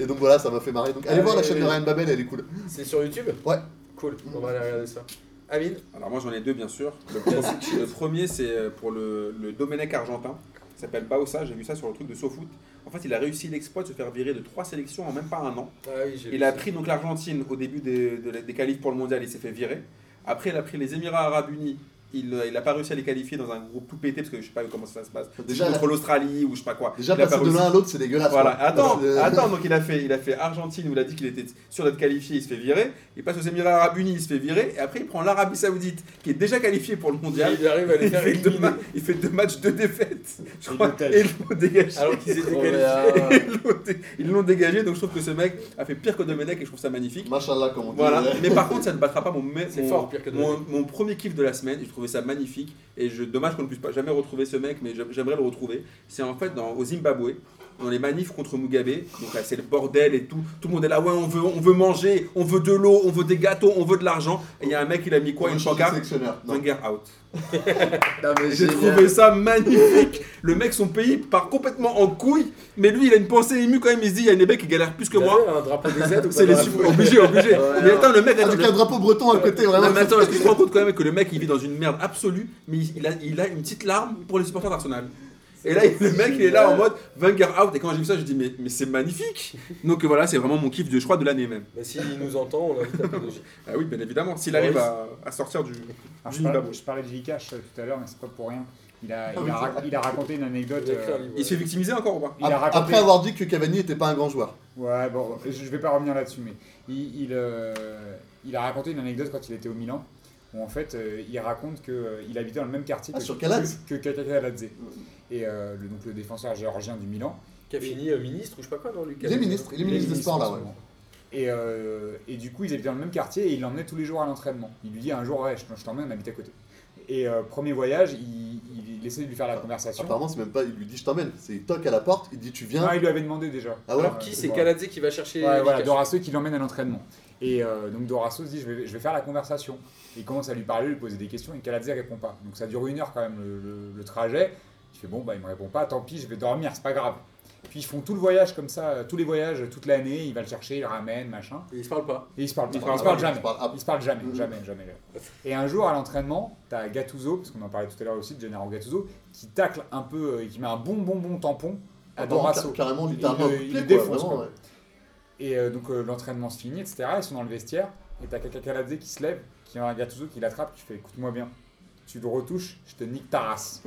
[SPEAKER 5] et donc voilà ça m'a fait marrer donc
[SPEAKER 3] Euh,
[SPEAKER 5] allez
[SPEAKER 1] Ah,
[SPEAKER 5] voir la
[SPEAKER 1] oui,
[SPEAKER 5] chaîne de
[SPEAKER 1] oui.
[SPEAKER 5] Ryan Babel elle est cool
[SPEAKER 1] C'est sur YouTube
[SPEAKER 5] Ouais.
[SPEAKER 1] Cool, on va aller regarder ça. Amine
[SPEAKER 3] Alors moi j'en ai deux bien sûr. Le premier, le premier, c'est euh, pour le, le Domenech argentin. Il s'appelle Baossa, j'ai vu ça sur le truc de SoFoot. En fait, il a réussi l'exploit de se faire virer de trois sélections en même pas un an.
[SPEAKER 1] Ah oui, j'ai
[SPEAKER 3] Il a pris donc l'Argentine au début des, de la- des qualifs pour le mondial, il s'est fait virer. Après, il a pris les Émirats Arabes Unis. Il n'a pas réussi à les qualifier dans un groupe tout pété parce que je sais pas comment ça se passe.
[SPEAKER 5] Déjà,
[SPEAKER 3] contre l'Australie ou je sais pas quoi.
[SPEAKER 5] Déjà,
[SPEAKER 3] Il a
[SPEAKER 5] passer
[SPEAKER 3] pas
[SPEAKER 5] de
[SPEAKER 3] réussi.
[SPEAKER 5] l'un à l'autre, Ah, c'est euh, dégueulasse.
[SPEAKER 3] Voilà,
[SPEAKER 5] quoi.
[SPEAKER 3] attends,
[SPEAKER 5] Parce que-
[SPEAKER 3] attends, donc il a fait, il a fait Argentine où il a dit qu'il était sûr d'être qualifié, il se fait virer. Il passe aux Émirats Arabes Unis, il se fait virer. Et après, il prend l'Arabie Saoudite qui est déjà qualifiée pour le mondial.
[SPEAKER 1] Il arrive à les
[SPEAKER 3] Il
[SPEAKER 1] faire
[SPEAKER 3] fait, deux
[SPEAKER 1] éliminer.
[SPEAKER 3] ma- il fait deux matchs, deux défaites. Je
[SPEAKER 2] Et
[SPEAKER 3] crois.
[SPEAKER 2] deux têtes.
[SPEAKER 3] Et ils l'ont dégagé.
[SPEAKER 1] Alors qu'ils étaient
[SPEAKER 4] Oh,
[SPEAKER 1] qualifiés.
[SPEAKER 4] là, ouais.
[SPEAKER 3] Ils l'ont dé- Ils l'ont dégagé, donc je trouve que ce mec a fait pire que Domenech et je trouve ça magnifique.
[SPEAKER 5] Machallah, comme on dit. euh,
[SPEAKER 3] Voilà,
[SPEAKER 5] Ouais.
[SPEAKER 3] mais par contre, ça ne battra pas mon, me-
[SPEAKER 1] Euh, C'est
[SPEAKER 3] mon-
[SPEAKER 1] fort, pire que
[SPEAKER 3] mon,
[SPEAKER 1] Domenech.
[SPEAKER 3] mon premier kiff de la semaine. Je trouvais ça magnifique et je, dommage qu'on ne puisse pas jamais retrouver ce mec, mais j'aim- j'aimerais le retrouver. C'est en fait dans, au Zimbabwe, dans les manifs contre Mugabe. Donc là, c'est le bordel et tout. Tout le monde est là, ouais, on veut, on veut manger, on veut de l'eau, on veut des gâteaux, on veut de l'argent. Et il y a un mec, il a mis quoi
[SPEAKER 5] On
[SPEAKER 3] Une
[SPEAKER 5] change de
[SPEAKER 3] pancarte
[SPEAKER 5] sélectionneur. Non.
[SPEAKER 3] Wenger out.
[SPEAKER 4] Non, mais
[SPEAKER 3] J'ai
[SPEAKER 4] génial.
[SPEAKER 3] trouvé ça magnifique. Le mec, son pays part complètement en couille, mais lui, il a une pensée émue quand même. Il se dit, il y a des mecs qui galèrent plus que
[SPEAKER 1] T'as
[SPEAKER 3] moi.
[SPEAKER 1] vu un drapeau des Z ou
[SPEAKER 3] C'est les
[SPEAKER 1] pas
[SPEAKER 3] sub- obligé, obligé. mais attends, le mec,
[SPEAKER 5] Ah,
[SPEAKER 3] attends,
[SPEAKER 5] donc,
[SPEAKER 3] le-
[SPEAKER 5] il y a un drapeau breton à côté, vraiment.
[SPEAKER 3] non, mais attends, est-ce que tu te rends compte quand même que le mec il vit dans une merde absolue, mais il il a, il a une petite larme pour les supporters d'Arsenal. Et là, le mec il est là en mode Wenger out. Et quand j'ai vu ça, j'ai dit, mais, mais c'est magnifique. Donc euh, voilà, c'est vraiment mon kiff de je crois de l'année même.
[SPEAKER 1] Bah, S'il nous entend, on l'invite à P2J.
[SPEAKER 3] Ah oui, bien évidemment, s'il arrive à, à sortir du.
[SPEAKER 2] Alors,
[SPEAKER 3] Jimmy
[SPEAKER 2] je, parlais,
[SPEAKER 3] Babou.
[SPEAKER 2] je parlais de Vikash euh, tout à l'heure, mais c'est pas pour rien. Il a, il
[SPEAKER 5] Ah oui,
[SPEAKER 2] a,
[SPEAKER 5] c'est
[SPEAKER 2] ra-
[SPEAKER 5] vrai.
[SPEAKER 2] il a raconté une anecdote.
[SPEAKER 1] Il a écrit un
[SPEAKER 2] euh,
[SPEAKER 1] livre,
[SPEAKER 3] Il se fait victimiser encore ou pas
[SPEAKER 2] il a
[SPEAKER 5] Ap-
[SPEAKER 2] raconté,
[SPEAKER 5] Après avoir dit que Cavani n'était pas un grand joueur.
[SPEAKER 2] Ouais, bon, je je vais pas revenir là-dessus, mais il, il, euh, il a raconté une anecdote quand il était au Milan, où en fait, euh, il raconte qu'il habitait dans le même quartier
[SPEAKER 5] Ah,
[SPEAKER 2] que,
[SPEAKER 5] sur Calatz
[SPEAKER 2] que, que Kakakaladze. Et euh, le, donc le défenseur géorgien du Milan.
[SPEAKER 1] Qui a fini euh, ministre ou je sais pas quoi, non, Lucas
[SPEAKER 5] Il est ministre, il est ministre des Sports, là, ouais.
[SPEAKER 2] Et, euh, et du coup, ils habitaient dans le même quartier et il l'emmenait tous les jours à l'entraînement. Il lui dit un jour, ouais, je, je t'emmène, on habite à côté. Et euh, premier voyage, il, il, il essaie de lui faire la conversation.
[SPEAKER 5] Apparemment, c'est même pas. Il lui dit, je t'emmène. C'est il toque à la porte, il dit, tu viens.
[SPEAKER 2] Non, il lui avait demandé déjà.
[SPEAKER 5] Ah ouais
[SPEAKER 1] Alors qui c'est
[SPEAKER 2] voilà.
[SPEAKER 1] Kaladze qui va chercher
[SPEAKER 2] Ouais, voilà,
[SPEAKER 1] Lucas.
[SPEAKER 2] Dorasso qui l'emmène à l'entraînement. Et euh, donc Dorasso se dit je vais, je vais faire la conversation. Il commence à lui parler, lui poser des questions et Kaladze répond pas. Donc ça dure une heure quand même le, le- le trajet. Il fait bon, bah il me répond pas, tant pis, je vais dormir, c'est pas grave. Puis ils font tout le voyage comme ça, euh, tous les voyages, euh, toute l'année. Il va le chercher, il le ramène, machin.
[SPEAKER 1] Et il se parle pas.
[SPEAKER 2] Et ils se parlent pas. Ils
[SPEAKER 3] Ils se
[SPEAKER 2] se parlent
[SPEAKER 3] parlent pas,
[SPEAKER 5] ils se
[SPEAKER 2] jamais.
[SPEAKER 5] parlent après.
[SPEAKER 2] Ils se parlent jamais,
[SPEAKER 5] Mhm.
[SPEAKER 2] jamais, jamais. Et un jour à l'entraînement, t'as Gattuso, parce qu'on en parlait tout à l'heure aussi de Gennaro Gattuso, qui tacle un peu, euh, qui met un bon bon bon tampon à
[SPEAKER 5] Attends,
[SPEAKER 2] Dorasso.
[SPEAKER 5] car- Carrément, littéralement.
[SPEAKER 2] Il-
[SPEAKER 5] au
[SPEAKER 2] il
[SPEAKER 5] pied,
[SPEAKER 2] défonce,
[SPEAKER 5] quoi, vraiment,
[SPEAKER 2] quoi.
[SPEAKER 5] ouais.
[SPEAKER 2] Et euh, donc euh, l'entraînement se finit, etc. Ils sont dans le vestiaire, et t'as quelqu'un Caladze qui se lève, qui a un Gattuso qui l'attrape, qui fait écoute-moi bien, tu le retouches, je te nique ta race.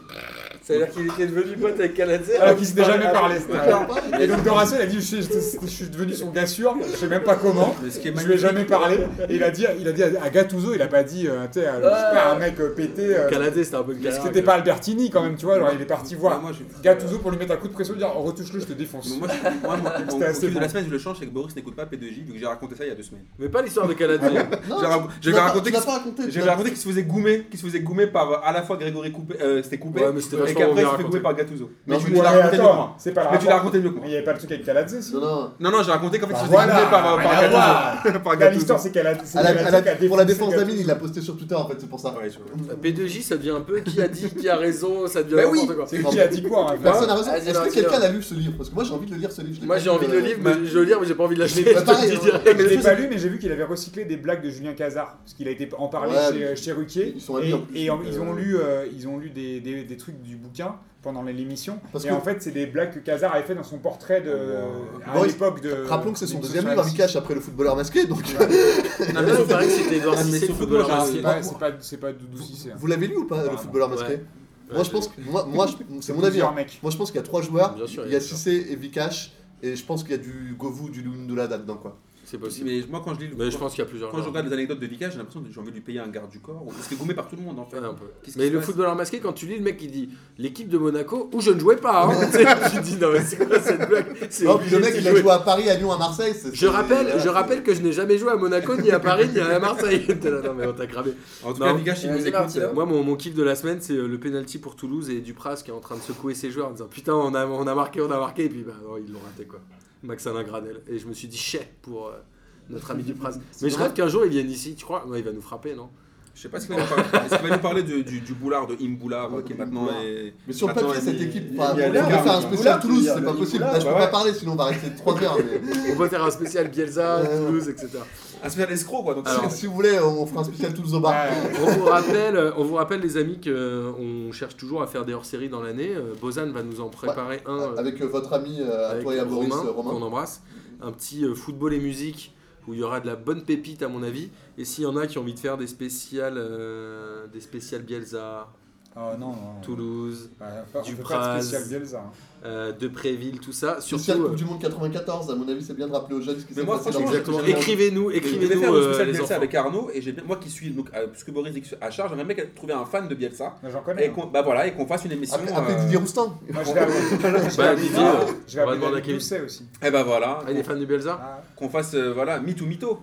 [SPEAKER 1] Ça veut dire qu'il était devenu pote avec Kaladze
[SPEAKER 3] Ah,
[SPEAKER 2] Alors qu'ils s'étaient jamais parlé, c'était
[SPEAKER 5] Ah,
[SPEAKER 2] clair. Et donc Dorasso, il a dit je, suis- je- je suis devenu son gars sûr, je sais même pas comment.
[SPEAKER 3] Mais ce qui est
[SPEAKER 2] Je lui ai
[SPEAKER 3] magnifique,
[SPEAKER 2] jamais parlé. Et il a dit, il a dit à à Gattuso, il a pas dit, euh, tu sais, euh, je sais pas, un mec euh, pété. euh,
[SPEAKER 1] Kaladze c'était un peu le
[SPEAKER 2] Parce que
[SPEAKER 1] galère,
[SPEAKER 2] c'était pas Albertini quand même, tu vois, genre il est parti
[SPEAKER 3] Ouais,
[SPEAKER 2] voir
[SPEAKER 3] moi, je-
[SPEAKER 2] Gattuso pour lui mettre un coup de pression, dire oh, retouche-le, je te défonce.
[SPEAKER 3] Moi, je- moi, moi, mon
[SPEAKER 2] C'était assez
[SPEAKER 3] kiff de
[SPEAKER 2] bon.
[SPEAKER 3] la semaine, je le change, c'est que Boris n'écoute pas P2J, vu que j'ai raconté ça il y a deux semaines.
[SPEAKER 1] Mais pas l'histoire de Kaladze.
[SPEAKER 5] Non,
[SPEAKER 3] J'ai raconté- j'ai
[SPEAKER 5] tu l'as pas-
[SPEAKER 3] raconté
[SPEAKER 5] tu l'as
[SPEAKER 3] que-
[SPEAKER 5] pas raconté. tu
[SPEAKER 3] J'ai
[SPEAKER 5] l'as-
[SPEAKER 3] raconté qu'il se faisait goumer, qu'il se faisait goumer par à la fois Grégory Coupé, euh, c'était coupé,
[SPEAKER 1] Ouais, mais c'était
[SPEAKER 3] et
[SPEAKER 1] vachement
[SPEAKER 3] qu'après
[SPEAKER 1] bien
[SPEAKER 3] il se fait
[SPEAKER 1] raconté.
[SPEAKER 3] couper par Gattuso. Mais
[SPEAKER 5] Non,
[SPEAKER 3] tu
[SPEAKER 5] mais
[SPEAKER 2] Ouais,
[SPEAKER 3] l'as raconté mieux que moi.
[SPEAKER 2] attends, c'est pas le
[SPEAKER 3] Mais tu l'as
[SPEAKER 2] rapport.
[SPEAKER 3] raconté mieux que moi.
[SPEAKER 2] Il y avait pas le truc avec Caladze, si
[SPEAKER 5] Non, non.
[SPEAKER 3] Non, non, j'ai raconté qu'en fait,
[SPEAKER 2] Bah
[SPEAKER 3] il se
[SPEAKER 2] voilà,
[SPEAKER 3] faisait goumer par,
[SPEAKER 2] rien
[SPEAKER 3] par
[SPEAKER 2] à
[SPEAKER 3] Gattuso.
[SPEAKER 2] voir.
[SPEAKER 3] par
[SPEAKER 2] Là,
[SPEAKER 3] Gattuso.
[SPEAKER 2] l'histoire, c'est Caladze. c'est
[SPEAKER 5] À la-
[SPEAKER 2] Caladze
[SPEAKER 5] à la-
[SPEAKER 2] qui a
[SPEAKER 5] Pour la
[SPEAKER 2] défoncé
[SPEAKER 5] défense
[SPEAKER 2] Gattuso.
[SPEAKER 5] d'Amine, il l'a posté sur Twitter, en fait, c'est pour ça.
[SPEAKER 3] Ouais, je-
[SPEAKER 1] P2J ça devient un peu qui a dit, qui a raison, ça devient
[SPEAKER 3] Bah oui.
[SPEAKER 1] n'importe quoi.
[SPEAKER 2] C'est qui a dit quoi hein,
[SPEAKER 5] Personne n'a raison.
[SPEAKER 4] Vas-y,
[SPEAKER 5] Est-ce
[SPEAKER 4] vas-y,
[SPEAKER 5] que quelqu'un
[SPEAKER 4] vas-y.
[SPEAKER 5] a lu ce livre Parce que moi, j'ai envie de le lire ce livre. je l'ai
[SPEAKER 1] Moi
[SPEAKER 5] pas
[SPEAKER 1] j'ai
[SPEAKER 5] lu,
[SPEAKER 1] envie de
[SPEAKER 5] euh,
[SPEAKER 1] le lire, mais je le lire mais j'ai pas envie de l'acheter.
[SPEAKER 5] Bah,
[SPEAKER 1] je te le
[SPEAKER 5] pareil,
[SPEAKER 1] dis
[SPEAKER 5] hein.
[SPEAKER 1] direct.
[SPEAKER 2] Je
[SPEAKER 1] Mais le
[SPEAKER 2] l'ai
[SPEAKER 1] truc,
[SPEAKER 2] pas lu, mais j'ai vu qu'il avait recyclé des blagues de Julien Cazard, parce qu'il a été en parler
[SPEAKER 5] Ouais, mais-
[SPEAKER 2] chez, chez Ruquier.
[SPEAKER 5] Ils sont
[SPEAKER 2] et
[SPEAKER 5] amis, en plus,
[SPEAKER 2] et en-
[SPEAKER 5] donc,
[SPEAKER 2] ils,
[SPEAKER 5] euh,
[SPEAKER 2] ont lu, euh, ils ont lu des, des- des trucs du bouquin pendant l'émission.
[SPEAKER 5] Parce
[SPEAKER 2] Et
[SPEAKER 5] que- Euh,
[SPEAKER 2] en fait, c'est des blagues que Cazard avait fait dans son portrait de, à
[SPEAKER 5] Boris,
[SPEAKER 2] l'époque de.
[SPEAKER 5] Rappelons que c'est son
[SPEAKER 2] de-
[SPEAKER 5] deuxième livre, Vikash, après le footballeur masqué, donc.
[SPEAKER 1] Non, mais il paraît que c'était Edouard
[SPEAKER 3] Non, mais
[SPEAKER 1] Cissé, le
[SPEAKER 3] surtout,
[SPEAKER 1] footballeur
[SPEAKER 3] moi,
[SPEAKER 2] Ah,
[SPEAKER 3] j'ai
[SPEAKER 1] masqué.
[SPEAKER 2] c'est pas- c'est pas, c'est pas Doudou Cissé. hein.
[SPEAKER 5] Vous l'avez lu ou pas, le
[SPEAKER 2] Apparemment.
[SPEAKER 5] footballeur masqué
[SPEAKER 1] Ouais.
[SPEAKER 5] Moi, je pense que. Moi, moi, je- c'est mon avis.
[SPEAKER 2] Plusieurs
[SPEAKER 5] hein.
[SPEAKER 2] mecs.
[SPEAKER 5] Moi, je pense qu'il y a trois joueurs.
[SPEAKER 1] Bien sûr,
[SPEAKER 5] il y a
[SPEAKER 1] bien sûr.
[SPEAKER 5] Cissé et Vikash. Et je pense qu'il y a du Govou, du Lundula là-dedans, quoi.
[SPEAKER 1] C'est possible.
[SPEAKER 3] Mais moi, quand je lis le-
[SPEAKER 1] Mais je pense qu'il y a plusieurs.
[SPEAKER 3] Quand je
[SPEAKER 1] joueurs.
[SPEAKER 3] regarde les anecdotes de Vika, j'ai l'impression que j'ai envie de lui payer un garde du corps. Parce qu'il est gommé par tout le monde en fait.
[SPEAKER 1] Ouais, un peu.
[SPEAKER 3] Qu'est-ce qui
[SPEAKER 1] Mais
[SPEAKER 3] se
[SPEAKER 1] le
[SPEAKER 3] passe
[SPEAKER 1] footballeur masqué, quand tu lis le mec qui dit l'équipe de Monaco où je ne jouais pas, hein, tu sais, tu dis non mais c'est quoi cette blague C'est
[SPEAKER 5] Non, puis
[SPEAKER 1] obligé
[SPEAKER 5] Oh, le mec,
[SPEAKER 1] de
[SPEAKER 5] il a
[SPEAKER 1] jouer.
[SPEAKER 5] joué à Paris, à Lyon, à Marseille. c'est-
[SPEAKER 1] Je
[SPEAKER 5] c'est-
[SPEAKER 1] rappelle,
[SPEAKER 5] voilà.
[SPEAKER 1] je rappelle que je n'ai jamais joué à Monaco, ni à Paris, ni à Marseille. T'es là, non mais on t'a cramé.
[SPEAKER 3] En tout
[SPEAKER 1] Non.
[SPEAKER 3] cas, Vika, si
[SPEAKER 4] Euh,
[SPEAKER 3] vous
[SPEAKER 4] c'est parti,
[SPEAKER 3] écoutez.
[SPEAKER 4] là.
[SPEAKER 1] Moi, mon, mon kiff de la semaine, c'est euh, le penalty pour Toulouse et Dupras qui est en train de secouer ses joueurs en disant putain, on a, on a marqué, on a marqué, et puis bah non, ils l'ont raté quoi. Max Alain Gradel. Et je me suis dit chais pour euh, notre ami Dupras. Mais je
[SPEAKER 5] dommage.
[SPEAKER 1] rêve qu'un jour il vienne ici, tu crois Non, Il va nous frapper, non
[SPEAKER 3] Je sais pas ce qu'il va nous parler. Est-ce qu'il va nous parler du, du, du boulard de Imboulard
[SPEAKER 5] Ouais,
[SPEAKER 3] qui est
[SPEAKER 5] de
[SPEAKER 3] maintenant.
[SPEAKER 5] Boulard.
[SPEAKER 3] est-
[SPEAKER 5] Mais sur le
[SPEAKER 3] maintenant
[SPEAKER 5] papier,
[SPEAKER 3] est
[SPEAKER 5] cette
[SPEAKER 3] mis-
[SPEAKER 5] équipe,
[SPEAKER 3] mis
[SPEAKER 5] enfin,
[SPEAKER 3] à
[SPEAKER 5] on
[SPEAKER 3] l'écart.
[SPEAKER 5] peut faire un spécial
[SPEAKER 2] Boulard,
[SPEAKER 5] Toulouse,
[SPEAKER 2] il y a
[SPEAKER 5] c'est
[SPEAKER 2] le
[SPEAKER 5] pas possible.
[SPEAKER 2] Nicolas,
[SPEAKER 5] Là, je peux
[SPEAKER 3] bah
[SPEAKER 5] pas
[SPEAKER 3] ouais.
[SPEAKER 5] parler, sinon on va rester 3 heures. Mais
[SPEAKER 1] On peut faire un spécial Bielsa,
[SPEAKER 5] Ouais.
[SPEAKER 1] Toulouse, etc.
[SPEAKER 3] Un spécial escroc quoi. Donc,
[SPEAKER 1] Alors,
[SPEAKER 5] si vous voulez, on fera un spécial Toulouse au bar.
[SPEAKER 2] Ouais.
[SPEAKER 1] On vous rappelle, euh, on vous rappelle les amis qu'on cherche toujours à faire des hors-séries dans l'année. Euh, Bozan va nous en préparer un euh,
[SPEAKER 5] Avec euh, votre ami, euh, à
[SPEAKER 1] avec
[SPEAKER 5] toi et à Boris, euh,
[SPEAKER 1] qu'on
[SPEAKER 5] Romain.
[SPEAKER 1] embrasse. Un petit euh, football et musique où il y aura de la bonne pépite à mon avis. Et s'il y en a qui ont envie de faire des spéciales, euh, des spéciales Bielsa,
[SPEAKER 2] Ah non, non.
[SPEAKER 1] Toulouse,
[SPEAKER 2] Bah, on peut pas
[SPEAKER 1] Dupraz.
[SPEAKER 2] de spécial Bielsa. hein.
[SPEAKER 1] euh, Depréville, tout ça.
[SPEAKER 5] Spécial
[SPEAKER 1] Surtout,
[SPEAKER 5] Coupe
[SPEAKER 1] euh,
[SPEAKER 5] du Monde 94, à mon avis, c'est bien de rappeler aux jeunes ce qui
[SPEAKER 3] Mais
[SPEAKER 5] s'est
[SPEAKER 3] moi,
[SPEAKER 5] passé
[SPEAKER 3] franchement,
[SPEAKER 5] dans le
[SPEAKER 1] exactement.
[SPEAKER 5] championnat.
[SPEAKER 1] Écrivez-nous,
[SPEAKER 3] Écrivez
[SPEAKER 1] écrivez-nous
[SPEAKER 3] faire le
[SPEAKER 1] euh,
[SPEAKER 3] spécial
[SPEAKER 1] les
[SPEAKER 3] Bielsa
[SPEAKER 1] enfants.
[SPEAKER 3] avec Arnaud et j'ai bien- moi qui suis donc euh, puisque Boris est à charge, j'aimerais bien trouver un fan de Bielsa
[SPEAKER 2] Mais J'en connais.
[SPEAKER 3] et
[SPEAKER 2] hein.
[SPEAKER 3] qu'on bah voilà et qu'on fasse une émission.
[SPEAKER 5] Appelez appelez
[SPEAKER 3] euh,
[SPEAKER 5] Didier Roustan.
[SPEAKER 2] Moi, je vais appeler- je vais
[SPEAKER 1] Bah,
[SPEAKER 2] appeler-
[SPEAKER 1] Didier, euh,
[SPEAKER 2] je vais
[SPEAKER 1] on va demander à
[SPEAKER 2] appeler David
[SPEAKER 1] Kevin.
[SPEAKER 2] Doucet aussi.
[SPEAKER 3] Eh ben voilà,
[SPEAKER 1] Ah, il est fan de Bielsa
[SPEAKER 2] Ah.
[SPEAKER 3] qu'on fasse euh, voilà mythe ou mytho.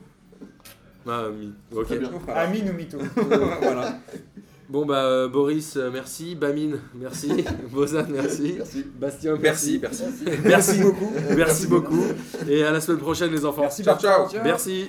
[SPEAKER 1] Ah, oui. Ok.
[SPEAKER 5] Très bien.
[SPEAKER 3] Voilà.
[SPEAKER 2] Ah, Amine ou Mito
[SPEAKER 3] Voilà.
[SPEAKER 1] Bon bah euh, Boris, euh, merci. Bamine, merci. Bozan, merci.
[SPEAKER 5] Merci.
[SPEAKER 1] Bastien,
[SPEAKER 3] Merci, merci.
[SPEAKER 1] Merci beaucoup. Merci beaucoup. Et à la semaine prochaine, les enfants.
[SPEAKER 2] Merci,
[SPEAKER 3] Ciao,
[SPEAKER 2] Barthes.
[SPEAKER 3] ciao.
[SPEAKER 1] Merci.